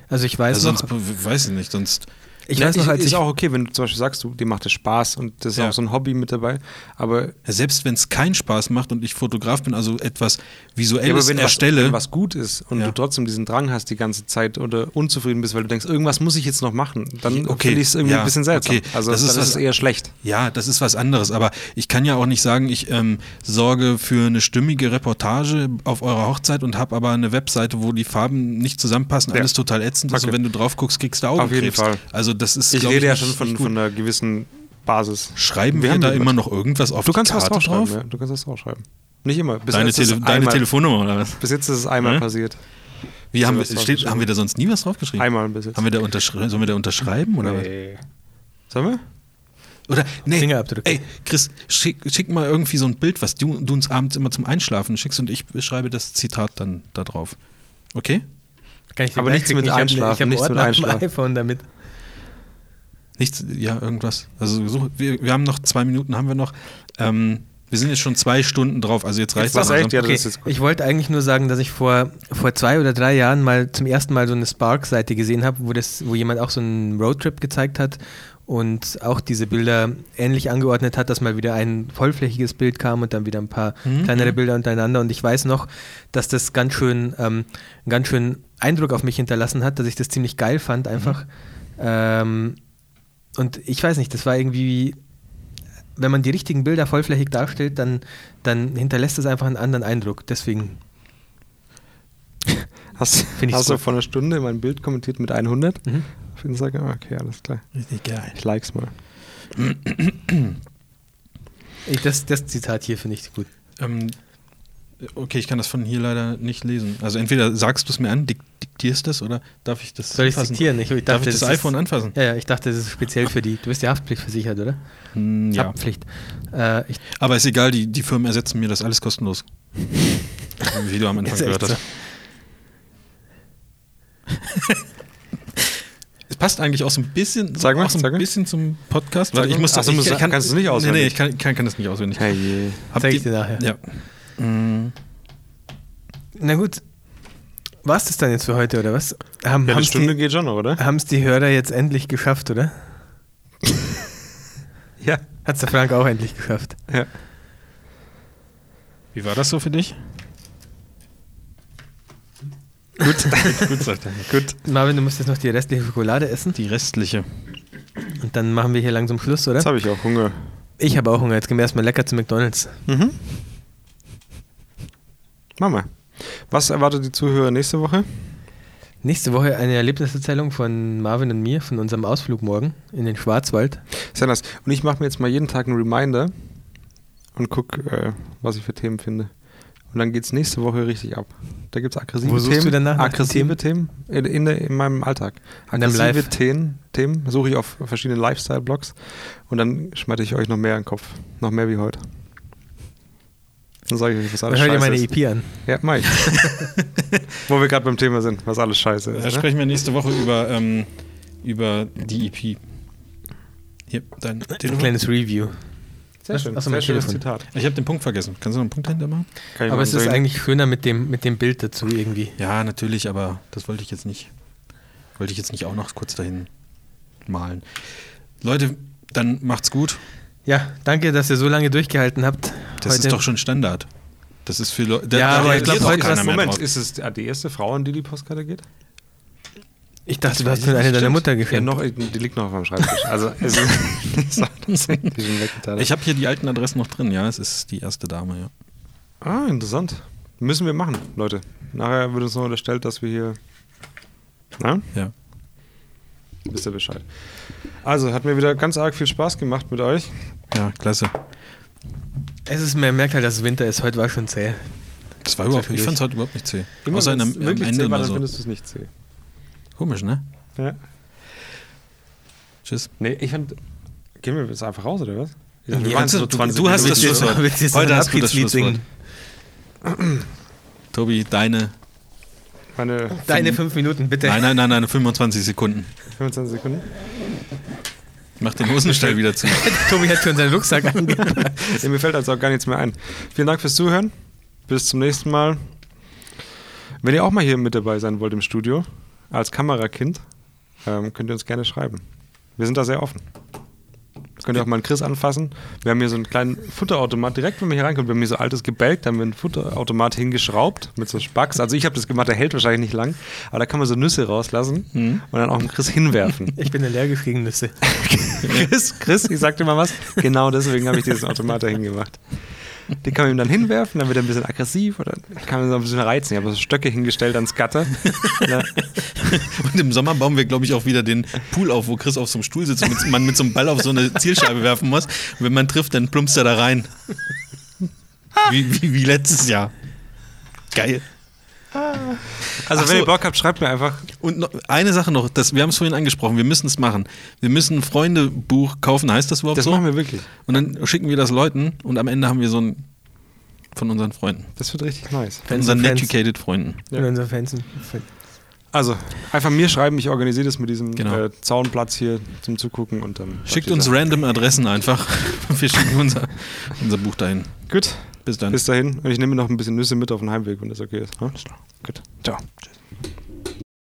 Speaker 3: Also ich weiß
Speaker 1: Also sonst
Speaker 3: noch,
Speaker 1: weiß ich nicht, sonst
Speaker 3: ich
Speaker 2: Ja,
Speaker 3: weiß noch, als
Speaker 2: Ne, ist
Speaker 3: ich,
Speaker 2: auch okay, wenn du zum Beispiel sagst, du, dir macht das Spaß und das ist
Speaker 1: Ja.
Speaker 2: auch so ein Hobby mit dabei. Aber,
Speaker 1: Ja, Selbst wenn es keinen Spaß macht und ich Fotograf bin, also etwas
Speaker 2: ja, aber
Speaker 1: visuelles
Speaker 2: wenn, was,
Speaker 1: erstelle,
Speaker 2: wenn was gut ist und
Speaker 1: Ja.
Speaker 2: du trotzdem diesen Drang hast die ganze Zeit oder unzufrieden bist, weil du denkst, irgendwas muss ich jetzt noch machen, dann
Speaker 1: Okay,
Speaker 2: finde ich es irgendwie
Speaker 1: ja,
Speaker 2: ein bisschen seltsam.
Speaker 1: okay,
Speaker 2: Also
Speaker 1: das ist
Speaker 2: dann
Speaker 1: was-
Speaker 2: ist es eher schlecht.
Speaker 1: ja, das ist was anderes. Aber ich kann ja auch nicht sagen, ich ähm, sorge für eine stimmige Reportage auf eurer Hochzeit und habe aber eine Webseite, wo die Farben nicht zusammenpassen,
Speaker 2: Ja.
Speaker 1: alles total ätzend ist
Speaker 2: Okay.
Speaker 1: und wenn du drauf guckst, kriegst du Augenkrebs.
Speaker 2: Auf jeden Fall.
Speaker 1: Also das ist,
Speaker 2: Ich
Speaker 1: glaub
Speaker 2: rede ja
Speaker 1: nicht-
Speaker 2: schon von,
Speaker 1: nicht gut.
Speaker 2: von einer gewissen Basis.
Speaker 1: Schreiben
Speaker 2: Wir
Speaker 1: wir,
Speaker 2: haben
Speaker 1: da
Speaker 2: die-
Speaker 1: immer noch irgendwas auf
Speaker 2: Du kannst
Speaker 1: die
Speaker 2: was
Speaker 1: Karte
Speaker 2: draufschreiben,
Speaker 1: drauf?
Speaker 2: ja. Du kannst was draufschreiben. Nicht immer. Bis
Speaker 1: Deine,
Speaker 2: jetzt ne? ist
Speaker 1: Tele Hm?
Speaker 2: es
Speaker 1: deine
Speaker 2: einmal-
Speaker 1: Telefonnummer oder was?
Speaker 2: Bis jetzt ist es einmal
Speaker 1: Hä?
Speaker 2: passiert.
Speaker 1: Wie haben wir,
Speaker 2: was
Speaker 1: steht,
Speaker 2: draufgeschrieben.
Speaker 1: haben wir da sonst nie was draufgeschrieben?
Speaker 2: Einmal bis jetzt.
Speaker 1: Haben wir da unterschreiben? Sollen wir da unterschreiben oder was?
Speaker 2: nee. Sollen wir?
Speaker 1: Oder nee,
Speaker 3: Fingerabdrücke.
Speaker 1: Ey, Chris, schick, schick mal irgendwie so ein Bild, was du, du uns abends immer zum Einschlafen schickst und ich schreibe das Zitat dann da drauf. Okay?
Speaker 3: kann ich dir
Speaker 2: aber
Speaker 3: gleich
Speaker 2: nichts
Speaker 3: schicken,
Speaker 2: mit
Speaker 3: ich hab ne-
Speaker 2: Einschlafen,
Speaker 3: Ich habe
Speaker 2: nichts mit
Speaker 3: Ordner auf dem
Speaker 2: Einschlafen.
Speaker 3: iPhone damit.
Speaker 1: Nichts, ja, irgendwas. Also so, wir, wir haben noch zwei Minuten, haben wir noch. Ähm, wir sind jetzt schon zwei Stunden drauf, also jetzt reicht
Speaker 2: was reicht, ja, das
Speaker 3: Okay,
Speaker 2: ist jetzt gut.
Speaker 3: ich wollte eigentlich nur sagen, dass ich vor, vor zwei oder drei Jahren mal zum ersten Mal so eine Spark-Seite gesehen habe, wo, das- wo jemand auch so einen Roadtrip gezeigt hat und auch diese Bilder ähnlich angeordnet hat, dass mal wieder ein vollflächiges Bild kam und dann wieder ein paar kleinere Bilder untereinander. Und ich weiß noch, dass das ganz schön, ähm, einen ganz schön Eindruck auf mich hinterlassen hat, dass ich das ziemlich geil fand einfach. Ähm, und ich weiß nicht, das war irgendwie wenn man die richtigen Bilder vollflächig darstellt, dann, dann hinterlässt es einfach einen anderen Eindruck. Deswegen,
Speaker 2: Hast,
Speaker 3: Find ich
Speaker 2: hast
Speaker 3: so.
Speaker 2: du vor einer Stunde mein Bild kommentiert mit 100
Speaker 3: Mhm.
Speaker 2: auf Instagram? Okay, alles klar.
Speaker 1: Richtig geil.
Speaker 2: Ich likes mal.
Speaker 3: ich, das, das Zitat hier finde ich gut.
Speaker 1: Ähm, okay, ich kann das von hier leider nicht lesen. Also entweder sagst du es mir an, dik diktierst es oder darf ich das
Speaker 3: Soll ich
Speaker 1: anfassen?
Speaker 3: zitieren? Ich, ich
Speaker 1: Darf ich das,
Speaker 3: ist-
Speaker 1: iPhone anfassen?
Speaker 3: Ja, ja, ich dachte, das ist speziell für die. Du bist ja haftpflichtversichert, oder?
Speaker 1: Hm, Ja.
Speaker 3: Haftpflicht. Äh, ich,
Speaker 1: Aber ist egal, die, die Firmen ersetzen mir das alles kostenlos. Wie du am Anfang
Speaker 3: Ist echt
Speaker 1: gehört hast.
Speaker 3: so.
Speaker 1: Es passt eigentlich auch so ein bisschen,
Speaker 2: Sag mal,
Speaker 1: auch so ein
Speaker 2: sag mal.
Speaker 1: bisschen zum Podcast.
Speaker 2: Sag
Speaker 1: Weil ich
Speaker 2: mal.
Speaker 1: muss
Speaker 2: Ach so,
Speaker 1: ich,
Speaker 2: musst du-
Speaker 1: ich kann,
Speaker 2: kannst du nicht
Speaker 1: Nee, nee,
Speaker 2: auswendig.
Speaker 1: ich kann, kann, kann das nicht auswendig.
Speaker 2: Hey,
Speaker 1: Habt
Speaker 3: Zeig
Speaker 1: ihr-
Speaker 3: ich dir nachher.
Speaker 1: Ja. Mm,
Speaker 3: na gut. War es das dann jetzt für heute, oder was? Haben
Speaker 2: ja, eine
Speaker 3: es
Speaker 2: Stunde
Speaker 3: die,
Speaker 2: geht schon noch, oder?
Speaker 3: haben's die Hörer jetzt endlich geschafft, oder?
Speaker 2: Ja.
Speaker 3: Hat es der Frank auch endlich geschafft.
Speaker 2: ja.
Speaker 1: Wie war das so für dich? Gut, gut, sagt er.
Speaker 2: Gut.
Speaker 3: Marvin, du musst jetzt noch die restliche Schokolade essen
Speaker 1: Die restliche.
Speaker 3: und dann machen wir hier langsam Schluss, oder?
Speaker 2: Jetzt habe ich auch Hunger.
Speaker 3: Ich habe auch Hunger. Jetzt gehen wir erstmal lecker zu McDonalds.
Speaker 2: Mhm. Mama. Was erwartet die Zuhörer nächste Woche?
Speaker 3: Nächste Woche eine Erlebniserzählung von Marvin und mir von unserem Ausflug morgen in den Schwarzwald.
Speaker 2: Sehr nice. Und ich mache mir jetzt mal jeden Tag einen Reminder und guck, äh, was ich für Themen finde. Und dann geht's nächste Woche richtig ab. Da gibt's aggressive
Speaker 3: Wo suchst
Speaker 2: Themen.
Speaker 3: du denn nach- nach
Speaker 2: aggressive Themen, in, in, der, in meinem Alltag.
Speaker 3: In deinem
Speaker 2: Aggressive
Speaker 3: Life.
Speaker 2: Themen, Themen suche ich auf verschiedenen Lifestyle-Blogs und dann schmeiße ich euch noch mehr in den Kopf. Noch mehr wie heute. Dann sage ich euch, was
Speaker 3: Dann
Speaker 2: alles
Speaker 3: hör dir
Speaker 2: scheiße
Speaker 3: meine
Speaker 2: ist.
Speaker 3: EP an.
Speaker 2: Ja, mach ich. Wo wir gerade beim Thema sind, was alles scheiße
Speaker 1: Da
Speaker 2: ist. Ne?
Speaker 1: sprechen wir nächste Woche über, ähm, über die EP. Hier, dein
Speaker 3: Ein
Speaker 1: Telefon.
Speaker 3: kleines Review.
Speaker 2: Sehr schön,
Speaker 3: Achso,
Speaker 2: sehr
Speaker 3: mein
Speaker 2: schönes
Speaker 3: Telefon.
Speaker 2: Zitat.
Speaker 1: Ich habe den Punkt vergessen. Kannst du noch einen Punkt dahinter machen?
Speaker 2: Kann ich
Speaker 3: Aber
Speaker 2: mal
Speaker 3: es ist
Speaker 2: sehen.
Speaker 3: eigentlich schöner mit dem, mit dem Bild dazu irgendwie.
Speaker 1: Ja, natürlich, aber das wollte ich jetzt nicht. Wollte ich jetzt nicht auch noch kurz dahin malen. Leute, dann macht's gut.
Speaker 3: Ja, danke, dass ihr so lange durchgehalten habt.
Speaker 1: Das
Speaker 3: Heute-
Speaker 1: ist doch schon Standard. Das ist für Leute.
Speaker 3: Ja, aber ich
Speaker 2: Ich glaube,
Speaker 3: Geht auch
Speaker 2: heute
Speaker 3: keiner
Speaker 2: ist
Speaker 1: mehr
Speaker 2: Moment.
Speaker 1: drauf.
Speaker 2: Ist es die erste Frau, an die die Postkarte geht?
Speaker 3: Ich dachte, du hast
Speaker 1: weiß
Speaker 3: mir
Speaker 1: ich
Speaker 3: eine
Speaker 1: nicht,
Speaker 3: deiner
Speaker 1: stimmt.
Speaker 3: Mutter
Speaker 2: Ja,
Speaker 3: geschenkt.
Speaker 2: noch, die liegt noch auf meinem Schreibtisch. Also, es ist nicht so, dass ich die schon weggetan habe.
Speaker 1: Ich habe hier die alten Adressen noch drin, ja. Es ist die erste Dame, ja.
Speaker 2: Ah, interessant. Müssen wir machen, Leute. Nachher wird uns noch unterstellt, dass wir hier. Na?
Speaker 1: Ja.
Speaker 2: Wisst ihr Bescheid. Also, hat mir wieder ganz arg viel Spaß gemacht mit euch.
Speaker 1: Ja, klasse.
Speaker 3: Es ist, man merkt halt, dass es Winter ist. Heute war schon zäh.
Speaker 1: Das war überhaupt,
Speaker 3: Sehr
Speaker 1: ich
Speaker 3: viel
Speaker 1: fand es heute überhaupt nicht zäh.
Speaker 2: Immer
Speaker 1: Außer in
Speaker 2: wenn's
Speaker 1: am, am
Speaker 2: wirklich zäh
Speaker 1: Ende
Speaker 2: war,
Speaker 1: mal
Speaker 2: dann
Speaker 1: so.
Speaker 2: findest du es nicht zäh.
Speaker 1: Komisch, ne?
Speaker 2: Ja.
Speaker 1: Tschüss.
Speaker 2: Nee, ich fand. Gehen wir jetzt einfach raus, oder was? Ich
Speaker 3: Nee,
Speaker 2: waren
Speaker 1: kannst
Speaker 2: so
Speaker 1: du-
Speaker 2: 20
Speaker 1: du hast
Speaker 2: Minuten.
Speaker 1: das Schlusswort.
Speaker 3: Willst du jetzt
Speaker 1: Heute
Speaker 3: noch ein
Speaker 1: hast du das
Speaker 3: Abschiedslied
Speaker 1: Schlusswort.
Speaker 3: singen?
Speaker 1: Tobi, deine.
Speaker 2: Meine
Speaker 3: Deine fünf Minuten, bitte.
Speaker 1: Nein, nein, nein, nein, 25 Sekunden.
Speaker 2: 25 Sekunden.
Speaker 1: Mach den Hosenstall wieder zu.
Speaker 3: Tobi hat schon seinen Rucksack angepackt.
Speaker 2: Nee, mir fällt also auch gar nichts mehr ein. Vielen Dank fürs Zuhören. Bis zum nächsten Mal. Wenn ihr auch mal hier mit dabei sein wollt im Studio, als Kamerakind, ähm, könnt ihr uns gerne schreiben. Wir sind da sehr offen. Könnt ihr auch mal einen Chris anfassen. Wir haben hier so einen kleinen Futterautomat. Direkt, wenn man hier reinkommt, wir haben hier so altes Gebälk, da haben wir einen Futterautomat hingeschraubt mit so Spacks. Also ich habe das gemacht, der hält wahrscheinlich nicht lang. Aber da kann man so Nüsse rauslassen und dann auch einen Chris hinwerfen.
Speaker 3: Ich bin allergisch gegen Nüsse.
Speaker 2: Chris, Chris, ich sagte mal was. Genau deswegen habe ich diesen Automat dahin gemacht. Den kann man ihm dann hinwerfen, dann wird er ein bisschen aggressiv oder kann man so ein bisschen reizen. Ich habe so Stöcke hingestellt ans Gatter. Ne? Ja,
Speaker 1: Und im Sommer bauen wir, glaube ich, auch wieder den Pool auf, wo Chris auf so einem Stuhl sitzt und mit, man mit so einem Ball auf so eine Zielscheibe werfen muss. Und wenn man trifft, dann plumpst er da rein. Wie, wie, wie letztes Jahr. Geil.
Speaker 2: also
Speaker 1: Ach
Speaker 2: wenn
Speaker 1: so.
Speaker 2: ihr Bock habt, schreibt mir einfach.
Speaker 1: Und noch, eine Sache noch, das, wir haben es vorhin angesprochen, wir müssen es machen. Wir müssen ein Freundebuch kaufen, heißt das überhaupt
Speaker 2: Das
Speaker 1: so?
Speaker 2: machen wir wirklich.
Speaker 1: Und dann schicken wir das Leuten und am Ende haben wir so ein von unseren Freunden.
Speaker 2: Das wird richtig nice.
Speaker 1: Von
Speaker 3: Friends
Speaker 1: unseren
Speaker 3: and Friends.
Speaker 1: educated Freunden.
Speaker 2: Ja.
Speaker 3: Von unseren Fans.
Speaker 2: Also einfach mir schreiben, ich organisiere das mit diesem
Speaker 1: Genau.
Speaker 2: äh, Zaunplatz hier zum Zugucken und dann.
Speaker 1: Schickt uns random Adressen einfach. Wir schicken unser, unser Buch dahin.
Speaker 2: Gut,
Speaker 1: Bis dann.
Speaker 2: bis dahin. Und ich nehme mir noch ein bisschen Nüsse mit auf den Heimweg, wenn das okay ist. Hm? Gut, ciao.